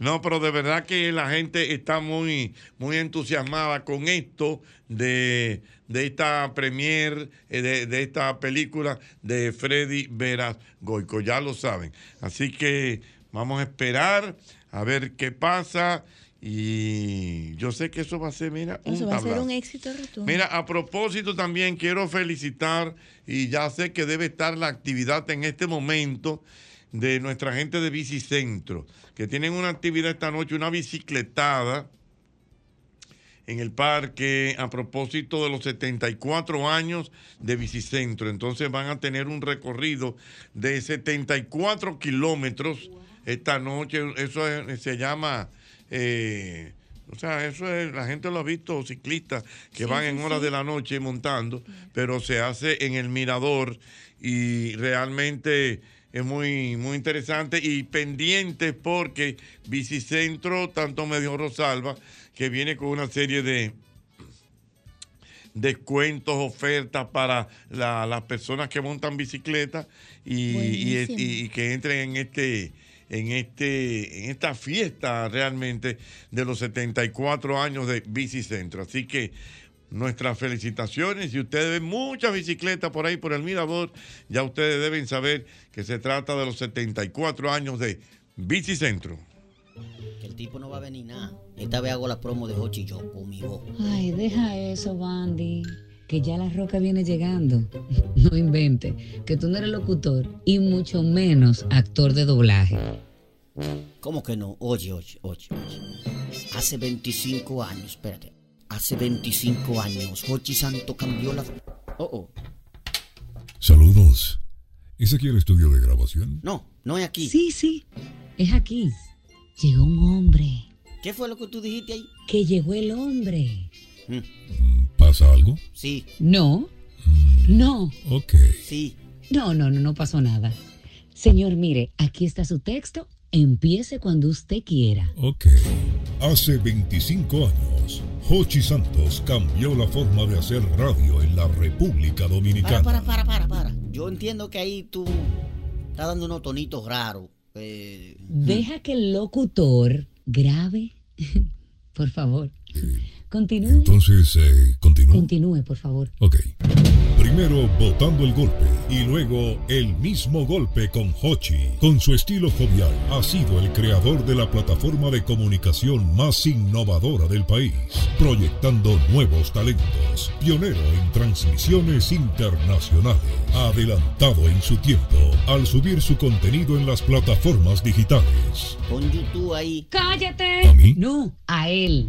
[SPEAKER 2] No, pero de verdad que la gente está muy, muy entusiasmada con esto de, de esta premier, eh, de, de esta película de Freddy Veras Goico. Ya lo saben. Así que vamos a esperar a ver qué pasa. Y yo sé que eso va a ser, mira, un
[SPEAKER 15] Eso va a ser
[SPEAKER 2] tablazo.
[SPEAKER 15] un éxito rotundo.
[SPEAKER 2] Mira, a propósito también quiero felicitar y ya sé que debe estar la actividad en este momento de nuestra gente de Bicicentro, que tienen una actividad esta noche, una bicicletada en el parque a propósito de los 74 años de Bicicentro. Entonces van a tener un recorrido de 74 kilómetros esta noche. Eso es- se llama... eh, o sea, eso es, la gente lo ha visto, ciclistas
[SPEAKER 13] Sí,
[SPEAKER 2] que van
[SPEAKER 13] sí,
[SPEAKER 2] en horas
[SPEAKER 13] sí.
[SPEAKER 2] de la noche montando, pero se hace en el mirador y realmente es muy, muy interesante y pendientes porque Bicicentro, tanto me dijo Rosalba, que viene con una serie de, descuentos, ofertas para la- las personas que montan bicicleta y, y-
[SPEAKER 13] Buenísimo.
[SPEAKER 2] y- y que entren en este en este en esta fiesta realmente de los 74 años de Bicicentro. Así que nuestras felicitaciones y ustedes ven muchas bicicletas por ahí por el mirador, ya ustedes deben saber que se trata de los 74 años de Bicicentro.
[SPEAKER 5] Que el tipo no va a venir nada. Esta vez hago la promo de Hochi yo conmigo.
[SPEAKER 28] Ay, deja eso, Bandy. Que ya la roca viene llegando. No invente, que tú no eres locutor y mucho menos actor de doblaje.
[SPEAKER 5] ¿Cómo que no? Oye, oye, oye, oye. Hace 25 años, espérate. Hace 25 años, Hochi Santo cambió la. Oh, oh.
[SPEAKER 9] Saludos. ¿Es aquí el estudio de grabación?
[SPEAKER 5] No, no es aquí.
[SPEAKER 28] Sí, sí, es aquí. Llegó un hombre.
[SPEAKER 5] ¿Qué fue lo que tú dijiste ahí?
[SPEAKER 28] Que llegó el hombre.
[SPEAKER 9] ¿Pasa algo?
[SPEAKER 5] Sí,
[SPEAKER 28] No, no.
[SPEAKER 9] Ok.
[SPEAKER 5] sí.
[SPEAKER 28] No, no, no, no pasó nada. Señor, mire, aquí está su texto. Empiece cuando usted quiera.
[SPEAKER 9] Ok. Hace 25 años, Hochi Santos cambió la forma de hacer radio en la República
[SPEAKER 5] Para,
[SPEAKER 9] Dominicana.
[SPEAKER 5] para, para, para, para. Yo entiendo que ahí tú estás dando unos tonitos raros. Eh,
[SPEAKER 28] Deja que el locutor grabe. Por favor. Continúe.
[SPEAKER 9] Entonces, eh, continúa.
[SPEAKER 28] Continúe, por favor.
[SPEAKER 9] Ok. Primero votando el golpe y luego el mismo golpe con Hochi. Con su estilo jovial ha sido el creador de la plataforma de comunicación más innovadora del país, proyectando nuevos talentos, pionero en transmisiones internacionales, adelantado en su tiempo al subir su contenido en las plataformas digitales.
[SPEAKER 5] Pon YouTube ahí.
[SPEAKER 28] ¡Cállate!
[SPEAKER 9] ¿A mí?
[SPEAKER 28] No, a él.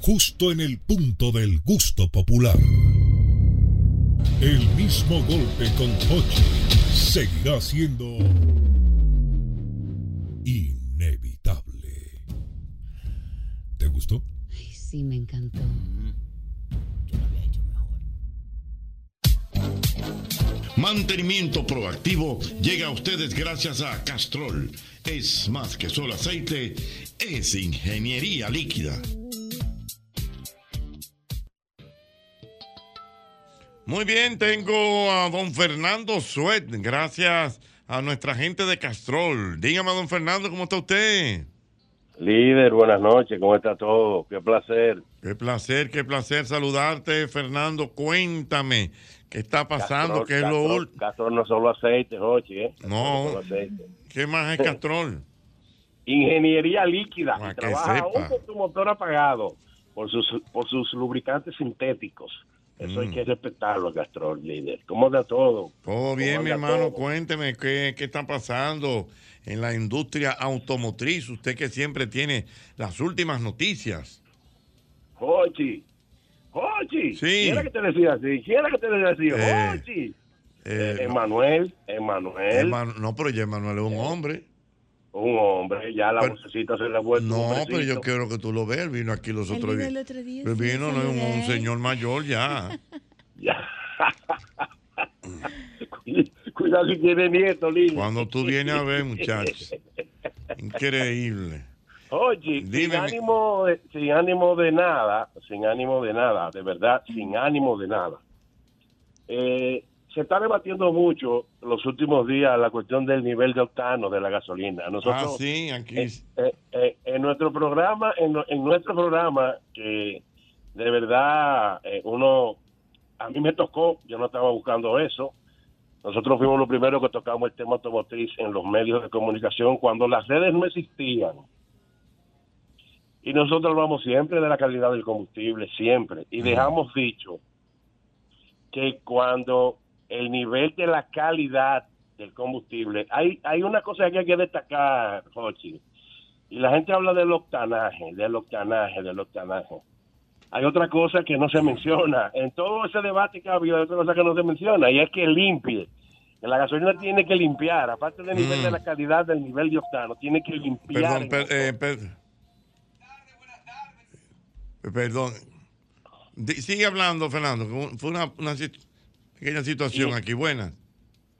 [SPEAKER 9] justo en el punto del gusto popular. El mismo golpe con Hochi seguirá siendo inevitable. ¿Te gustó?
[SPEAKER 28] Ay, sí, me encantó.
[SPEAKER 2] Mantenimiento proactivo llega a ustedes gracias a Castrol. Es más que solo aceite, es ingeniería líquida. Muy bien, tengo a don Fernando Suet. Gracias a nuestra gente de Castrol. Dígame, don Fernando, ¿cómo está usted?
[SPEAKER 13] Líder, buenas noches, ¿cómo está todo? Qué placer.
[SPEAKER 2] Qué placer, qué placer saludarte, Fernando. Cuéntame, ¿qué está pasando?
[SPEAKER 13] Castrol,
[SPEAKER 2] ¿Qué es lo
[SPEAKER 13] Castrol,
[SPEAKER 2] último?
[SPEAKER 13] Castrol no solo aceite, Jochi, ¿eh? Castrol
[SPEAKER 2] No.
[SPEAKER 13] solo aceite.
[SPEAKER 2] ¿Qué más es Castrol?
[SPEAKER 13] Ingeniería líquida.
[SPEAKER 2] Para que
[SPEAKER 13] Trabaja
[SPEAKER 2] sepa.
[SPEAKER 13] aún con tu motor apagado por sus, por sus lubricantes sintéticos. Eso hay que respetarlo, Castrol, líder. ¿Cómo anda todo?
[SPEAKER 2] Mm. Todo bien,
[SPEAKER 13] ¿Cómo
[SPEAKER 2] mi
[SPEAKER 13] anda
[SPEAKER 2] hermano.
[SPEAKER 13] todo?
[SPEAKER 2] Cuénteme qué, qué está pasando en la industria automotriz. Usted que siempre tiene las últimas noticias.
[SPEAKER 13] Jochi. Jochi.
[SPEAKER 2] Sí.
[SPEAKER 13] ¿Quién era que te decía así? ¿Quién era que te decía así?
[SPEAKER 2] Eh,
[SPEAKER 13] Jochi.
[SPEAKER 2] Eh,
[SPEAKER 13] Emanuel, Emanuel.
[SPEAKER 2] Eman- no, pero ya Emanuel es un hombre.
[SPEAKER 13] Un hombre, ya la vocecita se le ha vuelto un
[SPEAKER 2] No,
[SPEAKER 13] hombrecito.
[SPEAKER 2] pero yo quiero que tú lo veas. Él Vino aquí los
[SPEAKER 13] Él
[SPEAKER 2] otros
[SPEAKER 13] vino
[SPEAKER 2] días.
[SPEAKER 13] el otro día,
[SPEAKER 2] Él
[SPEAKER 13] sí,
[SPEAKER 2] vino, no es un,
[SPEAKER 13] saludé.
[SPEAKER 2] señor mayor ya.
[SPEAKER 13] Cuidado si tiene nieto, líder.
[SPEAKER 2] Cuando tú vienes a ver, muchachos. Increíble.
[SPEAKER 13] Oye, sin
[SPEAKER 2] Dime.
[SPEAKER 13] ánimo, de, sin ánimo de nada, sin ánimo de nada, de verdad, sin ánimo de nada. Eh, se está debatiendo mucho los últimos días la cuestión del nivel de octano de la gasolina. Nosotros,
[SPEAKER 2] ah, sí, aquí.
[SPEAKER 13] eh, eh, en nuestro programa, en, no- en nuestro programa, que de verdad eh, uno, a mí me tocó, yo no estaba buscando eso. Nosotros fuimos los primeros que tocamos el tema automotriz en los medios de comunicación cuando las redes no existían. Y nosotros hablamos siempre de la calidad del combustible, siempre. Y dejamos dicho que cuando el nivel de la calidad del combustible, hay, hay una cosa que hay que destacar, Jochi, y la gente habla del octanaje, del octanaje, del octanaje. Hay otra cosa que no se menciona. En todo ese debate que ha habido, hay otra cosa que no se menciona, y es que limpie. Que La gasolina tiene que limpiar, aparte del nivel de la calidad, del nivel de octano, tiene que limpiar.
[SPEAKER 2] Mm. Perdón,
[SPEAKER 13] en
[SPEAKER 2] per- eh, per- Perdón. Di- sigue hablando, Fernando. que un- Fue una, una sit- pequeña situación
[SPEAKER 13] Y-
[SPEAKER 2] aquí. Buena.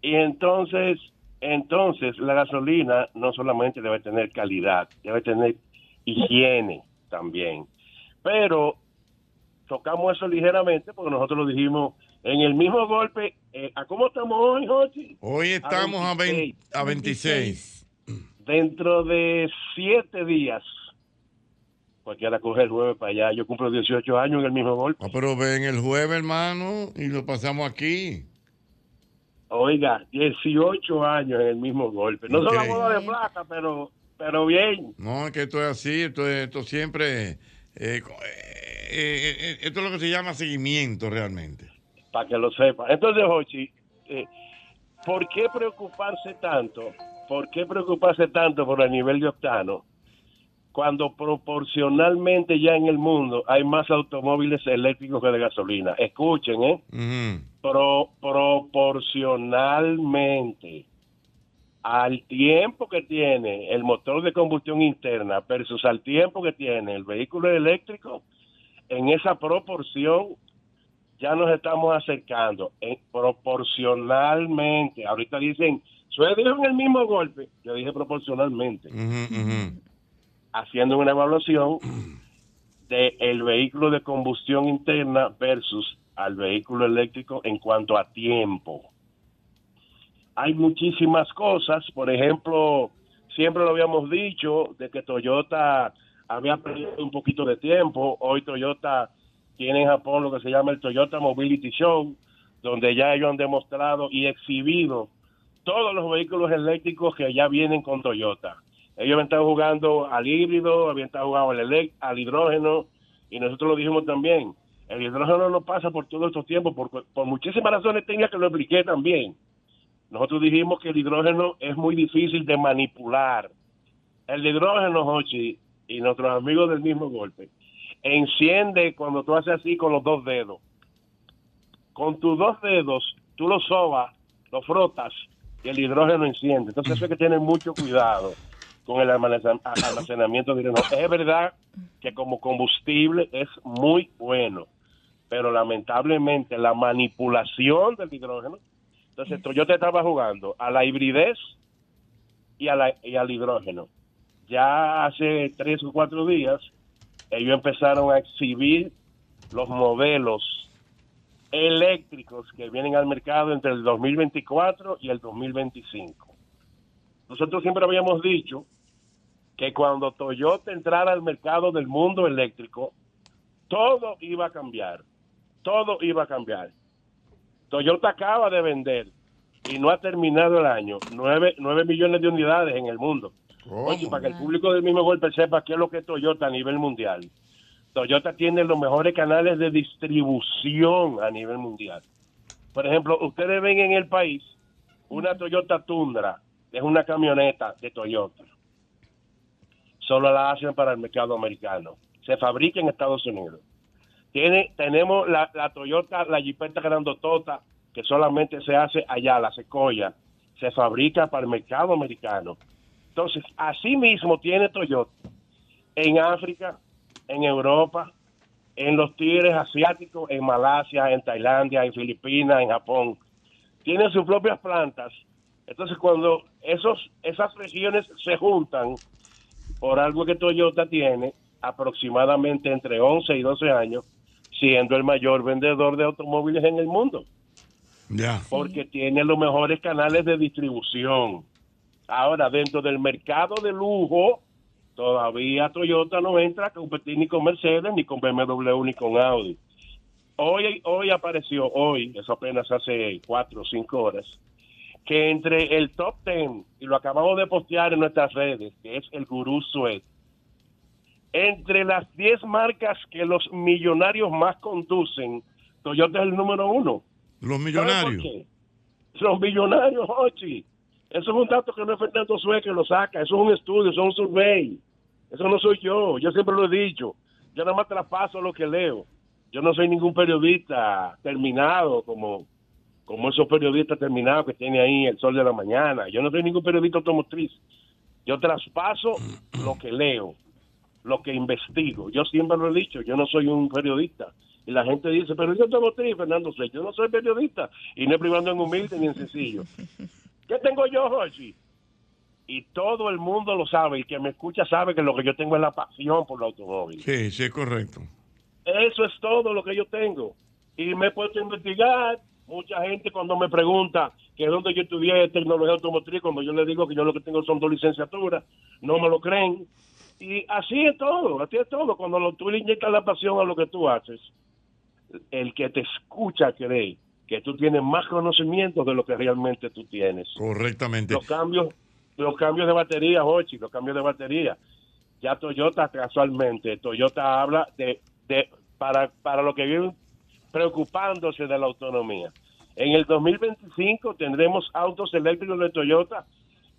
[SPEAKER 13] Y entonces, entonces la gasolina no solamente debe tener calidad, debe tener higiene también. Pero tocamos eso ligeramente porque nosotros lo dijimos en el mismo golpe. eh, ¿A cómo estamos hoy, Jochi?
[SPEAKER 2] Hoy estamos a, vein- a 26.
[SPEAKER 13] Dentro de siete días. Cualquiera coge el jueves para allá. Yo cumplo 18 años en el mismo golpe.
[SPEAKER 2] Ah, pero ven el jueves, hermano, y lo pasamos aquí.
[SPEAKER 13] Oiga, 18 años en el mismo golpe. No son la
[SPEAKER 2] Increíble.
[SPEAKER 13] boda de plata, pero, pero bien.
[SPEAKER 2] No, es que esto es así, esto, es- esto siempre... eh, co- eh, eh, eh, esto es lo que se llama seguimiento realmente.
[SPEAKER 13] Para que lo sepa. Entonces, Jochi, eh, ¿por qué preocuparse tanto? ¿Por qué preocuparse tanto por el nivel de octano? Cuando proporcionalmente ya en el mundo hay más automóviles eléctricos que de gasolina. Escuchen,
[SPEAKER 2] Mm,
[SPEAKER 13] ¿eh? Pro- proporcionalmente. al tiempo que tiene el motor de combustión interna versus al tiempo que tiene el vehículo eléctrico, en esa proporción ya nos estamos acercando en- proporcionalmente. Ahorita dicen, suele en el mismo golpe. Yo dije proporcionalmente, haciendo una evaluación del el vehículo de combustión interna versus al vehículo eléctrico en cuanto a tiempo. Hay muchísimas cosas, por ejemplo, siempre lo habíamos dicho de que Toyota había perdido un poquito de tiempo, hoy Toyota tiene en Japón lo que se llama el Toyota Mobility Show, donde ya ellos han demostrado y exhibido todos los vehículos eléctricos que ya vienen con Toyota. Ellos habían estado jugando al híbrido, habían estado jugando al, elec- al hidrógeno, y nosotros lo dijimos también. El hidrógeno no pasa por todos estos tiempos, por, por muchísimas razones técnicas que lo expliqué también. Nosotros dijimos que el hidrógeno es muy difícil de manipular. El hidrógeno, Hochi, y nuestros amigos del mismo golpe, enciende cuando tú haces así con los dos dedos. Con tus dos dedos, tú lo sobas, lo frotas y el hidrógeno enciende. Entonces, eso hay que tener mucho cuidado con el almacen- a- almacenamiento de hidrógeno. Es verdad que como combustible es muy bueno, pero lamentablemente la manipulación del hidrógeno. Entonces, Toyota estaba jugando a la hibridez y, a la- y al hidrógeno. Ya hace tres o cuatro días, ellos empezaron a exhibir los modelos eléctricos que vienen al mercado entre el 2024 y el 2025. Nosotros siempre habíamos dicho que cuando Toyota entrara al mercado del mundo eléctrico, todo iba a cambiar, todo iba a cambiar. Toyota acaba de vender y no ha terminado el año, 9, millones de unidades en el mundo. Oye, para que el público del mismo golpe sepa qué es lo que es Toyota a nivel mundial. Toyota tiene los mejores canales de distribución a nivel mundial. Por ejemplo, ustedes ven en el país una Toyota Tundra, es una camioneta de Toyota. Solo la hacen para el mercado americano. Se fabrica en Estados Unidos. Tiene, tenemos la, la Toyota, la Jeepeta Grandotota, que solamente se hace allá, la Secoya. Se fabrica para el mercado americano. Entonces, así mismo tiene Toyota en África, en Europa, en los tigres asiáticos, en Malasia, en Tailandia, en Filipinas, en Japón. Tienen sus propias plantas. Entonces, cuando esos, esas regiones se juntan por algo que Toyota tiene, aproximadamente entre 11 y 12 años, siendo el mayor vendedor de automóviles en el mundo
[SPEAKER 2] Ya.
[SPEAKER 13] porque tiene los mejores canales de distribución. Ahora, dentro del mercado de lujo, todavía Toyota no entra a competir ni con Mercedes, ni con BMW, ni con Audi. Hoy, hoy apareció, hoy, eso apenas hace cuatro o cinco horas, que entre el top ten, y lo acabamos de postear en nuestras redes, que es el Gurú Suez, entre las 10 marcas que los millonarios más conducen, Toyota es el número uno.
[SPEAKER 2] Los
[SPEAKER 13] millonarios. Los millonarios, Ochi. Eso es un dato que no es Fernando Suez que lo saca. Eso es un estudio, eso es un survey. Eso no soy yo. Yo siempre lo he dicho. Yo nada más traspaso lo que leo. Yo no soy ningún periodista terminado como, como esos periodistas terminados que tiene ahí el sol de la mañana. Yo no soy ningún periodista automotriz. Yo traspaso lo que leo, lo que investigo. Yo siempre lo he dicho. Yo no soy un periodista. Y la gente dice, pero yo automotriz, Fernando Suez. Yo no soy periodista. Y no es privando en humilde ni en sencillo. ¿Qué tengo yo, Jorge? Y todo el mundo lo sabe. Y que me escucha sabe que lo que yo tengo es la pasión por los automóviles.
[SPEAKER 2] Sí, sí, es correcto.
[SPEAKER 13] Eso es todo lo que yo tengo. Y me he puesto a investigar. Mucha gente cuando me pregunta que es donde yo estudié tecnología automotriz, cuando yo le digo que yo lo que tengo son dos licenciaturas, no me lo creen. Y así es todo, así es todo. Cuando lo- tú le inyectas la pasión a lo que tú haces, el que te escucha cree que tú tienes más conocimiento de lo que realmente tú tienes.
[SPEAKER 2] Correctamente.
[SPEAKER 13] Los cambios, los cambios de batería, Hochi, los cambios de batería. Ya Toyota casualmente, Toyota habla de, de para, para lo que viven preocupándose de la autonomía. En el 2025 tendremos autos eléctricos de Toyota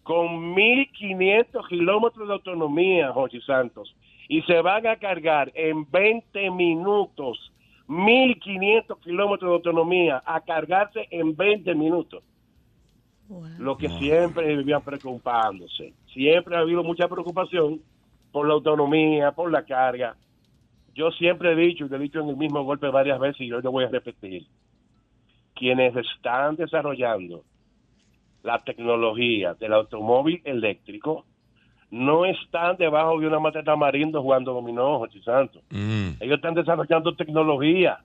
[SPEAKER 13] con 1.500 kilómetros de autonomía, Jorge Santos, y se van a cargar en 20 minutos 1.500 kilómetros de autonomía a cargarse en 20 minutos. lo que siempre vivían preocupándose. Siempre ha habido mucha preocupación por la autonomía, por la carga. Yo siempre he dicho, y lo he dicho en el mismo golpe varias veces y hoy lo voy a repetir, quienes están desarrollando la tecnología del automóvil eléctrico no están debajo de una mata de tamarindo jugando dominó, José Santos.
[SPEAKER 2] mm,
[SPEAKER 13] Ellos están desarrollando tecnología.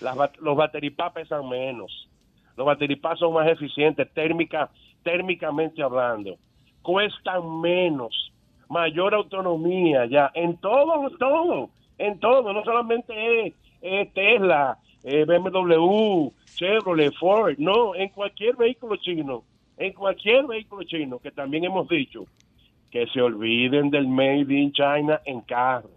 [SPEAKER 13] Las bat- los bateripás pesan menos. Los bateripás son más eficientes térmica, térmicamente hablando. Cuestan menos. Mayor autonomía ya. En todo, en todo. En todo. No solamente es, eh, Tesla, eh, BMW, Chevrolet, Ford. No, en cualquier vehículo chino. En cualquier vehículo chino, que también hemos dicho que se olviden del Made in China en carro.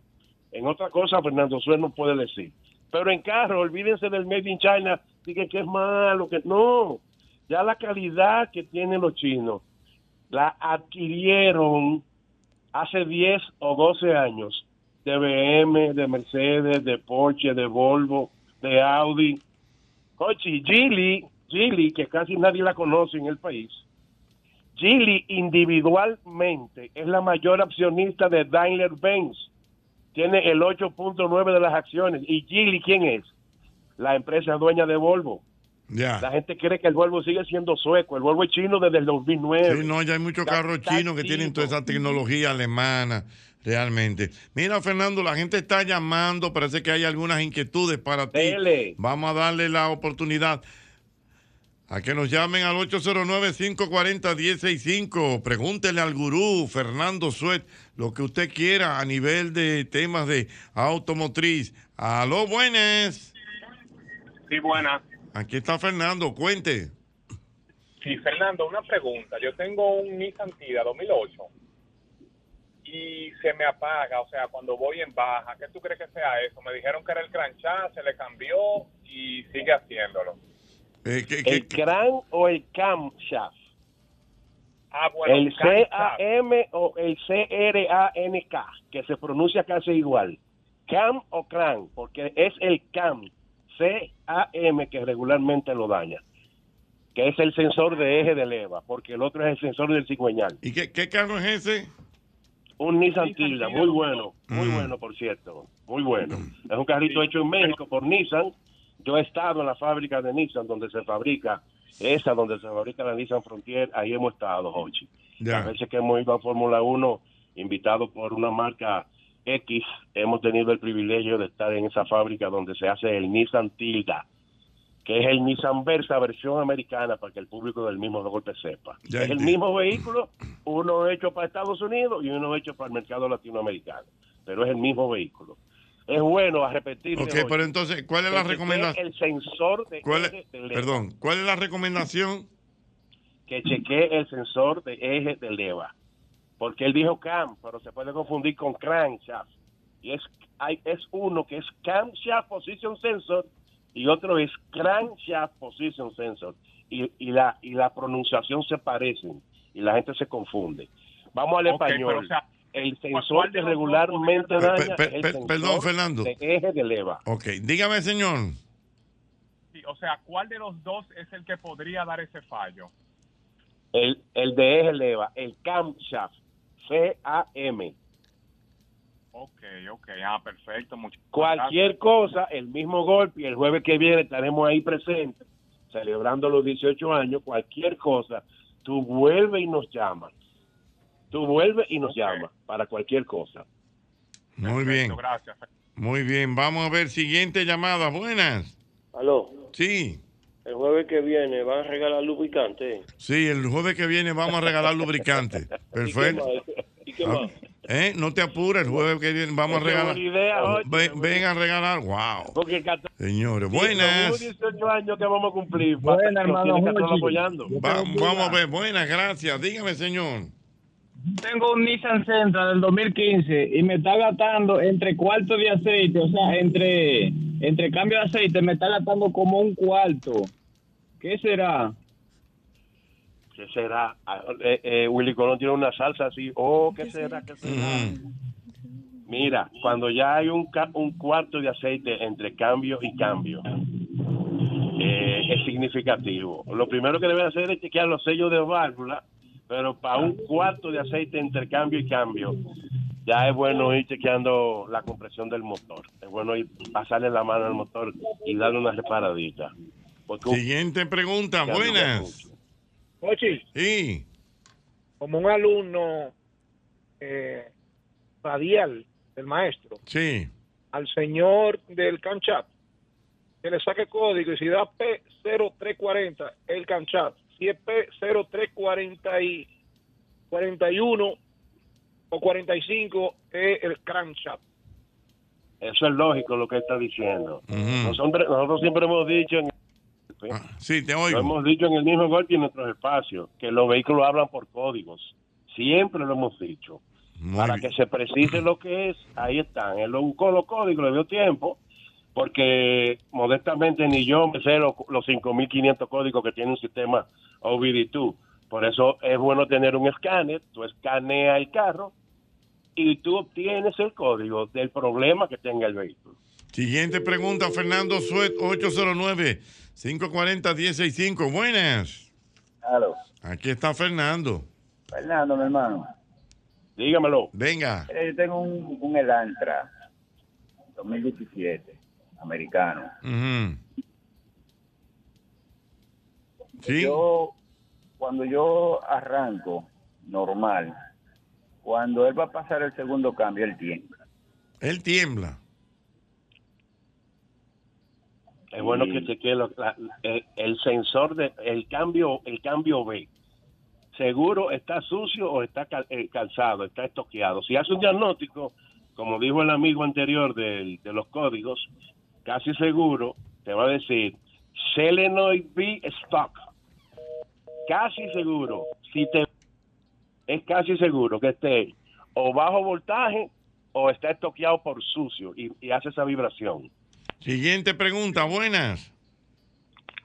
[SPEAKER 13] En otra cosa, Fernando Suez no puede decir. Pero en carro, olvídense del Made in China, digan que es malo, que no. Ya la calidad que tienen los chinos la adquirieron hace 10 o 12 años de BM, de Mercedes, de Porsche, de Volvo, de Audi. Ochi, Geely, Geely, que casi nadie la conoce en el país, Geely individualmente es la mayor accionista de Daimler Benz. Tiene el 8.9 de las acciones. ¿Y Geely quién es? La empresa dueña de Volvo.
[SPEAKER 2] Ya.
[SPEAKER 13] La gente cree que el Volvo sigue siendo sueco. El Volvo es chino desde el 2009.
[SPEAKER 2] Sí, no, ya hay muchos carros chinos que tienen toda esa tecnología alemana, realmente. Mira, Fernando, la gente está llamando, parece que hay algunas inquietudes para ti. Vamos a darle la oportunidad a que nos llamen al 809-540-165. Pregúntele al gurú Fernando Suet lo que usted quiera a nivel de temas de automotriz. Aló, buenas.
[SPEAKER 4] Sí, buena.
[SPEAKER 2] Aquí está Fernando, cuente.
[SPEAKER 4] Sí, Fernando, una pregunta. Yo tengo un Nissan Tida 2008 y se me apaga, o sea, cuando voy en baja. ¿Qué tú crees que sea eso? Me dijeron que era el cranchar, se le cambió y sigue haciéndolo.
[SPEAKER 13] ¿El CRAN o el camshaft?
[SPEAKER 4] Ah, bueno,
[SPEAKER 13] El E
[SPEAKER 4] crankshaft.
[SPEAKER 13] CAM o el CRANK, que se pronuncia casi igual. CAM o CRAN, porque es el CAM, C-A-M, que regularmente lo daña. Que es el sensor de eje de leva, porque el otro es el sensor del cigüeñal.
[SPEAKER 2] ¿Y qué, qué carro es ese? Mm.
[SPEAKER 13] Un Nissan Tilda, muy bueno, muy bueno, por cierto, muy bueno. Es un carrito hecho en México por Nissan. Yo he estado en la fábrica de Nissan, donde se fabrica esa, donde se fabrica la Nissan Frontier, ahí hemos estado, Hochi.
[SPEAKER 2] Ya.
[SPEAKER 13] Las veces que hemos ido a Fórmula 1, invitado por una marca X, hemos tenido el privilegio de estar en esa fábrica donde se hace el Nissan Tilda, que es el Nissan Versa, versión americana, para que el público del mismo de golpe sepa.
[SPEAKER 2] Ya
[SPEAKER 13] es el
[SPEAKER 2] entiendo.
[SPEAKER 13] mismo vehículo, uno hecho para Estados Unidos y uno hecho para el mercado latinoamericano, pero es el mismo vehículo. Es bueno a repetir.
[SPEAKER 2] Ok, pero entonces, ¿cuál es la recomendación?
[SPEAKER 13] El sensor de
[SPEAKER 2] ¿Cuál
[SPEAKER 13] eje
[SPEAKER 2] es-
[SPEAKER 13] de leva.
[SPEAKER 2] perdón, ¿cuál es la recomendación?
[SPEAKER 13] que chequee el sensor de eje de leva. Porque él dijo cam, pero se puede confundir con crankshaft. Y es, hay, es uno que es camshaft position sensor y otro es crankshaft position sensor. Y, y la, y la pronunciación se parecen y la gente se confunde. Vamos al
[SPEAKER 4] Ok,
[SPEAKER 13] español.
[SPEAKER 4] pero, o sea,
[SPEAKER 13] el
[SPEAKER 4] ¿cuál
[SPEAKER 13] sensor
[SPEAKER 4] de
[SPEAKER 13] que
[SPEAKER 4] los dos
[SPEAKER 13] regularmente
[SPEAKER 2] podría-
[SPEAKER 13] daña
[SPEAKER 2] Pe-
[SPEAKER 13] es
[SPEAKER 2] pe-
[SPEAKER 13] el
[SPEAKER 2] pe-
[SPEAKER 13] sensor
[SPEAKER 2] perdón, Fernando.
[SPEAKER 13] de eje de leva.
[SPEAKER 2] Ok, dígame, señor.
[SPEAKER 4] Sí, o sea, ¿cuál de los dos es el que podría dar ese fallo?
[SPEAKER 13] El, el de eje leva, el camshaft, C-A-M.
[SPEAKER 4] Ok, ok, ah, perfecto. muchísimas
[SPEAKER 13] Cualquier cosa, el mismo golpe, y el jueves que viene estaremos ahí presentes, celebrando los 18 años, cualquier cosa, tú vuelve y nos llamas. Tú vuelve y nos llamas para cualquier cosa.
[SPEAKER 2] Muy bien.
[SPEAKER 4] Gracias.
[SPEAKER 2] Muy bien, vamos a ver siguiente llamada. Buenas.
[SPEAKER 23] Aló,
[SPEAKER 2] Sí,
[SPEAKER 23] el jueves que viene van a regalar lubricante.
[SPEAKER 2] sí, el jueves que viene vamos a regalar lubricante. Perfecto.
[SPEAKER 23] ¿Y qué
[SPEAKER 2] Ah,
[SPEAKER 23] más?
[SPEAKER 2] ¿eh? No te apures, el jueves que viene vamos a
[SPEAKER 13] Qué
[SPEAKER 2] regalar. Oh,
[SPEAKER 13] buena idea, oye,
[SPEAKER 2] Ven- ven a regalar, wow.
[SPEAKER 13] Porque el 14
[SPEAKER 2] Señores, pues buenas.
[SPEAKER 13] los 18 años que vamos a cumplir.
[SPEAKER 2] Buenas,
[SPEAKER 13] nos tiene
[SPEAKER 2] hermano
[SPEAKER 13] que estar
[SPEAKER 2] Jochi.
[SPEAKER 13] apoyando.
[SPEAKER 2] Va- vamos a ver, buenas, gracias. Dígame, señor.
[SPEAKER 18] Tengo un Nissan Sentra del 2015 y me está gastando entre cuarto de aceite, o sea, entre, entre cambio de aceite, me está gastando como un cuarto. ¿Qué será?
[SPEAKER 13] ¿Qué será? Ah, eh, eh, Willy Colón tiene una salsa así. Oh, ¿qué será? ¿Qué será? Mira, cuando ya hay un, ca- un cuarto de aceite entre cambio y cambio, eh, es significativo. Lo primero que deben hacer es chequear los sellos de válvula, pero para un cuarto de aceite entre cambio y cambio, ya es bueno ir chequeando la compresión del motor. Es bueno ir pasarle la mano al motor y darle una reparadita. Porque un-
[SPEAKER 2] Siguiente
[SPEAKER 13] Ya
[SPEAKER 2] pregunta,
[SPEAKER 13] no
[SPEAKER 2] buenas.
[SPEAKER 8] Ochi,
[SPEAKER 2] Sí.
[SPEAKER 8] como un alumno eh, radial del maestro,
[SPEAKER 2] Sí.
[SPEAKER 8] al señor del CanChat, que le saque código y si da P0340, el CanChat, si es P0341 o 45, es el CanChat.
[SPEAKER 13] Eso es lógico lo que está diciendo. nosotros, nosotros siempre hemos dicho en
[SPEAKER 2] Sí, te
[SPEAKER 13] Lo hemos dicho en el mismo golpe y en nuestros espacios, que los vehículos hablan por códigos. Siempre lo hemos dicho. Para que se precise lo que es, ahí están. Él lo buscó los códigos, le dio tiempo, porque modestamente ni yo me sé los, los 5.500 códigos que tiene un sistema OBD2. Por eso es bueno tener un escáner, tú escaneas el carro y tú obtienes el código del problema que tenga el vehículo.
[SPEAKER 2] Siguiente pregunta, Fernando Suet, 809-540-165. Buenas. Aquí está Fernando.
[SPEAKER 29] Fernando, mi hermano.
[SPEAKER 13] Dígamelo.
[SPEAKER 2] Venga.
[SPEAKER 29] Mira, yo tengo un, un Elantra 2017, americano.
[SPEAKER 2] Ujú.
[SPEAKER 29] Yo, cuando yo arranco normal, cuando él va a pasar el segundo cambio, él tiembla.
[SPEAKER 2] Él tiembla.
[SPEAKER 13] Es bueno
[SPEAKER 29] Sí.
[SPEAKER 13] que chequee lo- la- el, el sensor de el cambio el cambio B. Seguro está sucio o está cal- eh, calzado, está estoqueado. Si hace un diagnóstico, como dijo el amigo anterior del- de los códigos, casi seguro te va a decir Selenoid B stock. Casi seguro, si te es casi seguro que esté o bajo voltaje o está estoqueado por sucio y- y hace esa vibración.
[SPEAKER 2] Siguiente pregunta, buenas.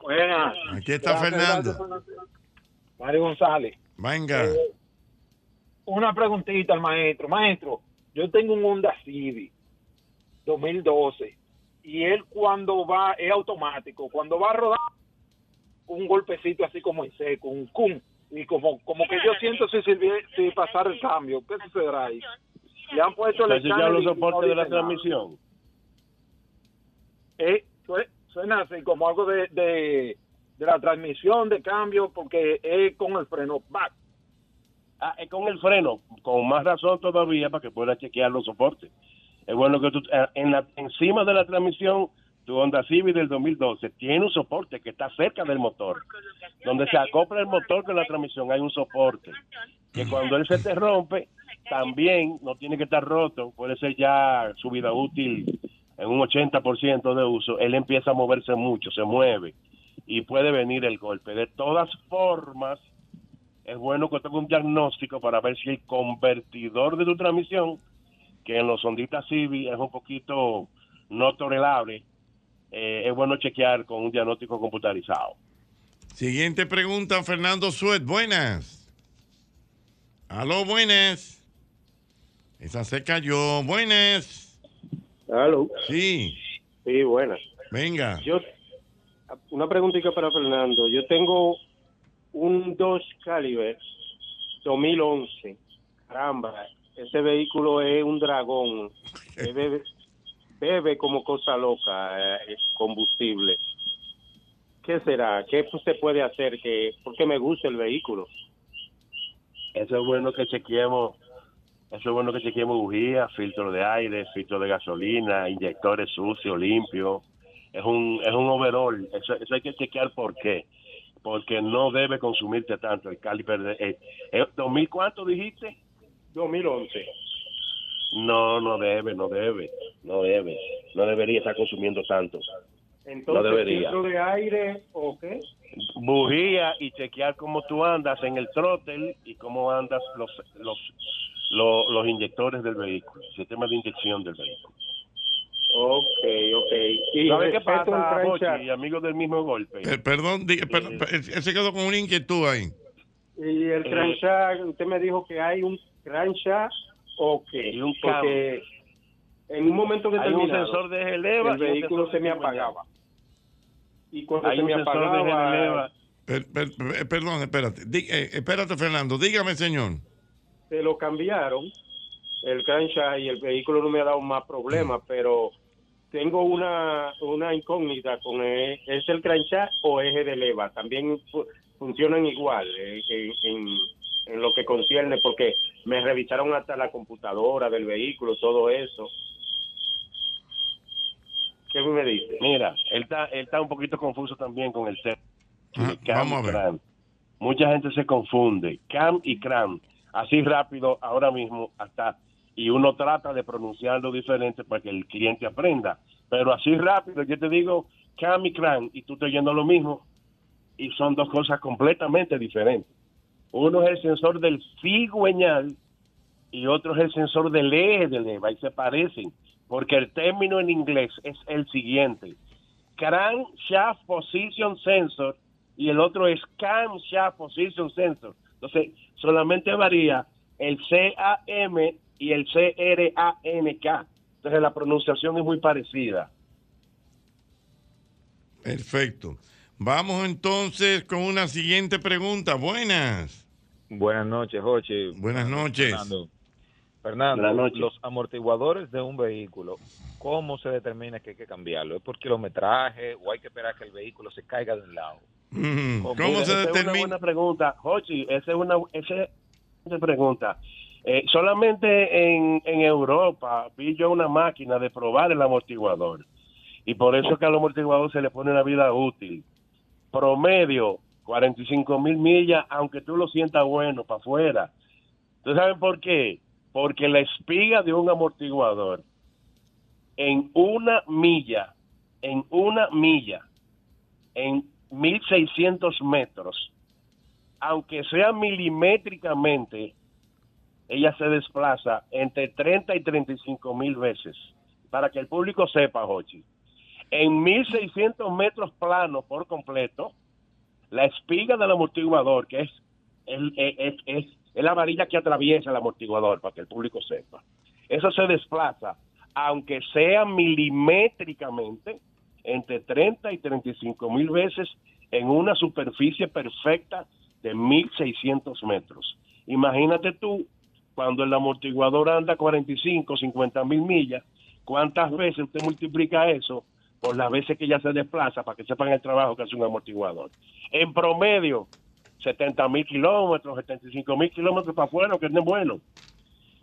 [SPEAKER 8] Buenas.
[SPEAKER 2] Aquí
[SPEAKER 8] Ah,
[SPEAKER 2] está Fernando.
[SPEAKER 8] Mario González.
[SPEAKER 2] Venga.
[SPEAKER 8] Una preguntita al maestro. Maestro, yo tengo un Honda Civic 2012 y él cuando va, es automático, cuando va a rodar un golpecito así como en seco, un cum, y como, como que yo siento si, sirvi- si pasar el cambio. ¿Qué sucederá ahí? Le han puesto el
[SPEAKER 13] ¿Has chequeado
[SPEAKER 8] escáner
[SPEAKER 13] los
[SPEAKER 8] y no
[SPEAKER 13] soportes de la
[SPEAKER 8] dice nada.
[SPEAKER 13] transmisión?
[SPEAKER 8] Eh, sue- suena así como algo de, de, de la transmisión de cambio porque es con el freno back.
[SPEAKER 13] Ah, es con el freno, con más razón todavía para que puedas chequear los soportes. Es bueno que tú, eh, en la, encima de la transmisión, tu Honda Civic del 2012 tiene un soporte que está cerca del motor. Donde se acopla el motor con la transmisión, hay un soporte. Que cuando él se te rompe, también no tiene que estar roto, puede ser ya su vida útil en un 80% de uso. Él empieza a moverse mucho, se mueve y puede venir el golpe. De todas formas, es bueno que tenga un diagnóstico para ver si el convertidor de tu transmisión, que en los onditas Civi es un poquito no tolerable, eh, es bueno chequear con un diagnóstico computarizado.
[SPEAKER 2] Siguiente pregunta, Fernando Suet. Buenas. Aló, buenas. Esa se cayó. Buenas.
[SPEAKER 16] Aló.
[SPEAKER 2] Sí.
[SPEAKER 16] Sí, buenas.
[SPEAKER 2] Venga.
[SPEAKER 16] Yo, una preguntita para Fernando. Yo tengo un Dodge Caliber 2011. Caramba, ese vehículo es un dragón. Que bebe, bebe como cosa loca eh, combustible. ¿Qué será? ¿Qué pues se puede hacer? Que, porque me gusta el vehículo.
[SPEAKER 13] Eso es bueno que chequeemos, eso es bueno que chequeemos bujía, filtro de aire, filtro de gasolina, inyectores sucios, limpios. Es un, es un overall, eso, eso hay que chequear por qué. Porque no debe consumirte tanto el caliper de... eh, eh, ¿2000 cuánto dijiste?
[SPEAKER 16] 2011.
[SPEAKER 13] No, no debe, no debe, no debe, no debería estar consumiendo tanto.
[SPEAKER 16] Entonces,
[SPEAKER 13] No debería.
[SPEAKER 16] filtro de aire o qué?
[SPEAKER 13] Bujía y chequear cómo tú andas en el throttle y cómo andas los, los, lo- los inyectores del vehículo, el sistema de inyección del vehículo.
[SPEAKER 16] Ok, ok. Y
[SPEAKER 13] ¿Sabes qué
[SPEAKER 16] respecto al
[SPEAKER 13] pasa,
[SPEAKER 16] crankshaft,
[SPEAKER 13] Bochi, amigo del mismo golpe?
[SPEAKER 2] Per- perdón, di- per- per- él se quedó con una inquietud ahí.
[SPEAKER 16] Y el
[SPEAKER 13] Eh,
[SPEAKER 16] crankshaft, usted me dijo que hay un crankshaft o que
[SPEAKER 13] un
[SPEAKER 16] porque en un momento
[SPEAKER 13] Hay un
[SPEAKER 16] determinado
[SPEAKER 13] sensor de eleva
[SPEAKER 16] el
[SPEAKER 13] y un
[SPEAKER 16] vehículo
[SPEAKER 13] sensor
[SPEAKER 16] se
[SPEAKER 13] de
[SPEAKER 16] me
[SPEAKER 13] cincuenta.
[SPEAKER 16] apagaba.
[SPEAKER 24] y cuando
[SPEAKER 13] Hay
[SPEAKER 24] se
[SPEAKER 13] un
[SPEAKER 24] me
[SPEAKER 13] sensor de
[SPEAKER 24] apagaba,
[SPEAKER 13] releva.
[SPEAKER 2] Per- per- per- perdón, espérate. Di- eh, espérate, Fernando. Dígame, señor.
[SPEAKER 24] se lo cambiaron el crankshaft y el vehículo no me ha dado más problemas,
[SPEAKER 16] Mm.
[SPEAKER 24] pero tengo una, una incógnita con eh, es el crankshaft o eje de leva. También fu- funcionan igual eh, en, en- en lo que concierne porque me revisaron hasta la computadora del vehículo, todo eso. ¿Qué me dice?
[SPEAKER 13] Mira, él está, él está un poquito confuso también con el tema.
[SPEAKER 2] Ah, vamos a ver.
[SPEAKER 13] Cram. Mucha gente se confunde. Cam y cram. Así rápido, ahora mismo, hasta. Y uno trata de pronunciarlo diferente para que el cliente aprenda. Pero así rápido, yo te digo cam y cram, y tú estás oyendo lo mismo. Y son dos cosas completamente diferentes. Uno es el sensor del cigüeñal y otro es el sensor del eje del EVA y se parecen porque el término en inglés es el siguiente. Crankshaft Position Sensor y el otro es Camshaft Position Sensor. Entonces, solamente varía el CAM y el CRANK. Entonces, la pronunciación es muy parecida.
[SPEAKER 2] Perfecto. Vamos entonces con una siguiente pregunta. Buenas.
[SPEAKER 16] Buenas noches, Jochi.
[SPEAKER 2] Buenas noches.
[SPEAKER 16] Fernando. Fernando,
[SPEAKER 2] Buenas noches.
[SPEAKER 16] los amortiguadores de un vehículo, ¿cómo se determina que hay que cambiarlo? ¿Es por kilometraje o hay que esperar que el vehículo se caiga de un lado? Mm. ¿Cómo
[SPEAKER 13] Mira,
[SPEAKER 16] se
[SPEAKER 13] esa Es
[SPEAKER 16] determina?
[SPEAKER 13] una buena pregunta, Jochi. Esa es una, esa es una pregunta. Eh, solamente en, en Europa vi yo una máquina de probar el amortiguador. Y por eso es que al amortiguador se le pone una vida útil. Promedio, 45 mil millas, aunque tú lo sientas bueno para afuera. ¿Tú saben por qué? Porque la espiga de un amortiguador en una milla, en una milla, en 1600 metros, aunque sea milimétricamente, ella se desplaza entre 30 y 35 mil veces. Para que el público sepa, Jochi, en 1600 metros planos por completo, la espiga del amortiguador, que es, el- eh, es- es- es- es la varilla que atraviesa el amortiguador, para que el público sepa, eso se desplaza, aunque sea milimétricamente, entre 30 y 35 mil veces en una superficie perfecta de 1600 metros. Imagínate tú, cuando el amortiguador anda 45, 50 mil millas, ¿cuántas veces usted multiplica eso por las veces que ya se desplaza para que sepan el trabajo que hace un amortiguador? En promedio, 70 mil kilómetros, 75 mil kilómetros para afuera, que no es bueno.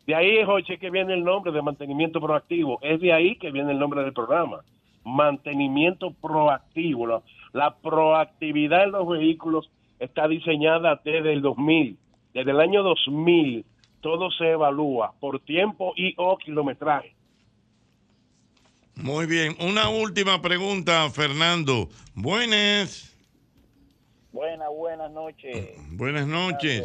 [SPEAKER 13] De ahí, Joche, que viene el nombre de mantenimiento proactivo. Es de ahí que viene el nombre del programa. Mantenimiento proactivo. La, la proactividad en los vehículos está diseñada desde el 2000. Desde el año 2000 todo se evalúa por tiempo y o kilometraje.
[SPEAKER 2] Muy bien. Una última pregunta, Fernando. Buenas.
[SPEAKER 3] Buenas, buenas noches.
[SPEAKER 2] Buenas noches.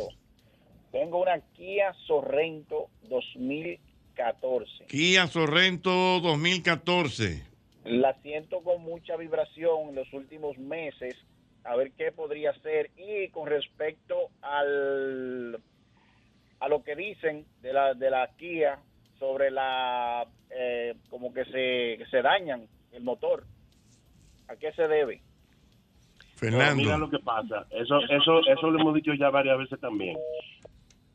[SPEAKER 3] Tengo una Kia Sorrento 2014.
[SPEAKER 2] Kia Sorrento 2014.
[SPEAKER 3] La siento con mucha vibración en los últimos meses. A ver qué podría ser. Y con respecto al a lo que dicen de la, de la Kia sobre la eh, como que se, que se dañan el motor. ¿A qué se debe?
[SPEAKER 13] Pero Mira lo que pasa. Eso, eso, eso lo hemos dicho ya varias veces también.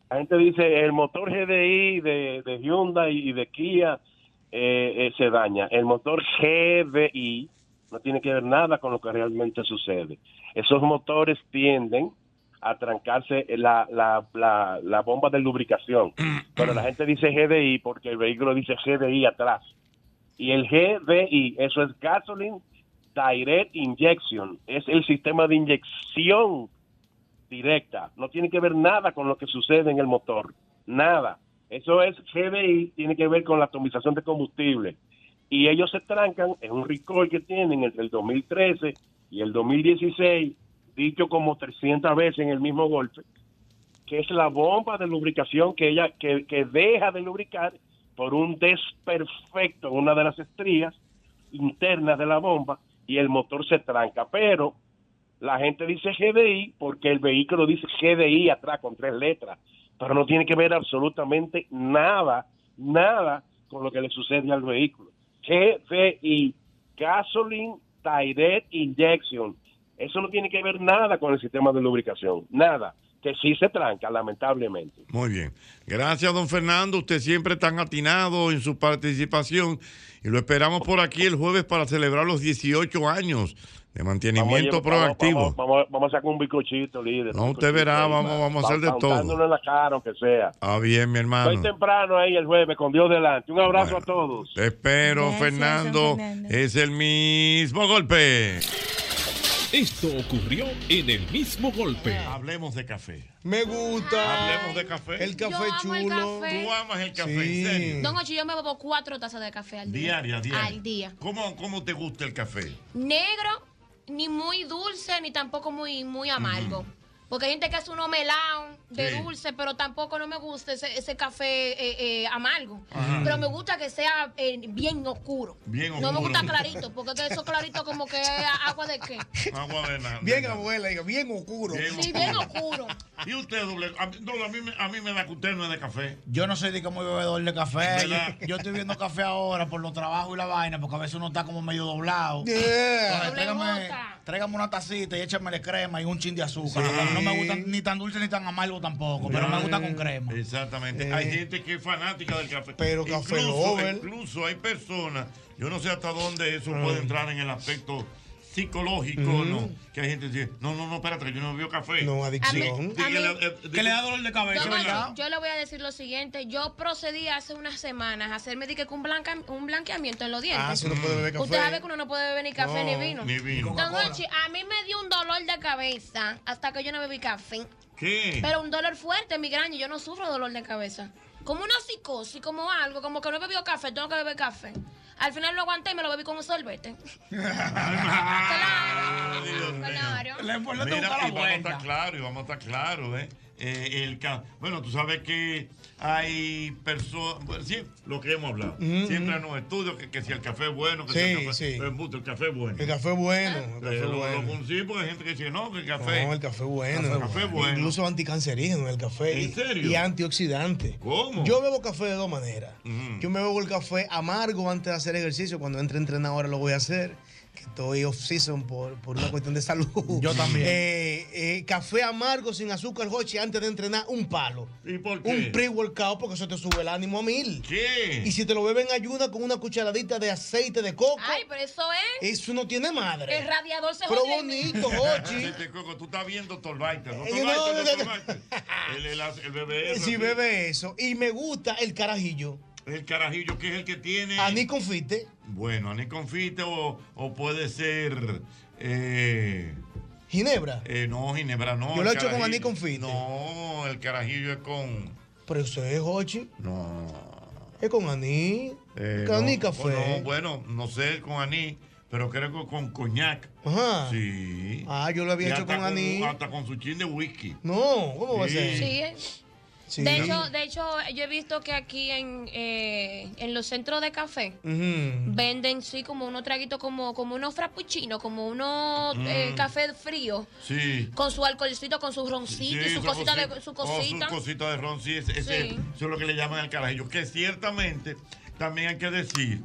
[SPEAKER 13] La gente dice el motor GDI de, de Hyundai y de Kia eh, eh, se daña. El motor GDI no tiene que ver nada con lo que realmente sucede. Esos motores tienden a trancarse la, la, la, la bomba de lubricación. Pero la gente dice GDI porque el vehículo dice GDI atrás. Y el GDI, eso es gasoline direct injection, es el sistema de inyección directa, no tiene que ver nada con lo que sucede en el motor, nada. Eso es GDI, tiene que ver con la atomización de combustible. Y ellos se trancan en un recall que tienen entre el 2013 y el 2016, dicho como 300 veces en el mismo golpe, que es la bomba de lubricación que ella que, que deja de lubricar por un desperfecto en una de las estrías internas de la bomba y el motor se tranca. Pero la gente dice GDI porque el vehículo dice GDI atrás con tres letras, pero no tiene que ver absolutamente nada, nada con lo que le sucede al vehículo. GDI, Gasoline Tyrell Injection. Eso no tiene que ver nada con el sistema de lubricación, nada. Que sí se tranca, lamentablemente.
[SPEAKER 2] Muy bien. Gracias, don Fernando. Usted siempre tan atinado en su participación. Y lo esperamos por aquí el jueves para celebrar los 18 años de mantenimiento
[SPEAKER 13] Vamos a llevar-
[SPEAKER 2] proactivo.
[SPEAKER 13] Vamos, vamos- vamos a sacar un bizcochito, líder.
[SPEAKER 2] No, usted verá, vamos- vamos a hacer de todo.
[SPEAKER 13] Pautándolo en la cara, aunque sea.
[SPEAKER 2] Ah, bien, mi hermano.
[SPEAKER 13] Estoy temprano ahí el jueves, con Dios delante. Un abrazo a todos.
[SPEAKER 2] Te espero,
[SPEAKER 13] Gracias, don
[SPEAKER 2] Fernando.
[SPEAKER 13] Fernando.
[SPEAKER 2] Es el mismo golpe.
[SPEAKER 30] Esto ocurrió en el mismo golpe.
[SPEAKER 2] Hablemos de café.
[SPEAKER 14] Me gusta.
[SPEAKER 2] Hablemos de café.
[SPEAKER 14] El café
[SPEAKER 4] Yo amo el
[SPEAKER 14] chulo.
[SPEAKER 4] café. Tú
[SPEAKER 2] amas el café, en serio.
[SPEAKER 4] Don Ocho, yo me bebo cuatro tazas de café al día.
[SPEAKER 2] Diaria, diaria.
[SPEAKER 4] Al día.
[SPEAKER 2] ¿Cómo, ¿Cómo te gusta el café?
[SPEAKER 4] Negro, ni muy dulce, ni tampoco muy, muy amargo. Porque hay gente que hace un omelado de
[SPEAKER 20] Sí.
[SPEAKER 4] dulce, pero tampoco no me gusta ese, ese café eh, eh, amargo. Pero me gusta que sea eh, bien oscuro.
[SPEAKER 2] Bien
[SPEAKER 4] No me
[SPEAKER 2] oscuro.
[SPEAKER 4] gusta clarito, porque que eso clarito como que es agua de qué.
[SPEAKER 2] Agua Eh, de nada.
[SPEAKER 14] Bien, abuela, diga, bien oscuro.
[SPEAKER 4] Sí, bien oscuro.
[SPEAKER 2] ¿Y usted, doble? A, doble, a mí, me- a mí me da que usted no es de café.
[SPEAKER 6] Yo no soy de que muy bebedor de café.
[SPEAKER 2] ¿Verdad?
[SPEAKER 6] Yo, yo estoy viendo café ahora por los trabajos y la vaina, porque a veces uno está como medio doblado.
[SPEAKER 14] Yeah.
[SPEAKER 6] Entonces,
[SPEAKER 14] Doble
[SPEAKER 6] Tráigame, tráigame una tacita y échame crema y un chin de azúcar. No me gusta ni tan dulce ni tan amargo tampoco, pero me gusta con crema.
[SPEAKER 2] Exactamente.
[SPEAKER 6] Eh.
[SPEAKER 2] Hay gente que es fanática del café.
[SPEAKER 6] Pero
[SPEAKER 14] café
[SPEAKER 2] incluso,
[SPEAKER 14] Nobel.
[SPEAKER 2] incluso hay personas, yo no sé hasta dónde eso puede entrar en el aspecto psicológico,
[SPEAKER 14] Ah. Ujú.
[SPEAKER 2] ¿no? Que hay gente que dice, no, no, no, espérate, que yo no veo café.
[SPEAKER 14] No, adicción.
[SPEAKER 2] Di-
[SPEAKER 4] A mí-
[SPEAKER 2] dígale,
[SPEAKER 4] a mí-
[SPEAKER 2] eh, di-
[SPEAKER 6] Que le da dolor de cabeza,
[SPEAKER 4] Don
[SPEAKER 6] ¿verdad?
[SPEAKER 4] Mario, yo le voy a decir lo siguiente. Yo procedí hace unas semanas a hacerme di que con un, blanca- un blanqueamiento en los dientes.
[SPEAKER 14] Ah, si no puede beber café.
[SPEAKER 4] Usted sabe que uno no puede beber ni café
[SPEAKER 14] No,
[SPEAKER 4] ni vino.
[SPEAKER 14] ni vino. Ni
[SPEAKER 4] Don
[SPEAKER 14] Coca-Cola.
[SPEAKER 4] Ochi, a mí me dio un dolor de cabeza hasta que yo no bebí café.
[SPEAKER 2] ¿Qué?
[SPEAKER 4] Pero un dolor fuerte, migraña. Yo no sufro dolor de cabeza. Como una psicosis, como algo, como que no he bebido café, tengo que beber café. Al final lo aguanté y me lo bebí con un sorbete.
[SPEAKER 2] Ah, Dios mío.
[SPEAKER 6] La envolvente
[SPEAKER 2] Mira,
[SPEAKER 6] busca la
[SPEAKER 2] y vamos a
[SPEAKER 6] vuelta.
[SPEAKER 2] estar claros, y vamos a estar claros, ¿eh? Eh, el ca- bueno, tú sabes que hay personas, lo que hemos hablado,
[SPEAKER 14] Mm,
[SPEAKER 2] siempre en los estudios que, que si el café es bueno, que si
[SPEAKER 14] Sí,
[SPEAKER 2] el café
[SPEAKER 14] sí.
[SPEAKER 2] pero embuste, el café es bueno.
[SPEAKER 14] El café bueno. El café
[SPEAKER 2] Eh, lo-
[SPEAKER 14] bueno.
[SPEAKER 2] lo- sí, porque hay gente que dice, no, que el café.
[SPEAKER 14] No, el café bueno.
[SPEAKER 2] El café bueno.
[SPEAKER 14] Incluso anticancerígeno el café.
[SPEAKER 2] ¿En
[SPEAKER 14] y-
[SPEAKER 2] serio?
[SPEAKER 14] Y antioxidante.
[SPEAKER 2] ¿Cómo? Mm.
[SPEAKER 14] Yo bebo café de dos maneras.
[SPEAKER 2] Ujú.
[SPEAKER 14] Yo me bebo el café amargo antes de hacer ejercicio. Cuando entre a entrenar ahora lo voy a hacer. Que estoy off-season por, por una cuestión de salud. Yo
[SPEAKER 6] también.
[SPEAKER 14] café amargo sin azúcar, Jochi, antes de entrenar un palo.
[SPEAKER 2] ¿Y por
[SPEAKER 6] qué?
[SPEAKER 14] Un pre-workout porque eso te sube el ánimo a mil.
[SPEAKER 2] ¿Qué?
[SPEAKER 14] Y si te lo beben ayuda con una cucharadita de aceite de coco,
[SPEAKER 4] Ay, pero eso es.
[SPEAKER 14] eso no tiene madre.
[SPEAKER 4] El radiador se
[SPEAKER 14] Pero
[SPEAKER 4] jodió en mí.
[SPEAKER 14] bonito, Jochi.
[SPEAKER 2] Sí, te Este, coco, tú estás viendo Tolbaiter, ¿no?
[SPEAKER 14] Eh,
[SPEAKER 2] Tolbaiter,
[SPEAKER 14] no,
[SPEAKER 2] no,
[SPEAKER 14] no, no.
[SPEAKER 2] Tolbaiter. El, el, el bebé.
[SPEAKER 14] Si bebe eso. Y me gusta el carajillo.
[SPEAKER 2] El carajillo que es el que tiene.
[SPEAKER 14] Aní confite.
[SPEAKER 2] Bueno, anís confite o, o puede ser. eh,
[SPEAKER 14] Ginebra.
[SPEAKER 2] eh, no, ginebra no.
[SPEAKER 14] Yo lo
[SPEAKER 2] el
[SPEAKER 14] he hecho con
[SPEAKER 2] carajillo-
[SPEAKER 14] aní confite.
[SPEAKER 2] No, el carajillo es con.
[SPEAKER 14] Pero eso es Jochi.
[SPEAKER 2] No.
[SPEAKER 14] Es con aní.
[SPEAKER 2] eh,
[SPEAKER 14] con aní
[SPEAKER 2] no,
[SPEAKER 14] café.
[SPEAKER 2] no, bueno, no sé con anís, pero creo que con coñac.
[SPEAKER 14] Ajá.
[SPEAKER 2] Sí.
[SPEAKER 14] Ah, yo lo había
[SPEAKER 2] Y
[SPEAKER 14] hecho
[SPEAKER 2] hasta
[SPEAKER 14] con aní.
[SPEAKER 2] Hasta con su chin de whisky.
[SPEAKER 14] No, ¿cómo va a ser?
[SPEAKER 4] Sí, eh.
[SPEAKER 14] Sí.
[SPEAKER 4] De hecho, de hecho, yo he visto que aquí en, eh, en los centros de café
[SPEAKER 2] Mm.
[SPEAKER 14] Ujú.
[SPEAKER 4] venden sí como unos traguitos, como, como unos frappuccinos, como unos eh,
[SPEAKER 2] Mm.
[SPEAKER 4] café frío,
[SPEAKER 2] Sí.
[SPEAKER 4] con su alcoholcito, con su roncito y
[SPEAKER 2] Sí,
[SPEAKER 4] su cosita de su
[SPEAKER 2] o
[SPEAKER 4] cosita.
[SPEAKER 2] Su cosita de ron, sí, ese- ese-
[SPEAKER 4] Sí.
[SPEAKER 2] eso es lo que le llaman el carajillo. Que ciertamente también hay que decir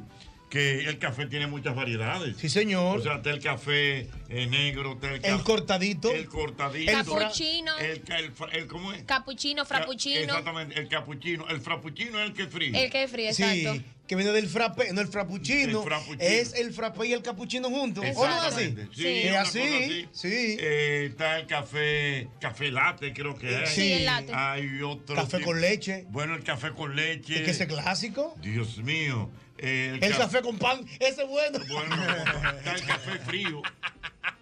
[SPEAKER 2] que el café tiene muchas variedades.
[SPEAKER 14] Sí, señor.
[SPEAKER 2] O sea, está el café eh, negro, está el,
[SPEAKER 14] El
[SPEAKER 2] café,
[SPEAKER 14] cortadito.
[SPEAKER 2] el cortadito.
[SPEAKER 4] El Capuchino.
[SPEAKER 2] El, ca- el fra- el- ¿Cómo es?
[SPEAKER 4] Capuchino, frappuccino,
[SPEAKER 2] Exactamente, el capuchino. El frappuccino es el que es frío.
[SPEAKER 4] el que es frío, exacto.
[SPEAKER 14] Sí, que viene del frappe, no el frappuccino.
[SPEAKER 2] El frappuccino.
[SPEAKER 14] Es el frappe y el capuchino juntos. ¿O no es así?
[SPEAKER 2] Exactamente.
[SPEAKER 14] Ah, Es
[SPEAKER 2] una
[SPEAKER 14] así.
[SPEAKER 2] cosa Eh, está el café, café latte, creo que hay.
[SPEAKER 14] Sí, el latte.
[SPEAKER 2] Hay otro.
[SPEAKER 14] Café
[SPEAKER 2] tipo-
[SPEAKER 14] con leche.
[SPEAKER 2] Bueno, el café con leche.
[SPEAKER 14] Es que ese clásico.
[SPEAKER 2] Dios mío. El,
[SPEAKER 14] El
[SPEAKER 2] ca-
[SPEAKER 14] café con pan, ese es bueno.
[SPEAKER 2] Está el café frío.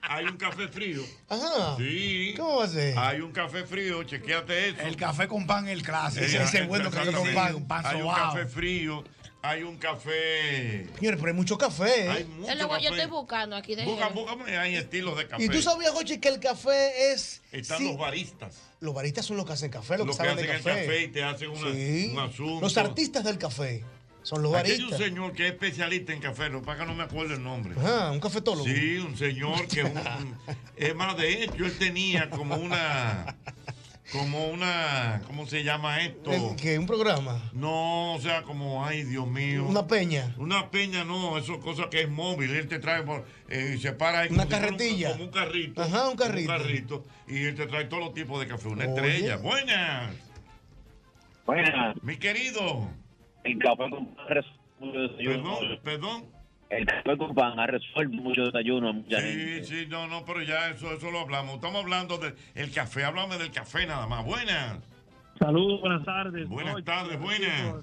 [SPEAKER 2] Hay un café frío.
[SPEAKER 14] Ajá.
[SPEAKER 2] Sí.
[SPEAKER 14] ¿Cómo va a ser?
[SPEAKER 2] Hay un café frío, chequéate eso.
[SPEAKER 6] El café con pan es el
[SPEAKER 2] Eh,
[SPEAKER 6] clásico. Ese es bueno café con pan, un pan
[SPEAKER 2] Hay un
[SPEAKER 6] sobao.
[SPEAKER 2] café frío, hay un café.
[SPEAKER 14] Señores, pero hay mucho café. ¿eh?
[SPEAKER 2] Hay
[SPEAKER 4] Yo,
[SPEAKER 2] mucho
[SPEAKER 4] lo voy- yo
[SPEAKER 2] café.
[SPEAKER 4] estoy buscando aquí. de
[SPEAKER 2] Busca, búscame, hay estilos de café.
[SPEAKER 14] Y tú sabías, Jochi, que el café es.
[SPEAKER 2] Están
[SPEAKER 14] sí,
[SPEAKER 2] los baristas.
[SPEAKER 14] los baristas son los que hacen café, los,
[SPEAKER 2] Los que
[SPEAKER 14] saben de
[SPEAKER 2] hacen el
[SPEAKER 14] café.
[SPEAKER 2] café y te hacen una-
[SPEAKER 14] Sí.
[SPEAKER 2] un asunto.
[SPEAKER 14] Los artistas del café son los
[SPEAKER 2] Aquí hay un
[SPEAKER 14] baristas.
[SPEAKER 2] señor que es especialista en café, lo que pasa es que no me acuerdo el nombre.
[SPEAKER 14] Ajá, Ah, un cafetólogo.
[SPEAKER 2] Sí, un señor que es un- un- Es más, de hecho, él tenía como una. como una, ¿cómo se llama esto?
[SPEAKER 14] ¿El ¿Qué? ¿Un programa?
[SPEAKER 2] No, o sea, como, ay, Dios mío.
[SPEAKER 14] ¿Una peña?
[SPEAKER 2] Una peña, no, eso es cosa que es móvil. Él te trae por- eh, y se para ahí como
[SPEAKER 14] Una
[SPEAKER 2] si fuera un-
[SPEAKER 14] carretilla.
[SPEAKER 2] como un carrito.
[SPEAKER 14] Ajá, un
[SPEAKER 2] como
[SPEAKER 14] carrito.
[SPEAKER 2] carrito, Y él te trae todos los tipos de café. Una
[SPEAKER 14] Oye.
[SPEAKER 2] estrella. Buenas.
[SPEAKER 7] Buenas.
[SPEAKER 2] Mi querido.
[SPEAKER 7] El café con pan resuelve mucho desayuno.
[SPEAKER 2] Perdón, perdón.
[SPEAKER 7] El café con pan ha resuelto mucho desayuno a mucha gente.
[SPEAKER 2] Sí, sí, no, no, pero ya eso, eso lo hablamos. Estamos hablando del café. Háblame del café nada más. Buenas.
[SPEAKER 8] Saludos, buenas tardes.
[SPEAKER 2] Buenas
[SPEAKER 8] Oye,
[SPEAKER 2] tardes, buenas.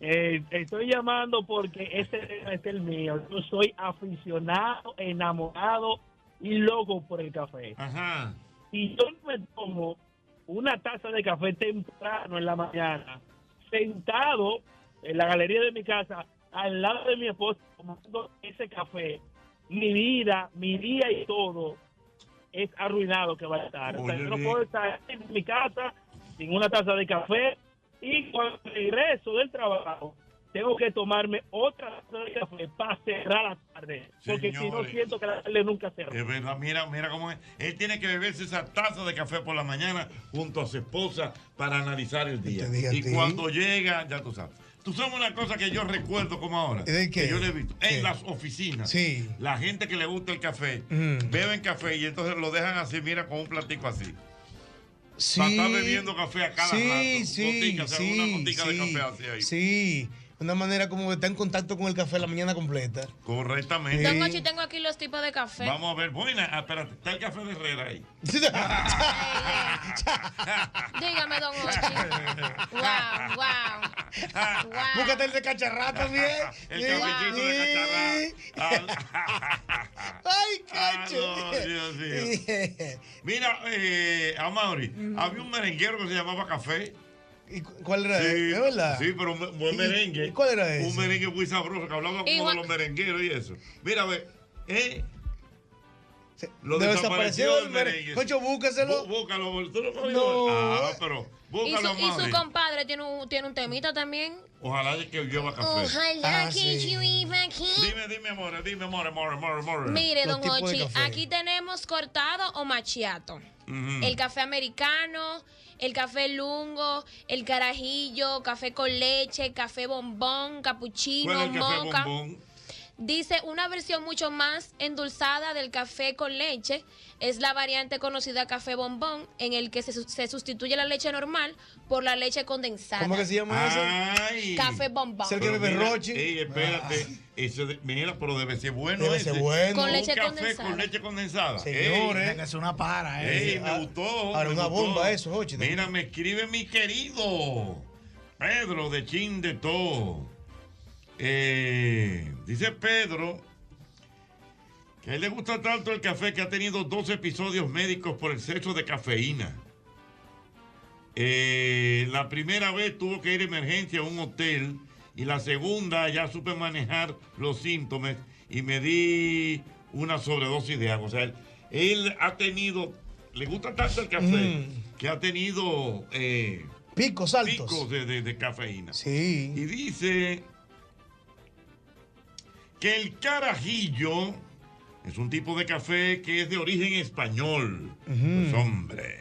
[SPEAKER 8] eh, estoy llamando porque este tema es el mío. Yo soy aficionado, enamorado y loco por el café.
[SPEAKER 2] Ajá.
[SPEAKER 8] Si yo me tomo una taza de café temprano en la mañana, sentado en la galería de mi casa, al lado de mi esposa, tomando ese café, mi vida, mi día y todo es arruinado que va a estar. O sea, yo no puedo estar en mi casa sin una taza de café y cuando regreso del trabajo tengo que tomarme otra taza de café para cerrar la tarde. Porque si no
[SPEAKER 2] Señores.
[SPEAKER 8] siento que la tarde nunca cerra.
[SPEAKER 2] Es verdad, mira, mira cómo es. Él tiene que beberse esa taza de café por la mañana junto a su esposa para analizar el día.
[SPEAKER 14] dije a
[SPEAKER 2] Y
[SPEAKER 14] ti.
[SPEAKER 2] cuando llega, ya tú sabes. Tú sabes una cosa que yo recuerdo como ahora.
[SPEAKER 14] ¿De qué?
[SPEAKER 2] Que yo le he visto. En las oficinas.
[SPEAKER 14] Sí.
[SPEAKER 2] La gente que le gusta el café,
[SPEAKER 14] Mm.
[SPEAKER 2] beben café y entonces lo dejan así, mira, con un platico así.
[SPEAKER 14] Sí.
[SPEAKER 2] Para estar bebiendo café a cada
[SPEAKER 14] sí,
[SPEAKER 2] rato.
[SPEAKER 14] Sí,
[SPEAKER 2] Gotica, o sea,
[SPEAKER 14] sí,
[SPEAKER 2] una gotica de
[SPEAKER 14] sí,
[SPEAKER 2] café así ahí.
[SPEAKER 14] Sí, una manera como que está en contacto con el café la mañana completa.
[SPEAKER 2] Correctamente.
[SPEAKER 4] Don Ochi, tengo aquí los tipos de café.
[SPEAKER 2] Vamos a ver, buena. Ah, espérate, está el café de Herrera ahí.
[SPEAKER 4] Dígame, Don Ochi. wow, wow. wow.
[SPEAKER 14] Búscate el de cacharrata bien.
[SPEAKER 4] El cafecito de
[SPEAKER 14] ¡Ay, cacho!
[SPEAKER 2] Ah, Ah, no, Dios mío. Mira, eh, Amaury, había un merenguero que se llamaba Café.
[SPEAKER 14] ¿Y cu- cuál era ese? ¿Es verdad?
[SPEAKER 2] Sí, pero un me- buen
[SPEAKER 14] ¿Y-
[SPEAKER 2] merengue.
[SPEAKER 14] y cuál era ese?
[SPEAKER 2] Un merengue muy sabroso que hablaba
[SPEAKER 14] Y
[SPEAKER 2] como de
[SPEAKER 14] Juan-
[SPEAKER 2] los merengueros y eso. Mira, a ver, ¿eh? Lo
[SPEAKER 14] Lo
[SPEAKER 2] desapareció
[SPEAKER 14] desapareció
[SPEAKER 2] del
[SPEAKER 14] el mere-
[SPEAKER 2] merengue.
[SPEAKER 14] Concho, búscaselo.
[SPEAKER 2] Bú- Búscalo, tú lo puedes-
[SPEAKER 14] No.
[SPEAKER 2] Ah, pero
[SPEAKER 4] Y su,
[SPEAKER 2] búscalo,
[SPEAKER 4] y su
[SPEAKER 2] Amaury.
[SPEAKER 4] compadre tiene un, tiene un temita también.
[SPEAKER 2] Ojalá que lleva café.
[SPEAKER 14] Ah,
[SPEAKER 4] Ojalá que yo iba aquí.
[SPEAKER 2] Ah, Dime, dime, more, dime, more, more, more, more.
[SPEAKER 4] Mire, don Ochi, aquí tenemos cortado o machiato.
[SPEAKER 2] Ujú.
[SPEAKER 4] El café americano, el café lungo, el carajillo, café con leche, café bombón,
[SPEAKER 2] ¿Cuál
[SPEAKER 4] capuchino,
[SPEAKER 2] es el café
[SPEAKER 4] moca.
[SPEAKER 2] bombón?
[SPEAKER 4] Dice una versión mucho más endulzada del café con leche. Es la variante conocida café bombón, en el que se, su- se sustituye la leche normal por la leche condensada.
[SPEAKER 14] ¿Cómo que se llama eso?
[SPEAKER 2] Ay.
[SPEAKER 4] Café bombón.
[SPEAKER 14] el que
[SPEAKER 2] Pero
[SPEAKER 14] bebe
[SPEAKER 2] mira, eh,
[SPEAKER 14] Rochi. Ah.
[SPEAKER 2] Ey, espérate. Eso de- mira, pero debe ser bueno
[SPEAKER 14] Debe
[SPEAKER 2] ese.
[SPEAKER 14] ser bueno.
[SPEAKER 4] Con leche
[SPEAKER 2] un café
[SPEAKER 4] condensada.
[SPEAKER 2] con leche condensada.
[SPEAKER 14] Señores.
[SPEAKER 2] Ey,
[SPEAKER 14] Hay que hacer una para, eh.
[SPEAKER 2] ey,
[SPEAKER 6] Ah,
[SPEAKER 2] me gustó.
[SPEAKER 14] Ahora,
[SPEAKER 2] me
[SPEAKER 14] una
[SPEAKER 2] gustó.
[SPEAKER 14] bomba eso, Jochi.
[SPEAKER 2] Mira, me escribe mi querido Pedro de Chin de Todo. Eh, dice Pedro que a él le gusta tanto el café que ha tenido dos episodios médicos por exceso de cafeína. Eh, la primera vez tuvo que ir a emergencia a un hotel y la segunda ya supe manejar los síntomas y me di una sobredosis de agua. O sea, él, él ha tenido, le gusta tanto el café que ha tenido eh,
[SPEAKER 14] Mm. picos altos.
[SPEAKER 2] Picos de, de- de cafeína.
[SPEAKER 14] Sí.
[SPEAKER 2] Y dice que el carajillo es un tipo de café que es de origen español. Pues
[SPEAKER 14] Mm.
[SPEAKER 2] hombre.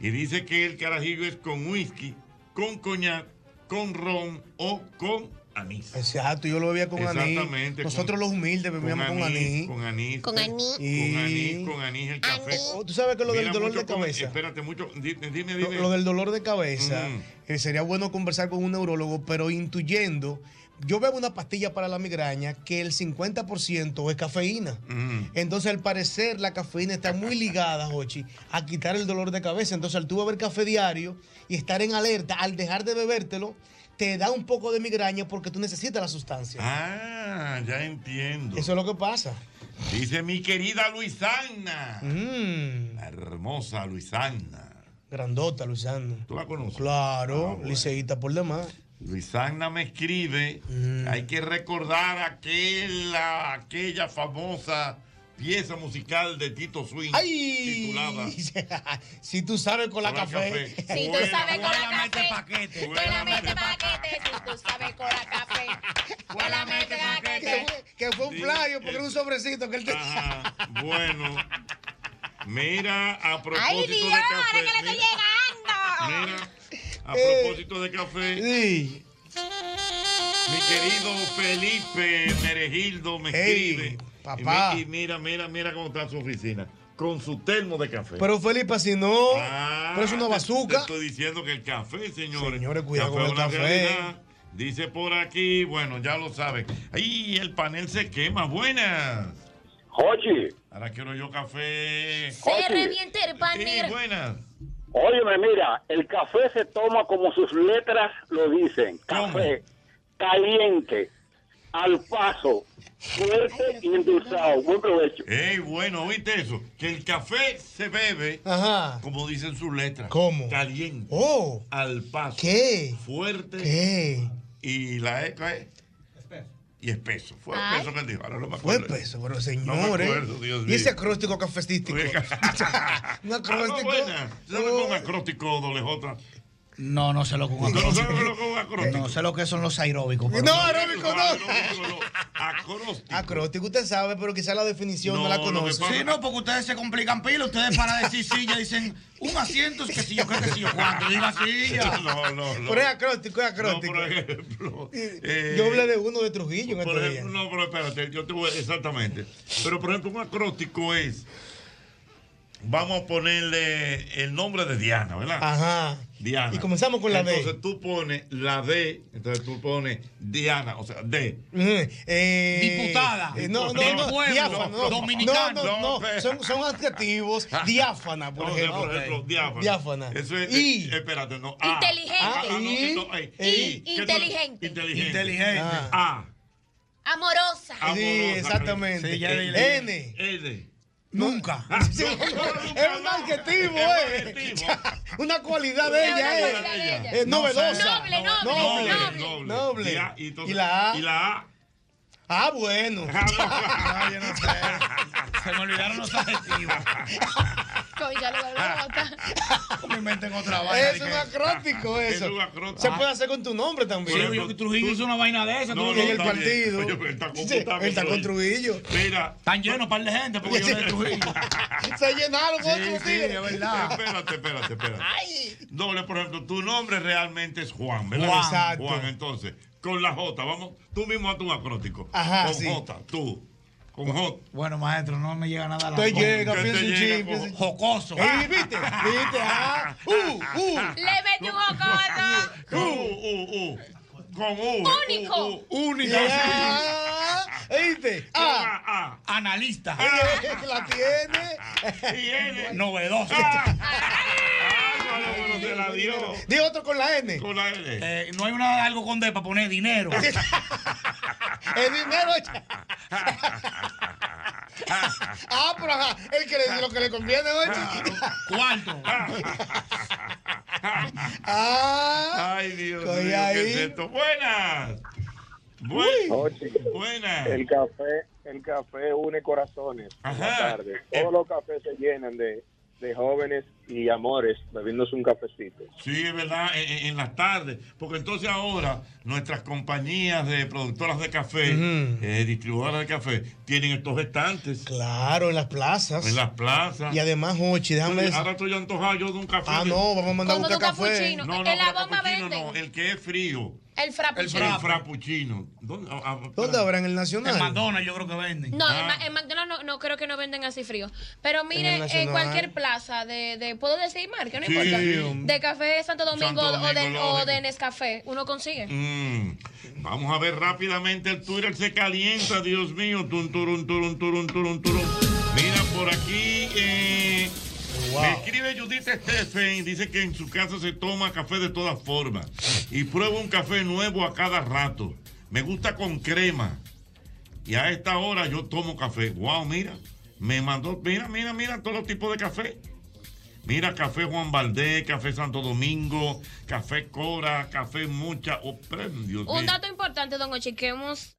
[SPEAKER 2] Y dice que el carajillo es con whisky, con coñac, con ron o con anís.
[SPEAKER 14] Exacto, yo lo bebía con anís.
[SPEAKER 2] Exactamente,
[SPEAKER 14] Nosotros
[SPEAKER 2] con-
[SPEAKER 14] los humildes bebíamos con anís.
[SPEAKER 2] Con anís.
[SPEAKER 14] Con anís.
[SPEAKER 2] Con anís, con anís el café.
[SPEAKER 14] Oh, ¿Tú sabes que lo del
[SPEAKER 2] Mira,
[SPEAKER 14] dolor
[SPEAKER 2] mucho
[SPEAKER 14] de
[SPEAKER 2] con-
[SPEAKER 14] cabeza?
[SPEAKER 2] Espérate mucho. Di- Dime, Mm. dime.
[SPEAKER 14] Lo, lo del dolor de cabeza, eh, sería bueno conversar con un neurólogo, pero intuyendo, yo bebo una pastilla para la migraña que el 50% es cafeína.
[SPEAKER 2] mm.
[SPEAKER 14] Entonces, al parecer, la cafeína está muy ligada, Jochi, a quitar el dolor de cabeza. Entonces, al tú beber café diario y estar en alerta, al dejar de bebértelo, te da un poco de migraña porque tú necesitas la sustancia.
[SPEAKER 2] Ah, ya entiendo.
[SPEAKER 14] Eso es lo que pasa.
[SPEAKER 2] Dice mi querida Luisana.
[SPEAKER 14] Mm.
[SPEAKER 2] La hermosa Luisana.
[SPEAKER 14] Grandota, Luisana.
[SPEAKER 2] ¿Tú la conoces? Ah,
[SPEAKER 14] Claro, liceísta por demás.
[SPEAKER 2] Luisana me escribe. Hay que recordar aquella, aquella famosa pieza musical de Tito Swing titulada
[SPEAKER 14] Si tú sabes con la
[SPEAKER 2] Con la
[SPEAKER 14] café.
[SPEAKER 2] café.
[SPEAKER 4] Si tú
[SPEAKER 2] Buena,
[SPEAKER 4] sabes con la
[SPEAKER 14] buena,
[SPEAKER 4] café,
[SPEAKER 14] paquete.
[SPEAKER 4] tú la metes este paquete. Si tú sabes con la café, tú la metes
[SPEAKER 14] Que
[SPEAKER 4] este paquete.
[SPEAKER 14] fue, que fue un
[SPEAKER 2] Sí,
[SPEAKER 14] playo porque era un sobrecito que él te...
[SPEAKER 2] Bueno, mira, a propósito
[SPEAKER 4] Ay, Dios,
[SPEAKER 2] de café.
[SPEAKER 4] ahora que le
[SPEAKER 2] mira,
[SPEAKER 4] estoy llegando.
[SPEAKER 2] A propósito de café.
[SPEAKER 14] Eh. Sí.
[SPEAKER 2] Mi querido Felipe Meregildo me
[SPEAKER 14] Ey,
[SPEAKER 2] escribe.
[SPEAKER 14] papá.
[SPEAKER 2] Y mi- y mira, mira, mira cómo está su oficina. Con su termo de café.
[SPEAKER 14] Pero Felipe, si no,
[SPEAKER 2] Ah,
[SPEAKER 14] pero es una
[SPEAKER 2] te- Te
[SPEAKER 14] bazooca.
[SPEAKER 2] estoy diciendo que el café, señores.
[SPEAKER 14] Señores, cuidado con
[SPEAKER 2] es
[SPEAKER 14] el
[SPEAKER 2] una
[SPEAKER 14] café.
[SPEAKER 2] realidad. Dice por aquí, bueno, ya lo saben. ¡Ay, el panel se quema! ¡Buenas!
[SPEAKER 31] Jochi.
[SPEAKER 2] Ahora quiero yo café.
[SPEAKER 4] Se revienta el
[SPEAKER 2] Eh,
[SPEAKER 4] panel.
[SPEAKER 2] buenas.
[SPEAKER 31] Óyeme, mira, el café se toma como sus letras lo dicen. Café, caliente, al paso, fuerte y endulzado. Buen provecho.
[SPEAKER 2] ¡Ey, bueno, oíste eso! Que el café se bebe, como dicen sus letras.
[SPEAKER 14] ¿Cómo?
[SPEAKER 2] Caliente.
[SPEAKER 14] Oh.
[SPEAKER 2] Al paso.
[SPEAKER 14] ¿Qué?
[SPEAKER 2] Fuerte.
[SPEAKER 14] ¿Qué?
[SPEAKER 2] Y la eca es. Y espeso. Fue
[SPEAKER 14] Ay.
[SPEAKER 2] espeso que él dijo. Ahora no me
[SPEAKER 14] Fue
[SPEAKER 2] acuerdo.
[SPEAKER 14] peso, pero
[SPEAKER 2] No me
[SPEAKER 14] señores.
[SPEAKER 2] acuerdo, Dios
[SPEAKER 14] y
[SPEAKER 2] mío.
[SPEAKER 14] ese acróstico cafestístico. Un
[SPEAKER 2] Ah, no,
[SPEAKER 14] acróstico.
[SPEAKER 2] buena. ¿Sabes con un acróstico, doble J?
[SPEAKER 6] No, no sé lo que es un
[SPEAKER 2] acróstico.
[SPEAKER 6] No sé lo que son los aeróbicos. pero-
[SPEAKER 14] No, aeróbico no.
[SPEAKER 2] Acróstico.
[SPEAKER 14] Acróstico, usted sabe, pero quizá la definición no, la conoce.
[SPEAKER 6] Sí, no, porque ustedes se complican pila. Ustedes para decir silla dicen un asiento, es que si yo creo que si yo cuánto. Diga silla.
[SPEAKER 2] No, no, no.
[SPEAKER 14] Pero es acróstico, es acróstico.
[SPEAKER 2] No, por ejemplo. eh,
[SPEAKER 14] Yo hablé de uno de Trujillo en
[SPEAKER 2] por
[SPEAKER 14] estos días.
[SPEAKER 2] ejemplo, no, pero espérate, yo te voy exactamente. Pero por ejemplo, un acróstico es. Vamos a ponerle el nombre de Diana, ¿verdad?
[SPEAKER 14] Ajá.
[SPEAKER 2] Diana.
[SPEAKER 14] Ah. Y comenzamos con la D.
[SPEAKER 2] Entonces tú pones la D, entonces tú pones Diana, o sea, D.
[SPEAKER 14] Mm, eh,
[SPEAKER 2] Diputada.
[SPEAKER 14] eh, no, no,
[SPEAKER 2] Del
[SPEAKER 14] no,
[SPEAKER 2] pueblo.
[SPEAKER 14] diáfana, no,
[SPEAKER 2] Dominicana.
[SPEAKER 14] No, no, no,
[SPEAKER 2] No, Ah.
[SPEAKER 14] son, son adjetivos. Diáfana, por
[SPEAKER 2] No, o sea,
[SPEAKER 14] ejemplo.
[SPEAKER 2] por ejemplo, diáfana.
[SPEAKER 14] Diáfana.
[SPEAKER 2] Eso es. eh, espérate, no. A.
[SPEAKER 4] Inteligente.
[SPEAKER 2] Ah, ah, no, no, ay,
[SPEAKER 4] Y-
[SPEAKER 2] I. ¿Qué tú-
[SPEAKER 4] inteligente.
[SPEAKER 2] Inteligente.
[SPEAKER 14] Inteligente.
[SPEAKER 2] A.
[SPEAKER 4] Amorosa.
[SPEAKER 14] Ah. Sí, exactamente.
[SPEAKER 2] Ah,
[SPEAKER 14] Eh,
[SPEAKER 2] Sí, ya le- le-
[SPEAKER 14] N.
[SPEAKER 2] N. Ah,
[SPEAKER 14] Nunca. es un adjetivo,
[SPEAKER 2] Es
[SPEAKER 14] eh. Una cualidad
[SPEAKER 2] Una
[SPEAKER 14] de ella, eh.
[SPEAKER 2] cualidad de ella.
[SPEAKER 14] Es
[SPEAKER 2] No,
[SPEAKER 14] novedosa.
[SPEAKER 2] noble, noble, noble, noble.
[SPEAKER 14] Noble.
[SPEAKER 2] Y la- y entonces-
[SPEAKER 14] la A.
[SPEAKER 2] y la A.
[SPEAKER 14] Ah, bueno.
[SPEAKER 6] Se me olvidaron los adjetivos.
[SPEAKER 2] Ah.
[SPEAKER 6] Me inventen otra vaina.
[SPEAKER 14] Es un acróstico
[SPEAKER 2] Ah,
[SPEAKER 14] eso. Se puede hacer con tu nombre también.
[SPEAKER 6] Sí, yo que Trujillo hizo una vaina de esa.
[SPEAKER 14] No, no, está bien. Oye, pero
[SPEAKER 2] está
[SPEAKER 14] Sí, él está con Trujillo.
[SPEAKER 2] Mira.
[SPEAKER 6] Están llenos par de gente porque yo de Trujillo.
[SPEAKER 14] Se llenaron
[SPEAKER 6] Sí,
[SPEAKER 14] otros
[SPEAKER 6] sí,
[SPEAKER 14] tigres.
[SPEAKER 6] es verdad.
[SPEAKER 2] Espérate, espérate, espérate. Doble, por ejemplo, tu nombre realmente es Juan, ¿verdad?
[SPEAKER 14] Juan. Exacto.
[SPEAKER 2] Juan, entonces, con la J, vamos, tú mismo haz tu acróstico.
[SPEAKER 6] Ajá,
[SPEAKER 2] Con
[SPEAKER 6] sí.
[SPEAKER 2] J, tú. Con J.
[SPEAKER 6] Bueno, maestro, no me llega nada a la
[SPEAKER 2] Te llega,
[SPEAKER 6] ¿Qué te
[SPEAKER 2] piensa un
[SPEAKER 6] llega,
[SPEAKER 2] chin, piensa un-
[SPEAKER 6] Jocoso.
[SPEAKER 2] Ey,
[SPEAKER 14] ¿Viste? ¿Viste? Ah, uh, uh.
[SPEAKER 4] Le mete un
[SPEAKER 2] Ah,
[SPEAKER 4] jocoso.
[SPEAKER 2] Con U, U, U. Con U. eh.
[SPEAKER 4] Único.
[SPEAKER 2] U, U, único.
[SPEAKER 14] Ya. ¿Viste? Ah,
[SPEAKER 6] Analista.
[SPEAKER 2] Ah.
[SPEAKER 14] la tiene.
[SPEAKER 6] Novedoso.
[SPEAKER 2] Ah. se la dio.
[SPEAKER 14] Di otro con la N. Eh,
[SPEAKER 2] Con la N.
[SPEAKER 6] no hay una, algo con D para poner dinero.
[SPEAKER 14] El dinero. Ah, pero ajá, él que le dice lo que le conviene, oye.
[SPEAKER 6] Cuarto.
[SPEAKER 14] Ah,
[SPEAKER 2] Ay, Dios mío,
[SPEAKER 14] Estoy
[SPEAKER 2] ¿qué
[SPEAKER 14] ahí.
[SPEAKER 2] es esto? Buenas. Buenas.
[SPEAKER 8] El café, el café une corazones. Buenas tardes. Todos los cafés se llenan de, de jóvenes y amores bebiéndose un cafecito.
[SPEAKER 2] Sí, es verdad, en- en, en las tardes. Porque entonces ahora nuestras compañías de productoras de café, eh, distribuidoras de café, tienen estos estantes
[SPEAKER 14] Claro, en las plazas.
[SPEAKER 2] en las plazas.
[SPEAKER 14] Y además, Jochi, déjame
[SPEAKER 2] Oye,
[SPEAKER 14] decir.
[SPEAKER 2] Ahora estoy antojado yo de un café.
[SPEAKER 14] Ah,
[SPEAKER 2] que-
[SPEAKER 14] no, vamos a mandar a
[SPEAKER 4] Como
[SPEAKER 14] buscar
[SPEAKER 4] tu
[SPEAKER 14] café.
[SPEAKER 4] capuchino. eh, En la bomba
[SPEAKER 2] frappuccino
[SPEAKER 4] venden.
[SPEAKER 2] no, el que es frío.
[SPEAKER 4] El frappuccino.
[SPEAKER 2] El frappuccino. ¿Dónde, ah, ah,
[SPEAKER 14] ¿Dónde habrá en el Nacional?
[SPEAKER 6] En McDonald's yo creo que venden.
[SPEAKER 4] No, en Ma- en McDonald's no, no creo que no venden así frío. Pero
[SPEAKER 6] En
[SPEAKER 4] mire,
[SPEAKER 6] el
[SPEAKER 4] en,
[SPEAKER 6] Nacional.
[SPEAKER 4] cualquier plaza de, de- ¿puedo decir marca? No
[SPEAKER 2] Sí.
[SPEAKER 4] importa. De café de Santo Domingo,
[SPEAKER 2] Santo
[SPEAKER 4] o, de,
[SPEAKER 2] Domingo,
[SPEAKER 4] o
[SPEAKER 2] lógico.
[SPEAKER 4] de Nescafé, uno consigue.
[SPEAKER 2] Mm, Vamos a ver rápidamente el Twitter se calienta, Dios mío. Tun, turun, turun, turun, turun, turun. Mira por aquí. eh,
[SPEAKER 13] Wow.
[SPEAKER 2] Me escribe Judith Stephen, dice que en su casa se toma café de todas formas y prueba un café nuevo a cada rato. Me gusta con crema y a esta hora yo tomo café. Wow, mira, me mandó, mira, mira, mira todos los tipos de café. Mira, Café Juan Valdés, Café Santo Domingo, Café Cora, Café Mucha. Oh, pero, Dios
[SPEAKER 4] Un
[SPEAKER 2] mío.
[SPEAKER 4] dato importante, don Ochi, que hemos